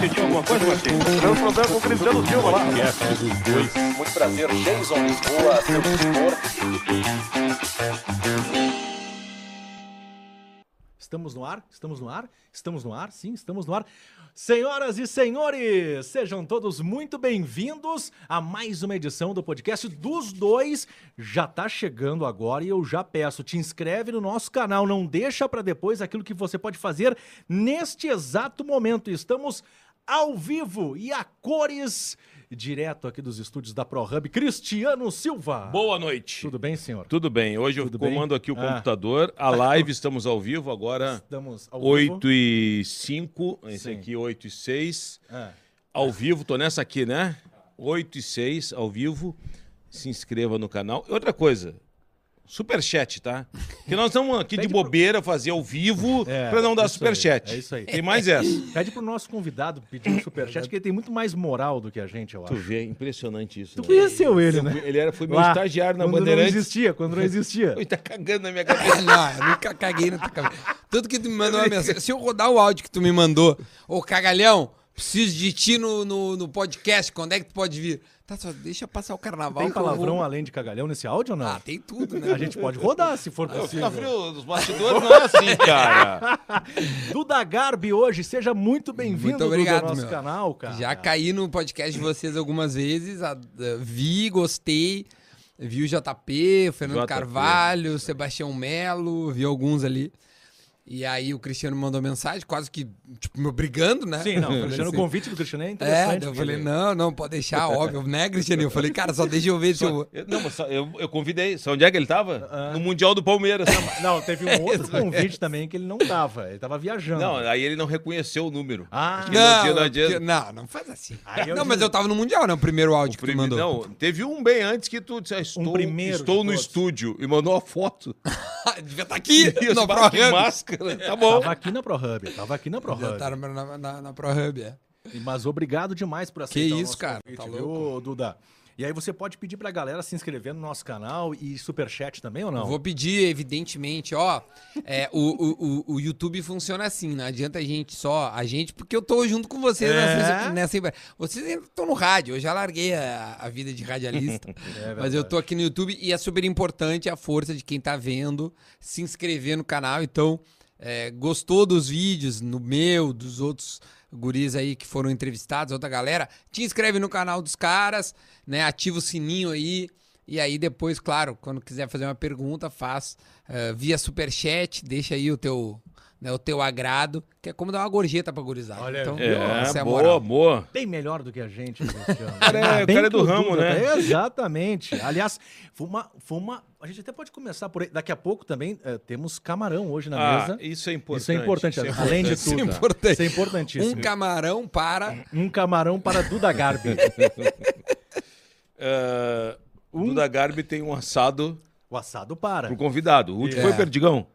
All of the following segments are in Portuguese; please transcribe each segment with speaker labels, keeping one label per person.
Speaker 1: Sentiu alguma coisa, Martins?
Speaker 2: Temos problema com o Cristiano Silva lá.
Speaker 3: Muito prazer, Jason Lisboa, seu escritor.
Speaker 4: Estamos no ar? Estamos no ar? Estamos no ar? Sim, estamos no ar. Senhoras e senhores, sejam todos muito bem-vindos a mais uma edição do podcast dos dois. Já tá chegando agora e eu já peço, te inscreve no nosso canal, não deixa para depois aquilo que você pode fazer neste exato momento. Estamos ao vivo e a cores, direto aqui dos estúdios da ProHub, Cristiano Silva.
Speaker 1: Boa noite.
Speaker 4: Tudo bem, senhor?
Speaker 1: Tudo bem, hoje eu
Speaker 4: Tudo bem?
Speaker 1: comando aqui o
Speaker 4: Ah.
Speaker 1: computador, a live, estamos ao vivo agora,
Speaker 4: Estamos ao
Speaker 1: 8 e 5, esse
Speaker 4: Sim.
Speaker 1: aqui 8 e 6,
Speaker 4: Ah.
Speaker 1: ao vivo, tô nessa aqui, né? 8 e 6, ao vivo, se inscreva no canal. E Outra coisa, superchat, tá? Porque nós estamos aqui de
Speaker 4: Pede pro-
Speaker 1: bobeira fazer ao vivo
Speaker 4: É,
Speaker 1: pra não dar
Speaker 4: isso aí,
Speaker 1: superchat.
Speaker 4: é isso aí.
Speaker 1: Tem mais essa.
Speaker 4: Pede pro nosso convidado pedir um superchat, que ele tem muito mais moral do que a gente, eu
Speaker 1: Tu
Speaker 4: acho.
Speaker 1: vê, impressionante isso.
Speaker 4: Tu
Speaker 1: né?
Speaker 4: conheceu ele, é né?
Speaker 1: Ele era, foi meu
Speaker 4: Lá,
Speaker 1: estagiário na
Speaker 4: quando Não
Speaker 1: Bandeirantes.
Speaker 4: existia, quando não existia.
Speaker 1: Ele tá cagando na minha cabeça.
Speaker 5: Não, eu nunca caguei na tua cabeça. Tanto que tu me mandou uma mensagem. Se eu rodar o áudio que tu me mandou, ô cagalhão, preciso de ti no, no, no podcast, quando é que tu pode vir? Tá, só deixa passar o carnaval.
Speaker 4: Tem
Speaker 5: que eu vou-
Speaker 4: palavrão além de cagalhão nesse áudio ou não?
Speaker 5: Ah, tem tudo, né?
Speaker 4: A gente pode rodar, se for possível.
Speaker 1: Ah, Fica frio dos bastidores, não é assim, cara.
Speaker 4: Duda Garbi hoje, seja muito bem-vindo
Speaker 5: Muito
Speaker 4: ao
Speaker 5: obrigado,
Speaker 4: nosso
Speaker 5: meu.
Speaker 4: canal, cara.
Speaker 5: Já caí no podcast de vocês algumas vezes, a- eh, vi, gostei. Vi o JP, o Fernando
Speaker 1: JP,
Speaker 5: Carvalho, o Sebastião Melo, vi alguns ali. E aí o Cristiano mandou mensagem, quase que tipo, me obrigando, né?
Speaker 4: Sim, não,
Speaker 5: Eu
Speaker 4: o Cristiano, o
Speaker 5: falei assim,
Speaker 4: convite do Cristiano é
Speaker 5: É,
Speaker 4: interessante.
Speaker 5: daí eu
Speaker 4: porque
Speaker 5: falei,
Speaker 4: ele-
Speaker 5: não, não, pode deixar, óbvio, né, Cristiano? Eu falei, cara, só deixa eu ver se eu vou.
Speaker 1: Eu, não, mas só- eu, eu convidei. Sabe onde é que ele tava? No Mundial do Palmeiras. né?
Speaker 4: Não, teve um outro convite também que ele não tava, ele tava viajando.
Speaker 1: não, aí ele não reconheceu o número.
Speaker 4: Ah,
Speaker 1: que não
Speaker 5: Não,
Speaker 1: adianta, não
Speaker 5: não,
Speaker 1: adianta.
Speaker 5: não, não faz assim.
Speaker 4: Aí eu
Speaker 5: não, mas
Speaker 4: digo-
Speaker 5: eu tava no Mundial, né? O primeiro áudio que tu
Speaker 1: Prime-
Speaker 5: mandou.
Speaker 1: Não, teve um bem antes que tu disse, ah, estou,
Speaker 4: primeiro de
Speaker 1: estou no
Speaker 4: todos.
Speaker 1: estúdio e mandou a foto.
Speaker 5: Ah, Devia estar aqui,
Speaker 1: Isso,
Speaker 5: no
Speaker 1: bah, que
Speaker 5: ProHub.
Speaker 1: máscara. Tá bom.
Speaker 4: tava aqui na ProHub, tava aqui na
Speaker 5: Já
Speaker 4: ProHub.
Speaker 5: tá na, na, na, na ProHub, é.
Speaker 4: Mas obrigado demais por aceitar o
Speaker 5: isso,
Speaker 4: nosso
Speaker 5: cara,
Speaker 4: convite,
Speaker 5: tá
Speaker 4: viu,
Speaker 5: louco?
Speaker 4: Duda? E aí você pode pedir pra galera se inscrever no nosso canal e superchat também ou não?
Speaker 5: Vou pedir, evidentemente, ó. é, o, o, o, o YouTube funciona assim, não adianta a gente só, a gente, porque eu tô junto com né, vocês
Speaker 4: É.
Speaker 5: nessa, nessa. Assim, Vocês ainda estão no rádio, eu já larguei a, a vida de radialista. mas eu tô aqui no YouTube e é super importante a força de quem tá vendo, se inscrever no canal. Então, é, gostou dos vídeos, no meu, dos outros guris aí que foram entrevistados, outra galera, te inscreve no canal dos caras, né? Ativa o sininho aí. E aí depois, claro, quando quiser fazer uma pergunta, faz eh, via superchat, deixa aí o teu, né, o teu agrado, que é como dar uma gorjeta pra gurizada.
Speaker 4: Olha,
Speaker 5: então,
Speaker 1: É,
Speaker 5: essa é a
Speaker 1: boa,
Speaker 5: moral.
Speaker 1: boa.
Speaker 4: Bem melhor do que a gente, Cristiano.
Speaker 1: cara é-
Speaker 4: Ainda
Speaker 1: o
Speaker 4: bem
Speaker 1: cara é
Speaker 4: que
Speaker 1: do ramo,
Speaker 4: Duda-
Speaker 1: né?
Speaker 4: É, Exatamente. Aliás, foi uma, foi uma- A gente até pode começar por aí. Daqui a pouco também eh, temos camarão hoje na
Speaker 1: Ah,
Speaker 4: mesa.
Speaker 1: isso é importante.
Speaker 4: isso é importante, além de
Speaker 1: importante.
Speaker 4: tudo.
Speaker 5: Isso é importante.
Speaker 4: Isso é importantíssimo.
Speaker 5: Um camarão para...
Speaker 4: Um camarão para Duda Garbi.
Speaker 1: Ah, O Duda Garbi tem um assado
Speaker 4: o assado para.
Speaker 1: pro convidado. O último
Speaker 5: É.
Speaker 1: foi Perdigão.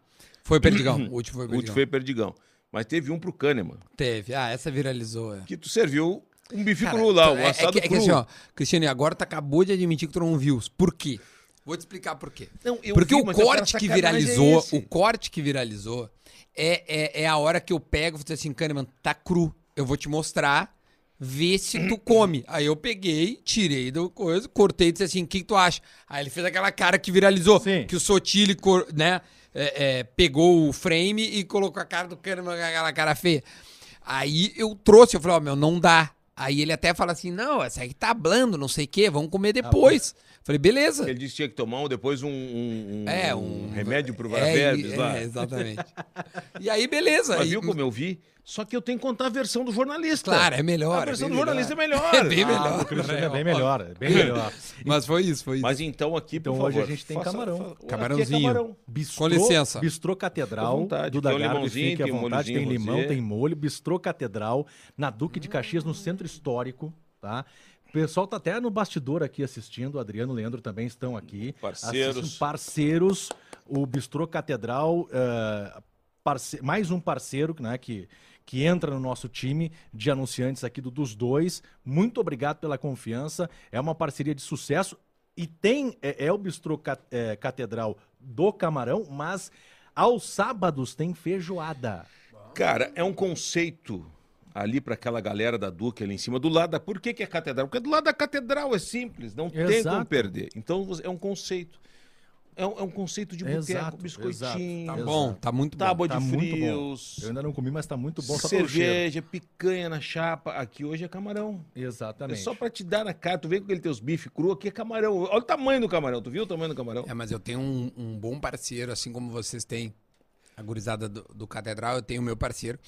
Speaker 5: Foi Perdigão, o último foi
Speaker 1: O último
Speaker 5: Perdigão.
Speaker 1: foi Perdigão. Mas teve um pro Kahneman.
Speaker 5: Teve, ah, essa viralizou, é.
Speaker 1: que tu serviu um bife
Speaker 5: Cara,
Speaker 1: cru lá, um
Speaker 5: é- é
Speaker 1: assado
Speaker 5: que- é, que
Speaker 1: cru.
Speaker 5: assim, ó, Cristiane, agora tu acabou de admitir que tu não viu. Por quê? Vou te explicar por quê.
Speaker 1: Não, eu
Speaker 5: Porque
Speaker 1: vi,
Speaker 5: o
Speaker 1: mas aquela
Speaker 5: corte que
Speaker 1: sacanagem é
Speaker 5: viralizou,
Speaker 1: esse.
Speaker 5: o corte que viralizou é, é, é a hora que eu pego e falo assim, Kahneman, tá cru. Eu vou te mostrar, vê se tu come. Aí eu peguei, tirei da coisa, cortei e disse assim, o que, que tu acha? Aí ele fez aquela cara que viralizou,
Speaker 4: Sim.
Speaker 5: que o Sotile, cor- né, é, é, pegou o frame e colocou a cara do Kahneman com aquela cara feia. Aí eu trouxe, eu falei, ó, meu, não dá. Aí ele até fala assim, não, essa aí tá blando, não sei o quê, vamos
Speaker 1: Ah,
Speaker 5: comer depois.
Speaker 1: tá.
Speaker 5: falei, beleza.
Speaker 1: Ele disse que tinha que tomar um- depois um, um- um-
Speaker 5: É,
Speaker 1: um
Speaker 5: um,
Speaker 1: remédio pro
Speaker 5: é,
Speaker 1: Varabebes
Speaker 5: é,
Speaker 1: lá.
Speaker 5: exatamente. E aí, beleza.
Speaker 1: Mas
Speaker 5: aí-
Speaker 1: viu como tá? eu vi? Só que eu tenho que contar a versão do jornalista.
Speaker 5: Claro, é melhor.
Speaker 1: A versão
Speaker 5: é
Speaker 1: do
Speaker 5: bem
Speaker 1: jornalista é
Speaker 5: melhor.
Speaker 1: melhor.
Speaker 5: É bem melhor.
Speaker 4: O Cristiano é
Speaker 5: né?
Speaker 4: bem melhor, é bem melhor.
Speaker 5: Mas foi isso, foi isso.
Speaker 1: Mas então aqui,
Speaker 4: Então
Speaker 1: por favor.
Speaker 4: hoje a gente tem camarão.
Speaker 1: fa- aqui é
Speaker 5: Camarãozinho.
Speaker 1: camarão.
Speaker 4: Bistrô,
Speaker 5: Com licença.
Speaker 4: Bistrô Catedral,
Speaker 1: Fica à vontade.
Speaker 4: Duda
Speaker 1: Tem um
Speaker 4: Garbi,
Speaker 1: limãozinho,
Speaker 4: fique à
Speaker 1: tem um
Speaker 4: vontade, tem
Speaker 1: molhozinho
Speaker 4: limão,
Speaker 1: rosé.
Speaker 4: tem molho, Bistrô Catedral, na Duque de Caxias, no Centro Histórico, tá? O pessoal tá até no bastidor aqui assistindo, o Adriano e o Leandro também estão aqui.
Speaker 1: Parceiros.
Speaker 4: Assistem parceiros, o Bistrô Catedral, eh, parce- mais um parceiro, né, que, que entra no nosso time de anunciantes aqui do, dos dois. Muito obrigado pela confiança, é uma parceria de sucesso. E tem, é, é o Bistrô Ca- eh, Catedral do Camarão, mas aos sábados tem feijoada.
Speaker 1: Cara, é um conceito ali para aquela galera da Duque ali em cima, do lado da. Por que, que é catedral? Porque do lado da catedral é simples, não tem
Speaker 4: Exato.
Speaker 1: como perder. Então você- é um conceito. É um, é um conceito de boteco,
Speaker 4: Exato,
Speaker 1: biscoitinho,
Speaker 4: exato.
Speaker 5: Tá
Speaker 4: Exato.
Speaker 5: bom, tá muito bom.
Speaker 1: tábua
Speaker 4: Tá
Speaker 1: de
Speaker 4: muito bom.
Speaker 1: frios,
Speaker 4: Eu ainda não comi, mas tá muito bom. Só pelo cheiro.
Speaker 1: cerveja, picanha na chapa. Aqui hoje é camarão. É
Speaker 4: Exatamente.
Speaker 1: só pra te dar na cara. Tu vem com aquele teus bife cru aqui, é camarão. Olha o tamanho do camarão. Tu viu o tamanho do camarão?
Speaker 5: É, mas eu tenho um, um bom parceiro, assim como vocês têm a gurizada do, do Catedral, eu tenho o meu parceiro.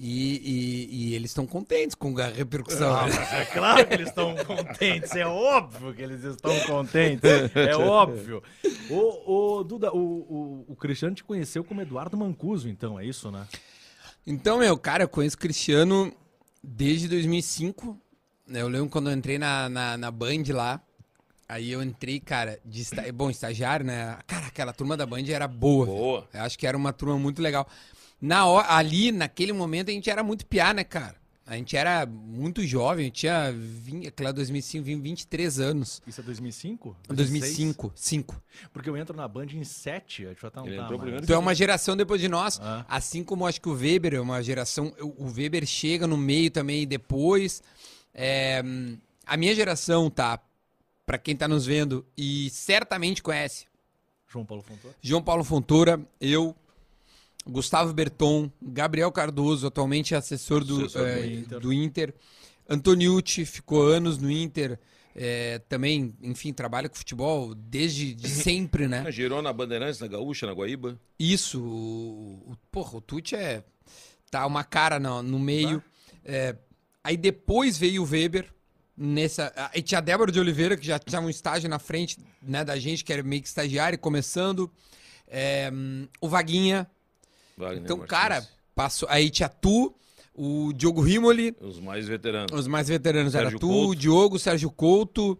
Speaker 5: E, e- e eles estão contentes com a repercussão.
Speaker 1: Ah,
Speaker 4: É claro que eles estão contentes, é óbvio que eles estão contentes, é óbvio. O, o Duda, o, o, o Cristiano te conheceu como Eduardo Mancuso, então, é isso, né?
Speaker 5: Então, meu, cara, eu conheço o Cristiano desde 2005. né? Eu lembro quando eu entrei na, na, na Band lá. Aí eu entrei, cara, de esta- bom, estagiário, né? Cara, aquela turma da Band era boa.
Speaker 1: Boa.
Speaker 5: Eu acho que era uma turma muito legal. Na hora, ali, naquele momento, a gente era muito piá, né, cara? A gente era muito jovem, eu tinha, 20, aquela 2005, 20, 23 anos.
Speaker 4: Isso é 2005?
Speaker 5: 2005, 5.
Speaker 4: Porque eu entro na Band em 7, a gente vai estar um tá
Speaker 1: Ele entrou primeiro
Speaker 5: Tu é uma geração depois de nós,
Speaker 4: Ah.
Speaker 5: assim como acho que o Weber é uma geração. O o Weber chega no meio também depois. É, hum, a minha geração, tá? Pra quem tá nos vendo e certamente conhece,
Speaker 4: João Paulo Fontoura.
Speaker 5: João Paulo Fontoura, eu, Gustavo Berton, Gabriel Cardoso, atualmente assessor do,
Speaker 1: Assessor do
Speaker 5: eh,
Speaker 4: Inter.
Speaker 5: do Inter, Antoniucci, ficou anos no Inter, eh, também, enfim, trabalha com futebol desde de sempre, né?
Speaker 1: Ah, Girou na Bandeirantes, na Gaúcha, na Guaíba.
Speaker 5: Isso, o, o, porra, o Tucci é, tá uma cara no, no meio. É, aí depois veio o Weber, nessa, aí tinha a Débora de Oliveira, que já tinha um estágio na frente né, da gente, que era meio que estagiário, começando. É, hum, o Vaguinha,
Speaker 1: Wagner
Speaker 5: então,
Speaker 1: Martins.
Speaker 5: cara, passou. Aí tinha tu, o Diogo Rimoli,
Speaker 1: Os mais veteranos.
Speaker 5: os mais veteranos
Speaker 1: Sérgio
Speaker 5: era tu,
Speaker 1: Couto.
Speaker 5: o Diogo, Sérgio Couto,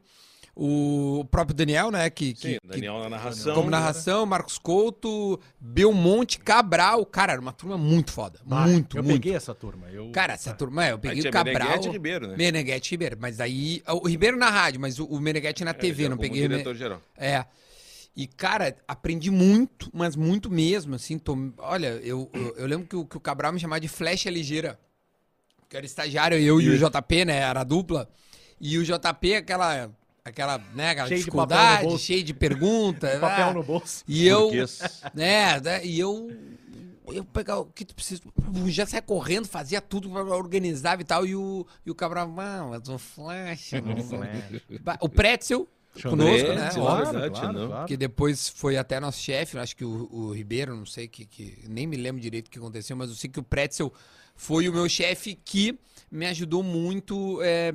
Speaker 5: o próprio Daniel, né? Que,
Speaker 1: Sim,
Speaker 5: que, que
Speaker 1: Daniel na narração.
Speaker 5: como narração, Marcos Couto, Belmonte, Cabral. Cara, era uma turma muito foda. muito,
Speaker 4: Tá. eu
Speaker 5: muito.
Speaker 4: peguei essa turma. Eu... tá.
Speaker 5: Cara, essa turma, é, eu
Speaker 1: Aí
Speaker 5: peguei
Speaker 1: tinha
Speaker 5: o Cabral.
Speaker 1: Meneghete e Ribeiro, né?
Speaker 5: Meneghete e Ribeiro. Mas aí. O Ribeiro na rádio, mas o, o Meneghete na TV,
Speaker 1: É, já
Speaker 5: não
Speaker 1: como
Speaker 5: peguei. o Me-
Speaker 1: diretor-geral.
Speaker 5: é. E, cara, aprendi muito, mas muito mesmo, assim. tô- Olha, eu, eu, eu lembro que o, que o Cabral me chamava de flecha ligeira. Porque eu era estagiário, eu e o JP, né? Era a dupla. E o JP, aquela, aquela, né, aquela
Speaker 4: Cheio de papel no
Speaker 5: dificuldade,
Speaker 4: bolso.
Speaker 5: cheio de pergunta.
Speaker 4: Com papel
Speaker 5: ah,
Speaker 4: no bolso.
Speaker 5: E eu,
Speaker 1: Burguês.
Speaker 5: né, né, e eu... Eu pegava o que tu precisa. Já saia correndo, fazia tudo, organizava e tal. E o, e o Cabral, não, mas um flecha. não sei o
Speaker 4: é.
Speaker 5: quê." O Pretzel, conosco,
Speaker 1: Pretzel,
Speaker 5: né?
Speaker 1: claro,
Speaker 5: Óbvio.
Speaker 1: verdade, não.
Speaker 5: Porque depois foi até nosso chefe, eu acho que o, o Ribeiro, não sei que, que. Nem me lembro direito o que aconteceu, mas eu sei que o Pretzel foi o meu chefe que me ajudou muito é,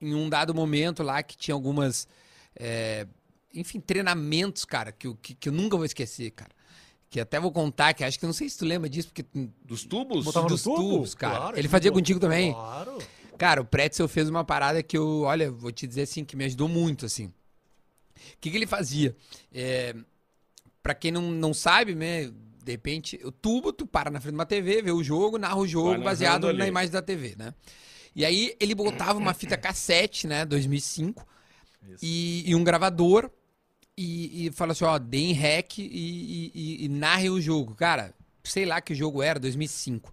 Speaker 5: em um dado momento lá que tinha algumas. é, enfim, treinamentos, cara, que, eu- que, que eu nunca vou esquecer, cara. Que até vou contar, que acho que não sei se tu lembra disso, porque.
Speaker 1: Dos tubos?
Speaker 4: Botava
Speaker 5: dos
Speaker 4: no tubo?
Speaker 5: tubos, cara.
Speaker 4: Claro,
Speaker 5: Ele
Speaker 4: ele
Speaker 5: fazia
Speaker 4: botou-
Speaker 5: contigo também.
Speaker 4: Claro.
Speaker 5: Cara, o Pretzel fez uma parada que eu, olha, vou te dizer assim, que me ajudou muito, assim. O que, que ele fazia? É, para quem não, não sabe, né, de repente, o tubo, tu para na frente de uma TV, vê o jogo, narra o
Speaker 1: Vai
Speaker 5: jogo
Speaker 1: narrando
Speaker 5: baseado
Speaker 1: ali.
Speaker 5: na imagem da TV, né? E aí ele botava uma fita cassete, né, 2005,
Speaker 4: Isso.
Speaker 5: e, e um gravador, e, e fala assim, ó, deem rec e, e, e- e narre o jogo. Cara, sei lá que jogo era, 2005.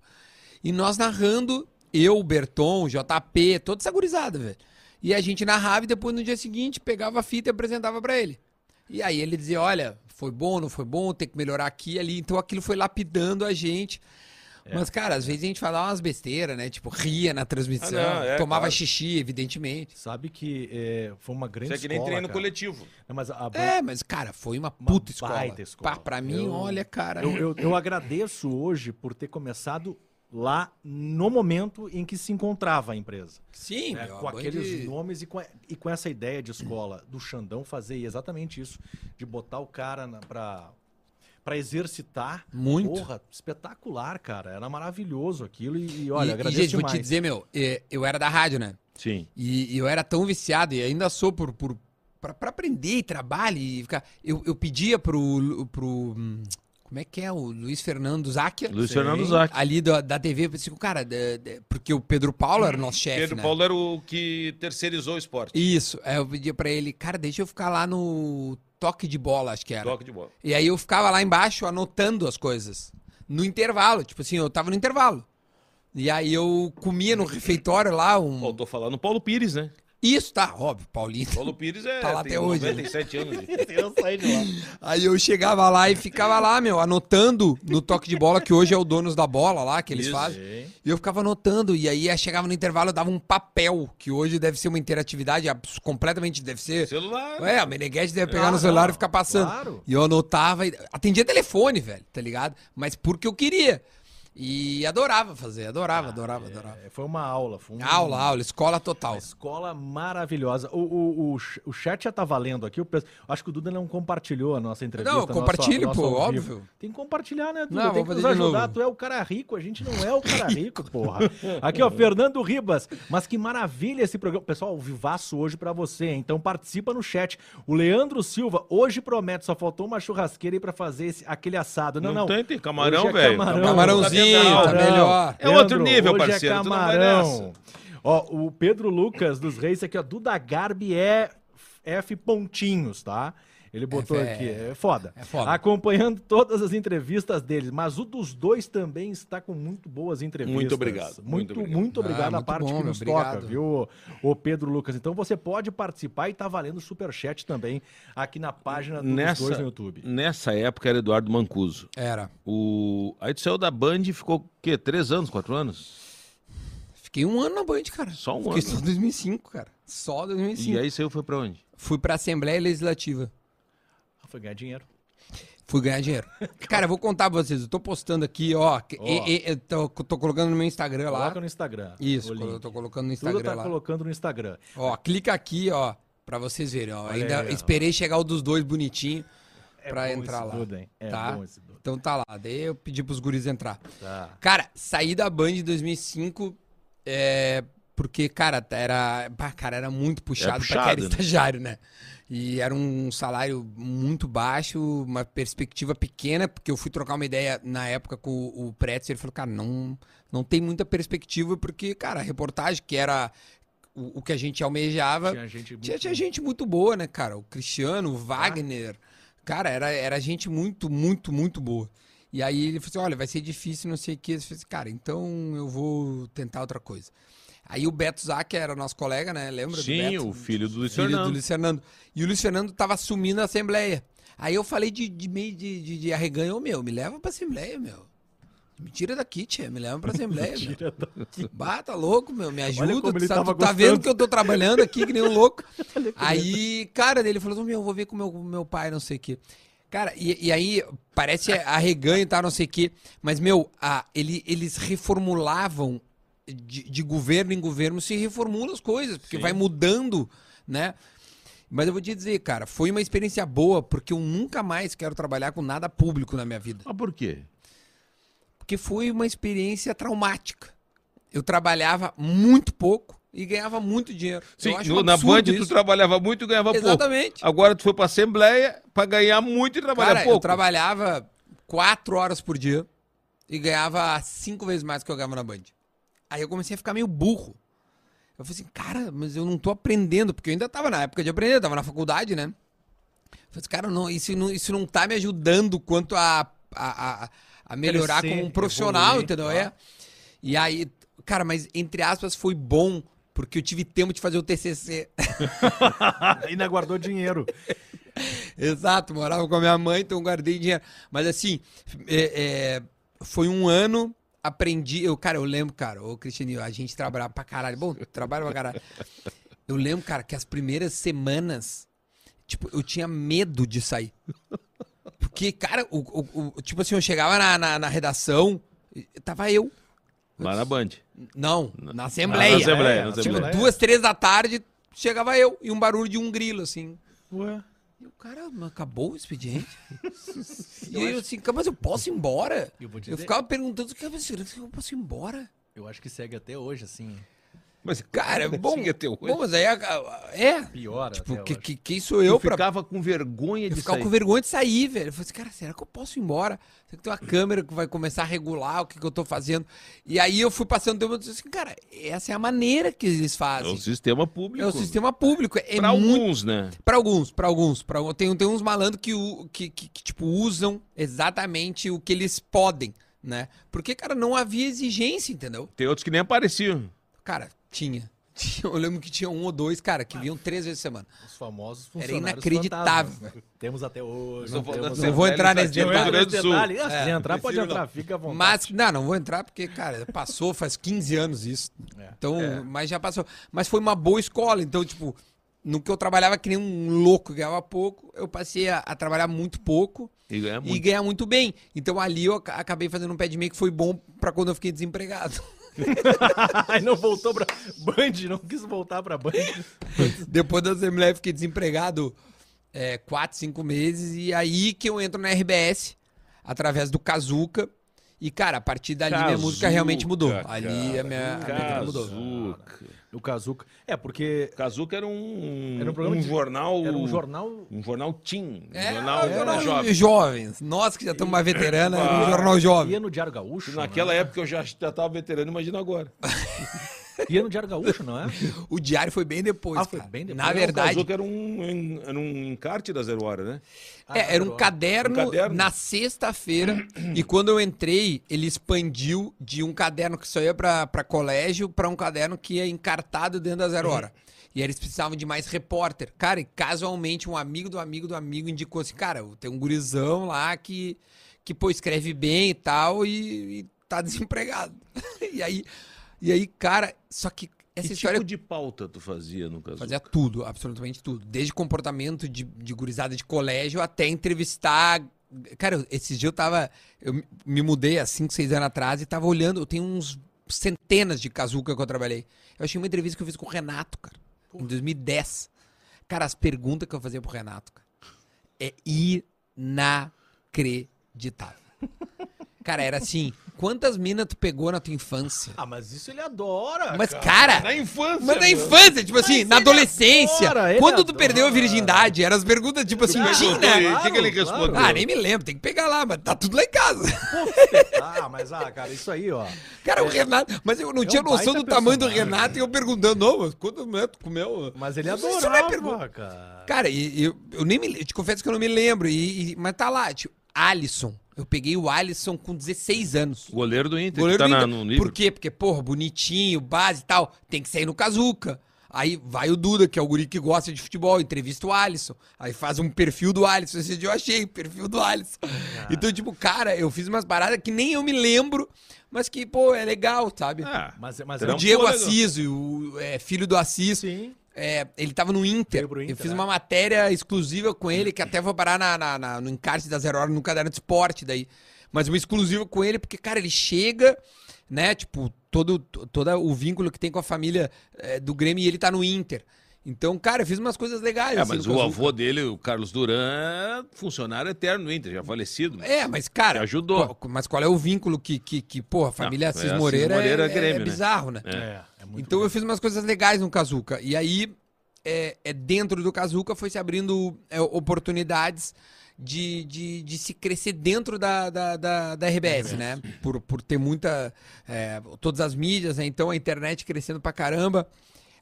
Speaker 5: E nós narrando, eu, o Berton, o JP, toda essa gurizada, velho. E a gente narrava e depois no dia seguinte pegava a fita e apresentava pra ele. E aí ele dizia, olha, foi bom, não foi bom, tem que melhorar aqui e ali. Então aquilo foi lapidando a gente.
Speaker 1: É.
Speaker 5: Mas, cara, às vezes a gente falava umas besteiras, né? Tipo, ria na transmissão,
Speaker 1: Ah, não, é,
Speaker 5: tomava
Speaker 1: claro.
Speaker 5: xixi, evidentemente.
Speaker 4: Sabe que é, foi uma
Speaker 5: um
Speaker 1: Isso
Speaker 4: grande
Speaker 1: é que nem
Speaker 4: escola,
Speaker 1: treino
Speaker 4: cara.
Speaker 1: coletivo.
Speaker 4: É, Mas a Band,
Speaker 5: É, mas, cara, foi uma
Speaker 4: Uma
Speaker 5: puta escola.
Speaker 4: baita escola.
Speaker 5: Pá, pra mim,
Speaker 4: Eu-
Speaker 5: olha, cara. é.
Speaker 4: Eu, eu- eu agradeço hoje por ter começado lá no momento em que se encontrava a empresa.
Speaker 5: Sim, é
Speaker 4: né,
Speaker 5: meu,
Speaker 4: com
Speaker 5: a Band-
Speaker 4: aqueles nomes e com, a- e com essa ideia de escola do Xandão fazer exatamente isso, de botar o cara na, pra, pra exercitar.
Speaker 5: Muito.
Speaker 4: Porra, espetacular, cara. Era maravilhoso aquilo e, e, olha,
Speaker 5: e, e,
Speaker 4: agradeço
Speaker 5: gente,
Speaker 4: demais.
Speaker 5: vou te dizer, meu, é, eu era da rádio, né?
Speaker 1: Sim.
Speaker 5: E, e eu era tão viciado, e ainda sou por. por pra, pra aprender e trabalho e ficar. Eu, eu pedia pro. Lu- pro hum, como é que é? O Luiz Fernando Záquia.
Speaker 1: Luiz
Speaker 4: Sim.
Speaker 1: Fernando Zac.
Speaker 5: Ali da, da TV, eu pensei, cara, da- da- porque o Pedro Paulo era o nosso chefe.
Speaker 1: Pedro
Speaker 5: né?
Speaker 1: Paulo era o que terceirizou o esporte.
Speaker 5: Isso. Aí eu pedia pra ele, cara, deixa eu ficar lá no toque de bola, acho que era.
Speaker 1: Toque de bola.
Speaker 5: E aí eu ficava lá embaixo anotando as coisas. No intervalo, tipo assim, eu tava no intervalo. E aí eu comia no refeitório lá um.
Speaker 1: Faltou falar no Paulo Pires, né?
Speaker 5: Isso, tá, óbvio, Paulinho.
Speaker 1: Paulo Pires é,
Speaker 5: Tá lá
Speaker 1: tem
Speaker 5: até hoje, né?
Speaker 1: 97 anos. gente.
Speaker 6: Eu saí de lá.
Speaker 5: Aí eu chegava lá e ficava lá, meu, anotando no toque de bola, que hoje é o Donos da Bola lá, que eles
Speaker 1: Isso.
Speaker 5: fazem.
Speaker 4: Sim.
Speaker 5: E eu ficava anotando, e aí eh, chegava no intervalo, eu dava um papel, que hoje deve ser uma interatividade abs- completamente, deve ser...
Speaker 1: Celular.
Speaker 5: É, a Meneghete deve pegar
Speaker 4: Ah,
Speaker 5: no celular
Speaker 4: não,
Speaker 5: e ficar passando.
Speaker 4: claro.
Speaker 5: E eu anotava, e atendia telefone, velho, tá ligado? Mas porque eu queria. E adorava fazer, adorava, adorava, adorava.
Speaker 4: É, foi uma aula. Foi um-
Speaker 5: Aula, aula, escola total.
Speaker 4: Uma escola maravilhosa. O, o, o, ch- o chat já tá valendo aqui. o pessoal- Acho que o Duda não compartilhou a nossa entrevista.
Speaker 5: Não, eu
Speaker 4: nossa-
Speaker 5: compartilho,
Speaker 4: nosso
Speaker 5: pô,
Speaker 4: ao vivo.
Speaker 5: óbvio.
Speaker 4: Tem que compartilhar, né, Duda?
Speaker 5: Não,
Speaker 4: Tem
Speaker 5: vou
Speaker 4: que nos
Speaker 5: fazer de
Speaker 4: ajudar.
Speaker 5: novo.
Speaker 4: Tu é o cara rico, a gente não é o cara rico, porra. Aqui, ó, Fernando Ribas. Mas que maravilha esse programa. Pessoal, o vivaço hoje pra você, hein? então participa no chat. O Leandro Silva, hoje promete, só faltou uma churrasqueira aí pra fazer esse- aquele assado. Não,
Speaker 1: Não,
Speaker 4: não.
Speaker 1: tem, tem camarão,
Speaker 4: Hoje é
Speaker 1: velho.
Speaker 4: camarão.
Speaker 5: Camarãozinho,
Speaker 1: dentro da
Speaker 5: tá
Speaker 1: aula.
Speaker 5: melhor.
Speaker 1: É outro nível,
Speaker 4: hoje
Speaker 1: parceiro,
Speaker 4: É
Speaker 1: tu não vai
Speaker 4: camarão.
Speaker 1: nessa.
Speaker 4: Ó, o Pedro Lucas dos Reis aqui, ó, Duda Garbi é F pontinhos, tá? Ele botou
Speaker 5: é-
Speaker 4: aqui, é foda.
Speaker 5: é foda.
Speaker 4: Acompanhando todas as entrevistas deles, mas o dos dois também está com muito boas entrevistas.
Speaker 1: Muito obrigado,
Speaker 4: Muito, muito
Speaker 1: muito obrigado.
Speaker 4: obrigado,
Speaker 5: Ah,
Speaker 4: à
Speaker 5: muito
Speaker 4: parte
Speaker 5: bom,
Speaker 4: que
Speaker 5: meu,
Speaker 4: nos
Speaker 5: obrigado.
Speaker 4: toca, viu, o Pedro Lucas. Então você pode participar e tá valendo superchat também aqui na página dos
Speaker 1: Nessa-
Speaker 4: dois no YouTube.
Speaker 1: Nessa época era Eduardo Mancuso.
Speaker 5: Era.
Speaker 1: O... Aí tu saiu da Band e ficou o quê? Três anos, quatro anos?
Speaker 5: Fiquei um ano na Band, cara.
Speaker 1: Só um
Speaker 5: Fiquei
Speaker 1: ano.
Speaker 5: só 2005, cara. Só 2005.
Speaker 1: E aí saiu foi pra onde?
Speaker 5: Fui pra Assembleia Legislativa.
Speaker 4: Ah, Foi ganhar dinheiro.
Speaker 5: Fui ganhar dinheiro. Cara, eu vou contar pra vocês. Eu tô postando aqui, ó. que-
Speaker 4: Ó.
Speaker 5: e- e- eu tô, tô colocando no meu Instagram lá.
Speaker 4: Coloca no Instagram.
Speaker 5: Isso,
Speaker 4: o
Speaker 5: colo-
Speaker 4: link.
Speaker 5: eu tô colocando no
Speaker 4: Tudo
Speaker 5: Instagram
Speaker 4: tá
Speaker 5: lá.
Speaker 4: colocando no Instagram.
Speaker 5: Ó, clica aqui, ó, pra vocês verem. Ó. Ainda
Speaker 4: aí, ó.
Speaker 5: esperei chegar o dos dois bonitinho
Speaker 4: É
Speaker 5: pra
Speaker 4: bom
Speaker 5: entrar
Speaker 4: esse
Speaker 5: lá.
Speaker 4: Duda, hein? É
Speaker 5: tá?
Speaker 4: bom esse Duda.
Speaker 5: Então tá lá. Daí eu pedi pros guris entrar.
Speaker 4: Tá.
Speaker 5: Cara, saí da Band em 2005 é, porque, cara, era, bah, cara, era muito puxado,
Speaker 1: puxado,
Speaker 5: pra quem era
Speaker 1: né?
Speaker 5: estagiário, né? E era um salário muito baixo, uma perspectiva pequena, porque eu fui trocar uma ideia na época com o o Pretz, ele falou, cara, não, não tem muita perspectiva, porque, cara, a reportagem, que era o, o que a gente almejava,
Speaker 4: Tinha gente
Speaker 5: tinha,
Speaker 4: muito-
Speaker 5: tinha gente muito boa, né, cara? O Cristiano, o Wagner. Cara, era, era gente muito, muito, muito boa. E aí ele falou assim: olha, vai ser difícil, não sei o quê. Eu falei assim, cara, então eu vou tentar outra coisa. Aí o Beto Zac era nosso colega, né? Lembra do
Speaker 1: Sim,
Speaker 5: Beto?
Speaker 1: o filho do Luiz
Speaker 5: filho
Speaker 1: Fernando.
Speaker 5: do Luiz Fernando. E o Luiz Fernando tava assumindo a Assembleia. Aí eu falei de, de meio de, de, de arreganho, ô, meu, me leva pra Assembleia, meu. Me tira daqui, tia, me leva pra Assembleia. meu. Bah, tá louco, meu. Me ajuda.
Speaker 4: como ele
Speaker 5: Tu, tá-
Speaker 4: tava
Speaker 5: tu tá
Speaker 4: gostando.
Speaker 5: vendo que eu tô trabalhando aqui, que nem um louco.
Speaker 4: tá.
Speaker 5: aí, cara, dele falou assim: meu, eu vou ver com meu, com meu pai, não sei o quê. Cara, e, e aí parece arreganho e tal, não sei o quê. Mas, meu, a, ele, eles reformulavam de, de governo em governo, se reformula as coisas, porque vai mudando, né? Mas eu vou te dizer, cara, foi uma experiência boa, porque eu nunca mais quero trabalhar com nada público na minha vida
Speaker 1: Mas por quê?
Speaker 5: porque foi uma experiência traumática. Eu trabalhava muito pouco e ganhava muito dinheiro.
Speaker 1: Sim,
Speaker 5: eu acho
Speaker 1: no-
Speaker 5: um
Speaker 1: na Band
Speaker 5: absurdo
Speaker 1: tu
Speaker 5: isso.
Speaker 1: trabalhava muito e ganhava pouco.
Speaker 5: Exatamente.
Speaker 1: Agora tu foi pra Assembleia pra ganhar muito e trabalhar
Speaker 5: Cara, eu
Speaker 1: pouco.
Speaker 5: trabalhava quatro horas por dia e ganhava cinco vezes mais do que eu ganhava na Band. Aí eu comecei a ficar meio burro. Eu falei assim, cara, mas eu não tô aprendendo, porque eu ainda tava na época de aprender, eu tava na faculdade, né? Eu falei assim, cara, não, isso, não, isso não tá me ajudando quanto a, a, a, a melhorar
Speaker 4: Crescer,
Speaker 5: como um profissional,
Speaker 4: evoluir, tá.
Speaker 5: entendeu?
Speaker 4: claro.
Speaker 5: É. E aí, cara, mas entre aspas foi bom, porque eu tive tempo de fazer o TCC.
Speaker 4: Ainda guardou dinheiro.
Speaker 5: Exato, morava com a minha mãe, então guardei dinheiro. Mas assim, é, é, foi um ano, aprendi. Eu, cara, eu lembro, cara, ô Cristianinho, a gente trabalhava pra caralho. Bom, trabalho pra caralho. Eu lembro, cara, que as primeiras semanas, tipo, eu tinha medo de sair. Porque, cara, o, o- o- tipo assim, eu chegava na, na, na redação, e tava eu.
Speaker 1: Lá na Band.
Speaker 5: Não, na
Speaker 1: Na
Speaker 5: Assembleia.
Speaker 4: É,
Speaker 1: Assembleia, na
Speaker 5: Tipo,
Speaker 1: Assembleia.
Speaker 5: duas, três da tarde, chegava eu e um barulho de um grilo, assim.
Speaker 4: Ué.
Speaker 5: E o cara, mas acabou o expediente? e aí eu assim, cara, mas eu posso ir embora?
Speaker 4: Eu vou dizer-
Speaker 5: Eu ficava perguntando, cara, mas será que eu posso ir embora?
Speaker 4: Eu acho que segue até hoje, assim.
Speaker 1: Mas,
Speaker 5: Cara, bom,
Speaker 1: Siga teu olho.
Speaker 5: bom, mas aí, a- a- é,
Speaker 4: Pior
Speaker 5: tipo,
Speaker 4: até
Speaker 5: que,
Speaker 4: hoje.
Speaker 5: que, quem sou
Speaker 1: eu
Speaker 5: eu pra...
Speaker 1: ficava com vergonha
Speaker 5: Eu
Speaker 1: de
Speaker 5: ficava
Speaker 1: sair.
Speaker 5: com vergonha de sair, velho. Eu falei assim, cara, será que eu posso ir embora? Será que tem uma câmera que vai começar a regular o que, que eu tô fazendo? E aí eu fui passando tempo e disse assim, cara, essa é a maneira que eles
Speaker 1: É
Speaker 5: fazem.
Speaker 1: um sistema público.
Speaker 5: É o sistema público. É
Speaker 1: Pra
Speaker 5: muito
Speaker 1: alguns, né?
Speaker 5: Pra alguns, pra alguns, para tem, tem uns malandros que, u- que, que, que, tipo usam exatamente o que eles podem, né? Porque, cara, não havia exigência, entendeu?
Speaker 1: Tem outros que nem apareciam.
Speaker 5: Cara, tinha. Tinha- Eu lembro que tinha um ou dois, cara, que vinham três vezes por semana.
Speaker 4: Os famosos
Speaker 5: Era
Speaker 4: funcionários
Speaker 5: inacreditável.
Speaker 4: fantasmas, né? Temos até hoje.
Speaker 1: Só
Speaker 4: não
Speaker 1: falta
Speaker 4: temos
Speaker 1: ser
Speaker 5: não vou
Speaker 1: velho
Speaker 5: entrar
Speaker 1: e
Speaker 5: nesse
Speaker 1: sadio no é Rio
Speaker 5: detalhe.
Speaker 1: Grande do Sul.
Speaker 4: detalhe. Ah, se
Speaker 5: É,
Speaker 4: entrar, pode
Speaker 5: prefiro
Speaker 4: entrar,
Speaker 5: não.
Speaker 4: fica à vontade.
Speaker 5: Mas, não, não vou entrar porque, cara, passou faz 15 anos isso.
Speaker 4: É.
Speaker 5: Então, mas já passou. Mas foi uma boa escola. Então, tipo, no que eu trabalhava que nem um louco, ganhava pouco, eu passei a, a trabalhar muito pouco
Speaker 1: E ganha
Speaker 5: e
Speaker 1: É muito.
Speaker 5: ganhar muito bem. Então, ali eu aca- acabei fazendo um pé de meia que foi bom pra quando eu fiquei desempregado.
Speaker 4: Aí não voltou pra Band, não quis voltar pra Band.
Speaker 5: Depois da Assembleia, eu fiquei desempregado é, quatro, cinco meses. E aí que eu entro na RBS, através do Kazuca. E, cara, a partir dali minha música realmente mudou.
Speaker 1: Kazuca,
Speaker 5: ali
Speaker 1: cara. Hum,
Speaker 5: a minha, a minha vida mudou.
Speaker 1: Kazuca.
Speaker 4: O Kazuca. É, porque
Speaker 1: Kazuca era um,
Speaker 4: Era um programa de-
Speaker 1: jornal.
Speaker 4: era um jornal.
Speaker 1: Um jornal teen. Um
Speaker 5: É,
Speaker 1: jornal,
Speaker 5: é, jornal
Speaker 1: jovem.
Speaker 5: jovens. Nós que já estamos uma veterana, era um jornal
Speaker 4: Ia
Speaker 5: jovem.
Speaker 4: no Diário Gaúcho. não é?
Speaker 1: Naquela época eu já estava veterano, imagina agora.
Speaker 4: Ia no Diário Gaúcho, não é?
Speaker 5: O diário foi bem depois.
Speaker 4: Ah, foi
Speaker 5: cara.
Speaker 4: bem depois.
Speaker 5: Na
Speaker 4: Era um
Speaker 5: verdade,
Speaker 1: Kazuca era um, era um encarte da Zero Hora, né?
Speaker 4: Ah,
Speaker 5: é, era um
Speaker 4: agora.
Speaker 5: caderno,
Speaker 1: Um caderno.
Speaker 5: na sexta-feira. e quando eu entrei, ele expandiu de um caderno que só ia pra pra colégio pra um caderno que ia encartado dentro da
Speaker 1: Uhum.
Speaker 5: Zero Hora. E aí eles precisavam de mais repórter. Cara, e casualmente um amigo do amigo do amigo indicou assim: cara, tem um gurizão lá que, que pô, escreve bem e tal e, e tá desempregado. e, aí, e aí, cara, só que essa
Speaker 1: que
Speaker 5: história é-
Speaker 1: tipo de pauta tu fazia no Kazuca?
Speaker 5: Fazia tudo, absolutamente tudo. Desde comportamento de, de gurizada de colégio até entrevistar. Cara, eu- esse dia eu tava. Eu me- me mudei há 5, 6 anos atrás e tava olhando. Eu tenho uns centenas de casuca que eu trabalhei. Eu achei uma entrevista que eu fiz com o Renato, cara, em 2010. Cara, as perguntas que eu fazia pro Renato, cara, é inacreditável. Cara, era assim: quantas minas tu pegou na tua infância?
Speaker 4: Ah, mas isso ele adora.
Speaker 5: Mas,
Speaker 4: Ah, cara.
Speaker 5: cara.
Speaker 1: Na infância.
Speaker 5: Mas na
Speaker 1: meu.
Speaker 5: infância, tipo assim, na adolescência.
Speaker 4: adora, é ele é
Speaker 5: quando tu
Speaker 4: adora.
Speaker 5: perdeu a virgindade, eram as perguntas, tipo assim,
Speaker 1: Perguntou
Speaker 5: tinha.
Speaker 1: ele, O que, que ele
Speaker 4: Claro, claro.
Speaker 1: respondeu?
Speaker 5: Ah, nem me lembro, tem que pegar lá, mas tá tudo lá em casa.
Speaker 4: Ah, mas ah, cara, isso aí, ó.
Speaker 5: Cara, o Renato. Mas eu não tinha
Speaker 4: É. um
Speaker 5: noção do
Speaker 4: baita
Speaker 5: tamanho do
Speaker 4: personagem.
Speaker 5: Renato e eu perguntando, não, mas quando né, tu comeu.
Speaker 4: Mas ele
Speaker 5: Isso não é
Speaker 4: adorava,
Speaker 5: pergunta.
Speaker 4: cara.
Speaker 5: Cara, e- e eu, eu nem me. Eu te confesso que eu não me lembro. e- e- mas tá lá, tipo, Alisson. Eu peguei o Alisson com 16 anos.
Speaker 1: Goleiro do Inter,
Speaker 5: Goleiro
Speaker 1: que tá
Speaker 5: do
Speaker 1: na-
Speaker 5: Inter.
Speaker 1: no livro.
Speaker 5: Por quê? Porque, porra, bonitinho, base e tal, tem que sair no Kazuca. Aí vai o Duda, que é o guri que gosta de futebol, entrevista o Alisson. Aí faz um perfil do Alisson. Esse dia eu achei, perfil do Alisson.
Speaker 1: Ah.
Speaker 5: Então, tipo, cara, eu fiz umas paradas que nem eu me lembro, mas que, pô, é legal, sabe?
Speaker 1: Ah,
Speaker 4: Mas, mas é
Speaker 1: Era
Speaker 5: o
Speaker 1: um
Speaker 5: Diego
Speaker 1: fôlego.
Speaker 5: Assis, o é, filho do Assis,
Speaker 4: Sim.
Speaker 5: é, ele tava no Inter.
Speaker 4: Veio pro Inter,
Speaker 5: Eu fiz
Speaker 4: né?
Speaker 5: uma matéria exclusiva com ele, que até vou parar na- na- na- no encarte da Zero Hora, no caderno de esporte daí. Mas uma exclusiva com ele, porque, cara, ele chega, né? Tipo, todo, to- todo o vínculo que tem com a família é, do Grêmio e ele tá no Inter. Então, cara, eu fiz umas coisas legais.
Speaker 1: É,
Speaker 5: assim,
Speaker 1: mas
Speaker 5: no
Speaker 1: o
Speaker 5: Kazuca.
Speaker 1: avô dele, o Carlos Duran, é funcionário eterno do Inter, já falecido. né?
Speaker 5: É, mas, cara.
Speaker 1: Te ajudou.
Speaker 5: qual- mas qual é o vínculo que, que, que porra, a família
Speaker 1: é
Speaker 5: Assis
Speaker 1: Assis
Speaker 5: Moreira,
Speaker 1: Moreira,
Speaker 5: é,
Speaker 1: Grêmio,
Speaker 5: é
Speaker 1: né?
Speaker 5: bizarro, né?
Speaker 4: É, é muito
Speaker 5: então
Speaker 4: legal.
Speaker 5: eu fiz umas coisas legais no Kazuca. E aí, é, é dentro do Kazuca, foi se abrindo é, oportunidades de, de, de se crescer dentro da, da, da, da RBS, né? Por, por ter muita. é, todas as mídias, né? Então a internet crescendo pra caramba.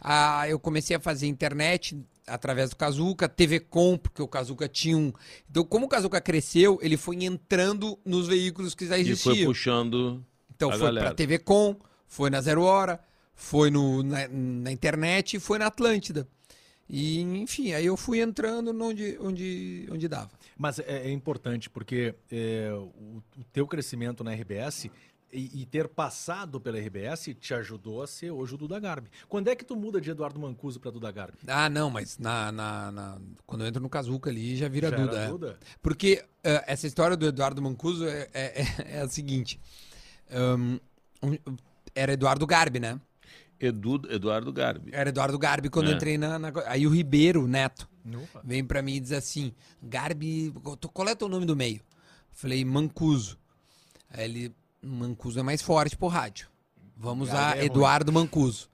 Speaker 5: Ah, eu comecei a fazer internet através do Kazuca, TV Com, porque o Kazuca tinha um. Então, como o Kazuca cresceu, ele foi entrando nos veículos que já
Speaker 1: E
Speaker 5: existiam.
Speaker 1: foi puxando.
Speaker 5: Então
Speaker 1: A
Speaker 5: foi
Speaker 1: galera.
Speaker 5: pra TV Com, foi na Zero Hora, foi no, na, na internet e foi na Atlântida. E, enfim, aí eu fui entrando onde, onde, onde dava.
Speaker 4: Mas é, é importante, porque é, o, o teu crescimento na RBS e, e ter passado pela RBS te ajudou a ser hoje o Duda Garbi. Quando é que tu muda de Eduardo Mancuso pra Duda Garbi?
Speaker 5: Ah, não, mas na, na, na- quando eu entro no Kazuca ali já vira
Speaker 4: Já era
Speaker 5: Duda. é.
Speaker 4: Duda?
Speaker 5: Porque eh, essa história do Eduardo Mancuso é, é- é- é a seguinte. Ahn, um- era Eduardo Garbi, né?
Speaker 1: Edu- Eduardo Garbi.
Speaker 5: Era Eduardo Garbi quando
Speaker 1: É.
Speaker 5: eu entrei na, na. Aí o Ribeiro, o neto.
Speaker 4: Opa.
Speaker 5: vem pra mim e diz assim: Garbi, tu- qual é o teu nome do meio? Falei, Mancuso. Aí ele, Mancuso é mais forte pro rádio. Vamos
Speaker 4: Garbi
Speaker 5: a
Speaker 4: é ruim.
Speaker 5: Eduardo Mancuso.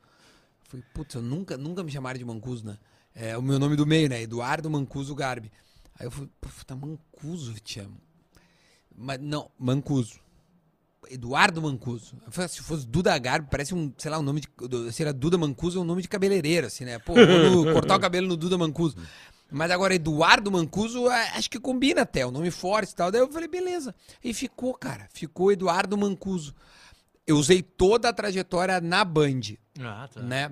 Speaker 5: Falei, putz, eu nunca, nunca me chamaram de Mancuso, né? É o meu nome do meio, né? Eduardo Mancuso Garbi. Aí eu falei, puta, Mancuso, te amo. Mas não, Mancuso. Eduardo Mancuso. Eu falei, se fosse Duda Garbi, parece um, sei lá, um nome de. do- Se era Duda Mancuso, é um nome de cabeleireiro, assim, né? Pô, vou no- cortar o cabelo no Duda Mancuso. Mas agora, Eduardo Mancuso, é, acho que combina até, o nome forte e tal. Daí eu falei, beleza. E ficou, cara. Ficou Eduardo Mancuso. Eu usei toda a trajetória na Band
Speaker 4: Ah, tá.
Speaker 5: né?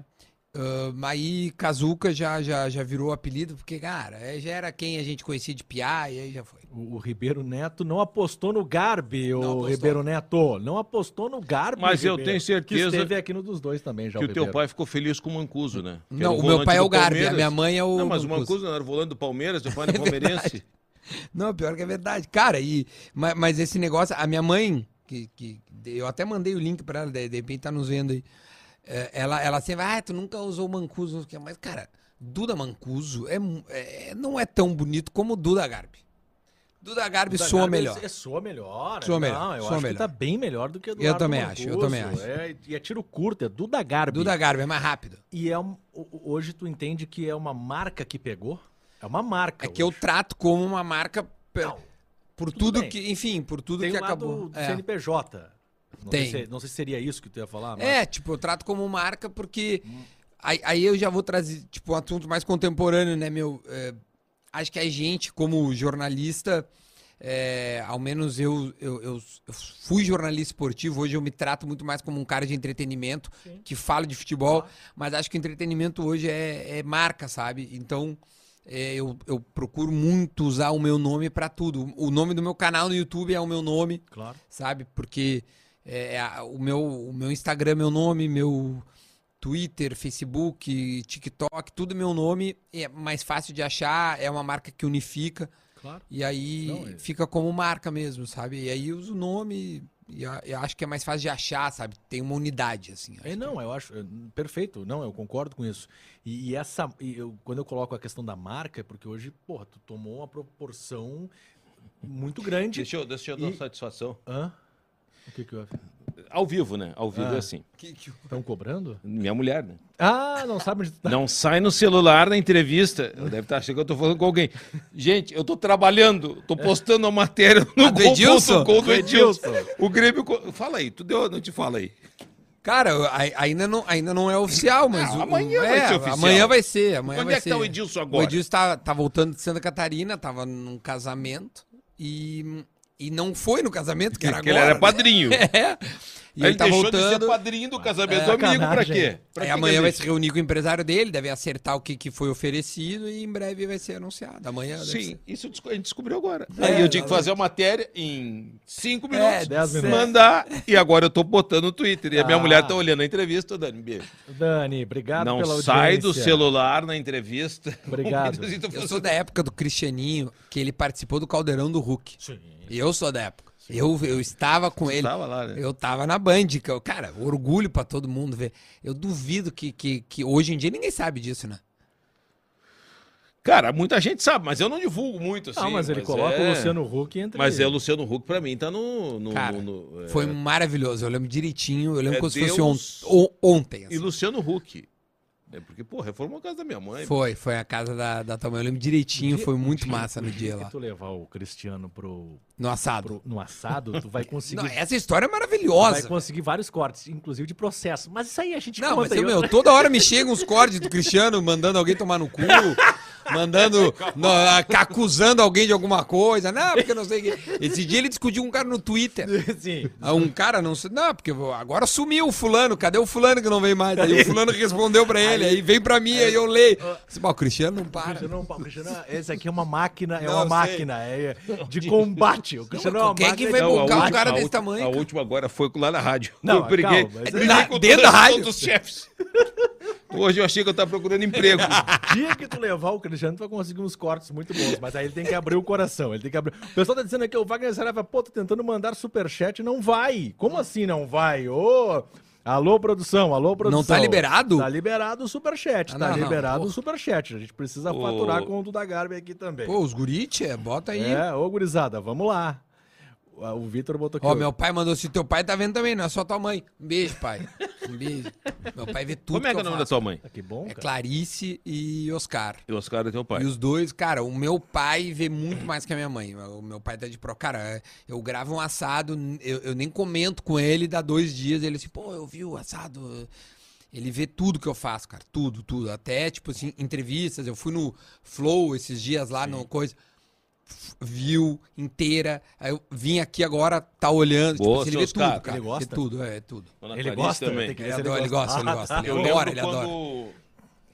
Speaker 5: Ah, aí Kazuca já, já, já virou apelido, porque, cara, é, já era quem a gente conhecia de piá, e aí já foi.
Speaker 4: O, o Ribeiro Neto não apostou no Garbi, o
Speaker 5: apostou.
Speaker 4: Ribeiro Neto. Não apostou no Garbi.
Speaker 1: Mas eu
Speaker 4: Ribeiro,
Speaker 1: tenho certeza
Speaker 4: Que esteve aqui no dos dois também, já.
Speaker 1: que o teu
Speaker 4: Ribeiro.
Speaker 1: pai ficou feliz com o Mancuso, né? Que era
Speaker 5: não, o meu
Speaker 1: volante
Speaker 5: pai é
Speaker 1: do
Speaker 5: o Garbi, a
Speaker 1: Palmeiras.
Speaker 5: minha mãe é o.
Speaker 1: Não, mas o
Speaker 5: Mancuso. É
Speaker 1: Mancuso não era o volante do Palmeiras, teu pai era palmeirense.
Speaker 5: Não, pior que é verdade. Cara, e, ma- mas, esse negócio, a minha mãe, que, que eu até mandei o link pra ela, de de repente tá nos vendo aí. É, Ela, ela sempre, ah, tu nunca usou Mancuso, não sei o quê." mas, cara, Duda Mancuso é, mu- é- não é tão bonito como o Duda Garbi. Duda Garbi
Speaker 4: O da
Speaker 5: soa
Speaker 4: Garbi,
Speaker 5: melhor.
Speaker 4: É, soa melhor.
Speaker 5: Soa
Speaker 4: é,
Speaker 5: melhor,
Speaker 4: Não, eu
Speaker 5: soa
Speaker 4: acho que
Speaker 5: melhor.
Speaker 4: tá bem melhor do que Eduardo
Speaker 5: também
Speaker 4: Mancuso.
Speaker 5: acho, eu também acho.
Speaker 4: É, e é tiro curto, é Duda Garbi.
Speaker 5: Duda Garbi é mais rápido.
Speaker 4: E é um- o- o- hoje tu entende que é uma marca que pegou? É uma marca.
Speaker 5: É que eu
Speaker 4: hoje.
Speaker 5: trato como uma marca pe-
Speaker 4: Não,
Speaker 5: por
Speaker 4: tudo
Speaker 5: tudo
Speaker 4: bem.
Speaker 5: que, enfim, por tudo
Speaker 4: tem
Speaker 5: que
Speaker 4: um lado
Speaker 5: acabou.
Speaker 4: do
Speaker 5: É.
Speaker 4: CNPJ. Não
Speaker 5: Tem.
Speaker 4: Sei se, não sei se seria isso que tu ia falar, mas...
Speaker 5: É, tipo, eu trato como marca porque aí, aí eu já vou trazer, tipo, um assunto mais contemporâneo, né, meu? É, acho que a gente, como jornalista, é, ao menos eu, eu, eu- eu fui jornalista esportivo, hoje eu me trato muito mais como um cara de entretenimento, que fala de futebol, mas acho que o entretenimento hoje é, é marca, sabe? Então é, eu, eu procuro muito usar o meu nome pra tudo. O nome do meu canal no YouTube é o meu nome
Speaker 4: Claro.
Speaker 5: sabe? Porque é, a- o, meu, o meu Instagram é meu nome, meu Twitter, Facebook, TikTok, tudo é meu nome, é mais fácil de achar, é uma marca que unifica,
Speaker 4: Claro.
Speaker 5: e aí
Speaker 4: Não, é-
Speaker 5: fica como marca mesmo, sabe? E aí eu uso o nome, e a- eu acho que é mais fácil de achar, sabe? Tem uma unidade, assim.
Speaker 4: É, não, eu acho. é, Perfeito. Não, eu concordo com isso. E, e essa. e eu- quando eu coloco a questão da marca, é porque hoje, porra, tu tomou uma proporção muito grande.
Speaker 1: Deixa eu, deixa eu dar uma
Speaker 4: E-
Speaker 1: satisfação.
Speaker 4: Hã? O que que houve?
Speaker 1: Ao vivo, né? Ao vivo
Speaker 4: Ah.
Speaker 1: é assim.
Speaker 4: Estão cobrando?
Speaker 1: Minha mulher, né?
Speaker 4: Ah, não sabe onde tu tá.
Speaker 1: Não sai no celular na entrevista. Eu Deve estar achando que eu tô falando com alguém. Gente, eu tô trabalhando, tô postando a matéria no
Speaker 5: Ah, do
Speaker 1: Gol.com
Speaker 5: Edilson?
Speaker 1: do Edilson. O Grêmio. co- Fala aí, tu deu, não te fala aí.
Speaker 5: Cara, eu- ai- ainda não, ainda não é oficial, mas.
Speaker 1: Ah,
Speaker 5: o- é,
Speaker 1: amanhã vai ser oficial.
Speaker 5: Amanhã vai ser. Amanhã
Speaker 1: Onde
Speaker 5: vai
Speaker 1: é que tá
Speaker 5: ser.
Speaker 1: o Edilson
Speaker 5: O
Speaker 1: agora?
Speaker 5: Edilson tá, tá voltando de Santa Catarina, tava num casamento e, e não foi no casamento, que era
Speaker 1: Porque ele
Speaker 5: agora.
Speaker 1: era
Speaker 5: né?
Speaker 1: padrinho.
Speaker 5: É. E ele,
Speaker 1: ele
Speaker 5: tá
Speaker 1: deixou de ser
Speaker 5: voltando.
Speaker 1: padrinho do casamento do amigo,
Speaker 4: sacanagem.
Speaker 1: pra quê? Pra
Speaker 5: Aí
Speaker 1: que
Speaker 5: amanhã
Speaker 1: que
Speaker 5: vai
Speaker 1: ele-
Speaker 5: se reunir com o empresário dele, deve acertar o que, que foi oferecido e em breve vai ser anunciado. Amanhã. deve
Speaker 1: Sim,
Speaker 5: ser.
Speaker 1: isso desco- a gente descobriu agora.
Speaker 5: É,
Speaker 1: aí eu tinha que
Speaker 5: nós-
Speaker 1: fazer a matéria em 5
Speaker 5: É,
Speaker 1: minutos,
Speaker 4: dez minutos.
Speaker 1: mandar, e agora eu tô botando no Twitter. E a minha
Speaker 4: Ah.
Speaker 1: mulher tá olhando a entrevista, Dani, beijo.
Speaker 4: Dani, obrigado
Speaker 1: Não
Speaker 4: pela audiência.
Speaker 1: sai do celular na entrevista.
Speaker 4: Obrigado.
Speaker 5: Eu sou da época do Cristianinho, que ele participou do Caldeirão do Hulk.
Speaker 4: Sim.
Speaker 5: Eu sou da época. Eu, eu estava com ele.
Speaker 1: Tava lá, né?
Speaker 5: Eu tava na Band, que eu- cara, orgulho pra todo mundo ver. Eu duvido que, que, que hoje em dia ninguém sabe disso, né?
Speaker 1: Cara, muita gente sabe, mas eu não divulgo muito assim.
Speaker 4: Ah, mas ele coloca
Speaker 1: é-
Speaker 4: o Luciano Huck entre.
Speaker 1: Mas é o Luciano Huck pra mim, tá no. no-
Speaker 5: Cara,
Speaker 1: no- no- é.
Speaker 5: Foi maravilhoso. Eu lembro direitinho. Eu lembro
Speaker 1: É
Speaker 5: como se fosse
Speaker 1: Deus-
Speaker 5: ont- on- ontem.
Speaker 1: E
Speaker 5: assim.
Speaker 1: Luciano Huck. É porque, pô, reformou a casa da minha mãe.
Speaker 5: Foi, foi a casa da, da tua mãe. Eu lembro direitinho. Foi muito massa no dia
Speaker 4: Se
Speaker 5: lá.
Speaker 4: tu levar o Cristiano pro,
Speaker 5: No
Speaker 4: pro-
Speaker 5: assado.
Speaker 4: no assado, tu vai conseguir.
Speaker 5: Não, essa história é
Speaker 4: Vai
Speaker 5: maravilhosa.
Speaker 4: conseguir vários cortes, inclusive de processo. Mas isso aí a gente
Speaker 5: Não, mas é
Speaker 4: conta
Speaker 5: eu,
Speaker 4: em
Speaker 5: meu, toda hora me chegam uns cortes do Cristiano mandando alguém tomar no cu, mandando, no, ah, acusando alguém de alguma coisa. Não, porque eu não sei o que. Esse dia ele discutiu com um cara no Twitter.
Speaker 4: Sim.
Speaker 5: Ah, Um cara não. se- Não, porque eu- agora sumiu o fulano. Cadê o fulano que não veio mais? Aí o fulano respondeu pra ele, aí vem pra mim, aí
Speaker 1: é.
Speaker 5: eu leio.
Speaker 1: Ah.
Speaker 5: Disse, "Bah, o Cristiano não para.
Speaker 4: Cristiano, não, o Cristiano, esse aqui é uma máquina, é
Speaker 5: Não,
Speaker 4: uma
Speaker 5: eu sei.
Speaker 4: máquina é, de combate. O Cristiano é uma
Speaker 5: qualquer
Speaker 4: máquina.
Speaker 5: que
Speaker 4: de
Speaker 5: vai
Speaker 4: combate.
Speaker 5: bancar um
Speaker 1: última-
Speaker 5: cara
Speaker 1: a
Speaker 5: desse
Speaker 1: última-
Speaker 5: tamanho,
Speaker 1: A
Speaker 5: cara.
Speaker 1: última agora foi lá na rádio.
Speaker 4: Não,
Speaker 1: eu briguei,
Speaker 4: calma, mas-
Speaker 1: briguei
Speaker 5: Na-
Speaker 1: com
Speaker 5: tá dentro
Speaker 1: todas-
Speaker 5: da rádio?
Speaker 1: todos os chefes. Hoje eu achei que eu tava procurando emprego.
Speaker 4: dia que tu levar o Cristiano, tu vai conseguir uns cortes muito bons. Mas aí ele tem que abrir o coração. Ele tem que abrir. O pessoal tá dizendo aqui, o Wagner Saraiva, pô, tô tentando mandar superchat, não vai. Como assim não vai? Ô. Alô, produção, alô, produção.
Speaker 5: tá liberado?
Speaker 4: Tá liberado o superchat,
Speaker 5: Ah,
Speaker 4: tá
Speaker 5: não, não,
Speaker 4: liberado o
Speaker 5: porra.
Speaker 4: superchat. A gente precisa
Speaker 1: Ô.
Speaker 4: faturar com o do da Garbi aqui também.
Speaker 5: Pô, os gurit, bota aí.
Speaker 4: É, ô gurizada, vamos lá. Ah, O Vitor botou aqui.
Speaker 5: Ó, meu pai mandou se teu pai tá vendo também, não é só tua mãe. Um beijo, pai. Um beijo. Meu pai vê tudo.
Speaker 1: Como é que é o nome da tua mãe?
Speaker 4: Ah, Que bom,
Speaker 5: É
Speaker 4: cara.
Speaker 5: Clarice e Oscar.
Speaker 1: E os caras é teu pai.
Speaker 5: E os dois, cara, o meu pai vê muito mais que a minha mãe. O meu pai tá de pro. Cara, é, eu gravo um assado, eu, eu nem comento com ele, dá dois dias, ele assim, pô, eu vi o assado. Ele vê tudo que eu faço, cara. Tudo, tudo. Até, tipo assim, entrevistas. Eu fui no Flow esses dias lá, no coisa. f- Viu inteira. Aí eu vim aqui agora, tá olhando.
Speaker 1: Boa,
Speaker 5: tipo, assim, ele vê
Speaker 1: seus
Speaker 5: tudo,
Speaker 1: caras.
Speaker 5: cara.
Speaker 4: Ele gosta?
Speaker 5: Vê tudo, é tudo.
Speaker 1: Dona
Speaker 4: Ele
Speaker 1: Clarice
Speaker 4: gosta,
Speaker 1: também.
Speaker 4: tem que ver
Speaker 5: Ele,
Speaker 4: se
Speaker 5: adora, É, ele gosta, ele gosta. Ele
Speaker 1: Eu
Speaker 5: adora,
Speaker 1: lembro
Speaker 5: ele
Speaker 1: quando,
Speaker 5: adora.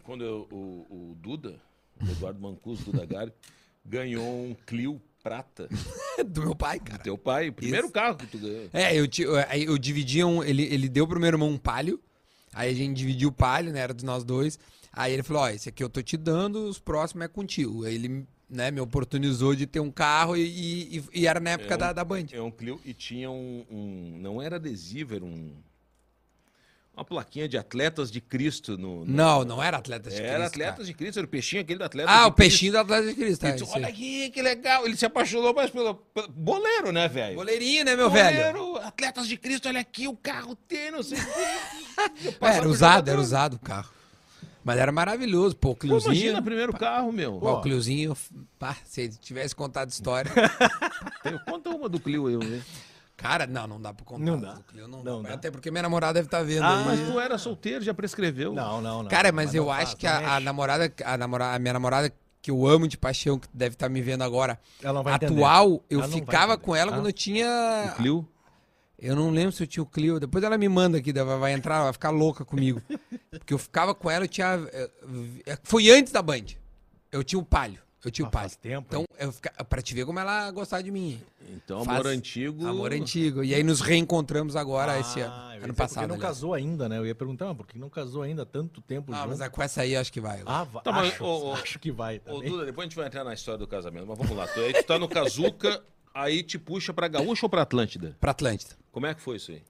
Speaker 1: quando eu- o, o Duda, o Eduardo Mancuso, Duda Gari, ganhou um Clio prata.
Speaker 5: É Do meu pai, cara.
Speaker 1: Teu pai, o primeiro
Speaker 5: Isso.
Speaker 1: carro que tu ganhou.
Speaker 5: É, eu, ti- eu, aí eu dividia um. Ele, ele deu pro meu irmão um palho. Aí a gente dividiu o palho, né? Era dos nós dois. Aí ele falou: Ó, esse aqui eu tô te dando, os próximos é contigo. Aí ele né, me oportunizou de ter um carro e, e- e era na época da, da Band.
Speaker 1: É um Clio e tinha um, um- não era adesivo, era um uma plaquinha de atletas de Cristo no, no-
Speaker 5: Não, não né? era atleta de
Speaker 1: era
Speaker 5: Cristo, cara.
Speaker 1: Atletas de Cristo, era o peixinho aquele do atleta.
Speaker 5: Ah,
Speaker 1: de
Speaker 5: o
Speaker 1: Cristo.
Speaker 5: peixinho do Atleta de Cristo.
Speaker 1: Ele
Speaker 5: é,
Speaker 1: disse,
Speaker 5: isso aí.
Speaker 1: Olha aqui, que legal. Ele se apaixonou mais pelo, pelo boleiro, né, velho?
Speaker 5: Goleirinho, né, meu velho?
Speaker 1: Boleiro, atletas de Cristo, olha aqui o carro tem, não sei o quê. Eu
Speaker 5: É,
Speaker 1: passava
Speaker 5: era
Speaker 1: pro
Speaker 5: usado,
Speaker 1: jogador.
Speaker 5: era usado o carro. Mas era maravilhoso, pô, o
Speaker 1: Pô, imagina
Speaker 5: Cliozinho.
Speaker 1: o primeiro carro, meu.
Speaker 5: Pô, o Cliozinho, pá, se ele tivesse contado história.
Speaker 1: Eu- Conta uma do Clio eu, né?
Speaker 5: Cara, não, não dá pra contar.
Speaker 4: Não dá.
Speaker 5: O Clio não,
Speaker 4: Não
Speaker 5: dá.
Speaker 4: dá.
Speaker 5: Até porque minha namorada deve estar vendo
Speaker 4: Ah,
Speaker 5: aí.
Speaker 1: Mas tu era solteiro, já prescreveu.
Speaker 4: Não, não, não.
Speaker 5: Cara, mas, eu
Speaker 4: não faz,
Speaker 5: acho que
Speaker 4: não
Speaker 5: a, a
Speaker 4: mexe.
Speaker 5: namorada, a namorada, a minha namorada que eu amo de paixão, que deve estar me vendo agora,
Speaker 4: Ela não vai entender.
Speaker 5: atual, eu
Speaker 4: Ela não vai
Speaker 5: ficava
Speaker 4: entender.
Speaker 5: com ela
Speaker 4: Ah.
Speaker 5: quando eu tinha.
Speaker 1: Clio?
Speaker 5: Eu não lembro se eu tinha o Clio. Depois ela me manda aqui, ela vai entrar, ela vai ficar louca comigo. Porque eu ficava com ela, eu tinha. eh, eh, Foi antes da Band. Eu tinha o palho. Eu tinha
Speaker 4: Ah,
Speaker 5: o palho.
Speaker 4: faz tempo,
Speaker 5: Então, eu fica... pra te ver como ela gostava de mim.
Speaker 1: Então,
Speaker 5: Faz-
Speaker 1: amor antigo.
Speaker 5: Amor antigo. E aí nos reencontramos agora esse ano.
Speaker 4: Ah, eu ia dizer,
Speaker 5: Ano
Speaker 4: Porque
Speaker 5: passado.
Speaker 4: não
Speaker 5: aliás.
Speaker 4: casou ainda, né? Eu ia perguntar, mas por que não casou ainda há tanto tempo
Speaker 5: Ah,
Speaker 4: junto?
Speaker 5: mas a- com essa aí acho que vai.
Speaker 4: Ah, va-
Speaker 1: Tá, mas,
Speaker 4: acho,
Speaker 1: ô, ô,
Speaker 4: acho que vai
Speaker 1: Ô,
Speaker 4: também.
Speaker 1: Duda, depois a gente vai entrar na história do casamento, mas vamos lá. Tu, aí tu tá no Cazuca, aí te puxa pra Gaúcha ou pra Atlântida?
Speaker 5: Pra Atlântida.
Speaker 1: Como é que foi isso aí?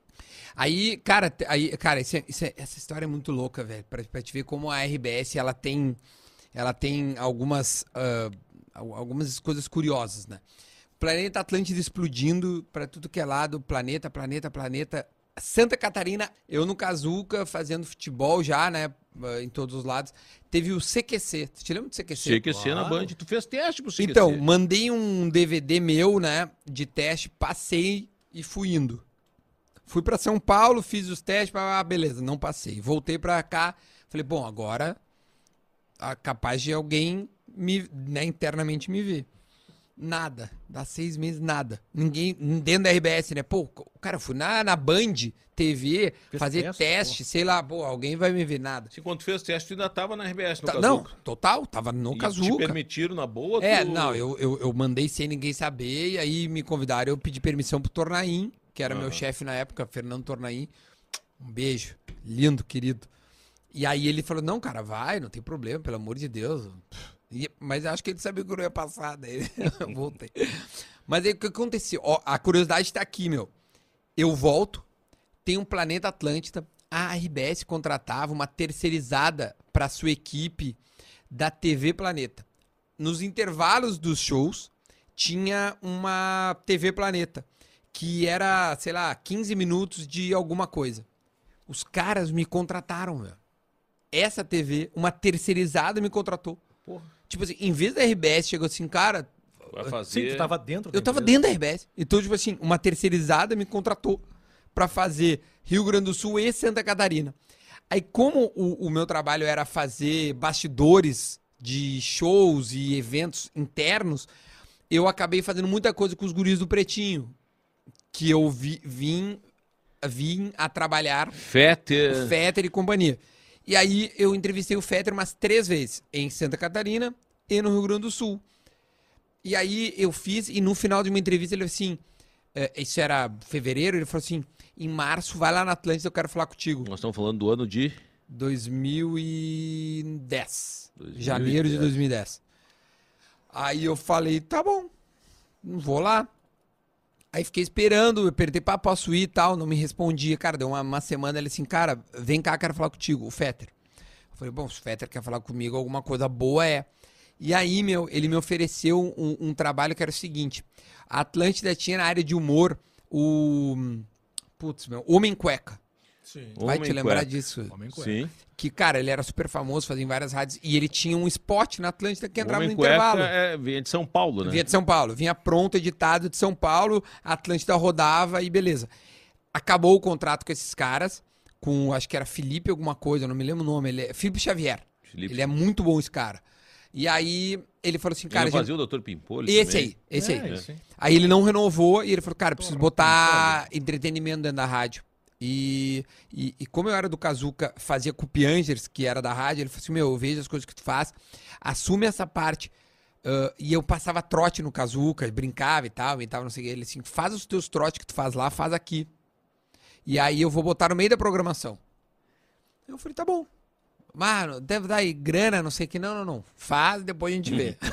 Speaker 5: Aí, cara, te- aí, cara esse é- isso é- essa história é muito louca, velho. Pra, pra te ver como a RBS, ela tem, ela tem algumas, ah, al- algumas coisas curiosas, né? Planeta Atlântida explodindo pra tudo que é lado. Planeta, planeta, planeta. Santa Catarina, eu no Cazuca, fazendo futebol já, né? ah, Em todos os lados. Teve o CQC. Tu te lembra do CQC?
Speaker 1: CQC na
Speaker 4: claro.
Speaker 1: Band, tu fez teste pro assim. CQC.
Speaker 5: Então, mandei um DVD meu, né, de teste, passei e fui indo. Fui pra São Paulo, fiz os testes, ah, beleza, não passei. Voltei pra cá, falei, bom, agora ah, capaz de alguém me, né, internamente me ver. Nada. Dá seis meses, nada. Ninguém. Dentro da RBS, né? Pô, o cara, eu fui na, na Band TV
Speaker 4: Fez
Speaker 5: fazer
Speaker 4: teste,
Speaker 5: teste, sei lá, pô, alguém vai me ver nada.
Speaker 1: Se Assim, quando tu fez teste, tu ainda tava na RBS, no
Speaker 5: Tá-
Speaker 1: Cazuca.
Speaker 5: não, total, tava no
Speaker 1: E Te
Speaker 5: Kazuca.
Speaker 1: permitiram na boa?
Speaker 5: É,
Speaker 1: tu-
Speaker 5: não, eu, eu, eu mandei sem ninguém saber, e aí me convidaram, eu pedi permissão pro Tornaim, que era meu chefe na época, Fernando Tornaim. Um beijo, lindo, querido. E aí ele falou, não, cara, vai, não tem problema, pelo amor de Deus. E- mas acho que ele sabia que eu não ia passar, daí eu voltei. Mas aí o que aconteceu? Ó, a curiosidade tá aqui, meu. Eu volto, tem um Planeta Atlântida, a RBS contratava uma terceirizada para sua equipe da TV Planeta. Nos intervalos dos shows, tinha uma TV Planeta, que era, sei lá, 15 minutos de alguma coisa. Os caras me contrataram, meu. Essa TV, uma terceirizada me contratou.
Speaker 1: Porra.
Speaker 5: Tipo assim, em vez da RBS, chegou assim, cara,
Speaker 1: Vai
Speaker 4: Sim,
Speaker 1: fazer.
Speaker 4: tu tava dentro. da
Speaker 5: eu tava
Speaker 4: empresa.
Speaker 5: dentro da RBS. Então, tipo assim, uma terceirizada me contratou pra fazer Rio Grande do Sul e Santa Catarina. Aí, como o, o meu trabalho era fazer bastidores de shows e eventos internos, eu acabei fazendo muita coisa com os guris do Pretinho. Que eu vi- vim, vim a trabalhar o
Speaker 1: Fete.
Speaker 5: Fetter e companhia. E aí eu entrevistei o Fetter umas três vezes, em Santa Catarina e no Rio Grande do Sul. E aí eu fiz, e no final de uma entrevista ele falou assim, eh, isso era fevereiro, ele falou assim, em março vai lá na Atlântida, eu quero falar contigo.
Speaker 1: Nós estamos falando do ano de.
Speaker 5: 2010. Janeiro de 2010. Aí eu falei, tá bom, vou lá. Aí fiquei esperando, eu apertei pra posso ir e tal, não me respondia. Cara, deu uma, uma semana, ele assim, cara, vem cá, quero falar contigo, o Fetter. Eu falei, bom, se o Fetter quer falar comigo, alguma coisa boa é. E aí, meu, ele me ofereceu um, um trabalho que era o seguinte. A Atlântida tinha na área de humor o... Putz, meu, Homem Cueca. Vai
Speaker 1: Homem
Speaker 5: te lembrar
Speaker 1: cueca.
Speaker 5: disso
Speaker 4: Homem cueca.
Speaker 1: Sim.
Speaker 5: que, cara, ele era super famoso, fazia em várias rádios, e ele tinha um spot na Atlântida que entrava
Speaker 1: Homem
Speaker 5: no
Speaker 1: cueca
Speaker 5: intervalo.
Speaker 1: é, vinha de São Paulo, né?
Speaker 5: Vinha de São Paulo, vinha pronto, editado de São Paulo, a Atlântida rodava e beleza. Acabou o contrato com esses caras. com, acho que era Felipe alguma coisa, eu não me lembro o nome. Ele é, Felipe Xavier.
Speaker 1: Felipe.
Speaker 5: Ele é muito bom esse cara. E aí ele falou assim,
Speaker 1: Cara,
Speaker 5: cara... a gente-
Speaker 1: fazia o Dr. Pimpolho
Speaker 5: Esse
Speaker 1: também.
Speaker 5: aí, esse
Speaker 4: É,
Speaker 5: aí.
Speaker 4: isso aí.
Speaker 5: Aí ele não renovou e ele falou, cara, preciso botar entretenimento dentro da rádio. E, e, e como eu era do Kazuca, fazia com o Piangers, que era da rádio, ele falou assim, meu, eu vejo as coisas que tu faz, assume essa parte. Ah, e eu passava trote no Kazuca, brincava e tal, inventava não sei o que. Ele assim, faz os teus trotes que tu faz lá, faz aqui. E aí eu vou botar no meio da programação. Eu falei, tá bom. Mano, deve dar aí grana, não sei o que. Não, não, não. Faz, depois a gente vê.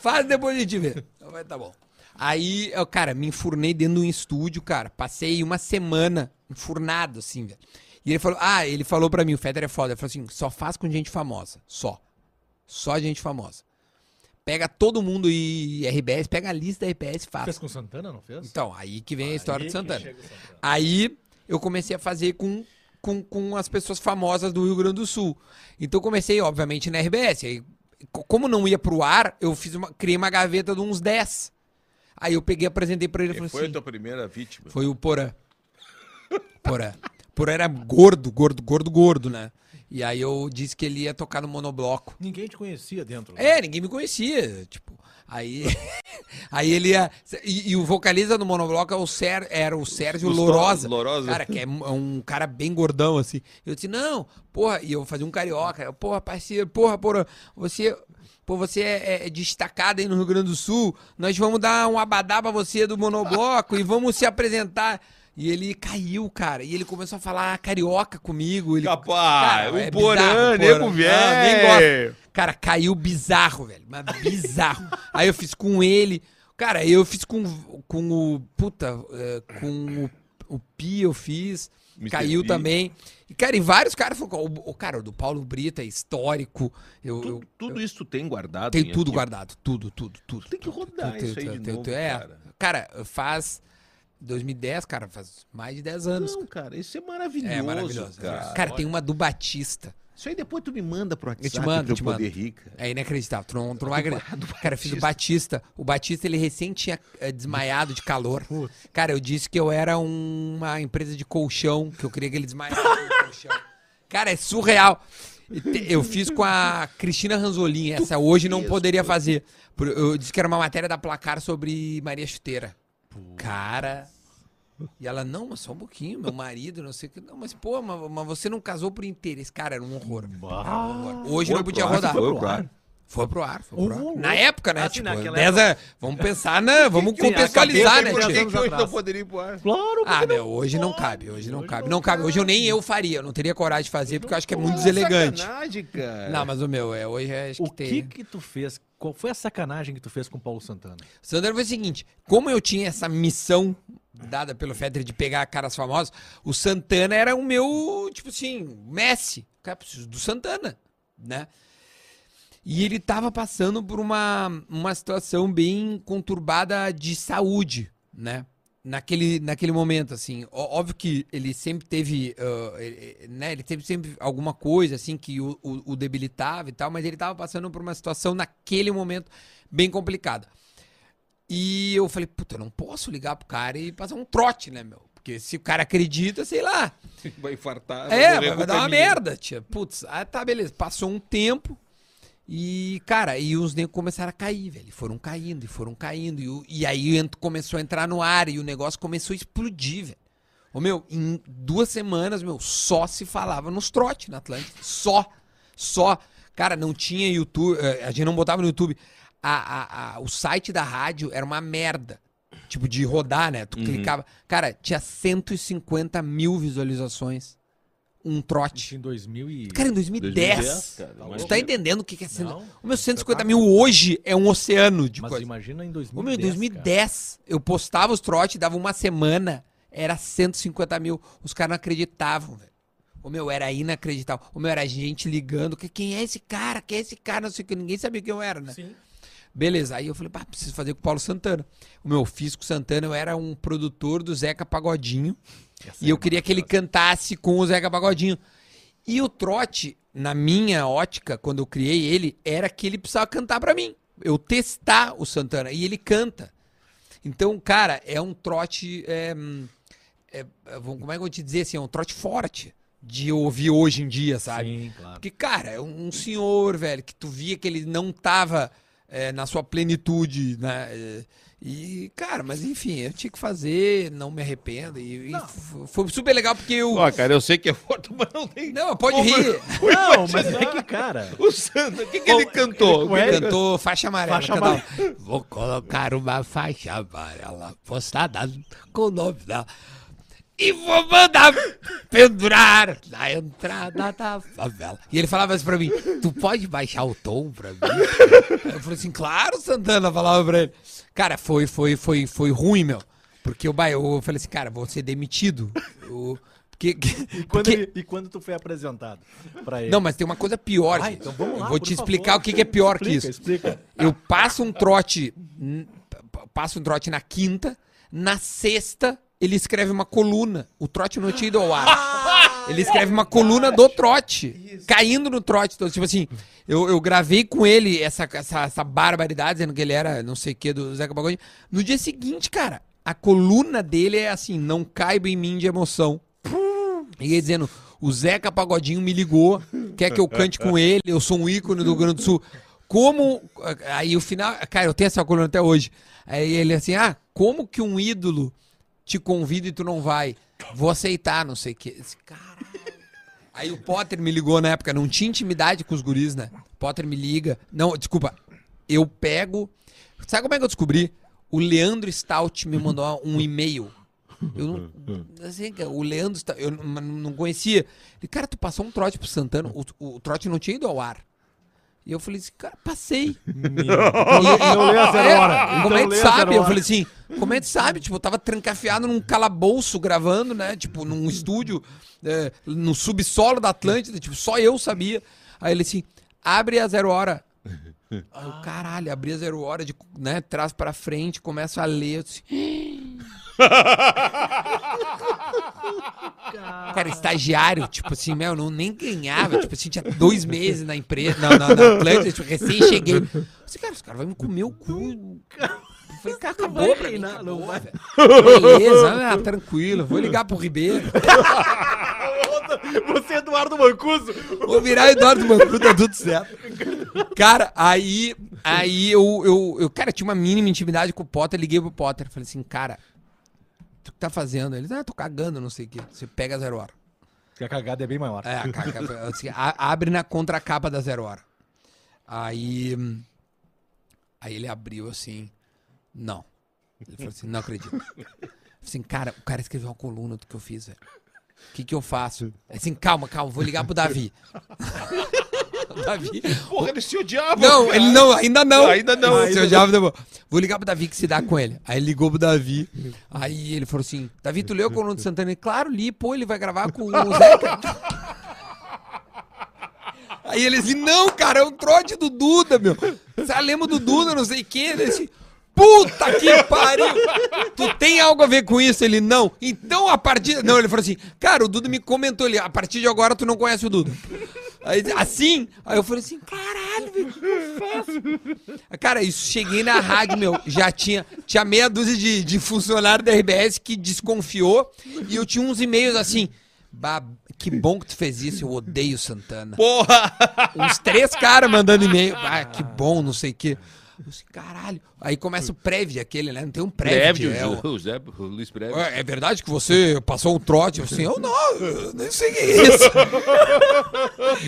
Speaker 5: Faz, depois a gente vê. Eu falei, tá bom. Aí, eu, cara, me enfurnei dentro de um estúdio, cara. Passei uma semana enfurnado, assim, velho. E ele falou, ah, ele falou pra mim, o Federer é foda. Ele falou assim, só faz com gente famosa, só. Só gente famosa. Pega todo mundo e RBS, pega a lista da RBS e faz.
Speaker 4: Fez com Santana, não fez?
Speaker 5: Então, aí que vem a
Speaker 4: Aí
Speaker 5: história de
Speaker 4: que
Speaker 5: Santana.
Speaker 4: chega o Santana.
Speaker 5: Aí eu comecei a fazer com, com, com as pessoas famosas do Rio Grande do Sul. Então eu comecei, obviamente, na RBS. Aí, co- como não ia pro ar, eu fiz uma, criei uma gaveta de uns 10. Aí eu peguei, apresentei pra ele e
Speaker 1: Quem
Speaker 5: falei
Speaker 1: Foi a
Speaker 5: assim...
Speaker 1: tua primeira vítima.
Speaker 5: Foi o Porã. Porã. Porã era gordo, gordo, gordo, gordo, né? E aí eu disse que ele ia tocar no monobloco.
Speaker 4: Ninguém te conhecia
Speaker 1: Uhum.
Speaker 4: dentro. né?
Speaker 5: É, ninguém me conhecia, tipo. Aí, aí ele ia. E, e o vocalista do Monobloco é o Sér- era o Sérgio
Speaker 1: Gustavo
Speaker 5: Lorosa.
Speaker 1: Lorosa.
Speaker 5: Cara, que é um- é um cara bem gordão, assim. Eu disse, não, porra, e eu fazia um carioca. Eu, porra, parceiro, porra, porra, você. Pô, você é, é destacado aí no Rio Grande do Sul. Nós vamos dar um abadá pra você do Monobloco e vamos se apresentar. E ele caiu, cara. E ele começou a falar carioca comigo. Ele, é
Speaker 1: Capaz, o Porã,
Speaker 5: bizarro,
Speaker 1: nego
Speaker 5: Porã.
Speaker 1: velho.
Speaker 5: Ah, nem gosto. Cara, caiu bizarro, velho. Mas bizarro. Aí eu fiz com ele. Cara, eu fiz com, com o. Puta, é, com o, o Pi eu fiz.
Speaker 1: Mr.
Speaker 5: Caiu
Speaker 1: Pi.
Speaker 5: também. E, cara, e vários caras falaram. O, o cara, o do Paulo Brita é histórico. Eu, eu
Speaker 1: Tu- tudo isso tu tem guardado?
Speaker 5: tenho
Speaker 1: em
Speaker 5: tudo
Speaker 1: arquivo?
Speaker 5: guardado. Tudo, tudo, tudo.
Speaker 1: Tem que rodar
Speaker 5: Tudo,
Speaker 1: isso aí
Speaker 5: tudo,
Speaker 1: de
Speaker 5: tudo,
Speaker 1: novo,
Speaker 5: tudo. É,
Speaker 1: cara.
Speaker 5: Cara, faz. 2010, cara, faz mais de 10 anos.
Speaker 1: Não, cara, isso é maravilhoso,
Speaker 5: é maravilhoso.
Speaker 1: cara.
Speaker 5: Cara, tem uma do Batista.
Speaker 1: Isso aí depois tu me manda pro WhatsApp
Speaker 5: te mando,
Speaker 1: pra eu
Speaker 5: te
Speaker 1: poder
Speaker 5: mando.
Speaker 1: rir, cara.
Speaker 5: É inacreditável. Tu não, tu não vai acreditar. Cara, eu fiz o Batista. O Batista, ele recém tinha eh, desmaiado de calor. Cara, eu disse que eu era um- uma empresa de colchão, que eu queria que ele desmaiasse no colchão. Cara, é surreal. E te- Eu fiz com a Cristina Ranzolin, essa hoje não poderia fazer. Por- Eu disse que era uma matéria da Placar sobre Maria Chuteira. Cara. E ela, não, mas só um pouquinho, meu marido, não sei o que. Não, mas pô, mas, mas você não casou por interesse. Cara, era um horror. Era um horror. Hoje
Speaker 1: Foi
Speaker 5: não podia
Speaker 1: pro ar,
Speaker 5: rodar.
Speaker 1: foi pro ar.
Speaker 5: Foi pro ar, foi pro
Speaker 4: Oh,
Speaker 5: ar.
Speaker 4: oh,
Speaker 5: Na
Speaker 4: oh.
Speaker 5: época, né?
Speaker 4: Assim,
Speaker 5: tipo,
Speaker 4: naquela
Speaker 5: dez a- vamos pensar, né? Vamos
Speaker 4: que- é? a
Speaker 5: contextualizar, né?
Speaker 4: cabeça aí,
Speaker 5: tio?
Speaker 1: Por que que hoje
Speaker 4: atrás.
Speaker 1: não poderia ir pro ar?
Speaker 4: Claro,
Speaker 5: Ah,
Speaker 4: porque
Speaker 5: meu, hoje não cabe, hoje não cabe. Não cabe. Hoje eu nem eu faria, eu não teria coragem de fazer, porque eu acho que é muito deselegante.
Speaker 1: Sacanagem, cara.
Speaker 5: Não, mas o meu, é, hoje é, acho
Speaker 4: O
Speaker 5: que
Speaker 4: que
Speaker 5: tem.
Speaker 4: que tu fez? Qual foi a sacanagem que tu fez com o Paulo Santana?
Speaker 5: Sandra foi o seguinte: como eu tinha essa missão dada pelo Federer de pegar caras famosos, o Santana era o meu, tipo assim, Messi. Cara, preciso do Santana, né? E ele tava passando por uma, uma situação bem conturbada de saúde, né? Naquele, naquele momento, assim. Ó- óbvio que ele sempre teve, ah, ele- ele- né? Ele teve sempre alguma coisa, assim, que o, o- o debilitava e tal, mas ele tava passando por uma situação naquele momento bem complicada. E eu falei, puta, eu não posso ligar pro cara e passar um trote, né, meu? Porque se o cara acredita, sei lá,
Speaker 1: Vai infartar. morrer,
Speaker 5: é, vai, vai
Speaker 1: culpa
Speaker 5: dar uma
Speaker 1: é minha.
Speaker 5: merda, tia. Putz, ah, tá, beleza. Passou um tempo e, cara, e os negros começaram a cair, velho. Foram caindo e foram caindo. E, o- e aí ent- começou a entrar no ar e o negócio começou a explodir, velho. Ô, meu, em duas semanas, meu, só se falava nos trote na Atlântica. Só. Só. Cara, não tinha YouTube. eh, A gente não botava no YouTube. A- a- a- o site da rádio era uma merda. Tipo, de rodar, né? Tu clicava. Cara, tinha 150 mil visualizações. Um
Speaker 4: Isso
Speaker 5: trote.
Speaker 4: em 2000 e...
Speaker 5: Cara, em 2010.
Speaker 1: 2010, cara,
Speaker 5: Tu
Speaker 1: imagina.
Speaker 5: tá entendendo o que que é cento...
Speaker 4: Não, Tá
Speaker 5: O meu 150 mil hoje é um oceano de
Speaker 4: Mas
Speaker 5: coisa.
Speaker 4: imagina em
Speaker 5: Ô,
Speaker 4: 2010,
Speaker 5: meu, em
Speaker 4: cara.
Speaker 5: 2010, eu postava os trotes, dava uma semana, era 150 mil. Os caras não acreditavam, velho. Ô, meu, era inacreditável. Ô, meu, era gente ligando. que- Quem é esse cara? Quem é esse cara? Não sei o que. Ninguém sabia quem eu era, né?
Speaker 4: Sim.
Speaker 5: Beleza, aí eu falei, pá, preciso fazer com o Paulo Santana. O meu fiz com o Santana, eu era um produtor do Zeca Pagodinho.
Speaker 4: Essa
Speaker 5: E eu
Speaker 4: é
Speaker 5: queria que ele cantasse com o Zeca Pagodinho. E o trote, na minha ótica, quando eu criei ele, era que ele precisava cantar pra mim. Eu testar o Santana. E ele canta. Então, cara, é um trote. é, hum, é, é, vamos- como é que eu vou te dizer assim, é um trote forte de ouvir hoje em dia, sabe?
Speaker 4: é Sim, claro.
Speaker 5: Porque, cara, é um um senhor, velho, que tu via que ele não tava é, na sua plenitude, né? É, E, cara, mas enfim, eu tinha que fazer, não me arrependo. E, e
Speaker 4: Não.
Speaker 5: f- foi super legal porque eu.
Speaker 1: Ó, cara, eu sei que é forte, mas não tem.
Speaker 5: Não, pode rir.
Speaker 4: Não, mas é que, cara.
Speaker 1: O Sandro, o que, que ele cantou?
Speaker 4: o Eric-
Speaker 5: Cantou faixa amarela.
Speaker 4: Faixa
Speaker 5: cantava, Vou colocar uma faixa amarela postada com o nome dela. E vou mandar pendurar na entrada da favela. E ele falava isso pra mim: Tu pode baixar o tom pra mim? Eu falei assim: Claro, Santana. Falava pra ele. Cara, foi, foi, foi, foi ruim, meu. Porque eu, ba- eu falei assim: Cara, vou ser demitido. Eu- porque,
Speaker 4: E quando,
Speaker 5: porque-
Speaker 4: ele- e quando tu foi apresentado pra ele?
Speaker 5: Não, mas tem uma coisa pior.
Speaker 4: Ai,
Speaker 5: gente.
Speaker 4: então vamos lá,
Speaker 5: eu vou
Speaker 4: por
Speaker 5: te explicar
Speaker 4: favor.
Speaker 5: o que, que é pior que isso.
Speaker 4: Explica, explica.
Speaker 5: Eu passo um trote. hum, p- p- Passo um trote na quinta. Na sexta, ele escreve uma coluna. O trote não tinha ido ao ar. Ele escreve uma coluna do trote. Caindo no trote. Então, tipo assim, eu, eu gravei com ele essa, essa, essa barbaridade, dizendo que ele era não sei o que do Zeca Pagodinho. No dia seguinte, cara, a coluna dele é assim: não caiba em mim de emoção. E ele dizendo, o Zeca Pagodinho me ligou, quer que eu cante com ele, eu sou um ícone do Rio Grande do Sul. Como. Aí o final. Cara, eu tenho essa coluna até hoje. Aí ele assim, ah, como que um ídolo te convida e tu não vai? Vou aceitar, não sei o quê. Eu disse, Caralho. Aí o Potter me ligou na época, não tinha intimidade com os guris, né? Potter me liga. Não, desculpa. Eu pego. Sabe como é que eu descobri? O Leandro Stout me mandou um e-mail. Eu não, não sei, cara, o Leandro, está- eu não- não conhecia. Ele, cara, tu passou um trote pro Santana, o, o trote não tinha ido ao ar. E eu falei assim, cara, passei.
Speaker 4: Então lê a zero hora.
Speaker 5: É,
Speaker 4: Então
Speaker 5: como é
Speaker 4: lê
Speaker 5: que
Speaker 4: a zero
Speaker 5: sabe? Eu
Speaker 4: hora.
Speaker 5: falei assim, como é que sabe? Tipo, eu tava trancafiado num calabouço gravando, né? Tipo, num estúdio, é, no subsolo da Atlântida, tipo, só eu sabia. Aí ele assim, abre a zero hora. Aí eu, caralho, abri a zero hora, de, né? Traz pra frente, começa a ler. Eu disse, Cara, estagiário, tipo assim, meu, não nem ganhava. Tipo assim, tinha dois meses na empresa, na, na, na Atlântida, tipo, recém cheguei. Eu disse, cara, os caras vão me comer o cu. Eu falei, cara, acabou pra mim,
Speaker 4: reinar,
Speaker 5: acabou,
Speaker 4: não vai.
Speaker 5: velho. Beleza, ah, tranquilo, vou ligar pro Ribeiro.
Speaker 4: Você é Eduardo Mancuso?
Speaker 5: Vou virar Eduardo Mancuso, tá tudo certo. Cara, aí, aí eu, eu, eu, cara, tinha uma mínima intimidade com o Potter, liguei pro Potter, falei assim, cara, tu que tá fazendo? Ele, ah, tô cagando, não sei o quê. Você pega zero hora.
Speaker 4: Porque a cagada é bem maior.
Speaker 5: É, a caca- assim, a- abre na contracapa da Zero Hora. Aí. hum, Aí ele abriu assim. Não. Ele falou assim: não acredito. Assim, cara, o cara escreveu uma coluna do que eu fiz, velho. O que, que eu faço? Assim, calma, calma, vou ligar pro Davi. o Davi.
Speaker 1: Porra, ele se odiava.
Speaker 5: Não,
Speaker 1: cara.
Speaker 5: ele não, ainda não.
Speaker 1: Ainda não.
Speaker 5: Esse eu já- Vou ligar pro Davi que se dá com ele. Aí ele ligou pro Davi. Aí ele falou assim: Davi, tu leu o coluna do Santana? Ele, claro, li, pô, ele vai gravar com o Zeca. Aí ele disse: Não, cara, é um trote do Duda, meu. Você tá lembra do Duda, não sei o quê. Ele disse: Puta que pariu! Tu tem algo a ver com isso? Ele, não. Então a partir. Não, ele falou assim: Cara, o Duda me comentou ali, a partir de agora tu não conhece o Duda. Aí, assim, aí eu falei assim: Caralho, velho, o que eu faço? Cara, isso cheguei na rádio, meu. Já tinha, tinha meia dúzia de, de funcionário da RBS que desconfiou. E eu tinha uns e-mails assim. "Bah, que bom que tu fez isso, eu odeio Santana.
Speaker 1: Porra!
Speaker 5: Uns três caras mandando e-mail. Ah, que bom, não sei o quê. Eu disse, caralho. Aí começa o prévio aquele, né? Não tem um prévio. é, o-
Speaker 1: o José, o Luiz Prévio.
Speaker 5: Ué, é verdade que você passou um trote? Eu assim, eu não, eu nem sei o que é isso.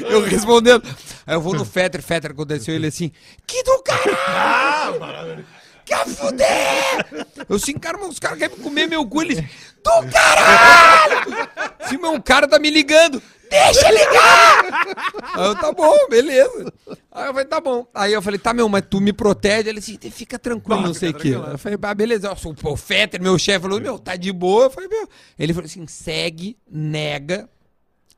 Speaker 5: eu respondendo. Aí eu vou no Fetter, Fetter aconteceu ele assim, que do caralho! Quer fuder! Eu assim, cara, mas os caras querem comer meu cu. Eles, do caralho! Se meu um cara tá me ligando, deixa ele ligar! Aí eu, tá bom, beleza. Aí eu falei, tá bom. Aí eu falei, tá, meu, mas tu me protege. Ele assim, fica tranquilo, é. não sei o quê. Eu falei, bah, beleza. Eu sou o Fetter, meu chefe, falou, meu, tá de boa. Eu falei, meu. Ele falou assim, segue, nega,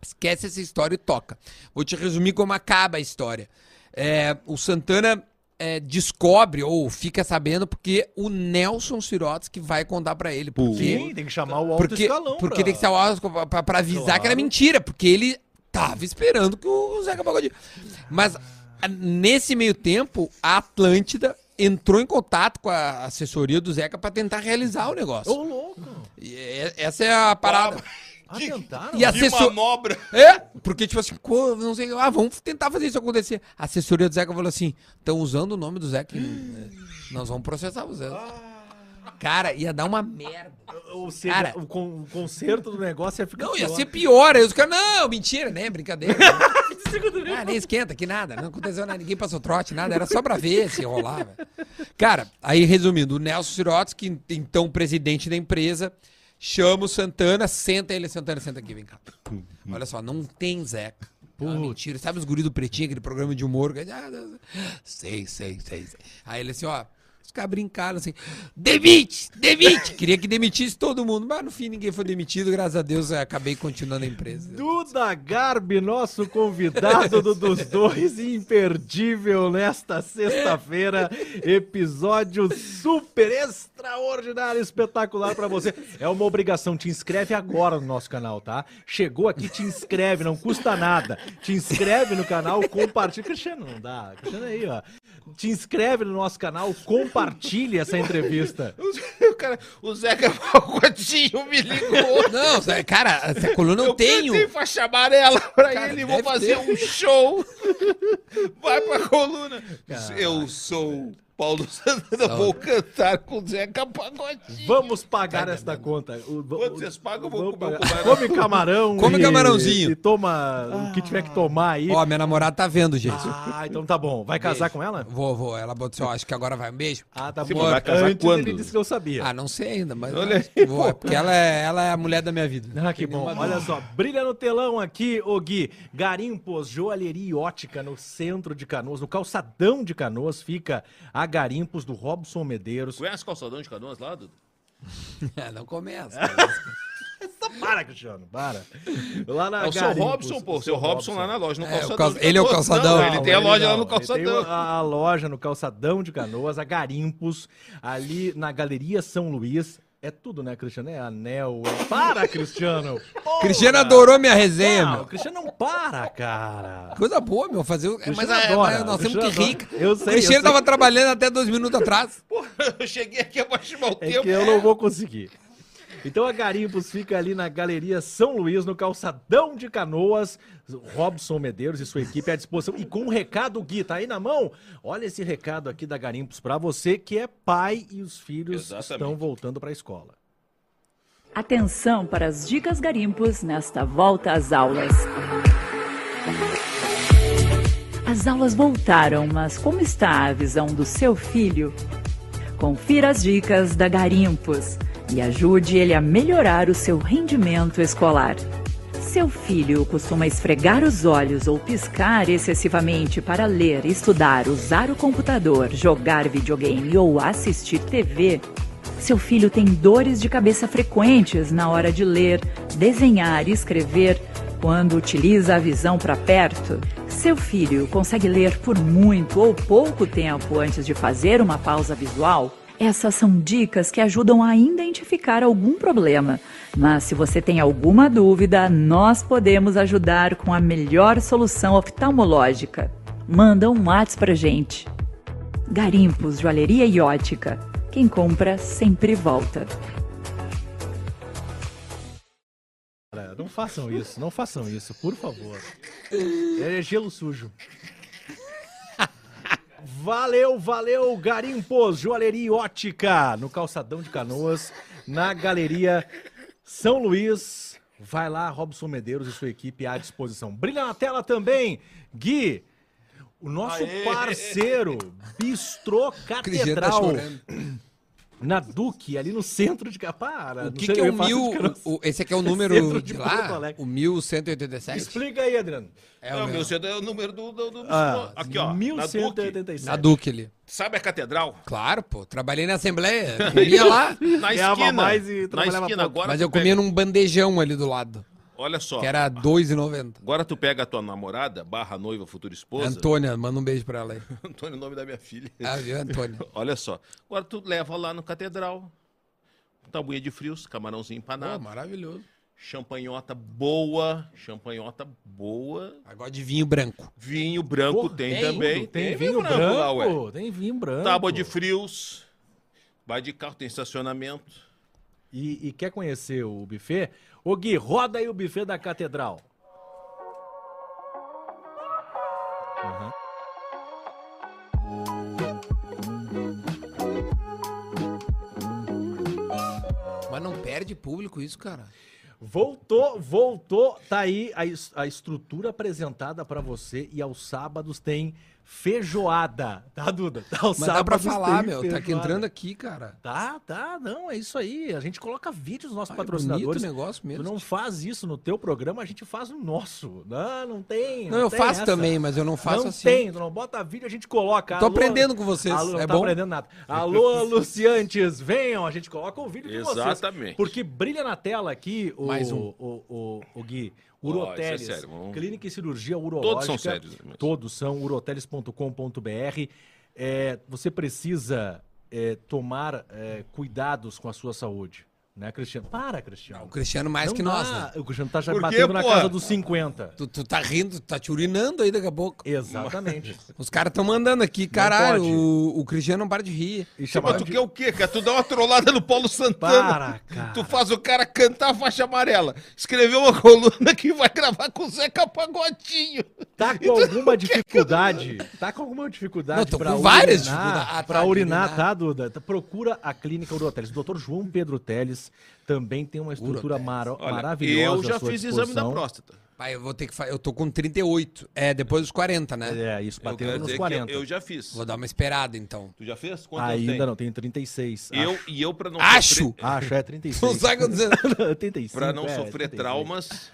Speaker 5: esquece essa história e toca. Vou te resumir como acaba a história. É, o Santana é, descobre, ou fica sabendo, porque o Nelson Sirotsky vai contar pra ele. Porque
Speaker 4: Sim, tem que chamar o alto
Speaker 5: porque,
Speaker 4: escalão.
Speaker 5: porque
Speaker 4: pra-
Speaker 5: tem que ser o Oscar pra, pra- pra avisar que era mentira, porque ele tava esperando que o Zeca Pagodinho. Mas a- nesse meio tempo, a
Speaker 4: Oh.
Speaker 5: Atlântida entrou em contato com a assessoria do Zeca pra tentar realizar o negócio.
Speaker 4: Ô, louco.
Speaker 5: E é- essa é a parada.
Speaker 4: Ah, tentaram?
Speaker 5: E a-
Speaker 1: Que
Speaker 5: Assessor-
Speaker 1: manobra.
Speaker 5: É, porque tipo assim, co- não sei, ah, vamos tentar fazer isso acontecer. A assessoria do Zeca falou assim, estão usando o nome do Zeca, né? nós vamos processar o Zeca. Cara, ia dar uma merda.
Speaker 4: Ou seja,
Speaker 5: Cara.
Speaker 4: o, con- o conserto do negócio ia ficar
Speaker 5: Não, ia
Speaker 4: pior.
Speaker 5: ser pior. Aí os caras, não, mentira, né? Brincadeira. ah, nem esquenta, que nada. Não aconteceu nada, ninguém passou trote, nada. Era só pra ver se rolava. Cara, aí resumindo, o Nelson Sirotsky, então presidente da empresa, chama o Santana, senta ele, Santana, senta aqui, vem cá.
Speaker 4: Hum.
Speaker 5: Olha só, não tem Zeca. É uma mentira. Sabe os guris do Pretinho, aquele programa de humor? que- Ah, não- sei, sei, sei, sei. Aí ele assim, ó... Os caras brincaram assim, demite, demite. Queria que demitisse todo mundo, mas no fim ninguém foi demitido, graças a Deus eu acabei continuando a empresa.
Speaker 4: Duda Garbi, nosso convidado do dos dois, imperdível nesta sexta-feira. Episódio super extraordinário, espetacular pra você. É uma obrigação, te inscreve agora no nosso canal, tá? Chegou aqui, te inscreve, não custa nada. Te inscreve no canal, compartilha. Cristiano, não dá. Cristiano aí, ó. Te inscreve no nosso canal, compartilha essa entrevista.
Speaker 1: O, cara, o Zeca Falcotinho me ligou.
Speaker 5: Não, Zé, cara, essa coluna eu, tenho.
Speaker 1: Tem faixa amarela pra
Speaker 5: Cara,
Speaker 1: ele, vou
Speaker 5: deve
Speaker 1: fazer
Speaker 5: ter.
Speaker 1: um show. Vai pra coluna. Eu sou o Paulo Santana, vou cantar com o Zeca Pagodinho.
Speaker 4: Vamos pagar esta conta. O-
Speaker 1: Quando
Speaker 4: o-
Speaker 1: vocês pagam, eu vou
Speaker 4: vamos
Speaker 1: comer um
Speaker 4: pagar.
Speaker 1: camarão.
Speaker 4: Come camarão.
Speaker 5: Come
Speaker 4: e-
Speaker 5: camarãozinho.
Speaker 4: E toma o
Speaker 1: Ah.
Speaker 4: que tiver que tomar aí.
Speaker 5: Ó, minha namorada tá vendo, gente.
Speaker 4: Ah, então tá bom. Vai casar com ela?
Speaker 5: Vou, vou. Ela botou assim, ó, acho que agora vai. Um beijo.
Speaker 4: Ah, tá
Speaker 1: Sim,
Speaker 4: bom.
Speaker 1: mas vai casar
Speaker 4: Antes
Speaker 1: quando?
Speaker 4: ele disse que eu sabia.
Speaker 5: Ah, não sei ainda, mas
Speaker 1: Olha
Speaker 5: acho que vou. É porque ela é, ela é a mulher da minha vida.
Speaker 4: Ah, que bom. Olha só, brilha no telão aqui, ô Gui. Garimpos, joalheria e ótica no centro de Canoas, no calçadão de Canoas, fica a Garimpos do Robson Medeiros.
Speaker 1: Conhece o calçadão de canoas lá, Dudu?
Speaker 5: É, não começa.
Speaker 4: Para, Cristiano, para. Lá
Speaker 5: Ah,
Speaker 4: na
Speaker 1: É o seu
Speaker 4: Garimpos,
Speaker 1: Robson, pô. O seu Robson lá na loja, no
Speaker 5: É, o
Speaker 1: calçadão.
Speaker 5: calça-
Speaker 1: de
Speaker 5: ele um- é o
Speaker 1: Canoas.
Speaker 5: calçadão.
Speaker 1: Não, ele
Speaker 4: Não,
Speaker 1: tem a loja lá
Speaker 4: não.
Speaker 1: no
Speaker 4: Ele tem
Speaker 1: calçadão.
Speaker 4: a, a loja no calçadão de Canoas, a Garimpos, ali na Galeria São Luís. É tudo, né, Cristiano? É anel. É... Para, Cristiano! Porra!
Speaker 5: Cristiano adorou minha resenha,
Speaker 4: Não, o
Speaker 5: meu.
Speaker 4: Cristiano não para, cara.
Speaker 5: Coisa boa, meu. Fazer. o- Mas,
Speaker 4: Cristiano
Speaker 5: é,
Speaker 4: adora,
Speaker 5: mas nós temos
Speaker 4: Cristiano
Speaker 5: que rir.
Speaker 4: adora. Eu sei,
Speaker 5: o Cristiano
Speaker 4: eu sei.
Speaker 5: tava trabalhando até dois minutos atrás.
Speaker 1: Porra, eu cheguei aqui abaixo do
Speaker 4: É
Speaker 1: tempo.
Speaker 4: que eu não vou conseguir. Então a Garimpos fica ali na Galeria São Luís, no calçadão de Canoas. Robson Medeiros e sua equipe à disposição. E com um recado, Gui, tá aí na mão? Olha esse recado aqui da Garimpos pra você, que é pai e os filhos
Speaker 1: Exatamente.
Speaker 4: estão voltando pra escola.
Speaker 6: Atenção para as dicas garimpos nesta volta às aulas. As aulas voltaram, mas como está a visão do seu filho? Confira as dicas da Garimpos e ajude ele a melhorar o seu rendimento escolar. Seu filho costuma esfregar os olhos ou piscar excessivamente para ler, estudar, usar o computador, jogar videogame ou assistir TV? Seu filho tem dores de cabeça frequentes na hora de ler, desenhar e escrever quando utiliza a visão para perto. Seu filho consegue ler por muito ou pouco tempo antes de fazer uma pausa visual? Essas são dicas que ajudam a identificar algum problema. Mas se você tem alguma dúvida, nós podemos ajudar com a melhor solução oftalmológica. Manda um WhatsApp pra gente. Garimpos, joalheria e ótica. Quem compra sempre volta.
Speaker 4: Cara, É, não façam isso, não façam isso, por favor. É gelo sujo. Valeu, valeu, Garimpos, Joalheria e Ótica, no Calçadão de Canoas, na Galeria São Luís. Vai lá, Robson Medeiros e sua equipe à disposição. Brilha na tela também, Gui, o nosso parceiro, Bistrô
Speaker 5: Cristiano tá
Speaker 4: Catedral,
Speaker 5: chorando.
Speaker 4: na Duque, ali no centro de Capara.
Speaker 5: O que, que é o mil. o- o- esse aqui é o número
Speaker 4: Centro
Speaker 5: de
Speaker 4: de Porto
Speaker 5: lá?
Speaker 4: Alegre.
Speaker 5: O 1187?
Speaker 4: Explica aí, Adriano.
Speaker 5: É
Speaker 1: Não,
Speaker 5: o
Speaker 1: meu
Speaker 5: meu.
Speaker 1: cedo é o número do. do, do-
Speaker 4: Ah,
Speaker 1: aqui, ó. na Duque.
Speaker 4: 1187.
Speaker 5: Na Duque ali.
Speaker 1: Sabe a catedral?
Speaker 5: Claro, pô. Trabalhei na Assembleia. Comia lá. É
Speaker 1: Na
Speaker 4: Ganhava
Speaker 1: esquina.
Speaker 4: mais e
Speaker 1: na
Speaker 4: trabalhava
Speaker 1: esquina
Speaker 4: pouco.
Speaker 1: agora.
Speaker 5: Mas
Speaker 1: tu
Speaker 5: eu comia
Speaker 1: pega-
Speaker 5: num bandejão ali do lado,
Speaker 1: Olha só.
Speaker 5: que era R$2,90.
Speaker 1: Agora tu pega a tua namorada, barra noiva, futura esposa.
Speaker 5: Antônia, manda um beijo pra ela aí.
Speaker 1: Antônio, o nome da minha filha.
Speaker 5: Ah, viu, Antônia?
Speaker 1: Olha só. Agora tu leva lá no catedral. Tabuinha de frios, camarãozinho
Speaker 5: Pô,
Speaker 1: empanado,
Speaker 5: maravilhoso.
Speaker 1: champanhota boa, champanhota boa.
Speaker 5: Agora de vinho branco.
Speaker 1: Vinho branco
Speaker 4: Porra,
Speaker 1: tem,
Speaker 5: tem
Speaker 1: também.
Speaker 4: Tem, vinho branco, tem vinho branco.
Speaker 1: Tábua de frios. Vai de carro, tem estacionamento.
Speaker 4: e, e quer conhecer o buffet, ô Gui, roda aí o buffet da catedral.
Speaker 5: Mas não perde público isso, cara.
Speaker 4: Voltou, voltou. Tá aí a, es- a estrutura apresentada pra você e aos sábados tem feijoada, tá, Duda? Aos
Speaker 5: Mas dá pra
Speaker 4: sábados
Speaker 5: falar,
Speaker 4: tem
Speaker 5: meu. Tá aqui
Speaker 4: feijoada.
Speaker 5: entrando aqui, cara.
Speaker 4: Tá, tá, não, é isso aí. A gente coloca vídeos dos nossos
Speaker 5: Ai,
Speaker 4: patrocinadores.
Speaker 5: bonito o negócio
Speaker 4: Tu
Speaker 5: mesmo.
Speaker 4: não faz isso no teu programa, a gente faz no nosso. Não, não tem.
Speaker 5: Não, eu
Speaker 4: tem
Speaker 5: faço
Speaker 4: essa.
Speaker 5: também, mas eu não faço
Speaker 4: não
Speaker 5: assim.
Speaker 4: tem, tu não bota vídeo, a gente coloca.
Speaker 5: Tô aprendendo com vocês.
Speaker 4: Alô, não
Speaker 5: é
Speaker 4: tá
Speaker 5: bom?
Speaker 4: aprendendo nada. Alô, Luciantes, venham, a gente coloca o vídeo de vocês.
Speaker 1: Exatamente.
Speaker 4: Porque brilha na tela aqui o,
Speaker 5: Mais um.
Speaker 4: o, o, o Gui.
Speaker 1: Ó, isso é
Speaker 4: Uroteles,
Speaker 1: sério, vamos-
Speaker 4: clínica e cirurgia urológica.
Speaker 1: são sérios, né, mas-
Speaker 4: Todos são, uroteles.com.br. É, você precisa é, tomar é, cuidados com a sua saúde, né, Cristiano? Para, Cristiano.
Speaker 5: Tá, O Cristiano mais
Speaker 4: Não
Speaker 5: que
Speaker 4: dá.
Speaker 5: nós, né?
Speaker 4: O Cristiano tá já
Speaker 1: Por quê,
Speaker 4: batendo na
Speaker 1: pô?
Speaker 4: casa dos 50.
Speaker 5: Tu, tu tá rindo, tu tá te urinando aí daqui a pouco.
Speaker 4: Exatamente.
Speaker 5: Os caras tão mandando aqui, caralho.
Speaker 4: pode.
Speaker 5: O, o Cristiano não para de rir.
Speaker 4: E
Speaker 1: Mas
Speaker 4: chamaram
Speaker 1: tu
Speaker 4: de-
Speaker 1: quer o quê, cara? Tu dá uma trollada no Paulo Santana.
Speaker 4: Para, cara.
Speaker 1: Tu faz o cara cantar a faixa amarela. Escreveu uma coluna que vai gravar com o Zeca Pagodinho.
Speaker 4: Tá com alguma dificuldade. Tá com alguma dificuldade
Speaker 5: Não, tô
Speaker 4: pra
Speaker 5: com várias
Speaker 4: urinar,
Speaker 5: dificuldades. Ah,
Speaker 4: pra
Speaker 5: tá,
Speaker 4: urinar,
Speaker 5: urinar.
Speaker 4: tá, Duda? Tá, Procura a clínica Uroteles. Dr. João Pedro Teles também tem uma estrutura maro- maravilhosa.
Speaker 1: eu
Speaker 4: à
Speaker 1: já
Speaker 4: sua
Speaker 1: fiz exame da
Speaker 4: disposição.
Speaker 1: próstata.
Speaker 5: Pai, eu vou ter que fazer. Eu tô com 38. É, depois dos 40, né?
Speaker 4: É, isso,
Speaker 1: Eu
Speaker 4: batendo
Speaker 1: quero dizer
Speaker 4: nos
Speaker 1: que
Speaker 4: 40.
Speaker 1: eu, eu já fiz.
Speaker 5: Vou dar uma esperada, então.
Speaker 1: Tu já fez? Quanto
Speaker 4: Ainda
Speaker 1: eu
Speaker 4: não, tenho 36.
Speaker 1: tenho? Eu,
Speaker 4: acho.
Speaker 1: e eu, pra não
Speaker 5: Acho!
Speaker 1: sofrer,
Speaker 4: Acho, é
Speaker 5: Não
Speaker 4: 36.
Speaker 5: sabe o que eu tô dizendo.
Speaker 4: 35,
Speaker 1: pra não
Speaker 4: é,
Speaker 1: sofrer
Speaker 4: 36.
Speaker 1: traumas,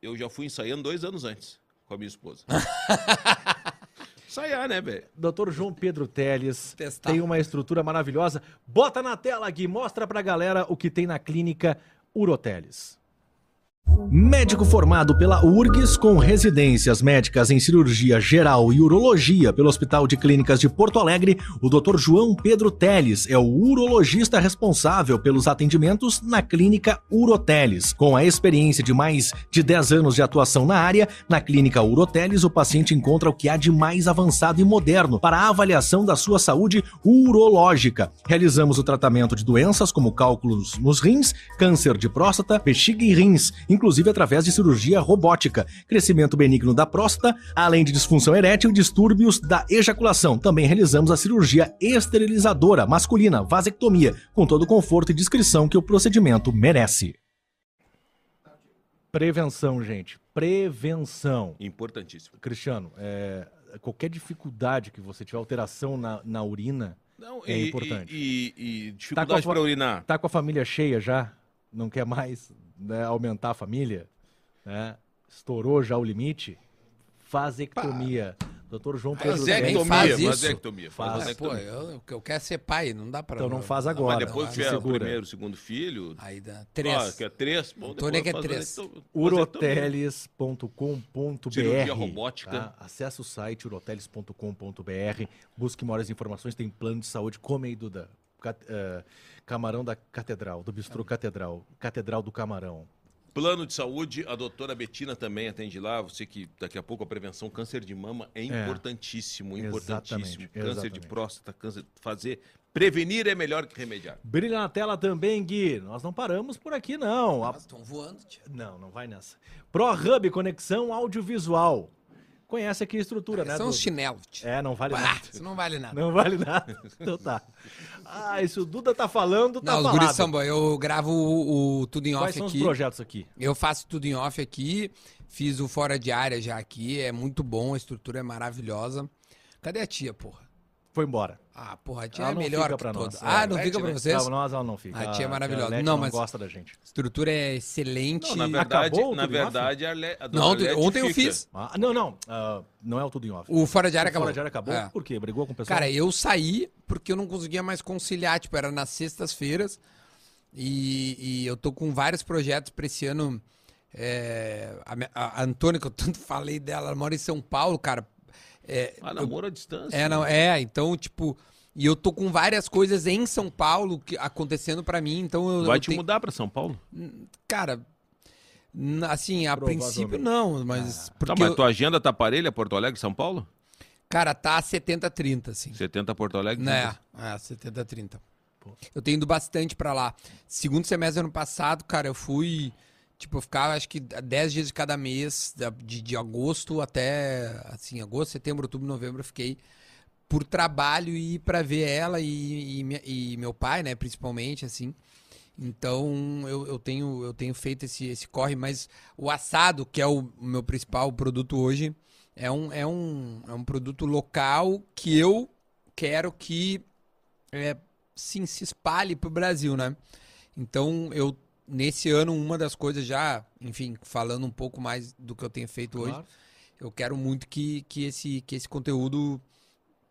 Speaker 1: eu já fui ensaiando dois anos antes com a minha esposa. Ensaiar, né, velho?
Speaker 4: Doutor João Pedro Teles
Speaker 5: Testar.
Speaker 4: tem uma estrutura maravilhosa. Bota na tela, Gui, mostra pra galera o que tem na clínica Uroteles. Médico formado pela URGS, com residências médicas em cirurgia geral e urologia pelo Hospital de Clínicas de Porto Alegre, o Dr. João Pedro Teles é o urologista responsável pelos atendimentos na clínica Uroteles. Com a experiência de mais de 10 anos de atuação na área, na clínica Uroteles o paciente encontra o que há de mais avançado e moderno para a avaliação da sua saúde urológica. Realizamos o tratamento de doenças como cálculos nos rins, câncer de próstata, bexiga e rins, inclusive através de cirurgia robótica, crescimento benigno da próstata, além de disfunção erétil e distúrbios da ejaculação. Também realizamos a cirurgia esterilizadora masculina, vasectomia, com todo o conforto e discrição que o procedimento merece. Prevenção, gente. Prevenção.
Speaker 1: Importantíssimo.
Speaker 4: Cristiano, é, qualquer dificuldade que você tiver, alteração na, na urina,
Speaker 1: Não,
Speaker 4: É importante.
Speaker 1: E, e- e
Speaker 4: Tá com a
Speaker 1: dificuldade
Speaker 4: fa-
Speaker 1: pra urinar.
Speaker 4: tá com a família cheia já, não quer mais né, aumentar a família, né? estourou já o limite, vasectomia. Doutor João
Speaker 1: é
Speaker 4: Pedro Teles,
Speaker 5: vasectomia,
Speaker 1: Vasectomia,
Speaker 5: faz isso.
Speaker 1: vasectomia.
Speaker 4: Faz.
Speaker 5: Ah, pô,
Speaker 1: vasectomia.
Speaker 5: eu, eu quero ser pai, não dá pra.
Speaker 4: Então não faz agora.
Speaker 1: Mas
Speaker 5: Bora,
Speaker 1: é depois
Speaker 5: lá,
Speaker 1: que tiver o
Speaker 4: segura.
Speaker 1: primeiro, o segundo filho,
Speaker 5: Aí dá
Speaker 1: Ah,
Speaker 5: três.
Speaker 1: que é três? Bom,
Speaker 5: Antônio
Speaker 1: depois
Speaker 5: é que é
Speaker 1: faz
Speaker 5: três.
Speaker 1: vasectomia.
Speaker 4: uroteles.com.br
Speaker 1: Cirurgia robótica.
Speaker 4: tá? Acesse o site uroteles.com.br, busque maiores informações, tem plano de saúde, come aí, Duda. Cat- eh, camarão da Catedral, do Bistrô Catedral, Catedral do Camarão.
Speaker 1: Plano de saúde, a doutora Betina também atende lá. Você que daqui a pouco a prevenção câncer de mama é importantíssimo, importantíssimo.
Speaker 4: exatamente,
Speaker 1: Câncer
Speaker 4: exatamente.
Speaker 1: de próstata, câncer. Fazer. Prevenir é melhor que remediar.
Speaker 4: Brilha na tela também, Gui. Nós não paramos por aqui, não. A-
Speaker 5: Estão voando, tio.
Speaker 4: Não, não vai nessa. ProHub Conexão Audiovisual. Conhece aqui a estrutura, né?
Speaker 5: São
Speaker 4: Duda?
Speaker 5: os chinelos, um tio.
Speaker 4: É, não vale
Speaker 5: Ah,
Speaker 4: nada.
Speaker 5: isso não vale nada.
Speaker 4: Não vale nada. Então tá. Ah, isso o Duda tá falando, tá
Speaker 5: Não, os
Speaker 4: falado.
Speaker 5: guris são bons. Eu gravo o, o tudo em
Speaker 4: Quais
Speaker 5: off
Speaker 4: são os
Speaker 5: aqui.
Speaker 4: projetos aqui?
Speaker 5: Eu faço tudo em off aqui. Fiz o fora de área já aqui. É muito bom, a estrutura é maravilhosa. Cadê a tia, porra?
Speaker 4: Foi embora.
Speaker 5: Ah, porra, a tia
Speaker 4: Ela
Speaker 5: é
Speaker 4: não
Speaker 5: melhor
Speaker 4: fica
Speaker 5: que
Speaker 4: pra
Speaker 5: todas.
Speaker 4: nós,
Speaker 5: Ah,
Speaker 4: é.
Speaker 5: não fica pra vocês?
Speaker 4: Não, nós ela não fica.
Speaker 5: A tia é
Speaker 4: A
Speaker 5: maravilhosa.
Speaker 4: Arlete
Speaker 5: Não,
Speaker 4: não,
Speaker 5: mas-
Speaker 4: gosta da gente.
Speaker 5: A estrutura é excelente.
Speaker 1: Não, na verdade,
Speaker 4: Acabou o
Speaker 1: na
Speaker 4: tudo em off?
Speaker 1: verdade a, Ale, a
Speaker 5: Não,
Speaker 1: doutora Arlete
Speaker 5: ontem eu
Speaker 1: fica.
Speaker 5: fiz.
Speaker 4: Ah, não, não. ah, não é o tudo em off.
Speaker 5: O fora de
Speaker 4: O
Speaker 5: área acabou.
Speaker 4: Fora de área acabou?
Speaker 5: É.
Speaker 4: Por quê? Brigou com o pessoal?
Speaker 5: Cara, eu saí porque eu não conseguia mais conciliar. Tipo, era nas sextas-feiras. E, e eu tô com vários projetos pra esse ano. É, a, minha- a Antônia, que eu tanto falei dela, ela mora em São Paulo, cara. É,
Speaker 1: Ah, namoro à distância.
Speaker 5: é, não, é, então, tipo. E eu tô com várias coisas em São Paulo que, acontecendo pra mim, então eu.
Speaker 1: Vai
Speaker 5: eu
Speaker 1: te
Speaker 5: tenho-
Speaker 1: mudar pra São Paulo? Tá,
Speaker 5: Cara, n- assim, a princípio não, mas.
Speaker 1: Tá,
Speaker 5: Porque
Speaker 1: mas
Speaker 5: eu-
Speaker 1: tua agenda tá parelha, Porto Alegre, São Paulo?
Speaker 5: Cara, tá 70-30, assim.
Speaker 1: 70 Porto Alegre?
Speaker 5: Né? É, 70-30. Eu tenho ido bastante pra lá. Segundo semestre do ano passado, cara, eu fui. Tipo, eu ficava acho que 10 dias de cada mês, da- de, de agosto até. Assim, agosto, setembro, outubro, novembro, eu fiquei por trabalho e ir pra ver ela e, e minha- e meu pai, né, principalmente, assim. Então eu, eu tenho, eu tenho feito esse, esse corre, mas o assado, que é o meu principal produto hoje, é um, é um, é um produto local que eu quero que é, sim, se espalhe para o Brasil, né? Então, eu, nesse ano, uma das coisas já, enfim, falando um pouco mais do que eu tenho feito hoje,
Speaker 4: Claro.
Speaker 5: eu quero muito que, que, esse, que esse conteúdo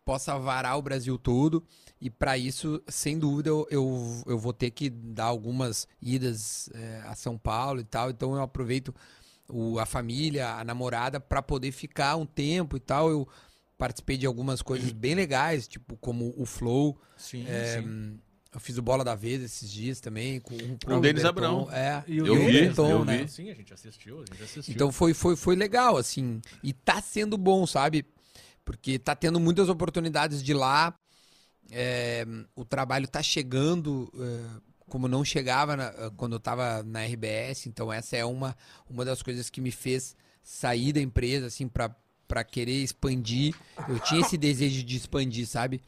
Speaker 5: possa varar o Brasil todo. E para isso, sem dúvida, eu, eu, eu vou ter que dar algumas idas eh, a São Paulo e tal. Então eu aproveito o, a família, a namorada, para poder ficar um tempo e tal. Eu participei de algumas coisas
Speaker 1: Uhum.
Speaker 5: bem legais, tipo como o Flow.
Speaker 4: Sim, sim.
Speaker 5: Eu fiz o Bola da Vez esses dias também. Com, com
Speaker 1: o Denis
Speaker 5: Berton.
Speaker 1: Abrão.
Speaker 5: É,
Speaker 4: E o
Speaker 1: Eu
Speaker 5: e o
Speaker 1: vi,
Speaker 5: Berton,
Speaker 1: eu
Speaker 5: né?
Speaker 1: vi.
Speaker 4: Sim, a gente assistiu, a gente assistiu.
Speaker 5: Então foi, foi, foi legal, assim. E tá sendo bom, sabe? Porque tá tendo muitas oportunidades de lá. É, o trabalho tá chegando é, como não chegava na- eh, quando eu tava na RBS. Então essa é uma, uma das coisas que me fez sair da empresa, assim, pra, pra querer expandir. Eu tinha esse desejo de expandir, sabe?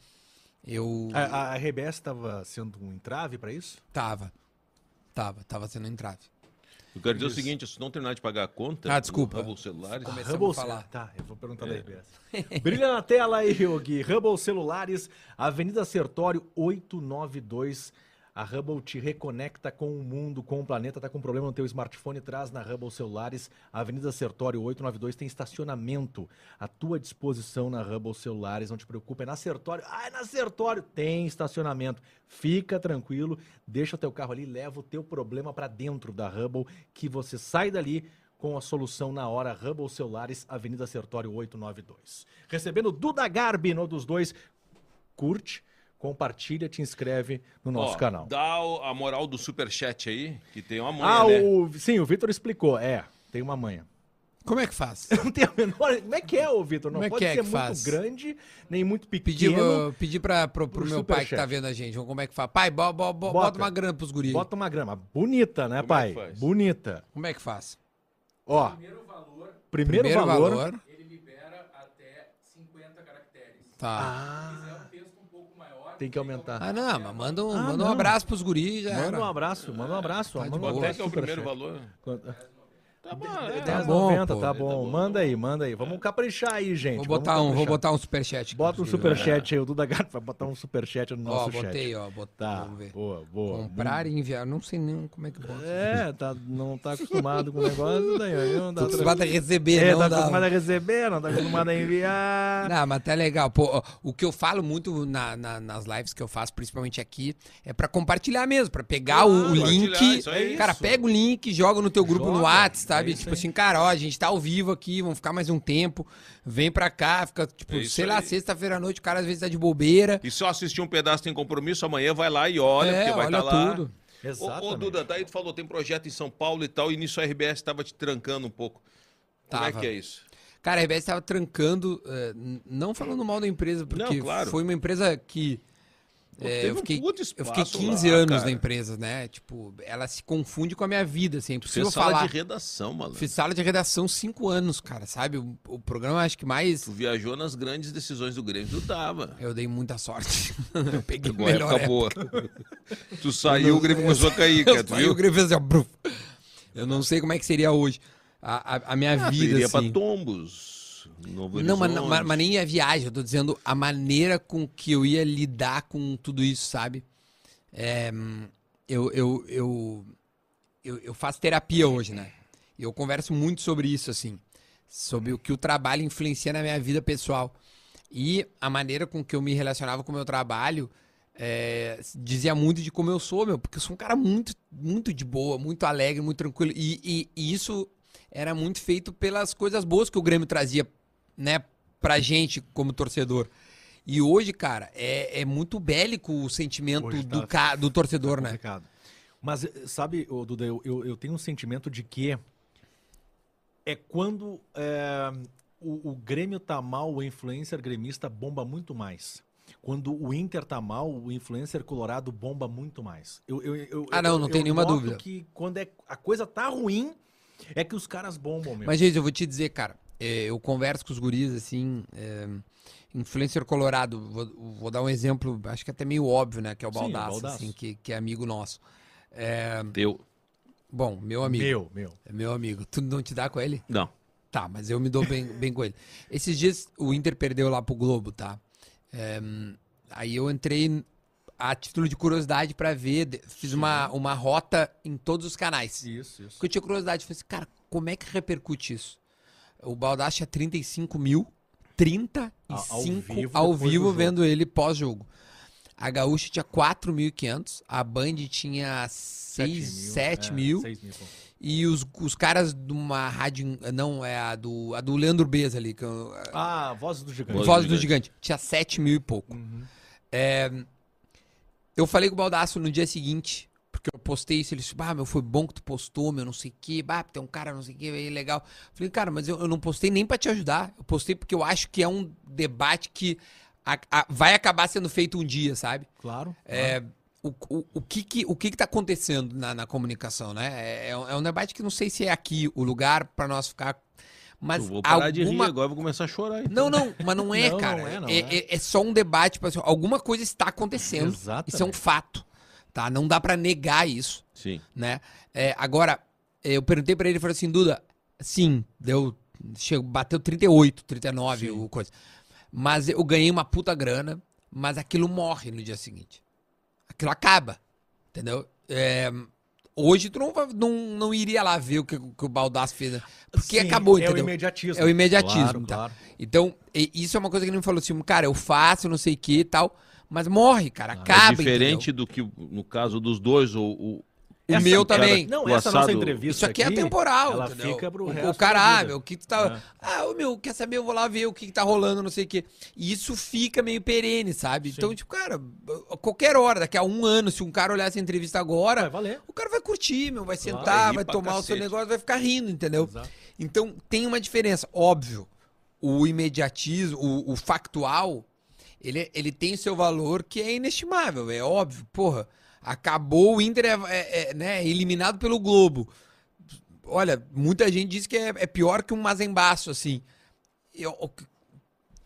Speaker 5: Eu
Speaker 4: a, a, a RBS estava sendo um entrave para isso?
Speaker 5: tava. Tava, tava sendo um entrave.
Speaker 1: Eu quero dizer o seguinte, se não terminar de pagar a conta...
Speaker 5: Ah, desculpa.
Speaker 1: Hubble celulares...
Speaker 5: Começou.
Speaker 4: Hubble
Speaker 5: Começamos a falar. É.
Speaker 4: Cel- Tá, eu vou perguntar da RBS. Brilha na tela aí, Yogi. Hubble Celulares, Avenida Sertório 892. A Hubble te reconecta com o mundo, com o planeta. Tá com problema no teu smartphone? Traz na Hubble Celulares. Avenida Sertório 892 tem estacionamento à tua disposição na Hubble Celulares. Não te preocupa, é na Sertório. Ah, é na Sertório! Tem estacionamento. Fica tranquilo, deixa o teu carro ali, leva o teu problema para dentro da Hubble, que você sai dali com a solução na hora Hubble Celulares, Avenida Sertório 892. Recebendo Duda Garbi no dos dois. Curte, compartilha, te inscreve no nosso
Speaker 1: Ó,
Speaker 4: canal.
Speaker 1: Dá o- a moral do superchat aí, que tem uma manha,
Speaker 4: Ah,
Speaker 1: né?
Speaker 4: o, sim, o Vitor explicou. É, tem uma manha.
Speaker 5: Como é que faz?
Speaker 4: Não tem a menor. Como é que é, ô Vitor? Não
Speaker 5: Como é
Speaker 4: pode
Speaker 5: que é
Speaker 4: ser
Speaker 5: que
Speaker 4: muito
Speaker 5: faz?
Speaker 4: grande, nem muito
Speaker 5: Pedi,
Speaker 4: pequeno.
Speaker 5: eu pedi pra, pro, pro
Speaker 4: Pro
Speaker 5: meu pai que tá
Speaker 4: superchat.
Speaker 5: vendo a gente. Vamos como é que faz. Pai, bo, bo- bo-
Speaker 4: Bota.
Speaker 5: bota uma grana pros guris.
Speaker 4: Bota uma grama. Bonita, né,
Speaker 1: Como é
Speaker 4: pai?
Speaker 1: que faz?
Speaker 4: Bonita.
Speaker 5: Como é que faz?
Speaker 4: Ó. Primeiro valor. Primeiro, valor.
Speaker 5: Tá.
Speaker 4: Ah, tem que aumentar.
Speaker 5: Ah, não, mas manda um,
Speaker 4: Ah,
Speaker 5: manda um
Speaker 4: não.
Speaker 5: abraço pros guris já.
Speaker 4: Manda
Speaker 5: era. Tá
Speaker 4: um abraço, manda um abraço. ó,
Speaker 5: de
Speaker 4: manda um
Speaker 5: boa.
Speaker 1: Quanto é
Speaker 4: abraço,
Speaker 1: que é o primeiro
Speaker 4: superchat.
Speaker 1: valor?
Speaker 4: Quanto-
Speaker 1: Tá bom, né?
Speaker 5: Tá
Speaker 4: 10,90,
Speaker 5: bom,
Speaker 4: tá,
Speaker 5: pô.
Speaker 4: bom. Manda aí, manda aí. Vamos caprichar aí, gente.
Speaker 5: Vou
Speaker 4: Vamos
Speaker 5: botar um, vou
Speaker 4: caprichar.
Speaker 5: botar um superchat. aqui
Speaker 4: Bota um
Speaker 5: pros guris.
Speaker 4: superchat aí, o Duda Gato vai botar um superchat no
Speaker 5: Ó,
Speaker 4: nosso chat.
Speaker 5: botei, ó. bot-
Speaker 4: Tá,
Speaker 5: Vamos ver.
Speaker 4: boa, boa.
Speaker 5: Comprar e enviar. Não sei nem como é que bota.
Speaker 4: É, tá, não tá acostumado com o negócio, daí aí não
Speaker 5: Tô
Speaker 4: dá
Speaker 5: acostumado a receber,
Speaker 4: É,
Speaker 5: não
Speaker 4: tá
Speaker 5: dá-
Speaker 4: acostumado a receber, não tá acostumado a enviar.
Speaker 5: Não, mas tá legal. Pô, ó, o que eu falo muito na- na- nas lives que eu faço, principalmente aqui, é pra compartilhar mesmo, pra pegar o, o
Speaker 1: compartilhar,
Speaker 5: link.
Speaker 1: isso aí.
Speaker 5: Cara,
Speaker 1: Isso.
Speaker 5: pega o link, joga no teu grupo no
Speaker 4: Joga,
Speaker 5: WhatsApp, sabe?
Speaker 4: é isso
Speaker 5: tipo
Speaker 4: aí.
Speaker 5: assim, cara, ó, a gente tá ao vivo aqui, vamos ficar mais um tempo, vem pra cá, fica, tipo,
Speaker 1: É isso
Speaker 5: sei lá,
Speaker 1: aí.
Speaker 5: sexta-feira à noite, o cara às vezes tá de bobeira.
Speaker 1: E só assistir um pedaço tem compromisso, amanhã vai lá e olha,
Speaker 5: é,
Speaker 1: porque vai
Speaker 5: olha
Speaker 1: estar lá.
Speaker 5: tudo.
Speaker 1: Ô, ô, Duda, daí tu falou, tem projeto em São Paulo e tal, e nisso a RBS tava te trancando um pouco. Como é
Speaker 5: Tava.
Speaker 1: que é isso?
Speaker 5: Cara, a RBS estava trancando, eh, n- não falando mal da empresa, porque
Speaker 1: Não, claro.
Speaker 5: foi uma empresa que. eh,
Speaker 1: teve
Speaker 5: eu,
Speaker 1: um
Speaker 5: fiquei,
Speaker 1: puto
Speaker 5: eu fiquei
Speaker 1: espaço
Speaker 5: 15
Speaker 1: lá,
Speaker 5: anos
Speaker 1: cara.
Speaker 5: na empresa, né? Tipo, ela se confunde com a minha vida, assim. É
Speaker 1: Fez
Speaker 5: impossível
Speaker 1: sala
Speaker 5: falar.
Speaker 1: de redação, malandro.
Speaker 5: Fiz sala de redação cinco anos, cara, sabe? O, o programa acho que mais.
Speaker 1: Tu viajou nas grandes decisões do Grêmio, tu tava.
Speaker 5: Eu dei muita sorte. Eu peguei
Speaker 1: Uma
Speaker 5: melhor
Speaker 1: época
Speaker 5: época.
Speaker 1: boa. tu saiu, o Grêmio começou a cair, cara, tu
Speaker 5: Aí o
Speaker 1: viu?
Speaker 5: Grêmio fez assim, ó, bruf. Eu não sei como é que seria hoje. A, a- a minha
Speaker 1: Ah, tu
Speaker 5: vida,
Speaker 1: iria
Speaker 5: assim.
Speaker 1: pra Tombos, Novo
Speaker 5: Não, mas,
Speaker 1: Horizonte.
Speaker 5: mas- mas nem a viagem, eu tô dizendo a maneira com que eu ia lidar com tudo isso, sabe? É, hum, eu, eu, eu, eu, eu faço terapia hoje, né? E eu converso muito sobre isso, assim. Sobre o que o trabalho influencia na minha vida pessoal. E a maneira com que eu me relacionava com o meu trabalho é, dizia muito de como eu sou, meu. Porque eu sou um cara muito, muito de boa, muito alegre, muito tranquilo. E, e- e isso era muito feito pelas coisas boas que o Grêmio trazia, né? Pra gente como torcedor. E hoje, cara, é, é muito bélico o sentimento
Speaker 4: Hoje
Speaker 5: do,
Speaker 4: tá-
Speaker 5: ca- do torcedor, né?
Speaker 4: Complicado. Mas eh, sabe, ô, Duda, eu, eu, eu tenho um sentimento de que é quando eh, o, o Grêmio tá mal, o influencer gremista bomba muito mais. Quando o Inter tá mal, o influencer colorado bomba muito mais. Eu, eu, eu-
Speaker 5: Ah, não, não
Speaker 4: eu-
Speaker 5: tem
Speaker 4: eu
Speaker 5: nenhuma
Speaker 4: noto
Speaker 5: dúvida.
Speaker 4: que quando é, a coisa tá ruim, é que os caras bombam mesmo.
Speaker 5: Mas, gente, eu vou te dizer, cara, é, eu converso com os guris, assim, é, influencer colorado, vou, vou dar um exemplo, acho que até meio óbvio, né, que é o
Speaker 4: Sim, o
Speaker 5: Baldaço,
Speaker 4: Baldasso.
Speaker 5: assim, que, que é amigo nosso.
Speaker 1: Teu.
Speaker 5: Bom, meu amigo, meu.
Speaker 4: Meu, meu.
Speaker 5: é meu amigo. Tu não te dá com ele?
Speaker 1: Não.
Speaker 5: Tá, mas eu me dou bem, bem com ele. Esses dias o Inter perdeu lá pro Globo, tá? É, hum, aí eu entrei a título de curiosidade pra ver, de- fiz uma, uma rota em todos os canais.
Speaker 4: Isso, isso.
Speaker 5: Porque eu tinha curiosidade, falei assim, cara, como é que repercute isso? O Baldassi é 35 mil, 35
Speaker 4: A- ao
Speaker 5: ao
Speaker 4: vivo
Speaker 5: vivo,
Speaker 4: depois do jogo.
Speaker 5: vendo ele pós-jogo. A Gaúcha tinha 4.500, a Band tinha 6, 7 mil,
Speaker 4: É, seis mil. pô.
Speaker 5: e os, os caras de uma rádio, não, é a do, a do Leandro Bez ali, que eu,
Speaker 4: Ah, Vozes do Gigante.
Speaker 1: Voz
Speaker 5: Voz,
Speaker 1: do
Speaker 5: do, gigante. Tinha 7 mil e pouco. É, eu falei com o Baldaço no dia seguinte, porque eu postei isso. Ele disse, bah, meu, foi bom que tu postou, meu, não sei o quê. Bah, tem um cara, não sei o quê, aí legal. Eu Falei, cara, mas eu, eu não postei nem pra te ajudar. Eu postei porque eu acho que é um debate que a- a- vai acabar sendo feito um dia, sabe?
Speaker 4: Claro.
Speaker 5: É, o, o, o que que, o que que tá acontecendo na, na comunicação, né? É, é um é um debate que não sei se é aqui o lugar pra nós ficar... Mas
Speaker 1: Eu vou parar de rir
Speaker 5: alguma
Speaker 1: agora, vou começar a chorar. então.
Speaker 5: não, não, mas não é,
Speaker 4: Não, não
Speaker 5: cara.
Speaker 4: é, não
Speaker 5: é,
Speaker 4: é.
Speaker 5: é- é só um debate. Tipo assim, alguma coisa está acontecendo.
Speaker 4: Exatamente.
Speaker 5: Isso é um fato. Tá? Não dá pra negar isso.
Speaker 1: Sim.
Speaker 5: né? É, agora, eu perguntei pra ele, ele falou assim, Duda, sim, deu, chegou, bateu 38, 39, o coisa. Mas eu ganhei uma puta grana, mas aquilo morre no dia seguinte. Aquilo acaba, entendeu? É, hoje tu não, vai- não, não iria lá ver o que, o que o Baldasso fez, né? porque
Speaker 4: Sim,
Speaker 5: acabou,
Speaker 4: É o
Speaker 5: entendeu?
Speaker 4: imediatismo.
Speaker 5: É o imediatismo,
Speaker 4: Claro,
Speaker 5: tá?
Speaker 4: claro.
Speaker 5: Então, e- isso é uma coisa que ele me falou assim, cara, eu faço, não sei o que e tal, mas morre, cara, acaba,
Speaker 1: é diferente
Speaker 5: entendeu?
Speaker 1: do que, no caso dos dois, o, o-
Speaker 5: O
Speaker 4: Essa-
Speaker 5: meu
Speaker 1: cara-
Speaker 5: também.
Speaker 4: Não,
Speaker 1: O
Speaker 4: essa
Speaker 1: assado-
Speaker 4: nossa entrevista
Speaker 5: Isso aqui é temporal,
Speaker 4: ela
Speaker 5: entendeu?
Speaker 4: fica pro
Speaker 5: o,
Speaker 4: resto
Speaker 5: o
Speaker 4: da
Speaker 5: cara, ah,
Speaker 4: vida. É.
Speaker 5: meu, o que tu tá. Ah, ô, meu, quer saber? Eu vou lá ver o que, que tá rolando, não sei o quê. E isso fica meio perene, sabe? Então, tipo, cara, a qualquer hora, daqui a um ano, se um cara olhar essa entrevista agora,
Speaker 4: Vai valer.
Speaker 5: o cara é vai curtir, meu, vai sentar,
Speaker 1: Vai rir
Speaker 5: vai
Speaker 1: pra
Speaker 5: tomar o seu
Speaker 1: cacete.
Speaker 5: negócio, vai ficar rindo, entendeu?
Speaker 4: Exato.
Speaker 5: Então, tem uma diferença, óbvio. O imediatismo, o, o factual, ele, ele tem o seu valor que é inestimável, é óbvio. Porra, acabou, o Inter é, é- é, né, eliminado pelo Globo. Olha, muita gente diz que é, é pior que um mazembaço, assim. Eu- o que-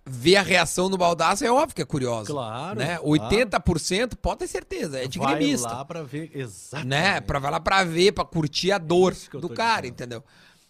Speaker 5: ver a reação do Baldaço é óbvio que é curioso.
Speaker 4: Claro,
Speaker 5: Né?
Speaker 4: claro.
Speaker 5: 80% pode ter certeza, é de
Speaker 4: Vai
Speaker 5: gremista
Speaker 4: lá pra ver. Exatamente.
Speaker 5: né? Pra vai lá pra ver, pra curtir a dor
Speaker 4: isso que eu
Speaker 5: do
Speaker 4: tô
Speaker 5: cara,
Speaker 4: dizendo.
Speaker 5: entendeu?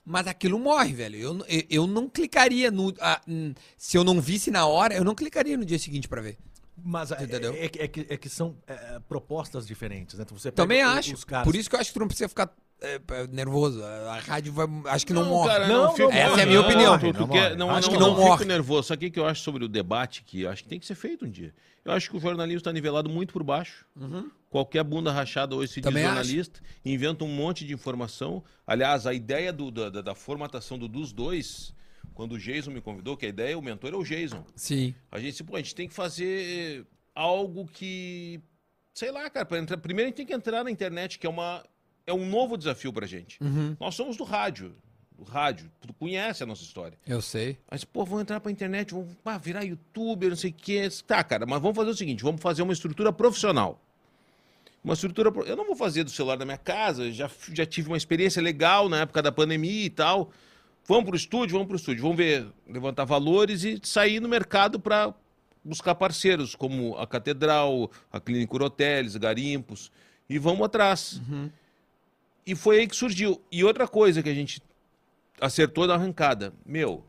Speaker 5: Mas aquilo morre, velho. Eu, n- eu, eu não clicaria no. ah, hum, se eu não visse na hora, eu não clicaria no dia seguinte pra ver.
Speaker 4: Mas é,
Speaker 5: Entendeu?
Speaker 4: é, que- é que, é que são é, é, propostas diferentes, né? Então Você pega
Speaker 5: Também
Speaker 4: o-
Speaker 5: acho.
Speaker 4: Os caras.
Speaker 5: Por isso que eu acho que tu não precisa ficar é, p- nervoso. A a rádio vai. Acho que não, morre.
Speaker 1: cara,
Speaker 4: Não, não
Speaker 1: fico-
Speaker 5: morre. Essa é a minha
Speaker 1: não,
Speaker 5: opinião.
Speaker 1: tu- tu
Speaker 4: Não
Speaker 1: quer-
Speaker 4: morre.
Speaker 1: Não,
Speaker 5: Acho
Speaker 1: não,
Speaker 5: que
Speaker 1: não
Speaker 5: não morre.
Speaker 1: fico nervoso. Sabe o que que eu acho sobre o debate que eu acho que tem que ser feito um dia? Eu acho que o jornalismo está nivelado muito por baixo. Qualquer bunda rachada hoje se diz
Speaker 5: Uhum. Também acho.
Speaker 1: jornalista, inventa um monte de informação. Aliás, a ideia do- da, da- da formatação do- dos dois, quando o Jason me convidou, que a ideia, o mentor é o Jason.
Speaker 5: Sim.
Speaker 1: A gente, pô, a gente tem que fazer eh, algo que. Sei lá, cara. pra entrar- primeiro a gente tem que entrar na internet, que é, uma, é um novo desafio pra gente. Nós somos do rádio. Do rádio. Tu conhece a nossa história.
Speaker 5: Eu sei.
Speaker 1: Mas, pô, vamos entrar pra internet, vamos pá, virar youtuber, não sei o quê. Tá, cara, mas vamos fazer o seguinte: vamos fazer uma estrutura profissional. Uma estrutura. pro- Eu não vou fazer do celular da minha casa, eu já, f- já tive uma experiência legal na época da pandemia e tal. Vamos pro estúdio, vamos pro estúdio, vamos ver, levantar valores e sair no mercado pra buscar parceiros, como a Catedral, a Clínica Uroteles, Garimpos, e vamos atrás. E foi aí que surgiu. E outra coisa que a gente acertou na arrancada: meu,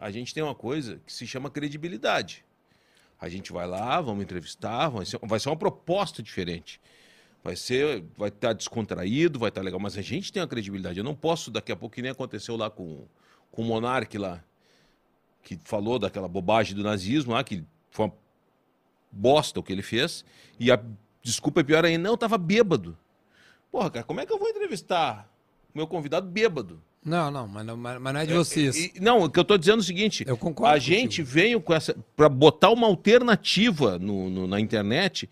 Speaker 1: a gente tem uma coisa que se chama credibilidade. A gente vai lá, vamos entrevistar, vai ser, vai ser uma proposta diferente. Vai ser, vai estar descontraído, vai estar legal, mas a gente tem a credibilidade. Eu não posso, daqui a pouco, que nem aconteceu lá com, com o Monark lá, que falou daquela bobagem do nazismo lá, que foi uma bosta o que ele fez, e a desculpa é pior ainda, não, eu tava bêbado. Porra, cara, como é que eu vou entrevistar o meu convidado bêbado?
Speaker 5: Não, não, mas não, mas mas não é de vocês.
Speaker 1: E- não, o que eu estou dizendo é o seguinte:
Speaker 5: Eu concordo
Speaker 1: a gente
Speaker 5: contigo.
Speaker 1: veio com essa. para botar uma alternativa no- no- na internet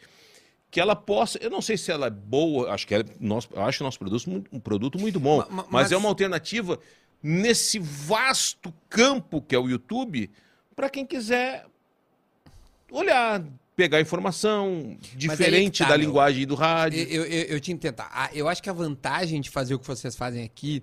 Speaker 1: que ela possa. Eu não sei se ela é boa, acho que ela, nós, eu acho o nosso produto mu- um produto muito bom,
Speaker 5: Ma- ma-
Speaker 1: mas,
Speaker 5: mas-
Speaker 1: é uma alternativa nesse vasto campo que é o YouTube para quem quiser olhar, pegar informação
Speaker 5: aí é que
Speaker 1: diferente
Speaker 5: tá,
Speaker 1: da
Speaker 5: meu.
Speaker 1: linguagem do rádio.
Speaker 5: Eu, eu, eu te entendo. tá? Ah, Eu acho que a vantagem de fazer o que vocês fazem aqui,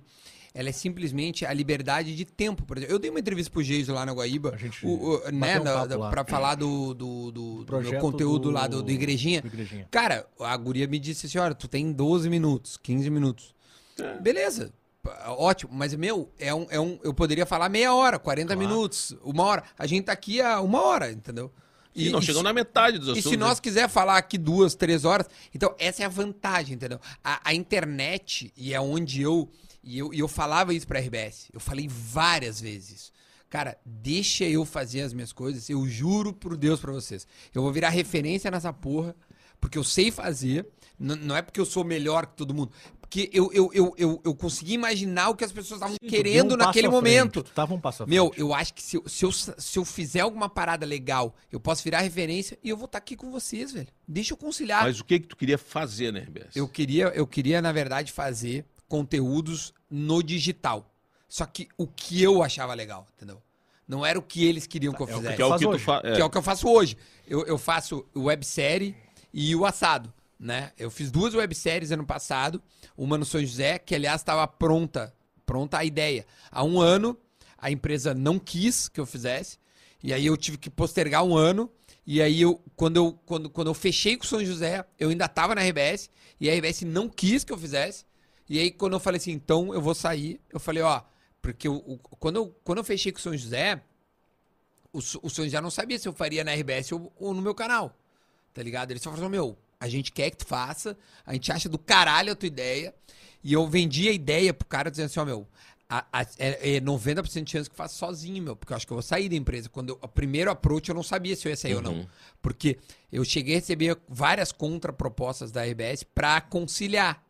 Speaker 5: ela é simplesmente a liberdade de tempo. Por exemplo, eu dei uma entrevista pro Geiso lá na Guaíba,
Speaker 4: A gente
Speaker 5: o, o,
Speaker 4: bateu
Speaker 5: né,
Speaker 4: um
Speaker 5: na-
Speaker 4: papo
Speaker 5: da-
Speaker 4: lá.
Speaker 5: pra falar do, do, do- do meu
Speaker 4: Projeto do-
Speaker 5: conteúdo lá do, do Igrejinha.
Speaker 4: do Igrejinha.
Speaker 5: Cara, a guria me disse assim, olha, tu tem 12 minutos, 15 minutos.
Speaker 4: É.
Speaker 5: Beleza. p- Ótimo, mas meu, é um, é um, eu poderia falar meia hora, 40 minutos, uma hora. A gente tá aqui há uma hora, entendeu?
Speaker 1: E, não, chegamos
Speaker 5: se-
Speaker 1: na metade dos
Speaker 5: e
Speaker 1: assuntos. né?
Speaker 5: se nós quiser falar aqui duas, três horas, então essa é a vantagem, entendeu? A, a internet, e é onde eu e, eu. e eu falava isso pra RBS. Eu falei várias vezes. Cara, deixa eu fazer as minhas coisas, eu juro por Deus pra vocês. Eu vou virar referência nessa porra, porque eu sei fazer. n- não é porque eu sou melhor que todo mundo. Porque eu, eu, eu, eu, eu consegui imaginar o que as pessoas estavam
Speaker 4: Tu
Speaker 5: querendo
Speaker 4: deu um passo
Speaker 5: naquele
Speaker 4: à frente,
Speaker 5: momento.
Speaker 4: Tu tava um passo à frente.
Speaker 5: Meu, eu acho que se eu, se, eu, se eu fizer alguma parada legal, eu posso virar referência e eu vou estar aqui com vocês, velho. Deixa eu conciliar.
Speaker 1: Mas o que que tu queria fazer, né, RBS?
Speaker 5: Eu queria, eu queria, na verdade, fazer conteúdos no digital. Só que o que eu achava legal, entendeu? Não era o que eles queriam que eu
Speaker 4: É o que
Speaker 5: fizesse.
Speaker 1: que é o
Speaker 4: Faz
Speaker 1: que tu
Speaker 4: hoje.
Speaker 1: faz.
Speaker 5: Que é o que eu faço hoje. Eu, eu faço websérie e o assado, né? Eu fiz duas webséries ano passado, uma no São José, que aliás estava pronta, pronta a ideia. Há um ano, a empresa não quis que eu fizesse, e aí eu tive que postergar um ano, e aí eu, quando eu, quando, quando eu fechei com o São José, eu ainda estava na RBS, e a RBS não quis que eu fizesse, e aí quando eu falei assim, então eu vou sair, eu falei, ó, porque o- o- quando, eu, quando eu fechei com o São José, o, S- o São José não sabia se eu faria na RBS ou, ou no meu canal. Tá ligado? Ele só falou: meu, a gente quer que tu faça, a gente acha do caralho a tua ideia. E eu vendi a ideia pro cara dizendo assim: ó, meu, a- a- é, é 90% de chance que eu faço sozinho, meu, porque eu acho que eu vou sair da empresa. Quando eu, o primeiro approach eu não sabia se eu ia sair ou não. Porque eu cheguei a receber várias contrapropostas da RBS pra conciliar.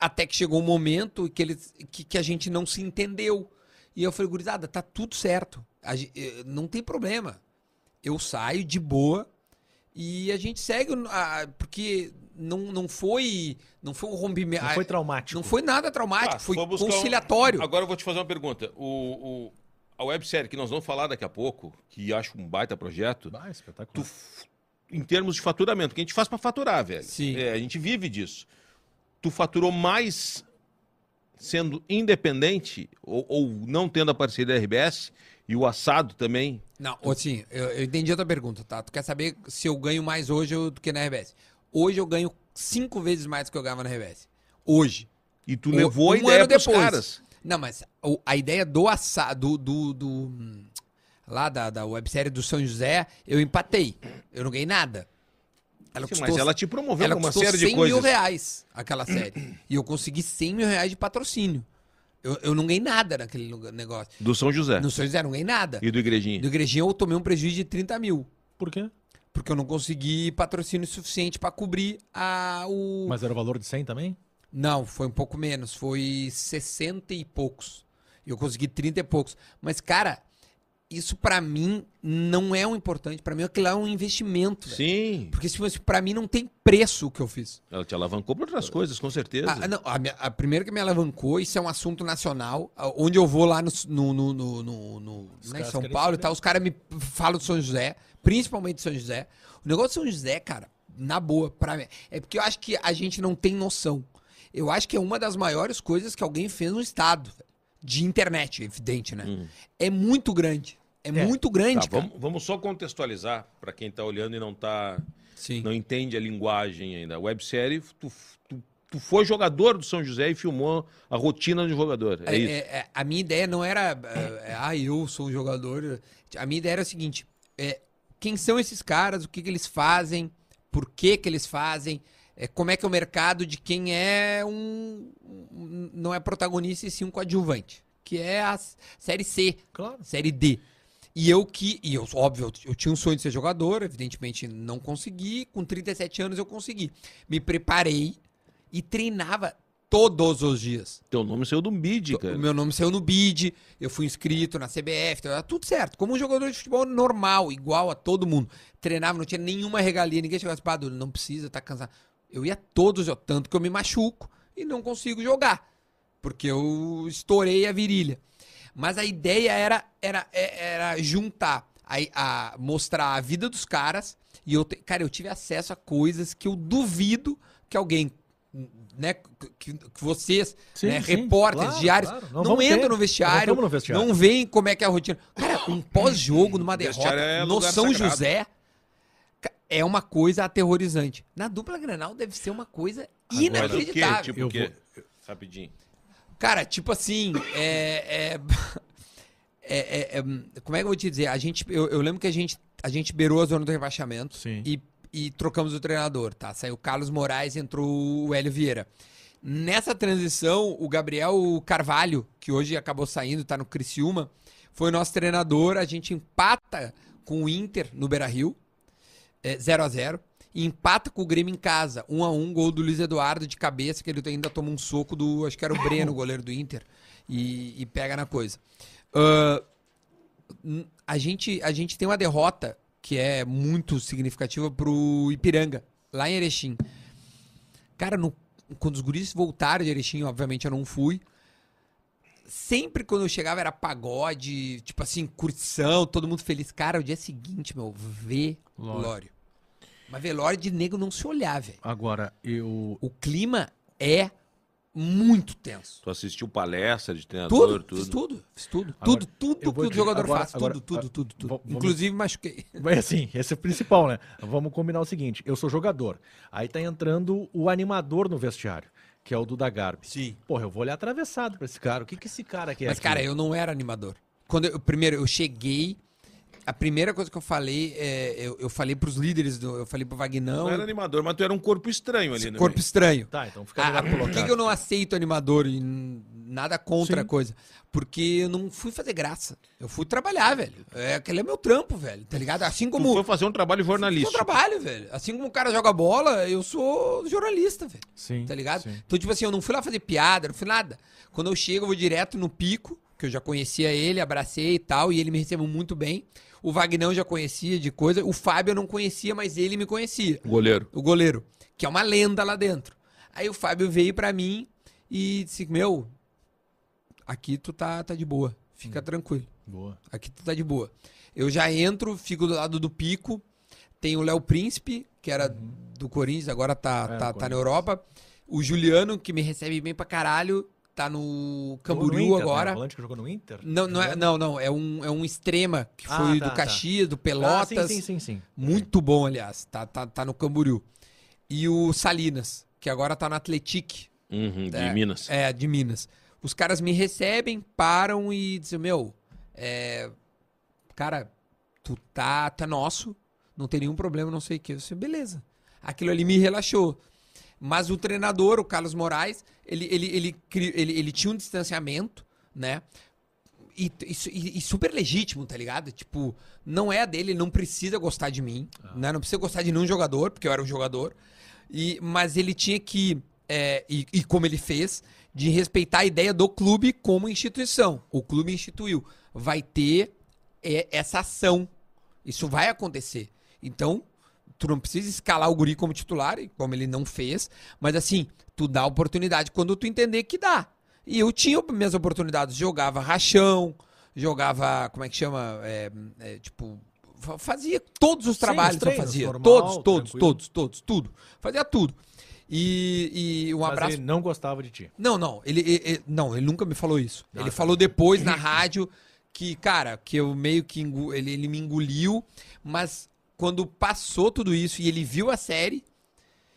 Speaker 5: Até que chegou um momento que, eles, que, que a gente não se entendeu. E eu falei, gurizada, tá tudo certo. A gen- eh, não tem problema. Eu saio de boa e a gente segue. o- a- porque não, não foi. Não foi um rompimento.
Speaker 4: Não foi traumático.
Speaker 5: Não foi nada traumático,
Speaker 1: Ah,
Speaker 5: foi
Speaker 1: vou buscar um-
Speaker 5: tipo, conciliatório.
Speaker 1: Agora eu vou te fazer uma pergunta. O, o- a websérie que nós vamos falar daqui a pouco, que acho um baita projeto,
Speaker 4: Ah, espetacular.
Speaker 1: tu f- em termos de faturamento, que a gente faz pra faturar, velho.
Speaker 5: Sim.
Speaker 1: É, a gente vive disso. Tu faturou mais sendo independente ou, ou não tendo a parceria da RBS e o assado também.
Speaker 5: Não, ô, assim, eu, eu entendi a tua pergunta, tá? Tu quer saber se eu ganho mais hoje ou- do que na RBS? Hoje eu ganho cinco vezes mais do que eu ganhava na RBS. Hoje.
Speaker 1: E tu
Speaker 5: O-
Speaker 1: levou a
Speaker 5: um
Speaker 1: ideia
Speaker 5: ano
Speaker 1: pros
Speaker 5: depois.
Speaker 1: caras.
Speaker 5: Não, mas o- a ideia do assado, do, do, hum, lá da, da websérie do São José, eu empatei. Eu não ganhei nada. Ela
Speaker 1: Sim,
Speaker 5: custou,
Speaker 1: mas ela te promoveu
Speaker 5: ela
Speaker 1: pra uma
Speaker 5: custou
Speaker 1: série de
Speaker 5: 100
Speaker 1: coisas.
Speaker 5: mil reais, aquela série. e eu consegui 100 mil reais de patrocínio. Eu, eu não ganhei nada naquele lugar- negócio.
Speaker 1: Do São José
Speaker 5: No São José, eu não ganhei nada.
Speaker 1: e assim? do Igrejinha.
Speaker 5: Do Igrejinha, eu tomei um prejuízo de 30 mil.
Speaker 4: Por quê?
Speaker 5: Porque eu não consegui patrocínio suficiente pra cobrir a, o.
Speaker 4: Mas era o valor de 100 também?
Speaker 5: Não, foi um pouco menos. Foi 60 e poucos. Eu consegui 30 e poucos. Mas, cara, isso pra mim não é um importante. Pra mim, aquilo lá é um investimento. velho.
Speaker 1: Sim.
Speaker 5: Porque se fosse- pra mim não tem preço o que eu fiz.
Speaker 1: Ela te alavancou para outras coisas, com certeza.
Speaker 5: Ah, não, a, minha- a primeira que me alavancou, isso é um assunto nacional. a- Onde eu vou lá no, no, no, no- no- no-
Speaker 4: Os
Speaker 5: né, em
Speaker 4: caras
Speaker 5: São
Speaker 4: querem
Speaker 5: Paulo e
Speaker 4: saber.
Speaker 5: tal, os caras me falam de São José, principalmente de São José. O negócio de São José, cara, na boa, pra mim, é porque eu acho que a gente não tem noção. Eu acho que é uma das maiores coisas que alguém fez no estado. velho, De internet, evidente, né?
Speaker 4: Hum.
Speaker 5: É muito grande. É, muito
Speaker 1: Tá,
Speaker 5: grande, cara.
Speaker 1: vamos, vamos só contextualizar para quem está olhando e não tá
Speaker 5: Sim.
Speaker 1: não entende a linguagem ainda. A websérie, tu, tu, tu foi jogador do São José e filmou a rotina do jogador. É,
Speaker 5: É,
Speaker 1: isso.
Speaker 5: é, é, a minha ideia não era. é, é, ah, eu sou um jogador. A minha ideia era o seguinte: é, quem são esses caras, o que, que eles fazem, por que, que eles fazem, é, como é que é o mercado de quem é um. um- não é protagonista e sim um coadjuvante, que é a s- Série C,
Speaker 4: Claro.
Speaker 5: Série D. E eu que, e eu, óbvio, eu tinha um sonho de ser jogador, evidentemente não consegui, com 37 anos eu consegui. Me preparei e treinava todos os dias.
Speaker 1: Teu nome saiu do BID, cara.
Speaker 5: O meu nome saiu no BID, eu fui inscrito na CBF, tá tudo certo. Como um jogador de futebol normal, igual a todo mundo. Treinava, não tinha nenhuma regalia, ninguém chegava assim, "Pá, Dudu, não precisa, tá cansado. Eu ia todos, eu- tanto que eu me machuco e não consigo jogar. Porque eu estourei a virilha. Mas a ideia era, era, é- era juntar, a, a- mostrar a vida dos caras E eu, te- cara, eu tive acesso a coisas que eu duvido que alguém, né, que, que vocês,
Speaker 4: Sim,
Speaker 5: né,
Speaker 4: sim,
Speaker 5: repórteres,
Speaker 4: claro,
Speaker 5: diários,
Speaker 4: claro. Não
Speaker 5: não,
Speaker 4: vamos
Speaker 5: entram
Speaker 4: ter.
Speaker 5: no vestiário,
Speaker 4: Não vamos no vestiário.
Speaker 5: não veem como é que é a rotina. Cara, um pós-jogo numa derrota
Speaker 1: Vestiário é
Speaker 5: no
Speaker 1: lugar
Speaker 5: São
Speaker 1: sagrado.
Speaker 5: José ca- é uma coisa aterrorizante. Na dupla Grenal deve ser uma coisa
Speaker 1: Mas o quê?
Speaker 5: inacreditável.
Speaker 1: Tipo,
Speaker 4: Eu
Speaker 1: o quê? Rapidinho.
Speaker 5: Cara, tipo assim, é. é- é- é- é, hum, como é que eu vou te dizer? A gente, eu, eu lembro que a gente, a gente beirou a zona do rebaixamento
Speaker 4: Sim.
Speaker 5: e, e trocamos o treinador, tá? Saiu o Carlos Moraes, entrou o Hélio Vieira. Nessa transição, o Gabriel Carvalho, que hoje acabou saindo, tá no Criciúma, foi nosso treinador. A gente empata com o Inter no Beira Rio, É, 0x0. E empata com o Grêmio em casa, 1 a 1 gol do Luiz Eduardo de cabeça, que ele ainda toma um soco do, acho que era o Breno, o goleiro do Inter, e, e pega na coisa. Ah, n- a, gente, a gente tem uma derrota que é muito significativa pro Ipiranga, lá em Erechim. Cara, no- quando os guris voltaram de Erechim, obviamente eu não fui, sempre quando eu chegava era pagode, tipo assim, curtição, todo mundo feliz. Cara, o dia seguinte, meu, velório. Mas velório de nego não se olhar, velho.
Speaker 4: Agora, eu.
Speaker 5: O clima é muito tenso.
Speaker 1: Tu assistiu palestra de treinador,
Speaker 5: Tudo,
Speaker 1: tudo.
Speaker 5: fiz tudo, fiz tudo.
Speaker 4: Agora,
Speaker 5: tudo,
Speaker 4: eu
Speaker 5: tudo que
Speaker 4: vou
Speaker 5: o
Speaker 4: te-
Speaker 5: jogador
Speaker 4: agora-
Speaker 5: faz.
Speaker 4: agora-
Speaker 5: tudo, tudo,
Speaker 4: ah,
Speaker 5: tudo, tudo.
Speaker 4: vamos-
Speaker 5: Inclusive machuquei.
Speaker 4: Mas assim, esse é o principal, né? Vamos combinar o seguinte: eu sou jogador. Aí tá entrando o animador no vestiário, que é o Duda Garbi.
Speaker 5: Sim.
Speaker 4: Porra, eu vou olhar atravessado pra esse cara. O que que é assim. esse cara quer?
Speaker 5: Mas,
Speaker 4: aqui?
Speaker 5: cara, eu não era animador. Quando eu, primeiro, eu cheguei. A primeira coisa que eu falei, é, eu, eu falei pros líderes, do, eu falei pro Vagnão.
Speaker 1: Não era animador, mas tu era um corpo estranho ali,
Speaker 5: esse
Speaker 1: né?
Speaker 5: corpo
Speaker 1: velho?
Speaker 5: estranho.
Speaker 4: Tá, então fica
Speaker 5: Ah,
Speaker 4: melhor
Speaker 5: por que,
Speaker 4: colocado.
Speaker 5: que eu não aceito animador e n- nada contra a coisa? Porque eu não fui fazer graça. Eu fui trabalhar, velho. É, aquele é meu trampo, velho. Tá ligado? Assim
Speaker 1: Tu
Speaker 5: como.
Speaker 1: foi fazer um trabalho
Speaker 5: Eu
Speaker 1: jornalístico.
Speaker 5: trabalho, velho. Assim como o cara joga bola, eu sou jornalista, velho.
Speaker 4: Sim,
Speaker 5: Tá ligado?
Speaker 4: sim.
Speaker 5: Então, tipo assim, eu não fui lá fazer piada, não fui nada. Quando eu chego, eu vou direto no pico, que eu já conhecia ele, abracei e tal, e ele me recebeu muito bem. O Vagnão eu já conhecia de coisa. O Fábio eu não conhecia, mas ele me conhecia
Speaker 1: Goleiro.
Speaker 5: o goleiro, que é uma lenda lá dentro. Aí o Fábio veio pra mim e disse: Meu, aqui tu tá, tá de boa,
Speaker 4: Hum.
Speaker 5: fica tranquilo,
Speaker 4: Boa.
Speaker 5: aqui tu tá de boa. Eu já entro, fico do lado do pico, tem o Léo Príncipe, que era do Corinthians, agora tá,
Speaker 4: Uhum. É,
Speaker 5: tá,
Speaker 4: do
Speaker 5: tá na
Speaker 4: Corinthians.
Speaker 5: Europa. O Juliano, que me recebe bem pra caralho, tá no
Speaker 4: Jogou no
Speaker 5: Camboriú
Speaker 4: Inter, né? O
Speaker 5: agora.
Speaker 4: volante que jogou no Inter?
Speaker 5: Não, não, é, não, não, é um, é um extrema, que
Speaker 4: Ah,
Speaker 5: foi
Speaker 4: tá,
Speaker 5: do
Speaker 4: tá.
Speaker 5: Caxias, do
Speaker 4: Ah,
Speaker 5: Pelotas.
Speaker 4: sim, sim, sim, sim.
Speaker 5: Muito bom, aliás. Tá, tá, tá no Camboriú. E o Salinas, que agora tá no Atletique,
Speaker 1: Uhum, de
Speaker 5: É,
Speaker 1: Minas.
Speaker 5: é, de Minas. Os caras me recebem, param e dizem, meu, é, cara, tu tá, tu é nosso, não tem nenhum problema, não sei o que. Eu disse, beleza. Aquilo ali me relaxou. Mas o treinador, o Carlos Moraes, ele, ele, ele, cri- ele, ele tinha um distanciamento, né? E, e su- e- e super legítimo, tá ligado? Tipo, não é a dele, ele não precisa gostar de mim, né? Não precisa gostar de nenhum jogador, porque eu era um jogador. E, mas ele tinha que, é, e, e como ele fez, de respeitar a ideia do clube como instituição. O clube instituiu. Vai ter é, essa ação. Isso vai acontecer. Então, tu não precisa escalar o guri como titular, e como ele não fez, mas assim, tu dá oportunidade quando tu entender que dá. E eu tinha minhas oportunidades, jogava rachão, jogava, como é que chama? É, é, tipo, fa- fazia todos os
Speaker 4: Sim, os
Speaker 5: trabalhos eu
Speaker 4: treinos,
Speaker 5: fazia.
Speaker 4: normal,
Speaker 5: todos, todos,
Speaker 4: tranquilo.
Speaker 5: todos, todos, tudo. Fazia tudo. E, e um
Speaker 4: Mas
Speaker 5: abraço.
Speaker 4: ele não gostava de ti.
Speaker 5: Não, não, ele, ele- ele- não, ele nunca me falou isso.
Speaker 4: Ah,
Speaker 5: ele
Speaker 4: tá.
Speaker 5: falou depois na rádio que, cara, que eu meio que engo- ele, ele me engoliu, mas quando passou tudo isso e ele viu a série,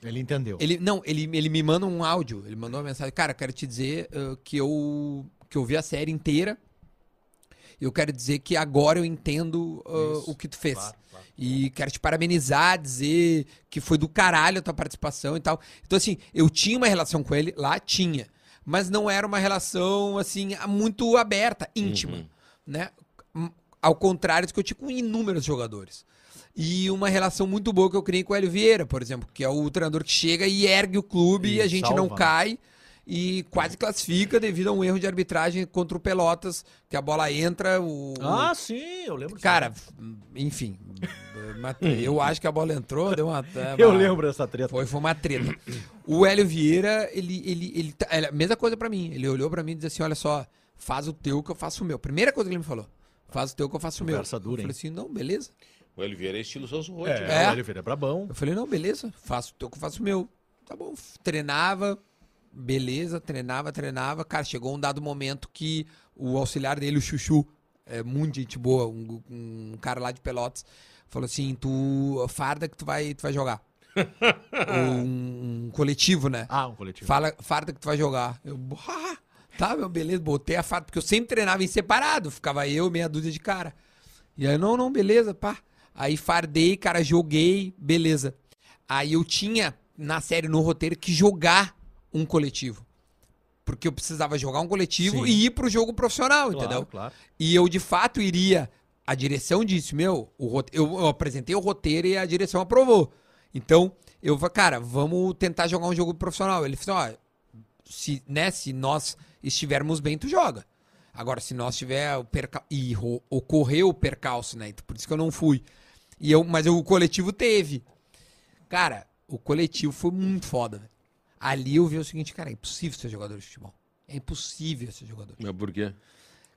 Speaker 4: Ele entendeu.
Speaker 5: ele não, ele, ele me manda um áudio, ele mandou uma mensagem, cara, quero te dizer eh, que eu que eu vi a série inteira. Eu quero dizer que agora eu entendo eh,
Speaker 4: Isso,
Speaker 5: o que tu fez.
Speaker 4: Claro, claro.
Speaker 5: E quero te parabenizar, dizer que foi do caralho a tua participação e tal. Então, assim, eu tinha uma relação com ele, lá tinha. Mas não era uma relação, assim, a- muito aberta, íntima.
Speaker 4: Uhum.
Speaker 5: Né? Hum, Ao contrário do que eu tinha com inúmeros jogadores. E uma relação muito boa que eu criei com o Hélio Vieira, por exemplo, que é o treinador que chega e ergue o clube
Speaker 4: E
Speaker 5: e, a gente
Speaker 4: salva,
Speaker 5: não
Speaker 4: né?
Speaker 5: cai. E quase classifica devido a um erro de arbitragem contra o Pelotas, que a bola entra, o,
Speaker 4: Ah, sim, eu lembro disso.
Speaker 5: é Cara, enfim. mas Eu acho que a bola entrou, deu uma. é,
Speaker 4: eu
Speaker 5: uma-
Speaker 4: lembro dessa treta.
Speaker 5: Foi, foi uma treta. O Hélio Vieira, ele, ele, ele, tá- ele- a mesma coisa pra mim. Ele olhou pra mim e disse assim: olha só, faz o teu que eu faço o meu. Primeira coisa que ele me falou: faz o teu que eu faço o meu.
Speaker 4: Conversa dura,
Speaker 5: eu falei
Speaker 4: hein?
Speaker 5: assim: não, beleza.
Speaker 1: O Oliveira é estilo Celso Rotti. né?
Speaker 4: É, o Oliveira é brabão.
Speaker 5: Eu falei, não, beleza, faço o teu que eu faço o meu. Tá bom, treinava, beleza, treinava, treinava. Cara, chegou um dado momento que o auxiliar dele, o Chuchu, é muito gente boa, um, um cara lá de Pelotas, falou assim, tu, farda que tu vai, tu vai jogar. um, um coletivo, né?
Speaker 4: Ah, um coletivo.
Speaker 5: Fala, farda que tu vai jogar. Eu, ah, tá, meu, beleza, botei a farda, porque eu sempre treinava em separado, ficava eu e meia dúzia de cara. E aí, não, não, beleza, pá. Aí fardei, cara, joguei, beleza. Aí eu tinha, na série, no roteiro, que jogar um coletivo. Porque eu precisava jogar um coletivo
Speaker 4: Sim.
Speaker 5: e ir pro jogo profissional,
Speaker 4: Claro,
Speaker 5: entendeu?
Speaker 4: claro.
Speaker 5: E eu, de fato, iria. A direção disse, meu, o rote- eu, eu apresentei o roteiro e a direção aprovou. Então, eu falei, cara, vamos tentar jogar um jogo profissional. Ele falou, ó, se, né, se nós estivermos bem, tu joga. Agora, se nós tiver o perca... E ro- ocorreu o percalço, né? Então, Por isso que eu não fui. E eu, mas o coletivo teve. Cara, o coletivo foi muito foda, velho. Ali eu vi o seguinte, cara, é impossível ser jogador de futebol. É impossível ser jogador.
Speaker 1: Mas por quê?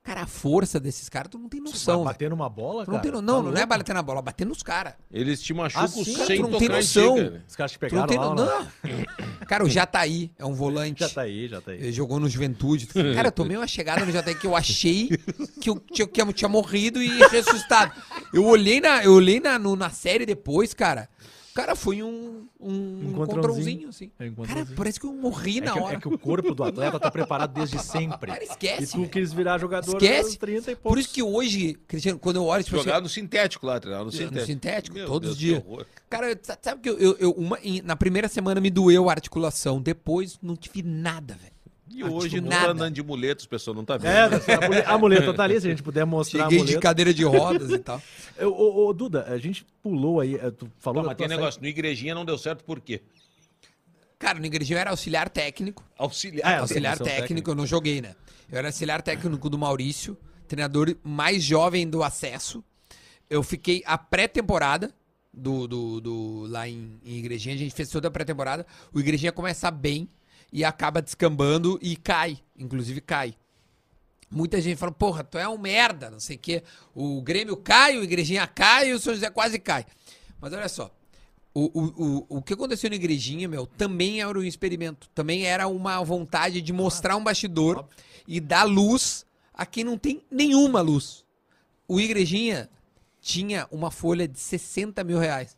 Speaker 5: Cara, a força desses caras, tu não tem noção. velho.
Speaker 4: Bater numa bola,
Speaker 5: Tu não,
Speaker 4: cara.
Speaker 5: tem no...
Speaker 4: tá
Speaker 5: não, não é
Speaker 4: louco.
Speaker 5: bater na bola, é bater nos caras.
Speaker 1: Eles te machucam
Speaker 4: Ah, sim, cara,
Speaker 1: sem
Speaker 5: tu não tem
Speaker 1: tocar em ti,
Speaker 5: noção.
Speaker 1: cara.
Speaker 4: Os caras te
Speaker 5: Tu não
Speaker 4: pegaram
Speaker 5: tem
Speaker 4: lá,
Speaker 5: no...
Speaker 4: ou não?
Speaker 5: não. Cara, o Jataí é um volante.
Speaker 4: Já tá aí, já tá aí.
Speaker 5: Ele Jogou no Juventude. Cara, eu tomei uma chegada no Jataí que eu achei que eu tinha, que eu tinha morrido e ressuscitado. Eu olhei na, eu olhei na, no- na série depois, cara. Cara, foi um,
Speaker 4: Encontrãozinho.
Speaker 5: um encontrãozinho, assim.
Speaker 4: É, encontrãozinho.
Speaker 5: Cara, parece que eu morri
Speaker 4: É
Speaker 5: na
Speaker 4: que,
Speaker 5: hora.
Speaker 4: é que o corpo do atleta tá preparado desde sempre.
Speaker 5: Cara,
Speaker 4: E
Speaker 5: esquece.
Speaker 4: tu
Speaker 5: velho.
Speaker 4: quis virar jogador
Speaker 5: Esquece.
Speaker 4: aos 30 e poucos.
Speaker 5: Por isso que hoje, Cristiano, quando eu olho, tipo, assim,
Speaker 1: Jogar no sintético lá, treinar no sintético.
Speaker 5: sintético,
Speaker 1: Meu
Speaker 5: todos os
Speaker 1: Deus, que
Speaker 5: dias.
Speaker 1: horror.
Speaker 5: Cara, eu- sa- sabe que eu, eu- eu- uma, em- na primeira semana me doeu a articulação, depois não tive nada, velho.
Speaker 1: E hoje não tá
Speaker 5: Ah, tipo, Nada.
Speaker 1: andando de muleta, as pessoas não tá vendo.
Speaker 4: É, a mule- a muleta tá ali, se a gente puder mostrar
Speaker 5: Cheguei
Speaker 4: a
Speaker 5: de
Speaker 4: muleta.
Speaker 5: cadeira de rodas e tal.
Speaker 4: Ô, ô, ô, Duda, a gente pulou aí, eh, tu falou...
Speaker 1: Pô, mas
Speaker 4: da tua
Speaker 1: tem
Speaker 4: série-
Speaker 1: negócio, no igrejinha não deu certo por quê?
Speaker 5: Cara, no Igrejinho eu era auxiliar técnico.
Speaker 1: Auxiliar.
Speaker 4: É,
Speaker 5: auxiliar
Speaker 4: auxiliar
Speaker 5: técnico,
Speaker 4: técnico,
Speaker 5: eu não joguei, né? Eu era auxiliar técnico do Maurício, treinador mais jovem do acesso. Eu fiquei a pré-temporada do, do, do- lá em, em Igrejinha, a gente fez toda a pré-temporada. O Igrejinha começa bem e acaba descambando e cai, inclusive cai. Muita gente fala, porra, tu é um merda, não sei o quê. O Grêmio cai, o Igrejinha cai e o São José quase cai. Mas olha só, o, o, o, o que aconteceu na igrejinha, meu, também era um experimento. Também era uma vontade de mostrar um bastidor e dar luz a quem não tem nenhuma luz. O igrejinha tinha uma folha de 60 mil reais.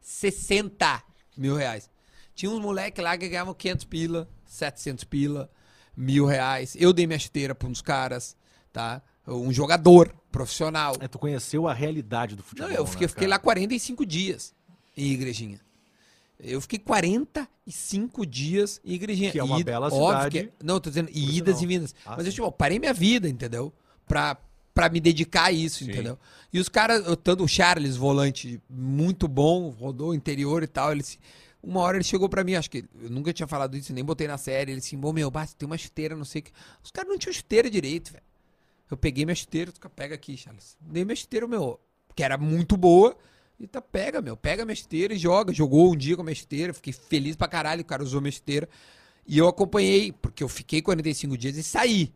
Speaker 5: 60 mil reais. Tinha uns moleques lá que ganhavam 500 pila, 700 pila, mil reais. Eu dei minha chuteira pra uns caras, tá? Um jogador profissional.
Speaker 4: É, tu conheceu a realidade do futebol,
Speaker 5: Não, eu fiquei,
Speaker 4: né,
Speaker 5: fiquei lá
Speaker 4: cara?
Speaker 5: 45 dias em Igrejinha. Eu fiquei 45 dias em Igrejinha.
Speaker 4: Que é uma
Speaker 5: E,
Speaker 4: bela
Speaker 5: óbvio
Speaker 4: cidade.
Speaker 5: que- é- não, eu tô dizendo, e
Speaker 4: Por
Speaker 5: idas
Speaker 4: sinal.
Speaker 5: e vindas.
Speaker 4: Ah,
Speaker 5: Mas
Speaker 4: sim.
Speaker 5: eu, tipo, parei minha vida, entendeu? Pra, pra me dedicar a isso, entendeu? E os caras, eu- tanto o Charles, volante, muito bom, rodou o interior e tal, ele se- Uma hora ele chegou pra mim, acho que eu nunca tinha falado isso, nem botei na série. Ele assim, bom, meu, basta, tem uma chuteira, não sei o que. Os caras não tinham chuteira direito, velho. Eu peguei minha chuteira, tu pega aqui, Charles. Dei minha chuteira, meu, que era muito boa. E tá, pega, meu, pega minha chuteira e joga. Jogou um dia com a minha chuteira, fiquei feliz pra caralho, o cara usou minha chuteira. E eu acompanhei, porque eu fiquei 45 dias e saí.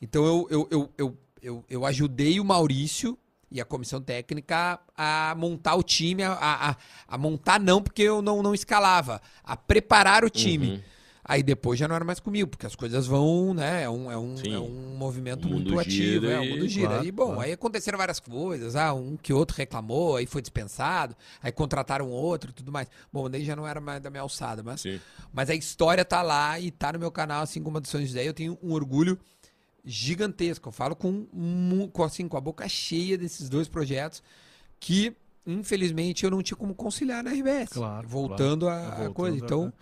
Speaker 5: Então eu, eu, eu, eu, eu, eu ajudei o Maurício e a comissão técnica a, a montar o time, a, a, a- a montar não, porque eu não, não escalava, a preparar o time.
Speaker 1: Uhum.
Speaker 5: Aí depois já não era mais comigo, porque as coisas vão, né? É um, é um,
Speaker 1: Sim.
Speaker 5: é um movimento
Speaker 1: O mundo
Speaker 5: muito ativo,
Speaker 1: gira
Speaker 5: é, o
Speaker 1: e-
Speaker 5: mundo gira.
Speaker 4: claro,
Speaker 5: e bom,
Speaker 4: claro.
Speaker 5: aí aconteceram várias coisas, ah, um que outro reclamou, aí foi dispensado, aí contrataram outro e tudo mais. Bom, daí já não era mais da minha alçada, mas
Speaker 1: Sim.
Speaker 5: mas a história tá lá e tá no meu canal, assim como a do São José. Eu tenho um orgulho gigantesco. Eu falo com, mu- com, assim, com a boca cheia desses dois projetos que, infelizmente, eu não tinha como conciliar na RBS.
Speaker 4: Claro,
Speaker 5: voltando
Speaker 4: claro.
Speaker 5: à
Speaker 4: Voltando,
Speaker 5: coisa. Então,
Speaker 4: né?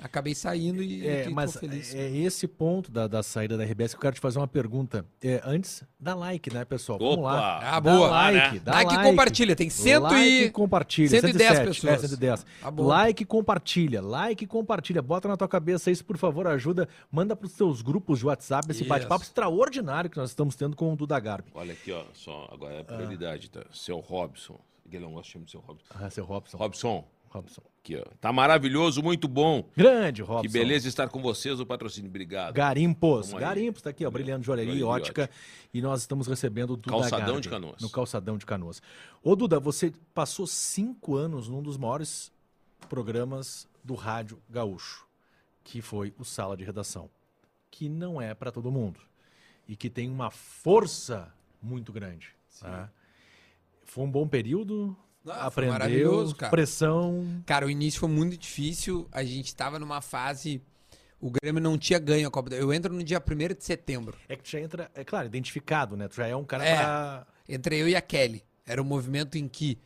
Speaker 5: acabei saindo e e
Speaker 4: É,
Speaker 5: tô
Speaker 4: mas
Speaker 5: feliz.
Speaker 4: é esse ponto da, da saída da RBS que eu quero te fazer uma pergunta. É, antes, dá like, né, pessoal? Vamos lá.
Speaker 1: Opa! Né?
Speaker 4: Dá
Speaker 5: Ah, boa.
Speaker 4: like, dá
Speaker 5: Like e
Speaker 4: like.
Speaker 5: compartilha. Tem cento
Speaker 4: like
Speaker 5: e...
Speaker 4: compartilha.
Speaker 5: 110
Speaker 4: 107,
Speaker 5: pessoas.
Speaker 4: É, 110.
Speaker 5: Tá bom.
Speaker 4: Like e compartilha, like e compartilha. Bota na tua cabeça isso, por favor, ajuda. Manda pros teus grupos de WhatsApp esse
Speaker 5: Isso.
Speaker 4: bate-papo extraordinário que nós estamos tendo com o Duda Garbi.
Speaker 1: Olha aqui, ó,
Speaker 4: Ah.
Speaker 1: só agora é prioridade, tá? Seu Robson. Ele não gosta de chamar de seu Robson.
Speaker 4: Ah, seu Robson.
Speaker 1: Robson,
Speaker 4: Robson.
Speaker 1: Aqui, ó. Tá maravilhoso, muito bom.
Speaker 4: Grande, Robson.
Speaker 1: Que beleza estar com vocês, o patrocínio. Obrigado.
Speaker 4: Garimpos.
Speaker 1: Vamos aí.
Speaker 4: Garimpos tá aqui, ó, brilhando joalheria
Speaker 1: Joalheria
Speaker 4: e
Speaker 1: e
Speaker 4: ótica. E nós estamos recebendo o Duda
Speaker 1: Calçadão
Speaker 4: Garbi,
Speaker 1: de Canoas.
Speaker 4: No Calçadão de Canoas. Ô, Duda, você passou cinco anos num dos maiores programas do rádio gaúcho, que foi o Sala de Redação, que não é para todo mundo e que tem uma força muito grande. tá? Foi um bom período,
Speaker 5: Não, foi
Speaker 4: aprendeu,
Speaker 5: maravilhoso, cara.
Speaker 4: pressão...
Speaker 5: Cara, o início foi muito difícil. A gente tava numa fase. O Grêmio não tinha ganho a Copa. do- Eu entro no dia 1 de setembro.
Speaker 4: É que tu já entra, é claro, identificado, né? Tu já é um cara
Speaker 5: É.
Speaker 4: pra...
Speaker 5: Entre eu e a Kelly. Era um movimento em que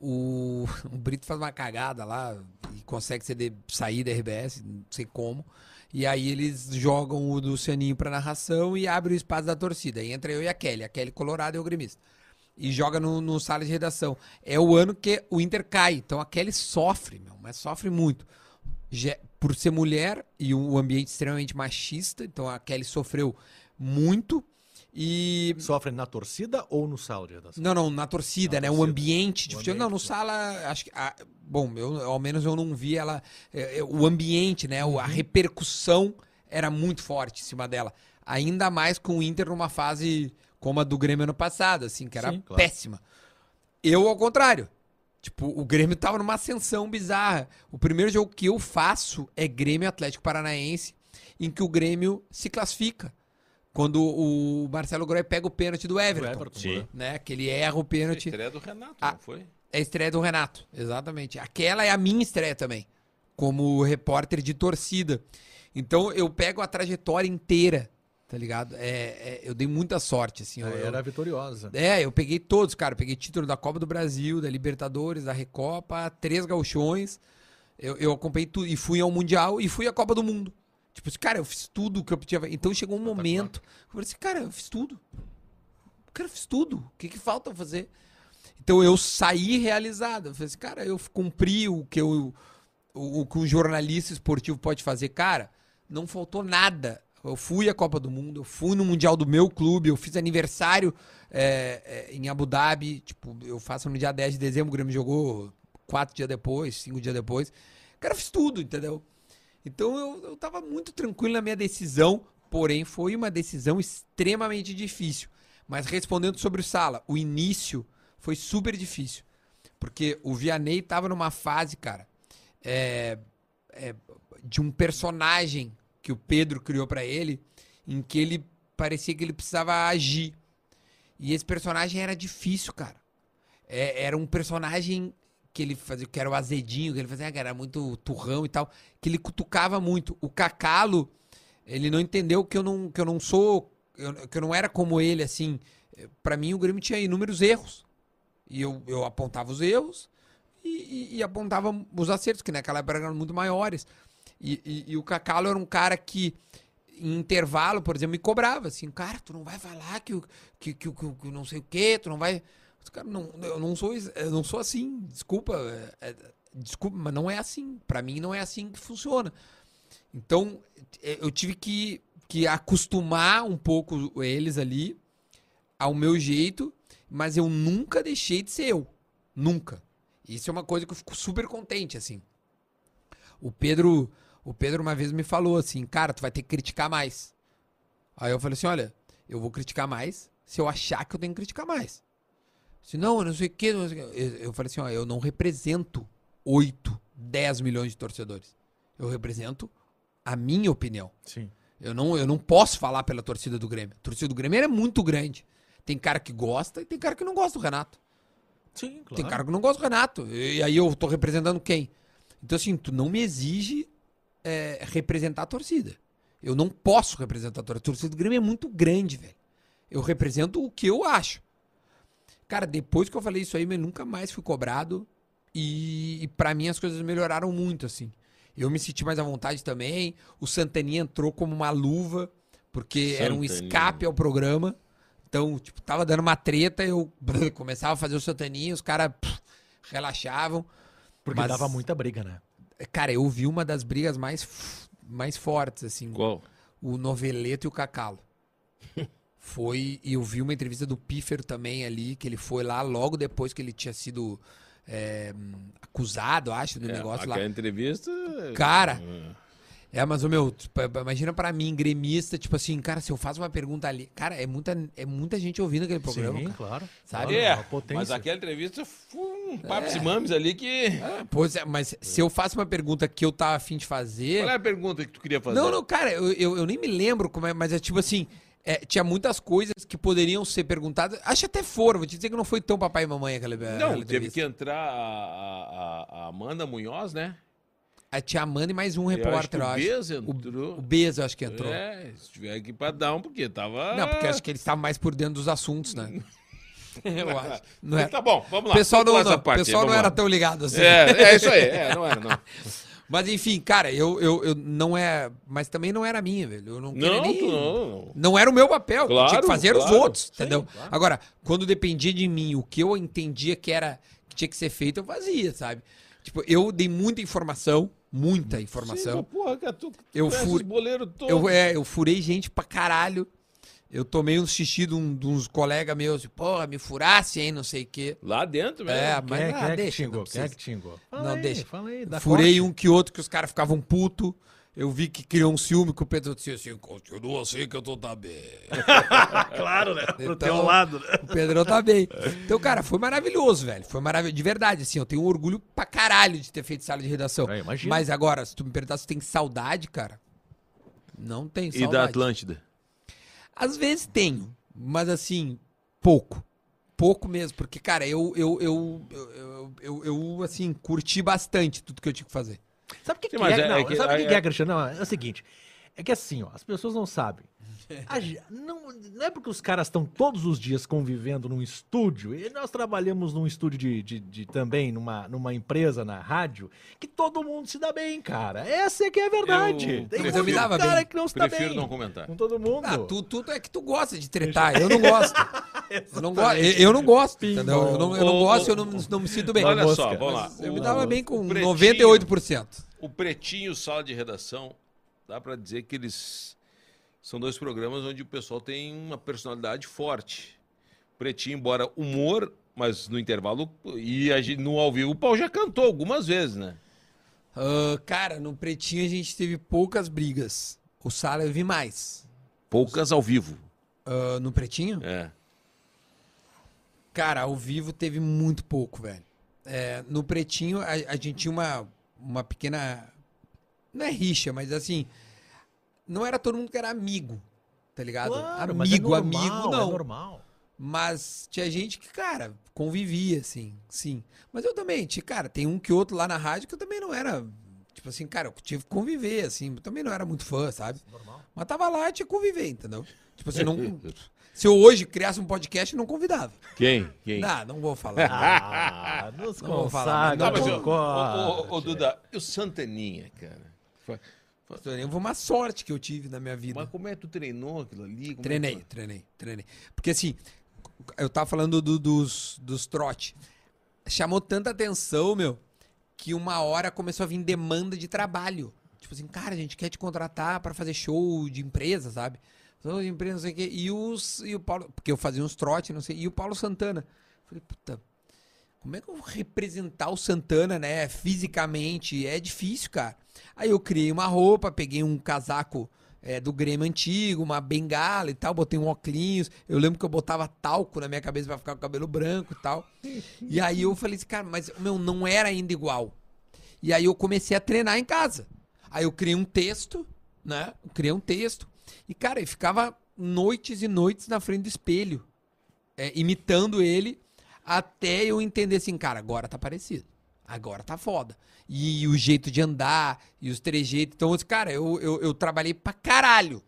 Speaker 5: o, o Brito faz uma cagada lá e consegue ser de- sair da RBS, não sei como. E aí eles jogam o do Cianinho pra narração e abre o espaço da torcida. E entra eu e a Kelly. A Kelly colorada e o gremista. E joga no, no sala de redação. É o ano que o Inter cai. Então a Kelly sofre, meu, mas sofre muito. Ge- por ser mulher e um ambiente extremamente machista, então a Kelly sofreu muito. E
Speaker 4: Sofre na torcida ou no sala de redação?
Speaker 5: não, não, na torcida,
Speaker 4: Na
Speaker 5: né? O
Speaker 4: torcida.
Speaker 5: ambiente de
Speaker 4: O
Speaker 5: futebol. Não, no
Speaker 4: ambiente,
Speaker 5: sala, acho que. ah, bom, eu, ao menos eu não vi ela. eh, eh, o ambiente, né? o- A
Speaker 4: Uhum.
Speaker 5: repercussão era muito forte em cima dela. Ainda mais com o Inter numa fase como a do Grêmio ano passado, assim, que era
Speaker 4: Sim, claro.
Speaker 5: péssima. Eu, ao contrário. Tipo, o Grêmio tava numa ascensão bizarra. O primeiro jogo que eu faço é Grêmio e Atlético Paranaense, em que o Grêmio se classifica. Quando o Marcelo Groy pega o pênalti do Everton
Speaker 1: Sim.
Speaker 4: né?
Speaker 5: né? Que ele erra o pênalti.
Speaker 1: Estreia é do Renato,
Speaker 5: Ah.
Speaker 1: não foi?
Speaker 5: É a estreia do Renato, exatamente. Aquela é a minha estreia também, como repórter de torcida. Então eu pego a trajetória inteira, tá ligado? É, é, eu dei muita sorte, assim. eu-
Speaker 4: Ela
Speaker 5: eu-
Speaker 4: Ah, Era vitoriosa.
Speaker 5: é, eu peguei todos, cara. Eu peguei título da Copa do Brasil, da Libertadores, da Recopa, três gauchões. Eu, eu acompanhei tudo. E fui ao Mundial e fui à Copa do Mundo. Tipo, assim, cara, eu fiz tudo que eu podia. Então chegou um momento. Eu falei assim, cara, eu fiz tudo. Cara, eu fiz tudo. O que, que falta eu fazer? Então eu saí realizado. Eu falei assim, cara, eu cumpri o que eu. O, o que um jornalista esportivo pode fazer, cara, não faltou nada. Eu fui à Copa do Mundo, eu fui no Mundial do meu clube, eu fiz aniversário é, é, em Abu Dhabi. Tipo, eu faço no dia 10 de dezembro, o Grêmio jogou quatro dias depois, cinco dias depois. Cara, eu fiz tudo, entendeu? Então eu, eu tava muito tranquilo na minha decisão, porém foi uma decisão extremamente difícil. Mas respondendo sobre o Sala, o início foi super difícil. Porque o Vianney tava numa fase, cara, é, é, de um personagem que o Pedro criou pra ele, em que ele parecia que ele precisava agir. E esse personagem era difícil, cara. É, era um personagem que ele fazia, que era o azedinho, que ele fazia, que era muito turrão e tal, que ele cutucava muito. O Cacalo, ele não entendeu que eu não, que eu não sou, eu- que eu não era como ele, assim. Eh, Pra mim, o Grêmio tinha inúmeros erros. E eu, eu apontava os erros e, e- e apontava os acertos, que naquela época eram muito maiores. E, e- e o Cacalo era um cara que, em intervalo, por exemplo, me cobrava, assim, cara, tu não vai falar que, o- que, que, que, que não sei o quê, tu não vai... Mas, Cara, não, eu, não sou, is- eu não sou assim, desculpa, é, é, desculpa, mas não é assim. Pra mim não é assim que funciona. Então, é, eu tive que, que acostumar um pouco eles ali ao meu jeito, mas eu nunca deixei de ser eu. Nunca. Isso é uma coisa que eu fico super contente, assim. O Pedro, o Pedro uma vez me falou assim, cara, tu vai ter que criticar mais. Aí eu falei assim, olha, eu vou criticar mais se eu achar que eu tenho que criticar mais. Se Assim, não, eu não sei o que. Eu, eu falei assim, ó, eu não represento 8, 10 milhões de torcedores. Eu represento a minha opinião.
Speaker 4: Sim.
Speaker 5: Eu não, eu não posso falar pela torcida do Grêmio. A torcida do Grêmio é muito grande. Tem cara que gosta e tem cara que não gosta do Renato.
Speaker 4: Sim, claro.
Speaker 5: Tem cara que não gosta do Renato. E, aí eu tô representando quem? Então, assim, tu não me exige é, representar a torcida. Eu não posso representar a torcida. A torcida do Grêmio é muito grande, velho. Eu represento o que eu acho. Cara, depois que eu falei isso aí, eu nunca mais fui cobrado. E, e para mim as coisas melhoraram muito, assim. Eu me senti mais à vontade também. O Santaninha entrou como uma luva, porque era um
Speaker 1: Santaninha.
Speaker 5: escape ao programa. Então, tipo, tava dando uma treta, eu brr, começava a fazer o Santaninha, os caras relaxavam.
Speaker 4: Porque
Speaker 5: Mas-
Speaker 4: dava muita briga, né?
Speaker 5: Cara, eu vi uma das brigas mais, f- mais fortes, assim.
Speaker 1: Qual?
Speaker 5: O Noveleto e o Cacalo. Foi, e eu vi uma entrevista do Pífero também ali, que ele foi lá logo depois que ele tinha sido é, acusado, acho,
Speaker 4: É,
Speaker 5: do negócio lá.
Speaker 1: Aquela entrevista.
Speaker 5: Cara. É, mas o meu, tipo, imagina pra mim, gremista, tipo assim, cara, se eu faço uma pergunta ali. Cara, é muita, é muita gente ouvindo aquele programa.
Speaker 4: Sim,
Speaker 5: cara.
Speaker 4: claro.
Speaker 5: Sabe?
Speaker 4: Claro,
Speaker 1: É,
Speaker 4: Tá, uma potência.
Speaker 1: mas aquela entrevista foi um papo de mames ali que.
Speaker 5: Pois é, mas se eu faço uma pergunta que eu tava afim de fazer.
Speaker 1: Qual é a pergunta que tu queria fazer?
Speaker 5: Não, não, cara, eu, eu, eu nem me lembro como é, mas é tipo assim, é, tinha muitas coisas que poderiam ser perguntadas. Acho que até foram, vou te dizer que não foi tão papai e mamãe aquela
Speaker 1: Não, teve que entrar a, a- a- a Amanda Munhoz, né?
Speaker 5: A tia Amanda e mais um
Speaker 1: Eu acho que
Speaker 5: repórter, eu acho.
Speaker 1: o Bez
Speaker 5: O,
Speaker 1: entrou.
Speaker 5: o Bez, eu acho que entrou.
Speaker 1: É, se tiver aqui pra dar um, porque tava.
Speaker 5: Não, porque eu acho que eles estavam mais por dentro dos assuntos, né? eu acho. Não era.
Speaker 1: Tá bom, vamos
Speaker 5: O
Speaker 1: lá.
Speaker 5: pessoal não,
Speaker 1: vamos lá
Speaker 5: não,
Speaker 1: essa parte aí,
Speaker 5: pessoal não
Speaker 1: vamos
Speaker 5: era
Speaker 1: lá.
Speaker 5: tão ligado assim.
Speaker 1: É, é isso aí. É, não era, não.
Speaker 5: Mas enfim, cara, eu, eu, eu não é. Mas também não era minha, velho. Eu não queria
Speaker 1: Não,
Speaker 5: nem.
Speaker 1: tu não, não.
Speaker 5: Não era o meu papel. eu tinha
Speaker 1: Claro,
Speaker 5: que fazer os
Speaker 1: claro.
Speaker 5: outros, entendeu? Agora, quando dependia de mim, o que eu entendia que era que tinha que ser feito, eu fazia, sabe? Tipo, eu dei muita informação, muita
Speaker 1: Sim, mas
Speaker 5: informação.
Speaker 1: porra, cara, tu, tu
Speaker 5: Eu
Speaker 1: conhece
Speaker 5: fui-
Speaker 1: os boleiros todos.
Speaker 5: eu, é, eu furei gente pra caralho. Eu tomei um xixi de, um- de uns colegas meus, porra, me furasse, hein, não sei o quê.
Speaker 1: Lá dentro, velho.
Speaker 5: É,
Speaker 4: Quem
Speaker 5: mas
Speaker 4: é,
Speaker 5: ah,
Speaker 4: quem é que
Speaker 5: deixa, não
Speaker 4: xingou? Quem é
Speaker 5: precisa.
Speaker 4: que xingou?
Speaker 5: Não, deixa.
Speaker 4: Fala aí, dá
Speaker 5: Furei
Speaker 4: corte.
Speaker 5: um que outro que os caras ficavam puto. Eu vi que criou um ciúme que o Pedro disse assim: continua assim que eu tô tá bem.
Speaker 2: Claro, né? Pro
Speaker 5: Então,
Speaker 2: teu lado, né?
Speaker 5: O Pedrão tá bem. Então, cara, foi maravilhoso, velho. Foi maravilhoso. De verdade, assim, eu tenho orgulho pra caralho de ter feito sala de redação.
Speaker 4: É, imagina.
Speaker 5: Mas agora, se tu me perguntar se tem saudade, cara, não tem
Speaker 1: E
Speaker 5: saudade.
Speaker 1: da Atlântida.
Speaker 5: Às vezes tenho, mas assim, pouco. Pouco mesmo, porque, cara, eu, eu, eu, eu, eu, eu- eu, assim, curti bastante tudo que eu tinha que fazer.
Speaker 4: Sabe o que,
Speaker 1: Sim,
Speaker 4: que
Speaker 1: mas
Speaker 4: é?
Speaker 1: é-
Speaker 4: não,
Speaker 1: é que-
Speaker 4: sabe o que,
Speaker 1: é-
Speaker 4: que é, Cristiano? Não, é o seguinte. É que assim, ó, as pessoas não sabem. A ge- não, não é porque os caras estão todos os dias convivendo num estúdio, e nós trabalhamos num estúdio de, de- de- também, numa, numa empresa na rádio, que todo mundo se dá bem, cara. Essa é que é a verdade.
Speaker 1: Eu
Speaker 5: prefiro- Eu me dava
Speaker 4: cara
Speaker 5: tá bem.
Speaker 4: que não se dá
Speaker 1: Prefiro
Speaker 4: bem.
Speaker 1: não comentar.
Speaker 4: Com todo mundo.
Speaker 5: Ah, tu, tu, tu é que tu gosta de tretar, eu não gosto. eu, não go eu, eu não gosto, entendeu? Eu não, eu não
Speaker 1: Ô,
Speaker 5: gosto,
Speaker 1: ô,
Speaker 5: eu não, não me sinto bem.
Speaker 1: Olha
Speaker 5: Mas
Speaker 1: só, vamos lá.
Speaker 5: Eu
Speaker 1: O-
Speaker 5: me dava bem com
Speaker 1: o Pretinho-
Speaker 5: 98%.
Speaker 1: O Pretinho Sala de Redação, dá pra dizer que eles são dois programas onde o pessoal tem uma personalidade forte. Pretinho, embora humor, mas no intervalo e a gente- no ao vivo, o pau já cantou algumas vezes, né?
Speaker 5: Ah, cara, no Pretinho a gente teve poucas brigas. O Sala eu vi mais.
Speaker 1: Poucas ao vivo.
Speaker 5: Ah, no Pretinho?
Speaker 1: É.
Speaker 5: Cara, ao vivo teve muito pouco, velho. É, no Pretinho a, a gente tinha uma, uma pequena. Não é rixa, mas assim. Não era todo mundo que era amigo, tá ligado?
Speaker 4: Claro, mas é
Speaker 5: amigo,
Speaker 4: normal,
Speaker 5: amigo,
Speaker 4: É
Speaker 5: não.
Speaker 4: normal.
Speaker 5: Mas tinha gente que, cara, convivia, assim, sim. Mas eu também, tinha, cara, tem um que outro lá na rádio que eu também não era. Tipo assim, cara, eu tive que conviver, assim. Eu também não era muito fã, sabe? Mas tava lá, tinha que conviver, entendeu? Tipo assim, não. Se eu hoje criasse um podcast, eu não convidava.
Speaker 1: Quem? Quem?
Speaker 5: Não, não vou falar.
Speaker 4: Ah, nos
Speaker 5: Não vou falar,
Speaker 4: consagra.
Speaker 5: não,
Speaker 1: mas
Speaker 5: eu-
Speaker 1: ô, ô, ô, ô,
Speaker 4: concorte.
Speaker 1: Duda, e o Santaninha, cara? Foi-
Speaker 5: Eu vou uma sorte que eu tive na minha vida.
Speaker 1: Mas como é que tu treinou aquilo ali? Como é que
Speaker 5: Treinei,
Speaker 1: tu-
Speaker 5: treinei, treinei. Porque assim, eu tava falando do- dos, dos trote. Chamou tanta atenção, meu, que uma hora começou a vir demanda de trabalho. Tipo assim, cara, a gente quer te contratar pra fazer show de empresa, sabe? Show de empresa, não sei o quê. E, os, e o Paulo, porque eu fazia uns trote, não sei, e o Paulo Santana. Falei, puta, como é que eu vou representar o Santana, né, fisicamente? É difícil, cara. Aí eu criei uma roupa, peguei um casaco é, do Grêmio antigo, uma bengala e tal, botei um óculos. Eu lembro que eu botava talco na minha cabeça pra ficar com o cabelo branco e tal. E aí eu falei assim, cara, mas meu, não era ainda igual. E aí eu comecei a treinar em casa. Aí eu criei um texto, né? Eu criei um texto. E, cara, eu ficava noites e noites na frente do espelho, é, imitando ele, até eu entender assim, cara, agora tá parecido. Agora tá foda. E, o jeito de andar, e os trejeitos. Então, assim, cara, eu, eu, eu trabalhei pra caralho.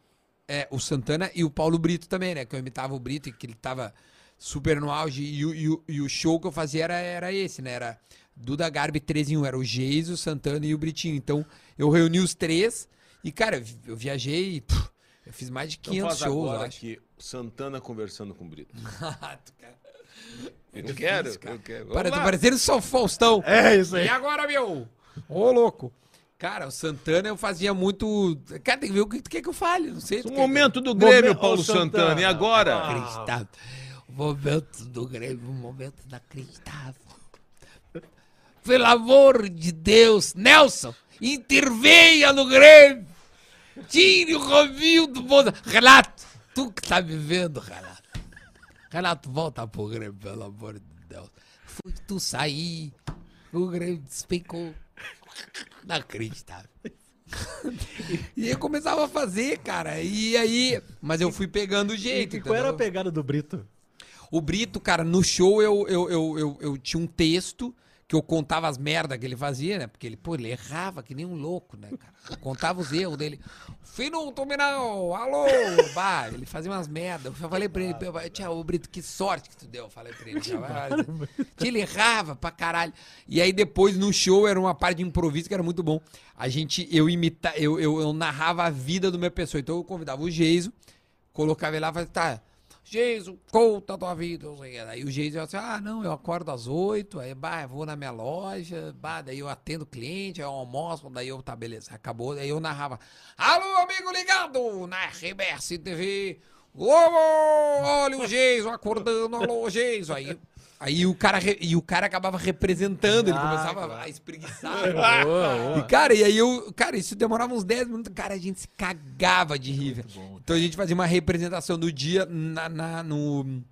Speaker 5: É, o Santana e o Paulo Brito também, né? Que eu imitava o Brito e que ele tava super no auge. E, o- e o- e o show que eu fazia era, era esse, né? Era Duda Garbi 3 em 1. Era o Geis, o Santana e o Britinho. Então, eu reuni os três e, cara, eu vi- eu viajei. puf, eu fiz mais de
Speaker 1: Então
Speaker 5: 500
Speaker 1: faz
Speaker 5: shows, eu
Speaker 1: agora
Speaker 5: acho.
Speaker 1: que Santana conversando com o Brito. Eu
Speaker 5: Difícil,
Speaker 1: quero,
Speaker 5: cara.
Speaker 1: eu quero. Vamos
Speaker 5: Pare, tô
Speaker 1: lá.
Speaker 5: parecendo só Faustão.
Speaker 4: É isso aí.
Speaker 5: E agora, meu? Ô, louco. Cara, o Santana eu fazia muito. Cara, tem que ver o que tu quer que eu fale. Não sei.
Speaker 1: O
Speaker 5: tu quer que eu-
Speaker 1: um momento do Grêmio,
Speaker 4: é um Momento-
Speaker 1: Paulo
Speaker 4: Ô, Santana.
Speaker 1: Santana. E agora?
Speaker 5: inacreditável. O momento do Grêmio, um momento inacreditável. Pelo amor de Deus, Nelson, intervenha no Grêmio. Tire o Robinho do Bolsa. Renato, tu que tá me vendo, Renato. Renato, volta pro Grêmio, pelo amor de Deus. Foi tu sair, o Grêmio despencou. Inacreditável. e eu começava a fazer, cara. E aí. Mas eu fui pegando o jeito.
Speaker 4: E qual era a
Speaker 5: Tipo, entendeu?
Speaker 4: pegada do Brito?
Speaker 5: O Brito, cara, no show eu, eu, eu, eu, eu tinha um texto que eu contava as merdas que ele fazia, né? Porque ele, pô, ele errava que nem um louco, né, cara? Eu contava os erros dele. Fino, terminal, alô, bah, ele fazia umas merdas. Eu falei pra ele, tchau, ô Brito, que sorte que tu deu, eu falei pra ele. "Tia, Que ele errava pra caralho. E aí depois no show era uma parte de improviso que era muito bom. A gente, eu imita, eu, eu, eu narrava a vida do meu pessoa. Então eu convidava o Geiso, colocava ele lá e falava, tá, Jesus, conta a tua vida. não sei o quê. Aí o Jesus assim, ah, não, eu acordo às oito, aí bah, eu vou na minha loja, bah, daí eu atendo cliente, aí eu almoço, daí eu, tá, beleza, acabou. Daí eu narrava, alô, amigo ligado, na RBS TV, ô, ô, olha o Jesus acordando, alô, Jesus. Aí, aí o, cara, re- e o cara acabava representando, ele
Speaker 4: Ah,
Speaker 5: começava
Speaker 4: claro.
Speaker 5: a espreguiçar. E, cara, e aí eu. Cara, isso demorava uns 10 minutos. Cara, a gente se cagava de rir. velho. Então a gente fazia uma representação do dia na, na- no.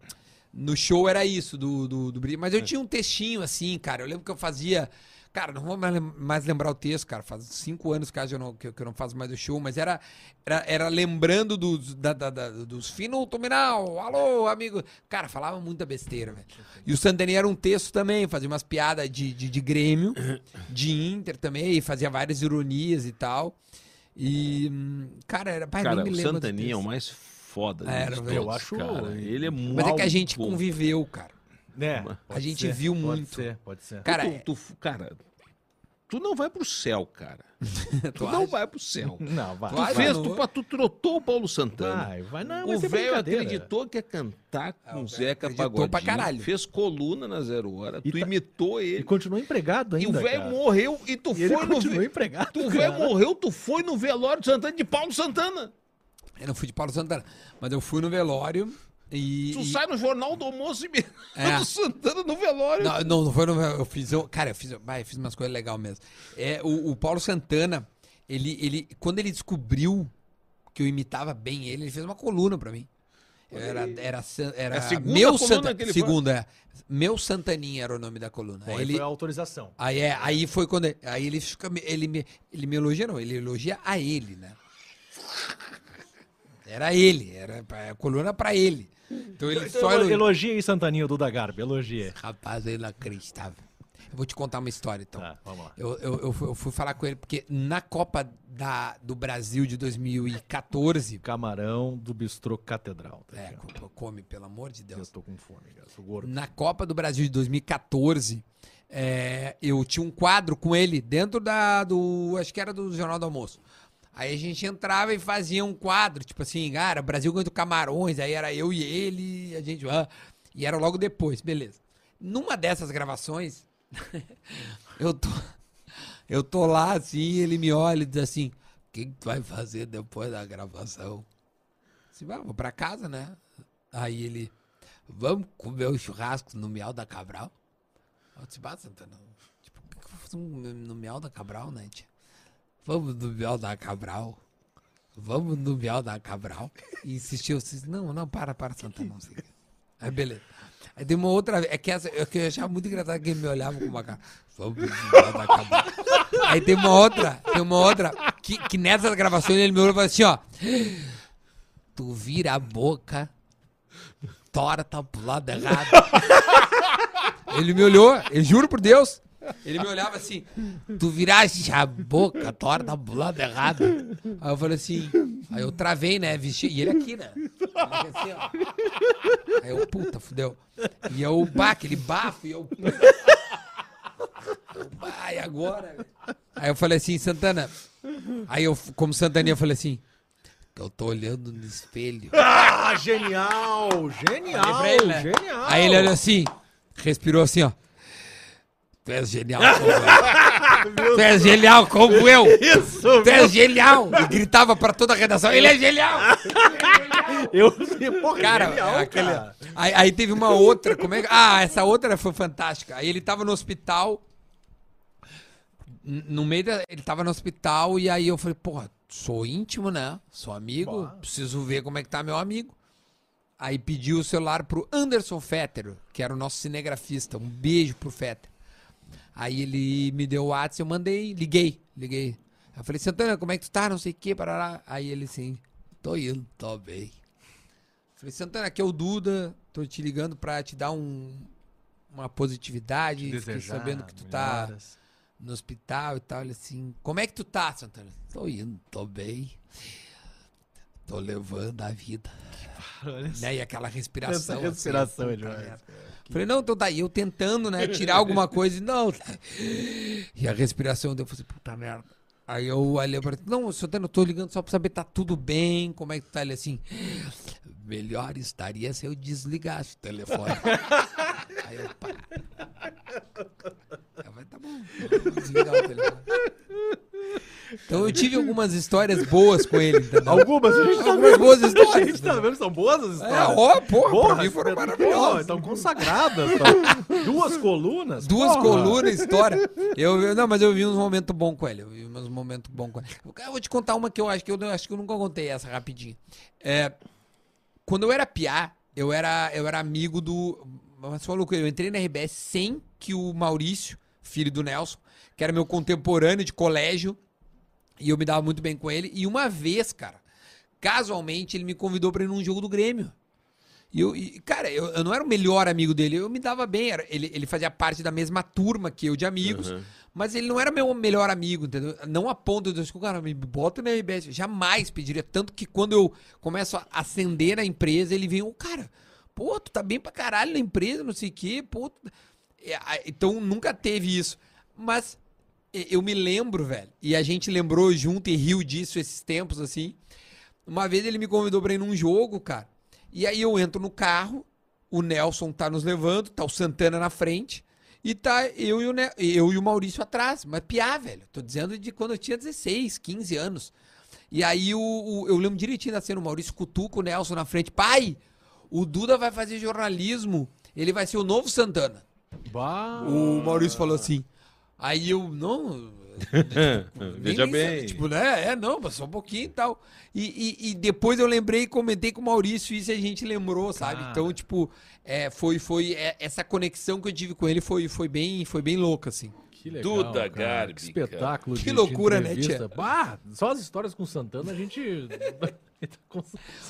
Speaker 5: No show era isso, do, do, do Brito. Mas
Speaker 1: É.
Speaker 5: eu tinha um textinho assim, cara. Eu lembro que eu fazia. Cara, não vou mais lem- mais lembrar o texto, cara. Faz cinco anos quase eu não- que eu, que eu não faço mais o show, mas era, era, era lembrando dos, da, da- da- dos fino terminal. Alô, amigo. Cara, falava muita besteira, velho. E o Sandeni era um texto também, fazia umas piadas de, de, de Grêmio, de Inter também, e fazia várias ironias e tal. E, hum, cara, era. Pai,
Speaker 1: Cara,
Speaker 5: nem
Speaker 1: o
Speaker 5: me lembro do
Speaker 1: Santaninha é o
Speaker 5: texto.
Speaker 1: mais foda
Speaker 5: É,
Speaker 1: deles
Speaker 5: eu
Speaker 1: todos,
Speaker 4: acho-
Speaker 1: Cara. Ele é muito
Speaker 5: Mas é que a gente
Speaker 1: bom.
Speaker 5: conviveu, cara.
Speaker 4: Né?
Speaker 5: A gente viu
Speaker 4: pode
Speaker 5: muito.
Speaker 4: Ser, pode ser.
Speaker 5: Cara,
Speaker 1: Tu- tu, cara, tu não vai pro céu, cara. tu
Speaker 5: Tu
Speaker 1: não
Speaker 5: acha?
Speaker 1: vai pro céu.
Speaker 4: Não, vai.
Speaker 1: Tu
Speaker 5: Vai,
Speaker 1: fez,
Speaker 5: mano.
Speaker 1: tu, pa- tu trotou o Paulo Santana.
Speaker 4: Vai, vai. Não,
Speaker 1: o
Speaker 4: mas é
Speaker 1: velho
Speaker 4: brincadeira.
Speaker 1: acreditou que ia cantar
Speaker 5: Ah,
Speaker 1: com
Speaker 5: o
Speaker 1: o
Speaker 5: velho
Speaker 1: Zeca
Speaker 5: acreditou
Speaker 1: Pagodinho.
Speaker 5: pra caralho.
Speaker 1: Fez coluna na Zero Hora,
Speaker 4: E
Speaker 1: tu
Speaker 4: tá-
Speaker 1: imitou
Speaker 4: E
Speaker 1: ele.
Speaker 4: continuou empregado
Speaker 1: E,
Speaker 4: ainda.
Speaker 1: o velho
Speaker 4: cara.
Speaker 1: morreu e tu
Speaker 4: E ele
Speaker 1: foi no...
Speaker 4: continuou
Speaker 1: ve-
Speaker 4: empregado.
Speaker 1: Tu
Speaker 4: cara.
Speaker 1: velho morreu, tu foi no velório de Santana, de Paulo Santana.
Speaker 5: Eu não fui de Paulo Santana, mas eu fui no velório e.
Speaker 1: Tu
Speaker 5: e-
Speaker 1: sai no Jornal do Almoço e me...
Speaker 5: É.
Speaker 1: do Santana no velório.
Speaker 5: Não, não, não foi no velório. Eu fiz. Eu, cara, eu fiz, vai, eu fiz umas coisas legais mesmo. É, o, o Paulo Santana, ele, ele. Quando ele descobriu que eu imitava bem ele, ele fez uma coluna pra mim. Eu Era, era, san- era
Speaker 1: É a segunda
Speaker 5: meu
Speaker 1: coluna
Speaker 5: Santa,
Speaker 1: que ele faz?
Speaker 5: Segunda, é. Meu Santaninha era o nome da coluna.
Speaker 4: Bom,
Speaker 5: Aí
Speaker 4: aí
Speaker 5: ele,
Speaker 4: foi a autorização.
Speaker 5: Aí, é, aí foi quando. ele- Aí ele fica. me- Ele me, ele me elogia, não. Ele elogia a ele, né? Era ele, era pra- a coluna pra ele. Então ele só
Speaker 4: Elo-
Speaker 5: elogia.
Speaker 4: Elogia aí, Santaninho Duda Garbi. Elogia.
Speaker 5: Rapaz, é inacreditável. Eu vou te contar uma história, então.
Speaker 4: Tá, vamos lá.
Speaker 5: Eu, eu, eu fui, eu fui falar com ele, porque na Copa da, do Brasil de 2014.
Speaker 4: Camarão do Bistrô Catedral. Tá
Speaker 5: É,
Speaker 4: ligado?
Speaker 5: co- come, pelo amor de Deus.
Speaker 4: Eu tô com fome, cara. Sou gordo.
Speaker 5: Na Copa do Brasil de 2014, é, eu tinha um quadro com ele dentro da do. Acho que era do Jornal do Almoço. Aí a gente entrava e fazia um quadro, tipo assim, cara, Brasil contra o Camarões, aí era eu e ele, a gente. ah, e era logo depois, beleza. Numa dessas gravações, eu tô. Eu tô lá assim, ele me olha e diz assim: o que, que tu vai fazer depois da gravação? Assim, "Ah, vou pra casa, né? Aí ele, vamos comer o churrasco no Miau da Cabral? Eu disse, bah, Santana, tipo, o que que eu faço no no Miau da Cabral, né, tia? Vamos no Miau da Cabral. Vamos no Miau da Cabral. E insistiu, eu disse, não, não, para, para, Santana, não sei o quê. Aí, beleza. Aí deu uma outra vez, é que, essa, é que eu achava muito engraçado que ele me olhava com uma cara, vamos no Miau da Cabral. Aí tem uma outra, tem uma outra, que, que nessas gravações ele me olhou e falou assim, ó, tu vira a boca, torta tá pro lado errado. ele me olhou, eu juro por Deus. Ele me olhava assim, tu viraste a boca, torta pro lado errado. Aí eu falei assim, aí eu travei, né, vesti, e ele aqui, né? Ele assim, ó. Aí eu, puta, fudeu. E eu, bah, aquele bafo, e eu, puta. Eu, bah, e agora? velho? Aí eu falei assim, Santana, aí eu, como Santana, eu falei assim, eu tô olhando no espelho.
Speaker 4: Ah, genial!
Speaker 5: Falei
Speaker 4: Genial!
Speaker 5: pra ele, né?
Speaker 4: Genial!
Speaker 5: Aí ele olhou assim, respirou assim, ó. Tu és genial como eu. tu és genial como eu.
Speaker 4: Isso!
Speaker 5: Tu és genial. E gritava pra toda a redação, ele é genial.
Speaker 4: Eu, porra,
Speaker 5: Cara,
Speaker 4: genial,
Speaker 5: aquele-
Speaker 4: é cara.
Speaker 5: Aí, aí teve uma outra, como é que... Ah, essa outra foi fantástica. Aí ele tava no hospital, n- no meio da... Ele tava no hospital e aí eu falei, porra, sou íntimo, né? Sou amigo,
Speaker 4: Bah.
Speaker 5: preciso ver como é que tá meu amigo. Aí pedi o celular pro Anderson Fetter, que era o nosso cinegrafista. Um beijo pro Fetter. Aí ele me deu o WhatsApp, eu mandei, liguei, liguei. Aí eu falei, Santana, como é que tu tá? Não sei o que, parará. Aí ele assim, tô indo, tô bem. Falei, Santana, aqui é o Duda, tô te ligando pra te dar um, uma positividade. Fiquei
Speaker 4: Desejar
Speaker 5: sabendo que tu tá
Speaker 4: melhoras.
Speaker 5: no hospital e tal. Ele assim, como é que tu tá, Santana? Tô indo, tô bem. Tô levando a vida.
Speaker 4: Olha
Speaker 5: Né? E aquela
Speaker 4: Essa
Speaker 5: respiração. assim,
Speaker 4: respiração é
Speaker 5: puta
Speaker 4: demais.
Speaker 5: merda. Falei, não, então daí eu tentando, né, tirar alguma coisa e não. tá. E a respiração deu, eu falei, puta merda. Aí eu olhei pra ele, não, Santana, eu tô ligando só pra saber, tá tudo bem, como é que tu tá? Ele assim, melhor estaria se eu desligasse o telefone. Aí eu, pá. Aí eu falei, tá bom, eu vou desligar o telefone. Então eu tive algumas histórias boas com ele, entendeu?
Speaker 4: Algumas, a gente tá
Speaker 5: Algumas
Speaker 4: vendo.
Speaker 5: boas
Speaker 4: A
Speaker 5: histórias. né?
Speaker 4: gente tá vendo, são boas as
Speaker 5: É,
Speaker 4: histórias.
Speaker 5: ó, porra,
Speaker 4: Porra,
Speaker 5: pra mim foram
Speaker 4: porra,
Speaker 5: maravilhosas.
Speaker 4: Estão consagradas. tá? Duas colunas.
Speaker 5: Duas
Speaker 4: porra.
Speaker 5: colunas, história. Eu, eu- não, mas eu vi uns momentos bons com ele. Eu vi uns momentos bons com ele. Eu vou te contar uma que eu acho que eu, não- acho que eu nunca contei essa rapidinho. É, quando eu era piá, eu era, eu era amigo do. Mas falou que eu entrei na RBS sem que o Maurício, filho do Nelson, que era meu contemporâneo de colégio, e eu me dava muito bem com ele. E uma vez, cara, casualmente, ele me convidou pra ir num jogo do Grêmio. E, eu, e, cara, eu, eu não era o melhor amigo dele, eu me dava bem. era- ele, ele fazia parte da mesma turma que eu de amigos, mas ele não era meu melhor amigo, entendeu? Não a ponto de eu, cara, me bota na RBS. eu Jamais pediria. Tanto que quando eu começo a ascender na empresa, ele vem, ô, cara, pô, tu tá bem pra caralho na empresa, não sei o quê, pô. tu- É, a- Então nunca teve isso. Mas e- eu me lembro, velho, e a gente lembrou junto e riu disso esses tempos, assim. Uma vez ele me convidou pra ir num jogo, cara. E aí eu entro no carro, o Nelson tá nos levando, tá o Santana na frente, e tá eu e o, Ne- eu e o Maurício atrás. Mas piá, velho. Tô dizendo de quando eu tinha 16, 15 anos. E aí o, o- eu lembro direitinho da cena, o Maurício cutuca o Nelson na frente. Pai, o Duda vai fazer jornalismo, ele vai ser o novo Santana.
Speaker 4: Bah.
Speaker 5: O Maurício falou assim. Aí eu, não. nem-
Speaker 1: Veja
Speaker 5: nem sabe,
Speaker 1: bem.
Speaker 5: Tipo, né? É, não, mas só um pouquinho e tal. E, e- e depois eu lembrei e comentei com o Maurício isso e a gente lembrou, sabe?
Speaker 4: Cara.
Speaker 5: Então, tipo, é, foi, foi é, essa conexão que eu tive com ele foi, foi, bem, foi bem louca, assim.
Speaker 4: Que legal,
Speaker 1: Duda
Speaker 4: cara.
Speaker 1: Garbi,
Speaker 4: Que espetáculo.
Speaker 5: Que loucura, né,
Speaker 4: entrevista.
Speaker 5: tia?
Speaker 4: Bah, só as histórias com o Santana a gente...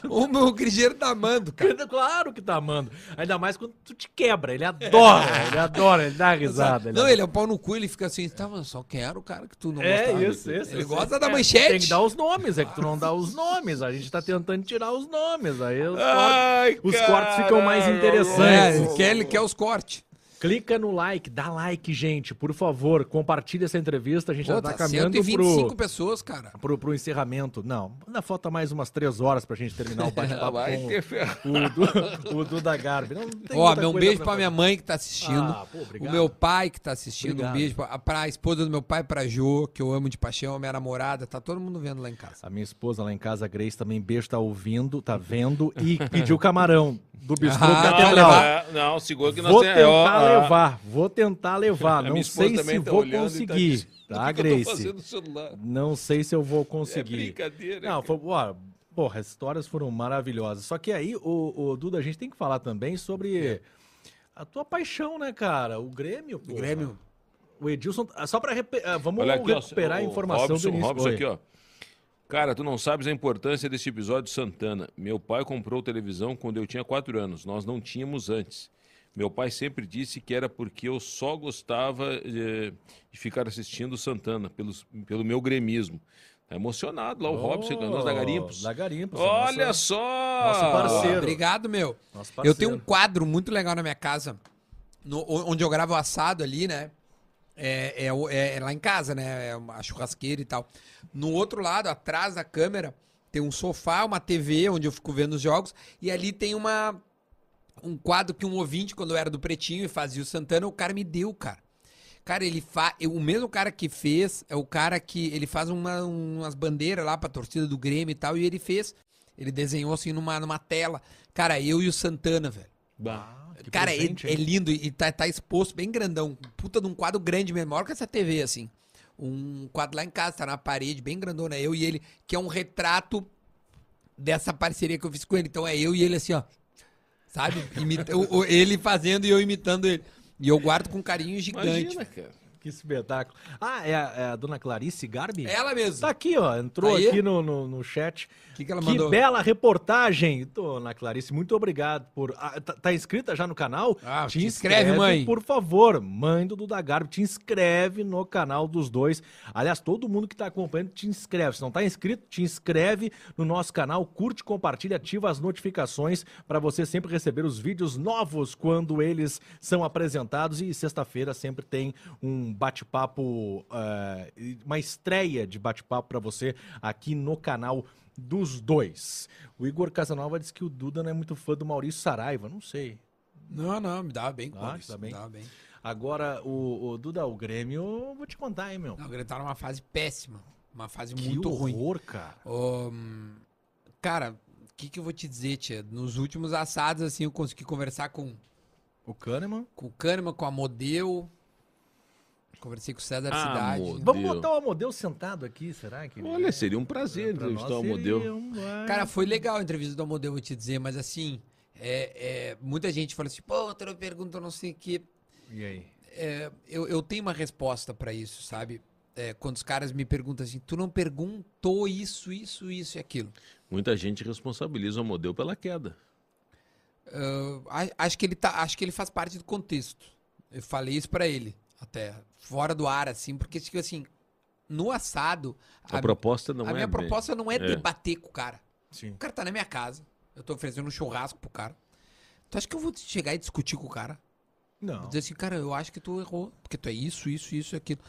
Speaker 5: O meu grigeiro tá amando, cara.
Speaker 4: claro que tá amando. Ainda mais quando tu te quebra. Ele adora, ele adora, ele dá risada.
Speaker 5: É. Não, ele é um pau no cu, ele fica assim, tá, mas só quero o cara que tu não
Speaker 4: É
Speaker 5: gostava.
Speaker 4: isso, isso.
Speaker 5: Ele
Speaker 4: isso.
Speaker 5: gosta da
Speaker 4: É,
Speaker 5: manchete.
Speaker 4: Tem que dar os nomes, é que tu não dá os nomes. A gente tá tentando tirar os nomes. Aí os cortes-
Speaker 5: Ah,
Speaker 1: Ai,
Speaker 4: os cortes ficam mais
Speaker 1: caralho.
Speaker 4: um
Speaker 5: É,
Speaker 4: interessantes.
Speaker 5: ele quer, ele quer os cortes.
Speaker 4: Clica no like, dá like, gente, por favor. Compartilha essa entrevista. A gente
Speaker 5: Pô,
Speaker 4: já tá
Speaker 5: tá
Speaker 4: caminhando
Speaker 5: 125
Speaker 4: pro,
Speaker 5: pessoas, cara.
Speaker 4: pro, pro encerramento. Não, ainda falta mais umas três horas pra gente terminar o bate-papo
Speaker 1: Vai
Speaker 4: com
Speaker 1: ter ferro.
Speaker 4: o, Du- o Duda Garbi. Não tem
Speaker 5: é Ó,
Speaker 4: muita
Speaker 5: meu
Speaker 4: coisa
Speaker 5: beijo pra, minha
Speaker 4: fazer.
Speaker 5: mãe que tá assistindo.
Speaker 4: Ah, pô, obrigado.
Speaker 5: o meu pai que tá assistindo.
Speaker 4: Obrigado.
Speaker 5: Um beijo pra, pra esposa do meu pai, pra Jo, que eu amo de paixão, a minha namorada. Tá todo mundo vendo lá em casa.
Speaker 4: A minha esposa lá em casa, a Grace, também beijo, tá ouvindo, tá vendo e pediu camarão do bistrô
Speaker 5: Ah,
Speaker 1: Não,
Speaker 4: catedral.
Speaker 1: não, não, segura que nós
Speaker 4: Vou
Speaker 1: temos- é, ó,
Speaker 4: tentar
Speaker 1: ó.
Speaker 4: levar, vou tentar levar.
Speaker 1: minha
Speaker 4: Não
Speaker 1: esposa
Speaker 4: sei se
Speaker 1: também tá
Speaker 4: vou
Speaker 1: olhando e tá
Speaker 4: conseguir,
Speaker 1: dizendo,
Speaker 4: tá,
Speaker 1: O que que eu tô
Speaker 4: Grace?
Speaker 1: fazendo no celular?
Speaker 4: Não sei se eu vou
Speaker 1: É
Speaker 4: conseguir.
Speaker 1: brincadeira.
Speaker 4: Não, foi, ó, porra, as histórias foram maravilhosas. Só que aí, o, o Duda, a gente tem que falar também
Speaker 1: É.
Speaker 4: sobre a tua paixão, né, cara? O Grêmio.
Speaker 5: O
Speaker 4: porra.
Speaker 5: Grêmio.
Speaker 4: O Edilson. ah, Só pra. repe- ah, Vamos
Speaker 1: Olha aqui, ó,
Speaker 4: recuperar a
Speaker 1: o
Speaker 4: informação
Speaker 1: Robson,
Speaker 4: do início.
Speaker 1: Robson
Speaker 4: Oi.
Speaker 1: aqui, ó. Cara, tu não sabes a importância desse episódio Santana. Meu pai comprou televisão quando eu tinha 4 anos. Nós não tínhamos antes. Meu pai sempre disse que era porque eu só gostava eh, de ficar assistindo Santana, pelos, pelo meu gremismo. Tá emocionado lá o Robson,
Speaker 4: Oh,
Speaker 1: nós da Garimpos.
Speaker 4: Da Garimpos. a
Speaker 1: Olha
Speaker 4: nossa-
Speaker 1: só!
Speaker 4: nosso parceiro.
Speaker 5: Obrigado, meu.
Speaker 4: nosso
Speaker 5: Eu
Speaker 4: parceiro.
Speaker 5: tenho um quadro muito legal na minha casa, no- onde eu gravo o assado ali, né? É, é o- é- é lá em casa, né? É uma- a churrasqueira e tal. No outro lado, atrás da câmera, tem um sofá, uma TV, onde eu fico vendo os jogos. E ali tem uma um quadro que um ouvinte, quando eu era do Pretinho e fazia o Santana, o cara me deu, cara. Cara, ele faz. O mesmo cara que fez é o cara que. Ele faz uma- umas bandeiras lá pra torcida do Grêmio e tal, e ele fez. Ele desenhou assim numa, numa tela. Cara, eu e o Santana, velho.
Speaker 1: Bah.
Speaker 4: Que
Speaker 5: cara, é,
Speaker 4: presente,
Speaker 5: é
Speaker 4: hein?
Speaker 5: lindo e tá, tá exposto bem grandão. Puta de um quadro grande mesmo, maior que essa TV, assim. Um quadro lá em casa, tá na parede, bem grandona, eu e ele, que é um retrato dessa parceria que eu fiz com ele. Então é eu e ele assim, ó. Sabe? Imita- o- o- ele fazendo e eu imitando ele. E eu guardo com carinho gigante.
Speaker 1: Imagina, cara.
Speaker 4: Que espetáculo. Ah, é a, é a dona Clarice Garbi?
Speaker 5: Ela
Speaker 4: Tá
Speaker 5: mesma. O
Speaker 4: aqui, ó. Entrou
Speaker 5: Aí.
Speaker 4: aqui no, no, no chat.
Speaker 5: que, que ela
Speaker 4: que
Speaker 5: mandou?
Speaker 4: bela reportagem. Dona Clarice, muito obrigado por. Ah, tá, tá inscrita já no canal?
Speaker 5: Ah, te inscreve, mãe.
Speaker 4: Por favor, mãe do Duda Garbi, te inscreve no canal dos dois. Aliás, todo mundo que tá acompanhando, te inscreve. Se não tá inscrito, te inscreve no nosso canal, curte, compartilha, ativa as notificações para você sempre receber os vídeos novos quando eles são apresentados. E sexta-feira sempre tem um bate-papo, eh, uma estreia de bate-papo para você aqui no canal dos dois. O Igor Casanova disse que o Duda não é muito fã do Maurício Saraiva, não sei.
Speaker 5: Não, não, me dava bem com
Speaker 4: Ah,
Speaker 5: isso.
Speaker 4: tá
Speaker 5: Tá
Speaker 4: bem.
Speaker 5: bem. Me dava bem.
Speaker 4: Agora, o, o Duda, o Grêmio, vou te contar, hein, meu.
Speaker 5: Não, o Grêmio tá numa fase péssima. Uma fase
Speaker 4: que
Speaker 5: muito ruim.
Speaker 4: horror, cara.
Speaker 5: Hum, cara, o que, que eu vou te dizer, tia? Nos últimos assados, assim, eu consegui conversar com,
Speaker 4: O Kahneman.
Speaker 5: com o Kahneman, com a Modeu. Conversei com o César
Speaker 1: Ah,
Speaker 5: Cidade.
Speaker 1: Modeu.
Speaker 4: Vamos
Speaker 1: Deus.
Speaker 4: botar o Amodeu sentado aqui, será que? é?
Speaker 1: Olha, seria um prazer
Speaker 4: Pra nós
Speaker 1: entrevistar o
Speaker 4: seria
Speaker 1: modelo.
Speaker 4: um-
Speaker 5: Cara, foi legal a entrevista do Amodeu, vou te dizer, mas assim, é, é, muita gente fala assim, pô, outra pergunta, não sei o quê.
Speaker 4: E aí?
Speaker 5: É, eu, eu tenho uma resposta pra isso, sabe? É, quando os caras me perguntam assim, tu não perguntou isso, isso, isso e aquilo.
Speaker 1: Muita gente responsabiliza o modelo pela queda.
Speaker 5: A- Acho que ele tá, acho que ele faz parte do contexto. Eu falei isso pra ele, até fora do ar assim, porque tipo assim, no assado,
Speaker 1: A,
Speaker 5: a,
Speaker 1: proposta não
Speaker 5: a
Speaker 1: é.
Speaker 5: minha
Speaker 1: bem-
Speaker 5: proposta não é,
Speaker 1: é.
Speaker 5: debater com o cara.
Speaker 4: Sim.
Speaker 5: O cara tá na minha casa, eu tô oferecendo um churrasco pro cara. Tu acha que eu vou chegar e discutir com o cara?
Speaker 4: Não.
Speaker 5: Dizer assim, cara, eu acho que tu errou, porque tu é isso, isso, isso e aquilo.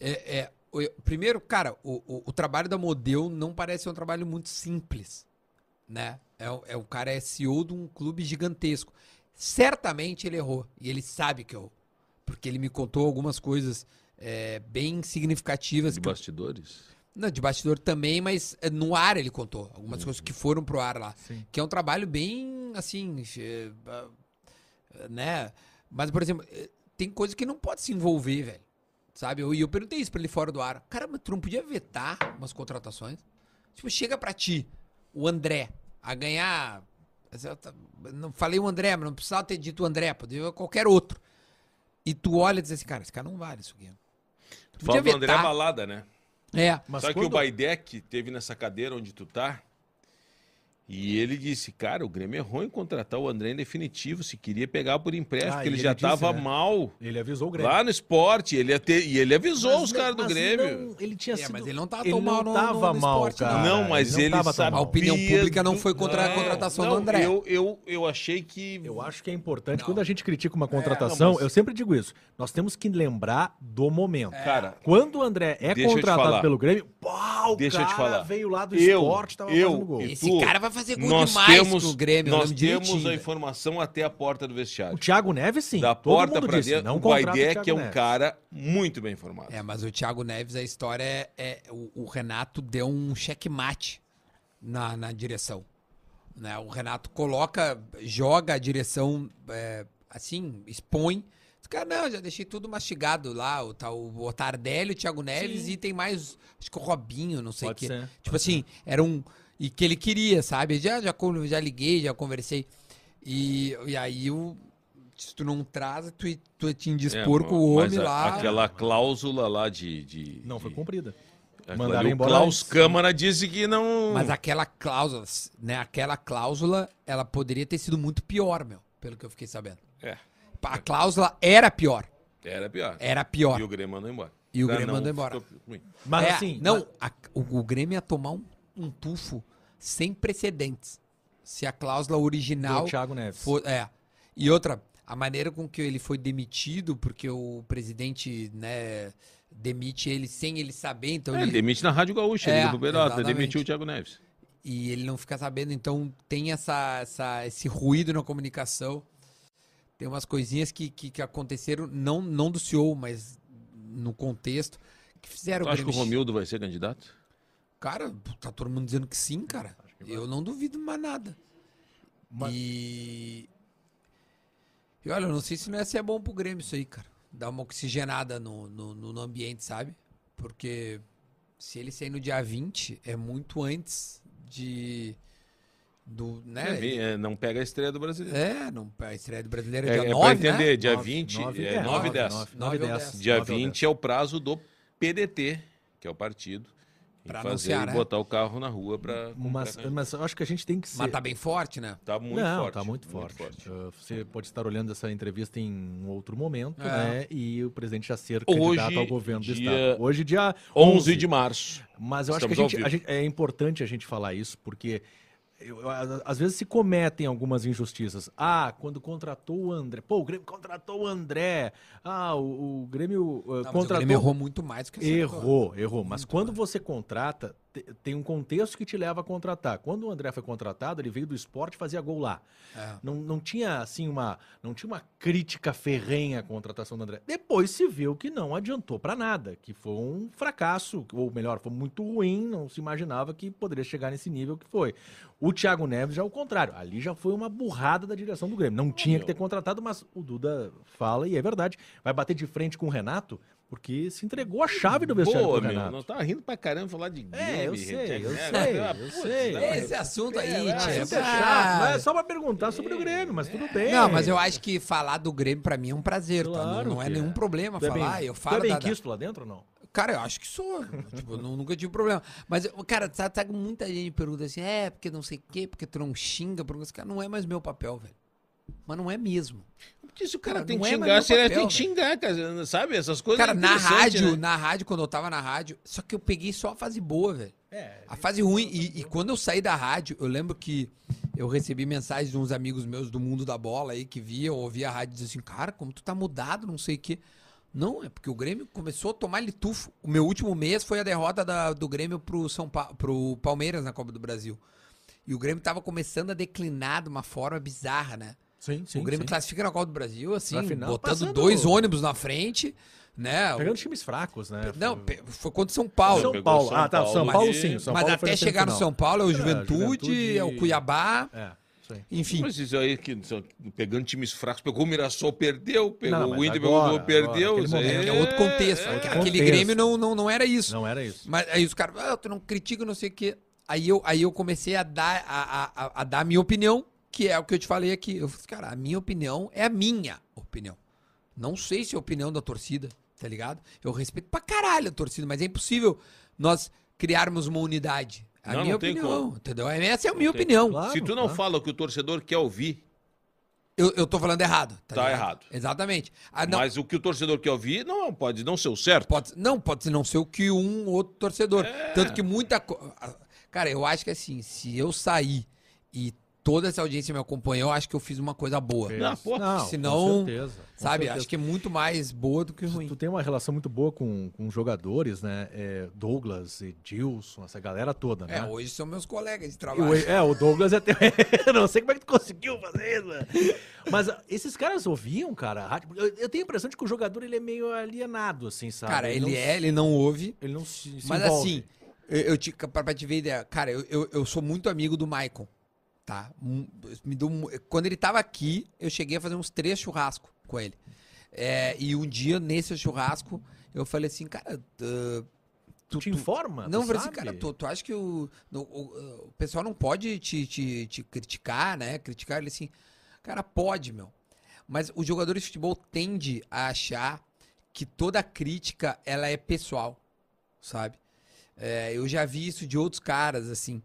Speaker 5: É, é, o- primeiro, cara, o, o, o trabalho da Modelo não parece ser um trabalho muito simples, né? É, o- é, o cara é CEO de um clube gigantesco. Certamente ele errou, e ele sabe que errou, porque ele me contou algumas coisas é, bem significativas
Speaker 1: de
Speaker 5: que eu
Speaker 1: bastidores.
Speaker 5: não, de bastidor também, mas eh, no ar ele contou algumas coisas que foram pro ar lá.
Speaker 4: Sim.
Speaker 5: Que é um trabalho bem, assim, eh, ah, né? Mas, por exemplo, eh, tem coisa que não pode se envolver, velho. Sabe? Eu- E eu, perguntei isso pra ele fora do ar. Cara, mas tu não podia vetar umas contratações? Tipo, chega pra ti, o André, a ganhar... Não falei o André, mas não precisava ter dito o André, poderia qualquer outro. E tu olha e diz assim, cara, esse cara não vale isso aqui. Tu
Speaker 1: Fala
Speaker 5: podia
Speaker 1: do André
Speaker 5: vetar.
Speaker 1: Balada, né?
Speaker 5: É.
Speaker 4: Mas
Speaker 1: Sabe
Speaker 4: quando...
Speaker 1: que o Baidec teve nessa cadeira onde tu tá? E ele disse, cara, o Grêmio errou em contratar o André em definitivo, se queria pegar por empréstimo,
Speaker 4: Ah,
Speaker 1: porque
Speaker 4: e
Speaker 1: ele,
Speaker 4: ele
Speaker 1: já
Speaker 4: disse,
Speaker 1: tava
Speaker 4: né?
Speaker 1: mal
Speaker 4: Ele avisou o Grêmio.
Speaker 1: lá no esporte. Ele ia ter- e ele avisou
Speaker 4: Mas
Speaker 1: os
Speaker 4: não-
Speaker 1: caras do
Speaker 4: mas
Speaker 1: Grêmio.
Speaker 4: não, ele tinha
Speaker 5: É,
Speaker 4: sido...
Speaker 5: mas ele não tava
Speaker 4: ele
Speaker 5: tão mal
Speaker 4: não
Speaker 5: no- no-
Speaker 4: tava
Speaker 5: no
Speaker 4: mal,
Speaker 5: esporte, não.
Speaker 4: cara.
Speaker 1: Não, mas ele,
Speaker 4: tava tão
Speaker 1: sabia. É,
Speaker 5: A
Speaker 4: mal.
Speaker 5: opinião pública não foi contra a contratação do André.
Speaker 1: Eu, eu, eu achei que.
Speaker 4: Eu acho que é importante.
Speaker 5: Não.
Speaker 4: Quando a gente critica uma contratação,
Speaker 1: É, não, mas-
Speaker 4: eu sempre digo isso. Nós temos que lembrar do momento.
Speaker 1: É. Cara,
Speaker 4: Quando o André é
Speaker 1: Deixa eu te
Speaker 4: contratado
Speaker 1: falar.
Speaker 4: pelo Grêmio, pau, o
Speaker 1: Deixa eu
Speaker 4: cara
Speaker 1: te falar.
Speaker 4: veio lá do
Speaker 1: Eu-
Speaker 4: esporte, tava
Speaker 1: eu-
Speaker 4: fazendo gol.
Speaker 1: e-
Speaker 5: Esse
Speaker 1: Tu-
Speaker 5: cara vai fazer gol
Speaker 1: nós
Speaker 5: demais
Speaker 1: temos,
Speaker 5: pro Grêmio, eu
Speaker 1: nós
Speaker 5: lembro
Speaker 1: temos
Speaker 5: direitinho,
Speaker 1: a
Speaker 5: velho.
Speaker 1: informação até a porta do
Speaker 4: né? O
Speaker 1: vestiário.
Speaker 4: Thiago Neves, sim.
Speaker 1: Da
Speaker 4: Todo
Speaker 1: porta
Speaker 4: mundo
Speaker 1: pra
Speaker 4: disse,
Speaker 1: dentro,
Speaker 4: não
Speaker 1: o
Speaker 4: contrata o
Speaker 1: Baidec
Speaker 4: Thiago
Speaker 1: é um
Speaker 4: Neves.
Speaker 1: cara muito bem informado.
Speaker 5: É, mas o Thiago Neves, a história é. é- o, o Renato deu um checkmate na, na direção. né? O Renato coloca, joga a direção é, assim, expõe. Os caras, não, já deixei tudo mastigado lá. O, tá, o Otardelli, o Thiago Neves e tem mais. Acho que o Robinho, não sei o
Speaker 4: Pode
Speaker 5: quê.
Speaker 4: ser,
Speaker 5: Tipo assim, era um. E que ele queria, sabe? Já, já, con- já liguei, já conversei. E, e aí o. Se tu não traz, tu, tu te indispor
Speaker 1: É,
Speaker 5: com o
Speaker 1: mas
Speaker 5: homem
Speaker 1: a-
Speaker 5: lá.
Speaker 1: Aquela cláusula lá de. de-
Speaker 4: Não foi
Speaker 1: de-
Speaker 4: cumprida.
Speaker 1: aquela
Speaker 4: Mandaram
Speaker 1: ali, o
Speaker 4: embora
Speaker 1: Klaus
Speaker 4: antes.
Speaker 1: Câmara disse que não.
Speaker 5: Mas aquela cláusula, né? Aquela cláusula, ela poderia ter sido muito pior, meu, pelo que eu fiquei sabendo.
Speaker 1: É,
Speaker 5: A cláusula era pior.
Speaker 1: era pior.
Speaker 5: Era
Speaker 1: E
Speaker 5: pior.
Speaker 1: o Grêmio mandou embora.
Speaker 5: É, E o
Speaker 1: Cara,
Speaker 5: Grêmio
Speaker 1: não,
Speaker 5: mandou embora.
Speaker 1: ficou ruim.
Speaker 4: Mas
Speaker 5: É,
Speaker 4: assim...
Speaker 5: Não, a- o, o Grêmio ia tomar um, um tufo sem precedentes. Se a cláusula
Speaker 4: mas-
Speaker 5: original
Speaker 4: do Thiago Neves.
Speaker 5: for- é. E outra, a maneira com que ele foi demitido, porque o presidente, né, demite ele sem ele saber, então
Speaker 1: É,
Speaker 5: ele,
Speaker 1: demite na Rádio Gaúcha,
Speaker 5: É,
Speaker 1: liga pro Berota,
Speaker 5: exatamente.
Speaker 1: demitiu o Thiago Neves.
Speaker 5: e ele não fica sabendo, então tem essa, essa- esse ruído na comunicação. Tem umas coisinhas que, que, que aconteceram, não, não do CEO, mas no contexto, que fizeram
Speaker 1: Tu acha que o
Speaker 5: Grêmio-
Speaker 1: Romildo vai ser candidato?
Speaker 5: Cara, tá todo mundo dizendo que sim, cara.
Speaker 4: Acho que
Speaker 5: Eu não duvido mais nada.
Speaker 4: Mas-
Speaker 5: E... e olha, eu não sei se não é, se é bom pro Grêmio isso aí, cara. Dar uma oxigenada no, no, no ambiente, sabe? Porque se ele sair no dia 20, é muito antes de. Do,
Speaker 1: Quer
Speaker 5: né?
Speaker 1: ver? É, não pega a estreia do brasileiro.
Speaker 5: É, não, a estreia do brasileiro
Speaker 1: É,
Speaker 5: é dia
Speaker 1: é pra
Speaker 5: 9,
Speaker 1: entender,
Speaker 5: né?
Speaker 1: dia
Speaker 4: Nove-
Speaker 1: 20,
Speaker 4: nove-
Speaker 1: é, 9
Speaker 4: é,
Speaker 1: e
Speaker 5: nove,
Speaker 1: 10.
Speaker 5: nove.
Speaker 4: 9 e 10.
Speaker 5: dez.
Speaker 1: Dia
Speaker 4: 9 e 10.
Speaker 1: 20 é o prazo do PDT, que é o partido, em
Speaker 5: Pra
Speaker 1: fazer
Speaker 5: anunciar,
Speaker 1: e
Speaker 5: né?
Speaker 1: botar o carro na rua para
Speaker 4: Mas, mas eu acho que a gente tem que ser.
Speaker 5: Mas tá bem forte, né?
Speaker 1: Tá muito
Speaker 4: não,
Speaker 1: forte.
Speaker 4: tá muito forte. Uh, você pode estar olhando essa entrevista em um outro momento,
Speaker 5: É.
Speaker 4: né? E o presidente já ser
Speaker 1: Hoje,
Speaker 4: candidato ao governo do
Speaker 1: dia
Speaker 4: Estado. Hoje, dia
Speaker 1: 11 de março.
Speaker 4: Mas eu acho que a
Speaker 1: Estamos ao
Speaker 4: gente, a
Speaker 1: vivo.
Speaker 4: gente- é importante a gente falar isso, porque eu- eu- a- às vezes se cometem algumas injustiças. Ah, quando contratou o André. Pô, o Grêmio contratou o André. Ah, o, o Grêmio eh,
Speaker 5: Tá, mas o
Speaker 4: contratou.
Speaker 5: Grêmio errou muito mais do que acertou.
Speaker 4: Errou, errou. Mas
Speaker 5: Muito
Speaker 4: quando você contrata, te- tem um contexto que te leva a contratar. Quando o André foi contratado, ele veio do esporte e fazia gol lá.
Speaker 5: É.
Speaker 4: Não, não tinha assim uma, não tinha uma crítica ferrenha à contratação do André. Depois se viu que não adiantou para nada, que foi um fracasso, ou melhor, foi muito ruim, não se imaginava que poderia chegar nesse nível que foi. O Thiago Neves já é o contrário, ali já foi uma burrada da direção do Grêmio. Não tinha que ter contratado, mas o Duda fala e é verdade, vai bater de frente com o Renato porque se entregou a chave do vestiário
Speaker 1: Boa,
Speaker 4: pro
Speaker 1: meu.
Speaker 4: Renato.
Speaker 1: Não tá rindo pra caramba falar de game. né? Ah,
Speaker 4: É, eu sei, eu sei, eu sei.
Speaker 5: Esse assunto aí,
Speaker 1: É,
Speaker 5: tia,
Speaker 4: Isso é
Speaker 5: pá.
Speaker 4: chato, mas é só pra perguntar sobre o Grêmio, mas tudo bem.
Speaker 5: Não, mas eu acho que falar do Grêmio pra mim é um prazer, tá? Não-
Speaker 4: É. Claro
Speaker 5: Não, é
Speaker 4: que é.
Speaker 5: nenhum problema
Speaker 4: Tu é
Speaker 5: falar.
Speaker 4: bem-
Speaker 5: eu
Speaker 4: tu é
Speaker 5: falo
Speaker 4: bem
Speaker 5: da, da-
Speaker 4: quisto lá dentro ou não?
Speaker 5: Cara, eu acho que sou. tipo, nu- nunca tive problema. Mas, eu- cara, sabe, sabe que muita gente pergunta assim, é, porque não sei o quê, porque tu não xinga, porque cara, não é mais meu papel, velho. Mas não é mesmo.
Speaker 1: Porque se o cara
Speaker 5: Cara,
Speaker 1: tem
Speaker 5: não
Speaker 1: que
Speaker 5: é mais
Speaker 1: xingar,
Speaker 5: meu
Speaker 1: se ele
Speaker 5: papel,
Speaker 1: tem que xingar, cara, sabe? Essas coisas.
Speaker 5: Cara,
Speaker 1: é
Speaker 5: na
Speaker 1: interessante,
Speaker 5: rádio,
Speaker 1: né?
Speaker 5: na rádio, quando eu tava na rádio, só que eu peguei só a fase boa, velho.
Speaker 4: É.
Speaker 5: A fase ruim. E, e quando eu saí da rádio, eu lembro que eu recebi mensagens de uns amigos meus do mundo da bola aí que viam, ouvia a rádio e diziam assim, cara, como tu tá mudado, não sei o quê. Não, é porque o Grêmio começou a tomar litufo. O meu último mês foi a derrota da- do Grêmio pro, São Pa- pro Palmeiras na Copa do Brasil. E o Grêmio tava começando a declinar de uma forma bizarra, né?
Speaker 4: Sim,
Speaker 5: o Grêmio classifica na Copa do Brasil, assim,
Speaker 4: Pra final,
Speaker 5: botando
Speaker 4: passando-
Speaker 5: dois ônibus na frente, né?
Speaker 4: Pegando times fracos, né?
Speaker 5: Não, pe- foi contra o São Paulo.
Speaker 4: São
Speaker 1: Pegou
Speaker 4: Paulo.
Speaker 1: São
Speaker 4: ah, tá. São
Speaker 1: Paulo,
Speaker 4: Paulo
Speaker 1: mas-
Speaker 4: sim. São
Speaker 5: Mas
Speaker 4: Paulo foi
Speaker 5: até
Speaker 4: na
Speaker 5: chegar no
Speaker 4: semifinal.
Speaker 5: São Paulo é o
Speaker 4: É,
Speaker 5: Juventude,
Speaker 4: Juventude-
Speaker 5: é o Cuiabá,
Speaker 4: É, isso aí.
Speaker 5: enfim.
Speaker 1: Mas isso aí, que são- pegando times fracos, pegou o Mirassol, perdeu, pegou
Speaker 4: Não, mas
Speaker 1: o Inter,
Speaker 4: agora,
Speaker 1: pegou o
Speaker 4: agora,
Speaker 1: perdeu. isso aí
Speaker 4: naquele
Speaker 5: É, é outro contexto.
Speaker 1: é-
Speaker 5: Aquele
Speaker 4: contexto.
Speaker 5: Grêmio não, não, não era isso.
Speaker 4: Não era isso.
Speaker 5: Mas aí os caras, ah, tu não critica, não sei o quê. Aí eu, aí eu comecei a dar a, a- a- a dar a minha opinião, que é o que eu te falei aqui. Eu falei, cara, a minha opinião é a minha opinião. Não sei se é a opinião da torcida, tá ligado? Eu respeito pra caralho a torcida, mas é impossível nós criarmos uma unidade. A
Speaker 1: Não, não
Speaker 5: minha
Speaker 1: tem
Speaker 5: opinião,
Speaker 1: como.
Speaker 5: entendeu? Essa é a minha
Speaker 1: tem.
Speaker 5: opinião.
Speaker 4: Claro,
Speaker 1: Se tu não
Speaker 4: claro.
Speaker 1: fala o que o torcedor quer ouvir,
Speaker 5: Eu, eu tô falando errado.
Speaker 1: Tá
Speaker 5: ligado?
Speaker 1: errado.
Speaker 5: Exatamente. Ah, não,
Speaker 1: mas o que o torcedor quer ouvir não pode não ser o certo.
Speaker 5: Pode, não, pode não ser o que um outro torcedor.
Speaker 4: É.
Speaker 5: Tanto que muita. co- a- Cara, eu acho que assim, se eu sair e toda essa audiência me acompanhou, eu acho que eu fiz uma coisa boa.
Speaker 4: Fez.
Speaker 1: Não, pô,
Speaker 4: Não,
Speaker 5: senão-
Speaker 4: com certeza, com
Speaker 5: Sabe?
Speaker 4: certeza.
Speaker 5: Acho que é muito mais boa do que é ruim.
Speaker 4: Tu tem uma relação muito boa com, com jogadores, né? É, Douglas, Edilson, essa galera toda, né?
Speaker 5: É, hoje são meus colegas de
Speaker 4: E
Speaker 5: trabalho.
Speaker 4: o- é, o Douglas é teu. Eu não sei como é que tu conseguiu fazer isso. né? Mas ah, esses caras ouviam, cara, a rádio. Eu, eu tenho a impressão de que o jogador ele é meio alienado, assim, sabe?
Speaker 5: Cara, ele
Speaker 4: não-
Speaker 5: é, ele não ouve.
Speaker 4: Ele não se, se
Speaker 5: Mas
Speaker 4: envolve.
Speaker 5: assim, eu, eu te, pra, pra te ver ideia, cara, eu, eu, eu sou muito amigo do Maicon, tá? Um- me deu um- quando ele tava aqui, eu cheguei a fazer uns três churrascos com ele. É, e um dia, nesse churrasco, eu falei assim, cara, ah,
Speaker 4: tu te informa?
Speaker 5: não,
Speaker 4: tu
Speaker 5: Brasil,
Speaker 4: sabe?
Speaker 5: cara, tu, tu acha que o, no- o, o pessoal não pode te, te, te criticar, né? Criticar ele assim. Cara, pode, meu. Mas os jogadores de futebol tende a achar que toda crítica ela é pessoal, sabe? É, eu já vi isso de outros caras, assim.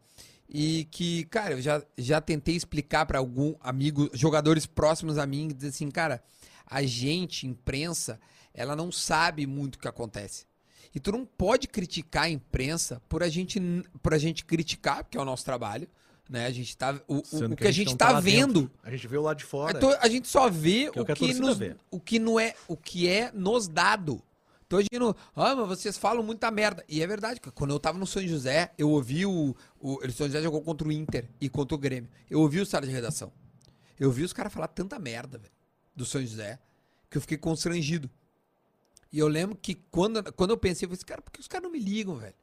Speaker 5: E que, cara, eu já, já tentei explicar pra algum amigo, jogadores próximos a mim, dizer assim, cara, a gente, imprensa, ela não sabe muito o que acontece. E tu não pode criticar a imprensa por a gente, n- por a gente criticar, porque é o nosso trabalho, né? A gente tá, o, o-
Speaker 4: Sendo
Speaker 5: o que a gente,
Speaker 4: não
Speaker 5: tá,
Speaker 4: lá
Speaker 5: vendo,
Speaker 4: dentro. A gente vê o lado de fora. né?
Speaker 5: então, a gente só vê
Speaker 4: Que é o
Speaker 5: o
Speaker 4: que a
Speaker 5: que,
Speaker 4: torcida
Speaker 5: nos-
Speaker 4: vê.
Speaker 5: o que não é o que é nos dado. Então a gente não. Ah, mas vocês falam muita merda. E é verdade, cara. quando eu tava no São José, eu ouvi o. O, o São José jogou contra o Inter e contra o Grêmio. Eu ouvi o sala de redação. Eu ouvi os caras falar tanta merda, velho, do São José, que eu fiquei constrangido. E eu lembro que quando, quando eu pensei, eu falei assim, cara, por que os caras não me ligam, velho?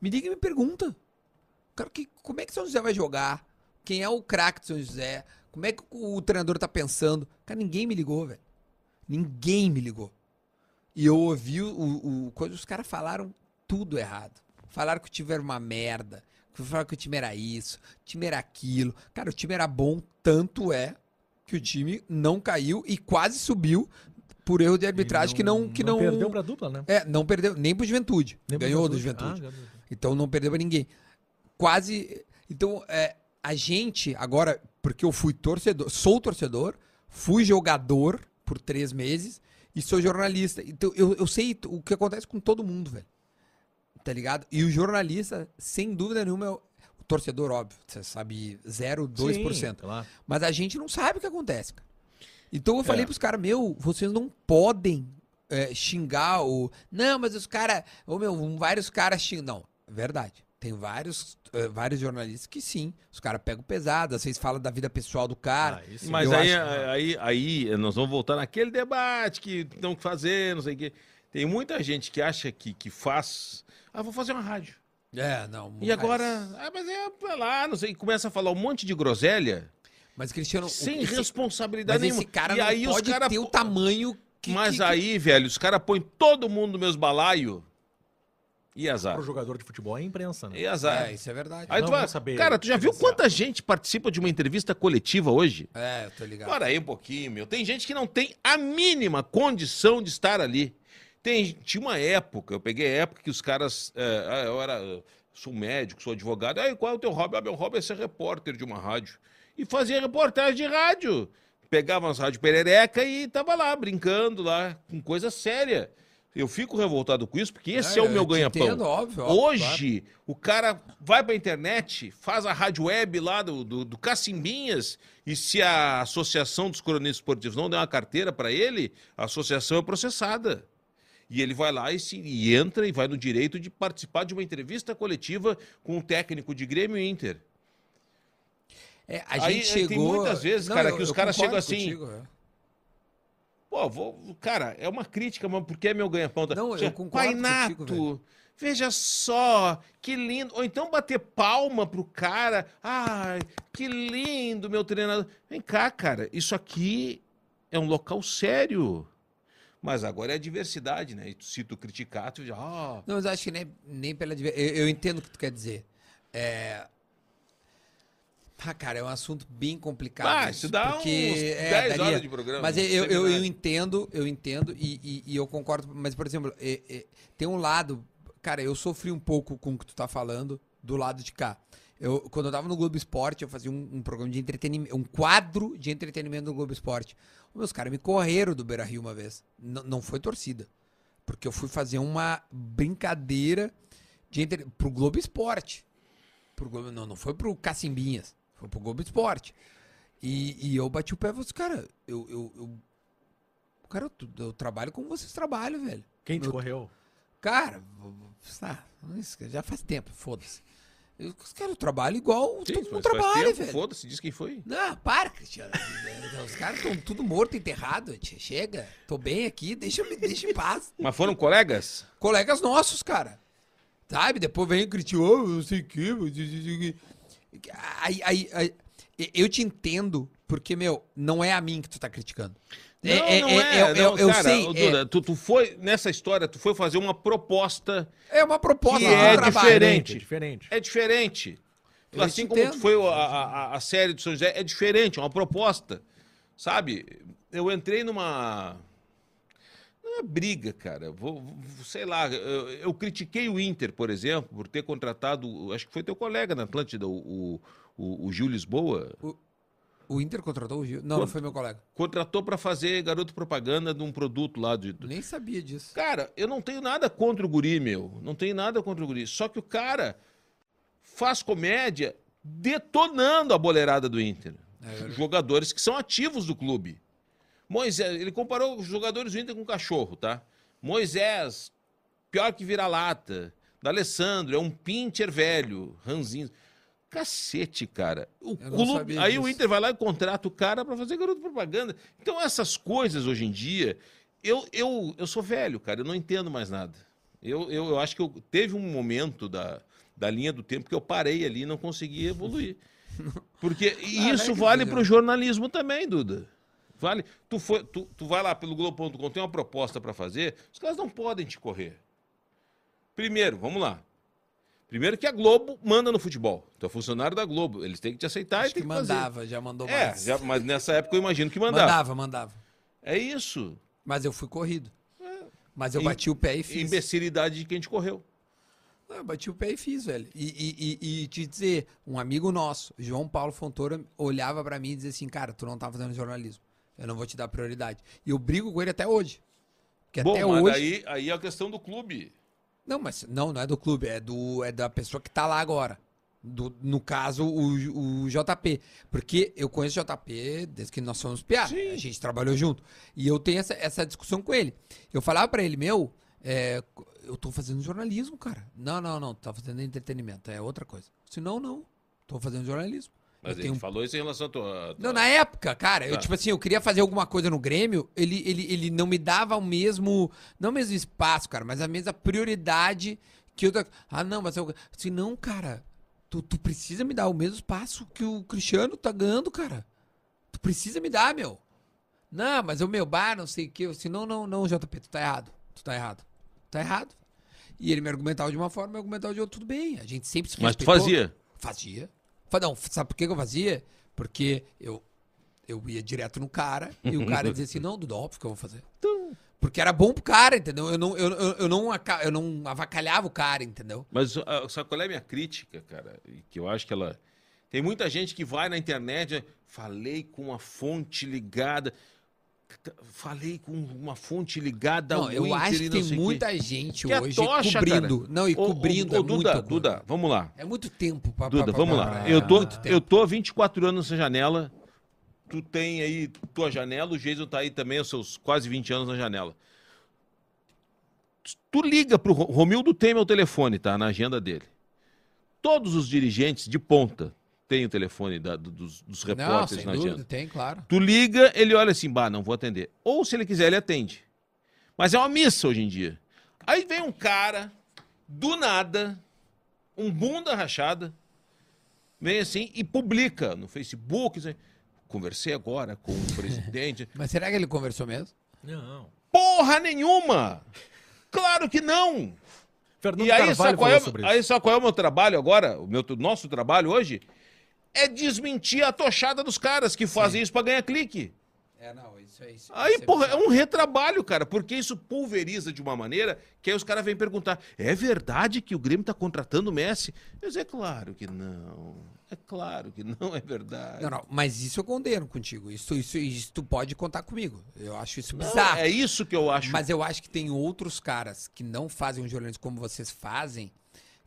Speaker 5: Me liga e me pergunta. Cara, que, como é que o São José vai jogar? Quem é o craque do São José? Como é que o, o treinador tá pensando? Cara, ninguém me ligou, velho. Ninguém me ligou. E eu ouvi o, o, o coisa, os caras falaram tudo errado. Falaram que o time era uma merda. que Falaram que o time era isso, o time era aquilo. Cara, o time era bom, tanto é que o time não caiu e quase subiu por erro de
Speaker 4: É
Speaker 5: arbitragem que não. Que não,
Speaker 4: Perdeu pra dupla, né?
Speaker 5: É, não perdeu, nem pro Juventude.
Speaker 4: Nem pro
Speaker 5: ganhou do
Speaker 4: Ah,
Speaker 5: Juventude.
Speaker 4: ganhou do Juventude.
Speaker 5: Então não perdeu pra ninguém. Quase. Então, é, a gente, agora, porque eu fui torcedor, sou torcedor, fui jogador por três meses e sou jornalista. Então eu, eu sei t- o que acontece com todo mundo, velho. Tá ligado? E o jornalista, sem dúvida nenhuma, é o, o torcedor, óbvio. Você sabe
Speaker 4: Ah,
Speaker 5: 0,2%.
Speaker 4: Sim, claro.
Speaker 5: Mas a gente não sabe o que acontece, cara. Então eu falei pros caras, meu, vocês não podem é, xingar o. Não, mas os caras. Ô, meu, um, vários caras xingam. Não, é verdade. Tem vários, é, vários jornalistas que sim, os caras pegam pesado, às vezes falam da vida pessoal do cara.
Speaker 4: Ah, isso
Speaker 1: Mas
Speaker 5: Eu
Speaker 1: aí, é
Speaker 5: acho
Speaker 1: aí, aí nós vamos voltar naquele debate que estão fazer, não sei o quê. Tem muita gente que acha que, que faz. Ah, vou fazer uma rádio.
Speaker 5: É, não.
Speaker 1: E
Speaker 5: mas-
Speaker 1: agora. Ah, mas é pra lá, não sei. Começa a falar um monte de groselha
Speaker 5: Mas, Cristiano. Então, o-
Speaker 1: sem
Speaker 5: esse-
Speaker 1: responsabilidade
Speaker 5: Mas
Speaker 1: nenhuma.
Speaker 5: esse cara
Speaker 1: e
Speaker 5: não
Speaker 1: aí
Speaker 5: pode
Speaker 1: os cara...
Speaker 5: ter o tamanho que.
Speaker 1: Mas
Speaker 5: que- que-
Speaker 1: aí, velho, os caras põem todo mundo nos meus balaio. E azar.
Speaker 4: Pro jogador de futebol é a imprensa, né?
Speaker 1: E azar.
Speaker 5: É, isso é verdade.
Speaker 1: Aí tu
Speaker 4: Não
Speaker 1: vai...
Speaker 4: vão saber é.
Speaker 1: Cara, tu já viu
Speaker 4: diferenciar.
Speaker 1: quanta gente participa de uma entrevista coletiva hoje?
Speaker 5: É, eu tô ligado.
Speaker 1: Para aí um pouquinho, meu. Tem gente que não tem a mínima condição de estar ali. Tem, tinha uma época, eu peguei época que os caras. é, ah, eu era. eu Sou médico, sou advogado. Aí, qual é o teu hobby? Ah, meu hobby é ser repórter de uma rádio. E fazia reportagem de rádio. Pegava as rádios perereca e tava lá, brincando lá, com coisa séria. Eu fico revoltado com isso, porque esse é,
Speaker 5: É,
Speaker 1: o meu
Speaker 5: eu te
Speaker 1: ganha-pão.
Speaker 5: entendo, óbvio, óbvio,
Speaker 1: Hoje, o cara vai pra internet, faz a rádio web lá do, do, do Cacimbinhas, e se a Associação dos Cronistas Esportivos não der uma carteira pra ele, a associação é processada. E ele vai lá e, se, e entra e vai no direito de participar de uma entrevista coletiva com o técnico de Grêmio e Inter.
Speaker 5: É, a
Speaker 1: Aí,
Speaker 5: gente
Speaker 1: é, tem
Speaker 5: chegou.
Speaker 1: muitas vezes, cara, que os caras chegam
Speaker 5: concordo
Speaker 1: assim,
Speaker 5: contigo, é.
Speaker 1: Pô, vou, cara, é uma crítica, mas porque é meu ganha-pão? tá?
Speaker 5: Não, eu
Speaker 1: Tinha,
Speaker 5: concordo
Speaker 1: "Pai Nato,
Speaker 5: contigo, velho."
Speaker 1: veja só, que lindo. Ou então bater palma pro cara. Ai, que lindo, meu treinador. Vem cá, cara, isso aqui é um local sério. Mas agora é a diversidade, né? E tu- se tu criticar, tu já... "Ah,
Speaker 5: Não, mas acho que nem, nem pela. diver- Eu, eu entendo o que tu quer dizer. É. Ah, cara, é um assunto bem complicado.
Speaker 1: Ah, isso dá
Speaker 5: porque,
Speaker 1: uns
Speaker 5: é,
Speaker 1: 10
Speaker 5: daria.
Speaker 1: horas de programa,
Speaker 5: Mas eu,
Speaker 1: um
Speaker 5: eu, eu
Speaker 1: seminário.
Speaker 5: entendo, eu entendo e, e- e eu concordo. Mas, por exemplo, é- é, tem um lado. Cara, eu sofri um pouco com o que tu tá falando do lado de cá. Eu, quando eu tava no Globo Esporte, eu fazia um, um programa de entretenimento, um quadro de entretenimento no Globo Esporte. Meus caras me correram do Beira Rio uma vez. N- não foi torcida. Porque eu fui fazer uma brincadeira de entre... pro Globo Esporte. Pro Globo... Não, não foi pro Cacimbinhas. Foi pro Globo Esporte. E, e eu bati o pé e falei assim, cara, eu. eu, eu... Cara, eu, tu- eu trabalho como vocês trabalham, velho.
Speaker 4: Quem te
Speaker 5: Meu-
Speaker 4: correu?
Speaker 5: Cara, v- v- tá, isso já faz tempo, foda-se. Eu, cara, eu trabalho igual
Speaker 1: sim,
Speaker 5: todo mundo
Speaker 1: mas faz
Speaker 5: trabalha,
Speaker 1: tempo,
Speaker 5: um velho.
Speaker 1: Foda-se, diz quem foi.
Speaker 5: Não, para, Cristiano. Os caras estão tudo morto, enterrado. tia. Chega, tô bem aqui, deixa, me deixa em paz.
Speaker 1: Mas foram colegas?
Speaker 5: Colegas nossos, cara. Sabe? Depois vem e criticou, "Ah, não sei o quê. mas isso, isso, isso aqui." Aí, aí, aí, e- eu te entendo, porque, meu, não é a mim que tu tá criticando.
Speaker 1: não,
Speaker 5: É, eu
Speaker 1: cara,
Speaker 5: sei.
Speaker 1: ô,
Speaker 5: é-
Speaker 1: Duda, tu, tu foi, nessa história, tu foi fazer uma proposta...
Speaker 5: É, uma proposta
Speaker 1: Que
Speaker 5: de
Speaker 1: é
Speaker 5: trabalho.
Speaker 1: Diferente.
Speaker 4: É diferente.
Speaker 1: É diferente.
Speaker 5: Eu
Speaker 1: assim
Speaker 5: te
Speaker 1: como
Speaker 5: entendo.
Speaker 1: foi a, a- a série do São José, é diferente, é uma proposta. Sabe? Eu entrei numa. numa briga, cara. Vou, vou- sei lá, eu, eu critiquei o Inter, por exemplo, por ter contratado. Acho que foi teu colega na Atlântida, o, o, o, o Gil Lisboa.
Speaker 5: O Inter contratou o Gil? Não, não foi meu colega.
Speaker 1: Contratou para fazer garoto propaganda de um produto lá de, do-
Speaker 5: Nem sabia disso.
Speaker 1: Cara, eu não tenho nada contra o guri, meu. Não tenho nada contra o guri. Só que o cara faz comédia detonando a boleirada do Inter. Jogadores que são ativos do clube. Moisés, ele comparou os jogadores do Inter com cachorro, tá? Moisés, pior que vira-lata. D'Alessandro, é um pincher velho, ranzinho. Cacete, cara. O
Speaker 5: Eu não
Speaker 1: clube-
Speaker 5: sabia
Speaker 1: aí o
Speaker 5: disso.
Speaker 1: Inter vai lá e contrata o cara pra fazer garoto propaganda. Então essas coisas hoje em dia, eu, eu, eu sou velho, cara, eu não entendo mais nada. Eu, eu, eu acho que eu- teve um momento da, da linha do tempo que eu parei ali e não consegui evoluir. Porque e
Speaker 5: Ah,
Speaker 1: isso
Speaker 5: vai que
Speaker 1: vale
Speaker 5: seja.
Speaker 1: para o jornalismo também, Duda. Vale. Tu, foi, tu, tu vai lá pelo Globo.com, tem uma proposta para fazer, os caras não podem te correr. Primeiro, vamos lá. Primeiro que a Globo manda no futebol. Tu é funcionário da Globo. Eles têm que te aceitar e
Speaker 5: Acho
Speaker 1: tem
Speaker 5: que
Speaker 1: que, fazer.
Speaker 5: mandava, já mandou
Speaker 1: É,
Speaker 5: mais.
Speaker 1: já- mas nessa época eu imagino que mandava.
Speaker 5: mandava, mandava.
Speaker 1: É isso.
Speaker 5: Mas eu fui corrido. Mas eu
Speaker 1: Im-
Speaker 5: bati o pé e fiz.
Speaker 1: Imbecilidade de quem te correu.
Speaker 5: Não, Ah, eu bati o pé e fiz, velho. E, e- e- e te dizer, um amigo nosso, João Paulo Fontoura, olhava pra mim e dizia assim, cara, tu não tá fazendo jornalismo. Eu não vou te dar prioridade. E eu brigo com ele até hoje. Porque
Speaker 1: Bom,
Speaker 5: até
Speaker 1: mas
Speaker 5: hoje.
Speaker 1: aí, aí é a questão do clube.
Speaker 5: Não, mas não, não é do clube, é do é da pessoa que tá lá agora. Do- no caso, o, o JP. Porque eu conheço o JP desde que nós somos piá. A gente trabalhou junto. E eu tenho essa, essa discussão com ele. Eu falava pra ele, meu, é, eu tô fazendo jornalismo, cara. Não, não, não, tá fazendo entretenimento, é outra coisa. Se não, não, tô fazendo jornalismo.
Speaker 1: Mas
Speaker 5: eu
Speaker 1: ele
Speaker 5: tenho um
Speaker 1: falou isso em relação à tua.
Speaker 5: não, é na época, cara, eu
Speaker 1: Tá.
Speaker 5: tipo assim, eu queria fazer alguma coisa no Grêmio, ele, ele, ele não me dava o mesmo, não o mesmo espaço, cara, mas a mesma prioridade que eu... Ah, não, mas eu... Assim, não, cara, tu, tu precisa me dar o mesmo espaço que o Cristiano tá ganhando, cara. Tu precisa me dar, meu. Não, mas o meu bar, não sei o que, assim, não, não, não, JP, tu tá errado, tu tá errado, tu tá errado. E ele me argumentava de uma forma, eu argumentava de outra, tudo bem, a gente sempre se
Speaker 1: Mas tu
Speaker 5: respeitou.
Speaker 1: fazia.
Speaker 5: Fazia. Fa- Não, sabe por que que eu fazia? Porque eu, eu ia direto no cara e o cara dizia assim, não, Dudu, óbvio que eu vou fazer. Porque era bom pro cara, entendeu? Eu não, eu, eu, eu não, aca- eu não avacalhava o cara, entendeu?
Speaker 1: Mas ah, sabe qual é a minha crítica, cara? E Que eu acho que ela. Tem muita gente que vai na internet, né? falei com a fonte ligada. Falei com uma fonte ligada
Speaker 5: não,
Speaker 1: ao
Speaker 5: eu
Speaker 1: Inter
Speaker 5: acho que
Speaker 1: e não
Speaker 5: tem
Speaker 1: sei o quê.
Speaker 5: muita gente
Speaker 1: Que é
Speaker 5: hoje
Speaker 1: tocha,
Speaker 5: cobrindo.
Speaker 1: cara.
Speaker 5: Não, e
Speaker 1: Ô, ô,
Speaker 5: cobrindo
Speaker 1: ô,
Speaker 5: é muita
Speaker 1: Duda,
Speaker 5: coisa.
Speaker 1: Duda, vamos lá.
Speaker 5: É muito tempo pra,
Speaker 1: Duda,
Speaker 5: pra-
Speaker 1: vamos
Speaker 5: pra-
Speaker 1: lá.
Speaker 5: pra-
Speaker 1: Eu tô,
Speaker 5: muito tempo.
Speaker 1: eu tô há 24 anos nessa janela. Tu tem aí tua janela, o Jason tá aí também, os seus quase 20 anos na janela. Tu liga pro Ro- Romildo tem meu telefone, tá? Na agenda dele. Todos os dirigentes de ponta têm o telefone da- do- dos, dos
Speaker 5: Não,
Speaker 1: repórteres
Speaker 5: sem
Speaker 1: na
Speaker 5: dúvida,
Speaker 1: agenda.
Speaker 5: tem, claro.
Speaker 1: Tu liga, ele olha assim, bah, não vou atender. Ou se ele quiser, ele atende. Mas é uma missa hoje em dia. Aí vem um cara, do nada, um bunda rachada, vem assim e publica no Facebook. assim, Conversei agora com o presidente.
Speaker 5: Mas será que ele conversou mesmo?
Speaker 4: Não.
Speaker 1: Porra nenhuma! Claro que não!
Speaker 4: Fernando
Speaker 1: E aí,
Speaker 4: Carvalho
Speaker 1: sabe qual,
Speaker 4: falou
Speaker 1: é,
Speaker 4: sobre
Speaker 1: aí
Speaker 4: isso.
Speaker 1: sabe qual é o meu trabalho agora? O meu, nosso trabalho hoje é desmentir a tochada dos caras que fazem isso pra ganhar clique.
Speaker 5: É, não, isso é isso.
Speaker 1: Aí, porra, é um retrabalho, cara, porque isso pulveriza de uma maneira que aí os caras vêm perguntar: é verdade que o Grêmio tá contratando o Messi? Eu digo, é claro que não. É claro que não é verdade.
Speaker 5: Não, não, mas isso eu condeno contigo. Isso, isso, isso tu pode contar comigo. Eu acho isso
Speaker 1: Não,
Speaker 5: bizarro.
Speaker 1: É isso que eu acho.
Speaker 5: Mas eu acho que tem outros caras que não fazem um jornalismo como vocês fazem,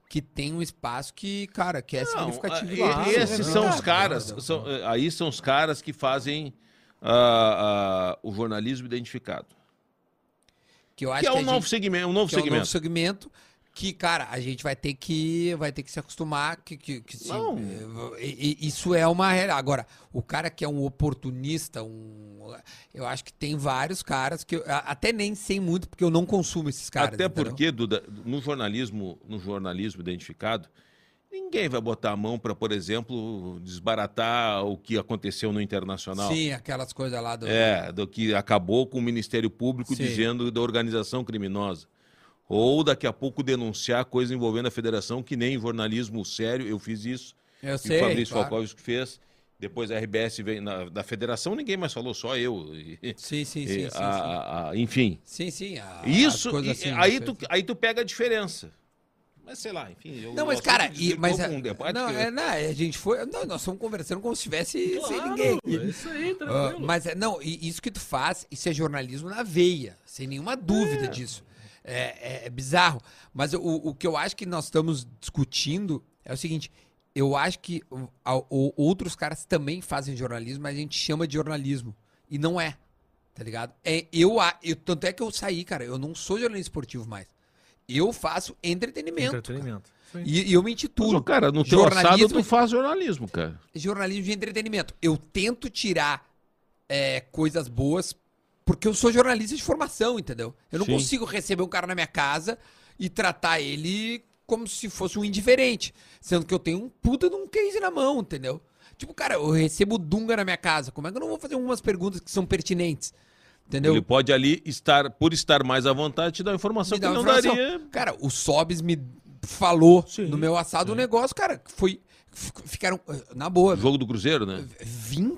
Speaker 5: que tem um espaço que, cara, que é
Speaker 1: Não,
Speaker 5: significativo.
Speaker 1: ah,
Speaker 5: e lá. né?
Speaker 1: e- esses
Speaker 5: Não,
Speaker 1: são
Speaker 5: não,
Speaker 1: os caras,
Speaker 5: não, não.
Speaker 1: são- eh, aí são os caras que fazem ah, ah, o jornalismo identificado.
Speaker 5: Que eu acho
Speaker 1: Que é
Speaker 5: que
Speaker 1: um
Speaker 5: a
Speaker 1: novo
Speaker 5: gente-
Speaker 1: segmento, um novo
Speaker 5: que é um novo
Speaker 1: segmento.
Speaker 5: segmento que, cara, a gente vai ter que, vai ter que se acostumar que, que, que sim,
Speaker 1: Não.
Speaker 5: eh, e- e- isso é uma realidade. Agora, o cara que é um oportunista, um, eu acho que tem vários caras que eu a- até nem sei muito porque eu não consumo esses caras.
Speaker 1: Até
Speaker 5: entendeu?
Speaker 1: porque, Duda, no jornalismo, no jornalismo identificado, ninguém vai botar a mão para, por exemplo, desbaratar o que aconteceu no internacional.
Speaker 5: Sim, aquelas coisas lá do.
Speaker 1: É, do que acabou com o Ministério Público
Speaker 5: Sim.
Speaker 1: dizendo da organização criminosa. Ou daqui a pouco denunciar coisa envolvendo a federação, que nem jornalismo sério, eu fiz isso.
Speaker 5: eu
Speaker 1: E o
Speaker 5: sei.
Speaker 1: Fabrício
Speaker 5: claro.
Speaker 1: Falcóvis que fez. Depois a RBS veio na- da federação, ninguém mais falou, só eu. E-
Speaker 5: Sim, sim,
Speaker 1: e
Speaker 5: sim, sim.
Speaker 1: a-
Speaker 5: sim.
Speaker 1: a- a- enfim.
Speaker 5: Sim, sim. a-
Speaker 1: Isso,
Speaker 5: as coisas
Speaker 1: e-
Speaker 5: assim,
Speaker 1: aí,
Speaker 5: as
Speaker 1: tu,
Speaker 5: coisas-
Speaker 1: aí tu pega a diferença. Mas sei lá, enfim. eu-
Speaker 5: Não,
Speaker 1: o
Speaker 5: mas
Speaker 1: assunto
Speaker 5: cara, e,
Speaker 1: desvirtuou
Speaker 5: mas
Speaker 1: com um debate
Speaker 5: não,
Speaker 1: que-
Speaker 5: é, não, a gente foi, não, nós estamos conversando como se tivesse sem ninguém.
Speaker 4: Claro, é isso aí,
Speaker 5: Ah,
Speaker 4: tranquilo.
Speaker 5: mas é, não, e isso que tu faz, isso é jornalismo na veia, sem nenhuma dúvida disso. É, é- é bizarro. Mas o, o que eu acho que nós estamos discutindo é o seguinte: eu acho que o- a- o- outros caras também fazem jornalismo, mas a gente chama de jornalismo. E não é, tá ligado? É, eu, a- eu- tanto é que eu saí, cara, eu não sou jornalista esportivo mais. Eu faço entretenimento.
Speaker 4: Entretenimento. Isso aí.
Speaker 5: E, e eu me
Speaker 1: Mas,
Speaker 5: intitulo
Speaker 1: ô, cara, no teu
Speaker 5: Jornalismo-
Speaker 1: assado tu faz jornalismo, cara.
Speaker 5: jornalismo de entretenimento. Eu tento tirar é, coisas boas, porque eu sou jornalista de formação, entendeu? Eu não
Speaker 1: Sim.
Speaker 5: consigo receber um cara na minha casa e tratar ele como se fosse um indiferente. Sendo que eu tenho um puta de um case na mão, entendeu? Tipo, cara, eu recebo Dunga na minha casa. Como é que eu não vou fazer algumas perguntas que são pertinentes? Entendeu?
Speaker 1: Ele pode ali estar, por estar mais à vontade, te dar uma informação
Speaker 5: me dá
Speaker 1: que
Speaker 5: uma
Speaker 1: não
Speaker 5: informação.
Speaker 1: daria.
Speaker 5: Cara, o Sobs me falou
Speaker 4: Sim.
Speaker 5: no meu assado um negócio, cara, que foi. f- Ficaram, eh, na boa,
Speaker 1: Jogo do Cruzeiro, né?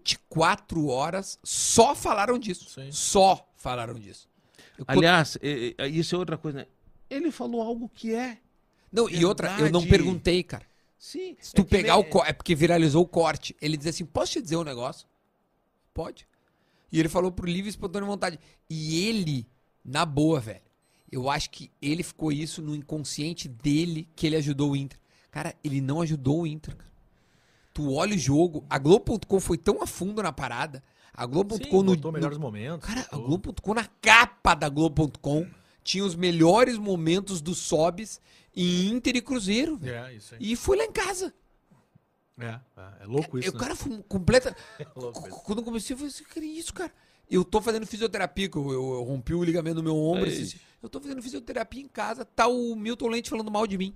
Speaker 5: 24 horas só falaram disso.
Speaker 4: Sim.
Speaker 5: Só falaram disso. Eu co-
Speaker 1: Aliás, é- é- isso é outra coisa, né? Ele falou algo que é.
Speaker 5: não, e outra, eu não
Speaker 1: verdade.
Speaker 5: perguntei, cara.
Speaker 1: Sim.
Speaker 5: Se tu
Speaker 1: é que
Speaker 5: pegar
Speaker 1: nem-
Speaker 5: o corte, é porque viralizou o corte. Ele diz assim: posso te dizer um negócio? Pode. E ele falou pro livre e espontânea vontade. E ele, na boa, velho, eu acho que ele ficou isso no inconsciente dele que ele ajudou o Inter. Cara, ele não ajudou o Inter, cara. Tu olha o jogo, a Globo.com foi tão a fundo na parada. A Globo.com no,
Speaker 4: botou
Speaker 5: no
Speaker 4: melhores momentos.
Speaker 5: Cara, a
Speaker 4: botou.
Speaker 5: Globo.com, na capa da Globo.com, tinha os melhores momentos dos Sobs em Inter e Cruzeiro, velho.
Speaker 4: É, isso aí.
Speaker 5: E foi lá em casa.
Speaker 4: É, é, é louco
Speaker 5: E
Speaker 4: isso,
Speaker 5: o
Speaker 4: né?
Speaker 5: cara foi um completa.
Speaker 4: louco
Speaker 5: Qu- Quando eu comecei, eu falei assim, cara, isso, cara. Eu tô fazendo fisioterapia, que eu, eu- eu rompi o ligamento do meu ombro.
Speaker 1: Ei.
Speaker 5: esses dias. Eu tô fazendo fisioterapia em casa, tá o Milton Lente falando mal de mim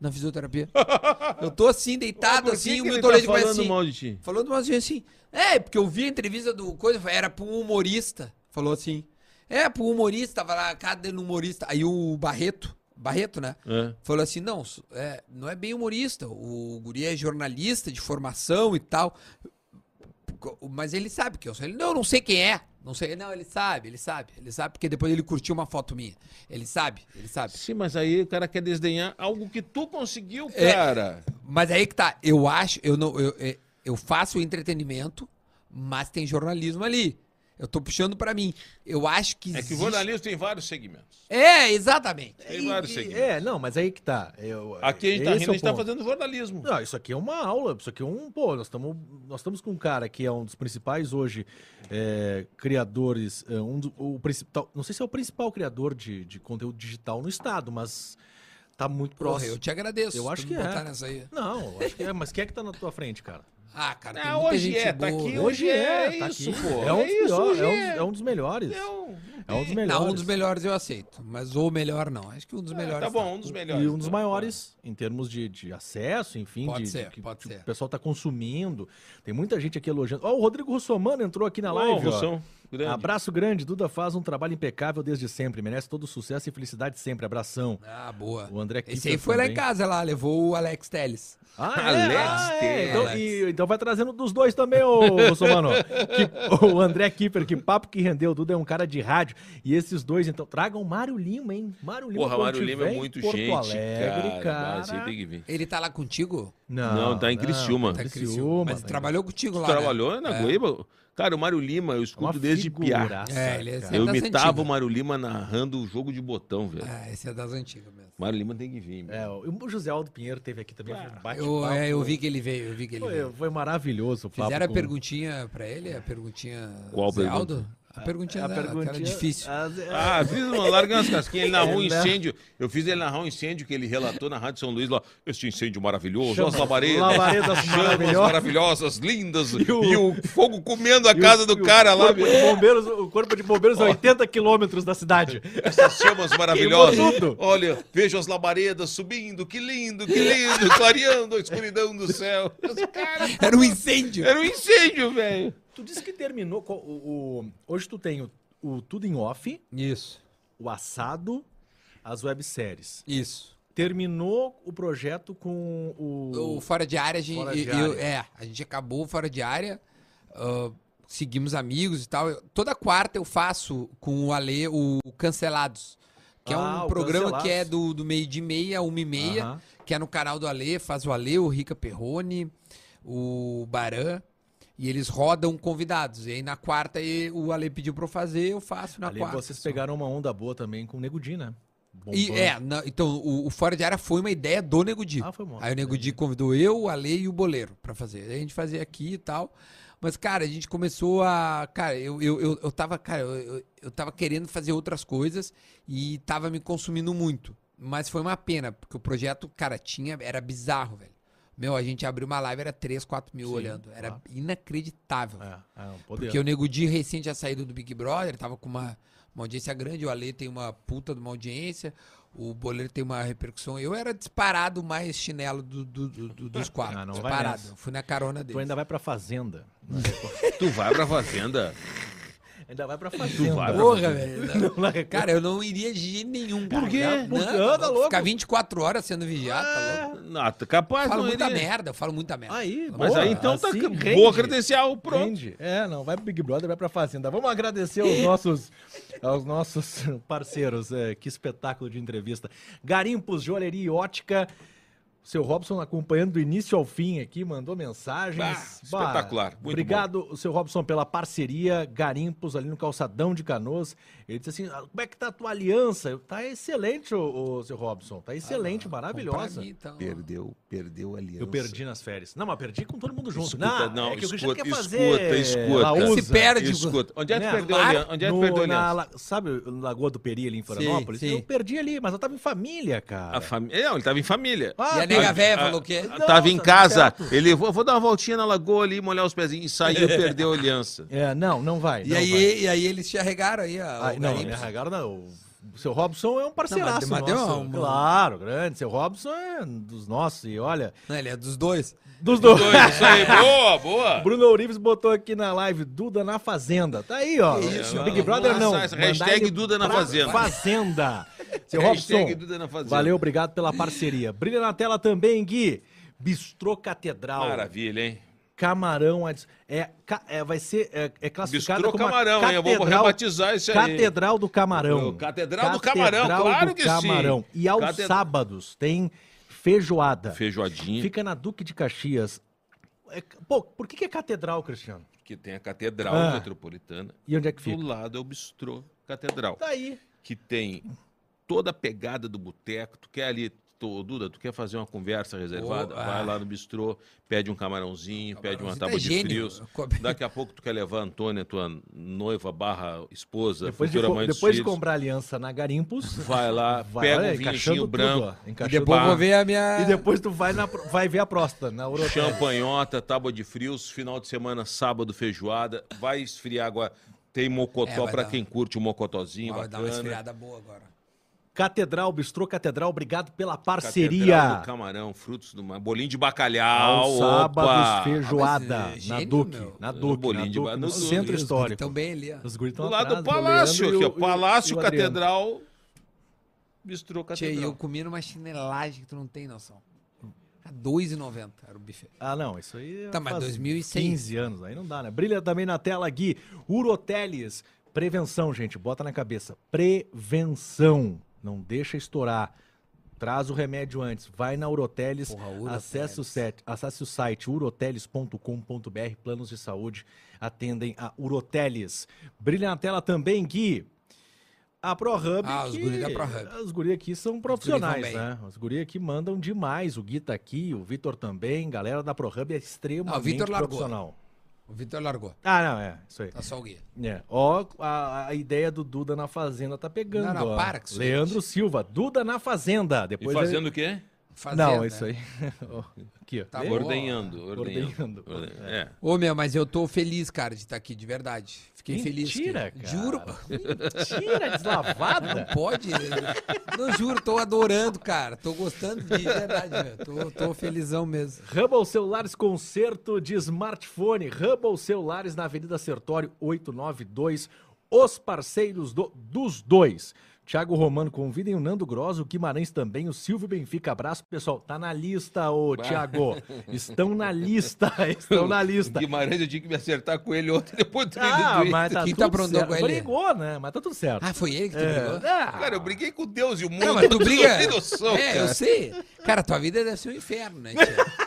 Speaker 5: na fisioterapia. eu tô assim, deitado,
Speaker 1: Por que
Speaker 5: assim,
Speaker 1: que
Speaker 5: o
Speaker 1: ele
Speaker 5: Milton
Speaker 1: tá
Speaker 5: Leite vai
Speaker 1: falando
Speaker 5: assim.
Speaker 1: mal de ti?
Speaker 5: Falando umas vezes assim, é, porque eu vi a entrevista do coisa, era pra um humorista. Falou assim, é, pra um humorista, tava lá, cadê no humorista? Aí o Barreto, Barreto, né?
Speaker 1: É.
Speaker 5: Falou assim, não, so- é, não é bem humorista, o guri é jornalista de formação e tal, mas ele sabe quem eu sou. Ele, não, não sei quem é. Não sei, não, ele sabe, ele sabe, ele sabe, porque depois ele curtiu uma foto minha. Ele sabe, ele sabe.
Speaker 1: Sim, mas aí o cara quer desdenhar algo que tu conseguiu,
Speaker 5: É.
Speaker 1: cara.
Speaker 5: Mas aí que tá, eu acho, eu não, eu, é, eu faço entretenimento, mas tem jornalismo ali. Eu tô puxando pra mim. Eu acho que
Speaker 1: É, que
Speaker 5: existe-
Speaker 1: o jornalismo tem vários segmentos.
Speaker 5: É, exatamente.
Speaker 1: Tem vários
Speaker 4: E- e-
Speaker 1: segmentos.
Speaker 4: é, não, mas aí que tá. Eu,
Speaker 1: Aqui a gente tá rindo,
Speaker 4: esse é
Speaker 1: a
Speaker 4: o
Speaker 1: gente tá
Speaker 4: ponto.
Speaker 1: fazendo jornalismo.
Speaker 4: Não, isso aqui é uma aula, isso aqui é um, pô, nós estamos nós estamos com um cara que é um dos principais hoje é, criadores, é, um do- o principal, não sei se é o principal criador de, de conteúdo digital no estado, mas tá muito
Speaker 5: Porra,
Speaker 4: próximo.
Speaker 5: eu te agradeço.
Speaker 4: Eu
Speaker 5: por
Speaker 4: acho
Speaker 5: me
Speaker 4: que é.
Speaker 5: botar nessa aí.
Speaker 4: Não, eu acho que é, mas quem é que tá na tua frente, cara?
Speaker 5: Ah, cara, tem
Speaker 1: Ah,
Speaker 5: muita
Speaker 1: hoje
Speaker 5: gente
Speaker 1: é, tá
Speaker 5: boa.
Speaker 1: aqui,
Speaker 5: né?
Speaker 1: hoje- é isso,
Speaker 4: aqui.
Speaker 1: pô.
Speaker 4: É um
Speaker 1: É
Speaker 4: dos
Speaker 1: isso,
Speaker 4: melhores, é,
Speaker 1: hoje
Speaker 4: um,
Speaker 1: é.
Speaker 4: é um dos melhores.
Speaker 1: Não, não
Speaker 4: É um dos
Speaker 1: tem.
Speaker 4: melhores.
Speaker 5: Não, um dos melhores eu aceito, mas o melhor não. Acho que um dos melhores.
Speaker 1: Tá bom, um dos melhores.
Speaker 4: E um dos
Speaker 1: então.
Speaker 4: maiores em termos de, de acesso, enfim,
Speaker 5: Pode
Speaker 4: de,
Speaker 5: ser,
Speaker 4: de que
Speaker 5: pode
Speaker 4: que
Speaker 5: ser.
Speaker 4: o pessoal está consumindo. Tem muita gente aqui elogiando. Ó, o Rodrigo Russomano entrou aqui na
Speaker 1: Ô,
Speaker 4: live. ó.
Speaker 1: Russão, grande.
Speaker 4: Abraço grande, Duda faz um trabalho impecável desde sempre, merece todo sucesso e felicidade sempre. Abração.
Speaker 5: Ah, boa.
Speaker 4: O André
Speaker 5: Esse
Speaker 4: Kiefer
Speaker 5: aí foi lá em
Speaker 4: também.
Speaker 5: casa, lá, levou o Alex Telles.
Speaker 4: Ah,
Speaker 1: Alex
Speaker 4: Ah,
Speaker 1: Telles.
Speaker 4: Então, e- então vai trazendo dos dois também, ô Russomano. Que- o André Kipper, que papo que rendeu, o Duda é um cara de rádio. E esses dois, então, tragam Mário Lima, hein? Mário Lima.
Speaker 1: Porra,
Speaker 4: quando
Speaker 1: Mário Lima é
Speaker 4: tiver em
Speaker 1: muito
Speaker 4: Porto
Speaker 1: gente,
Speaker 4: Alegre,
Speaker 1: cara. Ah,
Speaker 4: cara.
Speaker 1: Você tem que vir.
Speaker 5: Ele tá lá contigo?
Speaker 1: Não, tá em Criciúma.
Speaker 5: Tá em Criciúma,
Speaker 4: Criciúma,
Speaker 5: mas
Speaker 4: tá em-
Speaker 5: trabalhou contigo lá. né?
Speaker 1: Trabalhou na Guaíba? Cara, o Mário Lima, eu escuto
Speaker 4: É. Uma tá
Speaker 1: desde piá.
Speaker 4: figuraça,
Speaker 5: É, ele é
Speaker 4: cara.
Speaker 5: sempre
Speaker 1: Eu
Speaker 5: das
Speaker 1: imitava o
Speaker 5: antigas.
Speaker 1: Mário Lima narrando o jogo de botão, velho.
Speaker 5: Ah, esse é das antigas mesmo.
Speaker 1: Mário Lima tem que vir. meu.
Speaker 4: É, o José Aldo Pinheiro teve aqui também. foi um
Speaker 5: Eu,
Speaker 4: bate-papo.
Speaker 5: é, eu vi que ele veio, eu vi que ele veio.
Speaker 4: Foi, foi maravilhoso o papo.
Speaker 5: Fizeram
Speaker 4: com-
Speaker 5: a perguntinha pra ele, a perguntinha.
Speaker 1: Qual
Speaker 5: Zé
Speaker 1: pergunta?
Speaker 5: Aldo? A perguntinha
Speaker 4: É, A
Speaker 5: dela, que
Speaker 4: perguntinha...
Speaker 5: era né? difícil.
Speaker 4: Ah,
Speaker 1: Ah, fiz uma, larga umas casquinhas, ele narrou um
Speaker 4: Ele narra-
Speaker 1: incêndio. Eu fiz ele narrar um incêndio que ele relatou na Rádio São Luís lá. Este incêndio maravilhoso,
Speaker 4: Chama-
Speaker 1: as labaredas,
Speaker 4: labaredas
Speaker 1: chamas
Speaker 4: maravilhosas.
Speaker 1: maravilhosas, lindas, e
Speaker 4: o-
Speaker 1: o, fogo comendo a
Speaker 4: e o-
Speaker 1: casa
Speaker 4: e
Speaker 1: do cara
Speaker 4: o
Speaker 1: lá.
Speaker 4: Corpo de bombeiros, o corpo de bombeiros é 80 quilômetros da cidade.
Speaker 1: Essas chamas maravilhosas.
Speaker 4: Queimou tudo.
Speaker 1: Olha, vejo as labaredas subindo, que lindo, que lindo, clareando a escuridão do céu.
Speaker 5: Era um incêndio.
Speaker 1: Era um incêndio, velho.
Speaker 4: Tu disse que terminou. com o, o- hoje tu tem o, o Tudo em Off,
Speaker 5: Isso,
Speaker 4: o Assado, as webséries.
Speaker 5: isso.
Speaker 4: Terminou o projeto com o.
Speaker 5: O Fora de Área, a gente,
Speaker 4: Fora de
Speaker 5: eu-
Speaker 4: Área.
Speaker 5: é, a gente acabou o Fora de Área, ah, seguimos amigos e tal. Eu- toda quarta eu faço com o Ale o Cancelados, que
Speaker 4: Ah,
Speaker 5: é um
Speaker 4: o
Speaker 5: programa que é
Speaker 4: Cancelados.
Speaker 5: do, do meio de meia a uma e meia,
Speaker 4: Aham.
Speaker 5: que é no canal do Ale, faz o Ale, o Rica Perrone, o Baran, e eles rodam convidados. E aí na quarta e- o Ale pediu pra eu fazer, eu faço na
Speaker 4: Ali
Speaker 5: quarta.
Speaker 4: vocês
Speaker 5: só.
Speaker 4: pegaram uma onda boa também com o Nego Di, né?
Speaker 5: E,
Speaker 4: Bombando.
Speaker 5: é, na- então, o, o Fora de Área foi uma ideia do Nego Di.
Speaker 4: Ah, foi bom.
Speaker 5: Aí o Nego Di convidou eu, a Lei e o Boleiro pra fazer. Aí a gente fazia aqui e tal. Mas, cara, a gente começou a. Cara, eu, eu, eu, eu tava, cara, eu, eu, eu tava querendo fazer outras coisas e tava me consumindo muito. Mas foi uma pena, porque o projeto, cara, tinha. Era bizarro, velho. Meu, a gente abriu uma live, era 3, 4 mil
Speaker 4: Sim,
Speaker 5: olhando. Era
Speaker 4: claro.
Speaker 5: inacreditável.
Speaker 4: É, é um poder.
Speaker 5: Porque o Nego Di recente tinha saído do Big Brother, tava com uma, uma audiência grande, o Ale tem uma puta de uma audiência, o Boleiro tem uma repercussão. Eu era disparado o mais chinelo do- do- do- do- dos quatro.
Speaker 4: Ah, não vai
Speaker 5: disparado.
Speaker 4: nessa.
Speaker 5: Fui na carona
Speaker 4: Tu
Speaker 5: dele.
Speaker 4: ainda vai pra fazenda.
Speaker 1: Tu vai pra fazenda.
Speaker 4: Ainda vai pra fazenda.
Speaker 1: vai pra
Speaker 5: Porra, velho.
Speaker 4: Não,
Speaker 5: Cara, eu não iria de jeito nenhum.
Speaker 4: Por quê? Por quê?
Speaker 5: Não, tá
Speaker 4: Anda louco. Ah,
Speaker 5: Ficar 24 horas sendo vigiado, tá louco?
Speaker 1: Não, tá capaz,
Speaker 5: Eu falo
Speaker 1: não
Speaker 5: muita
Speaker 1: iria.
Speaker 5: merda, eu falo muita merda.
Speaker 4: Aí,
Speaker 5: Mas
Speaker 1: Mas
Speaker 4: boa,
Speaker 1: aí então tá
Speaker 4: assim
Speaker 1: com
Speaker 4: rende.
Speaker 1: boa credencial, pronto.
Speaker 4: Entende? É, não, vai pro Big Brother, vai pra Fazenda. Vamos agradecer aos nossos, aos nossos parceiros. é, que espetáculo de entrevista. Garimpos, joalheria e ótica. O seu Robson acompanhando do início ao fim aqui, mandou mensagens.
Speaker 1: Bah, espetacular, muito
Speaker 4: obrigado, o seu Robson, pela parceria. Garimpos ali no calçadão de Canoas. Ele disse assim: "Ah, como é que tá a tua aliança? Eu, Tá excelente, o, seu Robson. Tá
Speaker 1: Ah,
Speaker 4: excelente, maravilhosa.
Speaker 5: Comprar mim, então.
Speaker 1: Perdeu, perdeu a aliança.
Speaker 4: Eu perdi nas férias. Não, mas perdi com todo mundo junto.
Speaker 1: Escuta, não,
Speaker 4: é que o Cristiano
Speaker 1: escuta,
Speaker 4: quer
Speaker 1: escuta,
Speaker 4: fazer.
Speaker 1: escuta.
Speaker 4: Laúsa.
Speaker 5: Se perde,
Speaker 1: Escuta, onde é que
Speaker 4: Né?
Speaker 1: tu perdeu a
Speaker 5: Mar-
Speaker 1: aliança? Onde é que tu
Speaker 4: No-
Speaker 1: perdeu a
Speaker 4: na
Speaker 1: aliança?
Speaker 4: La- Sabe o Lagoa do Peri ali em Florianópolis?
Speaker 5: sim.
Speaker 4: Eu perdi ali, mas eu tava em família, cara.
Speaker 1: A família. Não, ele tava em família.
Speaker 4: Ah,
Speaker 5: E a
Speaker 4: tá.
Speaker 5: nega véia falou que
Speaker 4: Não,
Speaker 1: tava em
Speaker 4: tá
Speaker 1: casa.
Speaker 4: certo.
Speaker 1: Ele, vou, vou dar uma voltinha na lagoa ali, molhar os pezinhos. E saiu, perdeu a aliança.
Speaker 4: É, não, não vai.
Speaker 5: E
Speaker 4: não vai.
Speaker 5: aí, e aí eles te arregaram aí, ó.
Speaker 4: Ah,
Speaker 5: o
Speaker 4: não,
Speaker 5: garimpo.
Speaker 4: me arrancaram, não. O seu Robson é um parceiraço
Speaker 5: mas deu
Speaker 4: nosso.
Speaker 5: uma-
Speaker 4: Claro, grande. Seu Robson é dos nossos e olha...
Speaker 5: Não, ele é dos dois.
Speaker 4: Dos dois.
Speaker 1: Isso aí, boa, boa.
Speaker 4: Bruno Ourives botou aqui na live Duda na Fazenda. Tá aí, ó.
Speaker 5: Isso,
Speaker 4: Big
Speaker 5: mano.
Speaker 4: Brother não.
Speaker 1: Nossa,
Speaker 4: Mandar
Speaker 1: hashtag
Speaker 4: ele
Speaker 1: Duda na
Speaker 4: pra
Speaker 1: Fazenda.
Speaker 4: Fazenda. Seu
Speaker 1: Hashtag
Speaker 4: Robson,
Speaker 1: Duda na Fazenda.
Speaker 4: valeu, obrigado pela parceria. Brilha na tela também, Gui. Bistrô Catedral.
Speaker 1: Maravilha, hein?
Speaker 4: Camarão. à dis- É, ca- é, vai ser é, é classificado
Speaker 1: Bistrô
Speaker 4: como a
Speaker 1: Camarão, hein? Eu vou
Speaker 4: catedral-
Speaker 1: rebatizar isso aí.
Speaker 4: Catedral do Camarão.
Speaker 1: Ô, Catedral do Camarão, claro que sim.
Speaker 4: Camarão. E aos
Speaker 1: Catedra-
Speaker 4: sábados tem feijoada.
Speaker 1: Feijoadinho,
Speaker 4: Fica na Duque de Caxias. É, pô, por que, que é catedral, Cristiano?
Speaker 1: que tem a Catedral
Speaker 4: Ah.
Speaker 1: Metropolitana.
Speaker 4: E onde é que
Speaker 1: Do
Speaker 4: fica?
Speaker 1: lado é o Bistrô Catedral.
Speaker 4: Tá aí.
Speaker 1: que tem toda a pegada do boteco. Tu quer ali, tu, Duda, tu quer fazer uma conversa reservada?
Speaker 5: Oh, ah.
Speaker 1: Vai lá no bistrô, pede um camarãozinho, pede uma
Speaker 5: Camarãozinho,
Speaker 1: tábua
Speaker 5: tá
Speaker 1: de
Speaker 5: gênio.
Speaker 1: frios.
Speaker 5: Come-
Speaker 1: Daqui a pouco tu quer levar a Antônia, tua noiva barra esposa,
Speaker 4: Depois, de,
Speaker 1: futura
Speaker 4: co-
Speaker 1: mãe dos
Speaker 4: depois de
Speaker 1: filhos.
Speaker 4: comprar aliança na Garimpos,
Speaker 1: Vai lá,
Speaker 4: vai,
Speaker 1: pega
Speaker 4: olha,
Speaker 1: um
Speaker 4: encaixando
Speaker 1: vinho
Speaker 4: tudo,
Speaker 1: branco,
Speaker 4: ó,
Speaker 5: E
Speaker 4: encaixando
Speaker 5: depois eu
Speaker 4: tudo.
Speaker 5: vou ver a minha.
Speaker 4: E depois tu vai, na, pro- vai ver a próstata, né, na urotese.
Speaker 1: champanhota, tábua de frios, final de semana, sábado, feijoada. Vai esfriar agora. Tem
Speaker 5: É,
Speaker 1: mocotó
Speaker 5: vai
Speaker 1: pra
Speaker 5: dar-
Speaker 1: quem curte o mocotózinho,
Speaker 5: Vai dar uma
Speaker 1: bacana.
Speaker 5: esfriada boa agora.
Speaker 4: Catedral, Bistrô Catedral, obrigado pela
Speaker 1: Catedral
Speaker 4: parceria.
Speaker 1: do camarão, frutos do mar, bolinho de bacalhau,
Speaker 4: Aos
Speaker 1: opa!
Speaker 4: sábados, feijoada,
Speaker 5: Ah, mas é
Speaker 4: na
Speaker 5: gênio,
Speaker 4: Duque,
Speaker 5: meu.
Speaker 4: na
Speaker 1: No
Speaker 4: Duque, na
Speaker 1: bolinho de
Speaker 4: Duque,
Speaker 1: ba-
Speaker 4: no
Speaker 1: no-
Speaker 4: centro
Speaker 1: Os
Speaker 4: histórico.
Speaker 5: Estão bem ali, ó.
Speaker 4: Os guris
Speaker 1: Do
Speaker 4: estão
Speaker 1: lado Então, do
Speaker 4: atrás, o
Speaker 1: Palácio,
Speaker 4: Leandro e
Speaker 1: aqui, ó.
Speaker 4: o- e o- e
Speaker 1: Palácio,
Speaker 4: o Adriano.
Speaker 1: Catedral, Bistrô
Speaker 4: tá
Speaker 5: Tchê, e eu
Speaker 1: Catedral.
Speaker 5: comi numa chinelagem que tu não tem noção. Tá A 2,90 era o buffet.
Speaker 4: Ah, não, isso aí.
Speaker 5: Tá, mas
Speaker 4: faz
Speaker 5: 2006.
Speaker 4: 15 anos, aí não dá, né? Brilha também na tela, Gui. Uroteles. Prevenção, gente, bota na cabeça. Prevenção. Não deixa estourar. Traz o remédio antes. Vai na Uroteles.
Speaker 5: Porra, Uroteles.
Speaker 4: Acesse o, set, acesse o site uroteles.com.br. Planos de saúde atendem a Uroteles. Brilha na tela também, Gui. A ProHub.
Speaker 5: Ah, os
Speaker 4: que-
Speaker 5: guri da ProHub.
Speaker 4: Os guri aqui são
Speaker 5: Os
Speaker 4: profissionais,
Speaker 5: guri vão
Speaker 4: né? Os guri aqui mandam demais. O Gui tá aqui, o Vitor também. Galera da ProHub é extremamente
Speaker 5: Ah, o Vitor largou.
Speaker 4: profissional.
Speaker 5: O Vitor largou.
Speaker 4: Ah, não, é. Isso aí.
Speaker 5: Tá só o guia.
Speaker 4: É. Ó, a, a ideia do Duda na Fazenda tá pegando.
Speaker 5: Não, não,
Speaker 4: ó.
Speaker 5: para com isso,
Speaker 4: Leandro Silva, Duda na Fazenda.
Speaker 1: E
Speaker 4: Depois
Speaker 1: fazendo o quê?
Speaker 5: Fazenda.
Speaker 4: Não, isso aí. Ó, aqui, ó.
Speaker 5: Tá
Speaker 4: Lê?
Speaker 5: bom.
Speaker 1: Ordenhando, ordenhando.
Speaker 4: Ordenhando.
Speaker 1: Orde- É.
Speaker 5: Ô, meu, mas eu tô feliz, cara, de estar aqui, de verdade. Fiquei feliz.
Speaker 4: Mentira,
Speaker 5: que-
Speaker 4: cara.
Speaker 5: Juro.
Speaker 4: Mentira,
Speaker 5: Não
Speaker 4: deslavada.
Speaker 5: pode. eu- Não, juro, tô adorando, cara. Tô gostando de de verdade, meu. Tô, tô felizão mesmo.
Speaker 4: Hubble Celulares Concerto de Smartphone. Hubble Celulares na Avenida Sertório 892. Os parceiros do- dos dois. Thiago Romano, convidem o Nando Gross, o Guimarães também, o Silvio Benfica. Abraço, pessoal. Tá na lista, ô Thiago. Estão na lista, estão Então, na lista.
Speaker 1: Guimarães, eu tinha que me acertar com ele ontem, depois do
Speaker 4: Ah,
Speaker 1: do-
Speaker 4: mas tá
Speaker 5: Quem
Speaker 4: tudo
Speaker 5: tá abrandou
Speaker 4: certo.
Speaker 5: com ele?
Speaker 4: Brigou, né? Mas tá tudo certo.
Speaker 5: Ah, foi ele que tu
Speaker 4: É.
Speaker 5: brigou?
Speaker 4: Ah,
Speaker 1: Cara, eu briguei com Deus e o mundo.
Speaker 5: Não, mas tu briga.
Speaker 1: tem noção,
Speaker 5: é, eu
Speaker 1: cara.
Speaker 5: sei. Cara, tua vida deve ser um inferno, né? tia?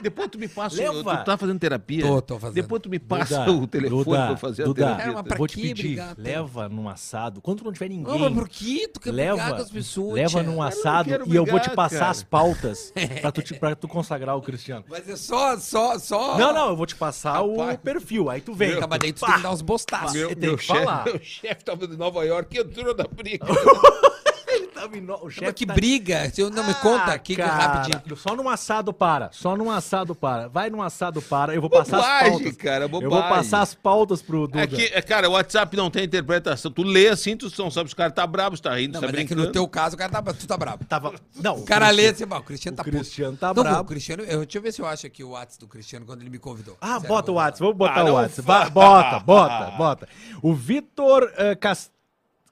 Speaker 1: Depois tu me passa.
Speaker 4: Leva.
Speaker 1: o- Tu tá fazendo terapia?
Speaker 5: Tô, tô fazendo.
Speaker 1: Depois tu me passa
Speaker 4: Duda,
Speaker 1: o telefone
Speaker 4: Duda,
Speaker 1: pra eu fazer
Speaker 4: Duda.
Speaker 1: a
Speaker 5: É,
Speaker 1: terapia.
Speaker 5: mas pra
Speaker 4: Vou te
Speaker 5: que
Speaker 4: pedir,
Speaker 5: brigar tanto?
Speaker 4: leva num assado. Quando não tiver ninguém.
Speaker 5: Não, mas por que tu quer brigar com as pessoas?
Speaker 4: leva
Speaker 5: tia?
Speaker 4: num
Speaker 1: não
Speaker 4: assado
Speaker 1: quero
Speaker 4: e eu vou te
Speaker 1: brigar,
Speaker 4: passar
Speaker 1: cara.
Speaker 4: as pautas pra tu, te- pra tu consagrar o Cristiano.
Speaker 5: Mas é só, só, só.
Speaker 4: Não, não, eu vou te passar o
Speaker 1: Rapaz.
Speaker 4: perfil, aí tu vem.
Speaker 5: Tá, mas daí tu
Speaker 4: Pá!
Speaker 5: tem que dar uns bostaços.
Speaker 4: Meu-
Speaker 1: Meu,
Speaker 4: tem
Speaker 1: meu
Speaker 4: que
Speaker 1: chefe,
Speaker 4: falar.
Speaker 1: meu chefe tava de Nova York e entrou na briga.
Speaker 4: Tava em no- O
Speaker 5: um Mas
Speaker 4: chefe
Speaker 5: que
Speaker 4: tá-
Speaker 5: briga! Se eu- Não, me conta
Speaker 4: Ah,
Speaker 5: aqui que- é
Speaker 4: cara,
Speaker 5: rapidinho.
Speaker 4: Só num assado para, só num assado para. Vai num assado para, eu vou passar as
Speaker 1: Bobagem,
Speaker 4: pautas.
Speaker 1: cara,
Speaker 4: Eu vou
Speaker 1: bobagem.
Speaker 4: passar as pautas pro Duda.
Speaker 1: É que, é, cara, o WhatsApp não tem interpretação. Tu lê assim, tu não sabe se o cara tá brabo, se tá rindo, se tá
Speaker 5: Não, mas é que
Speaker 1: brincando.
Speaker 5: no teu caso, o cara tá, tu tá brabo.
Speaker 4: Tava... Não,
Speaker 5: O cara lê
Speaker 4: Cristiano-
Speaker 5: assim, "Bah, o Cristiano tá
Speaker 4: o Cristiano tá
Speaker 5: Não,
Speaker 4: bravo.
Speaker 5: o Cristiano, eu, deixa eu ver se eu acho aqui o WhatsApp do Cristiano quando ele me convidou.
Speaker 4: Ah,
Speaker 5: Sério,
Speaker 4: bota o
Speaker 5: vou-
Speaker 4: WhatsApp, vamos botar
Speaker 1: Ah,
Speaker 4: o
Speaker 1: não
Speaker 4: WhatsApp.
Speaker 1: fa-
Speaker 4: Ba- Bota, bota, bota. O Vitor eh, Cas-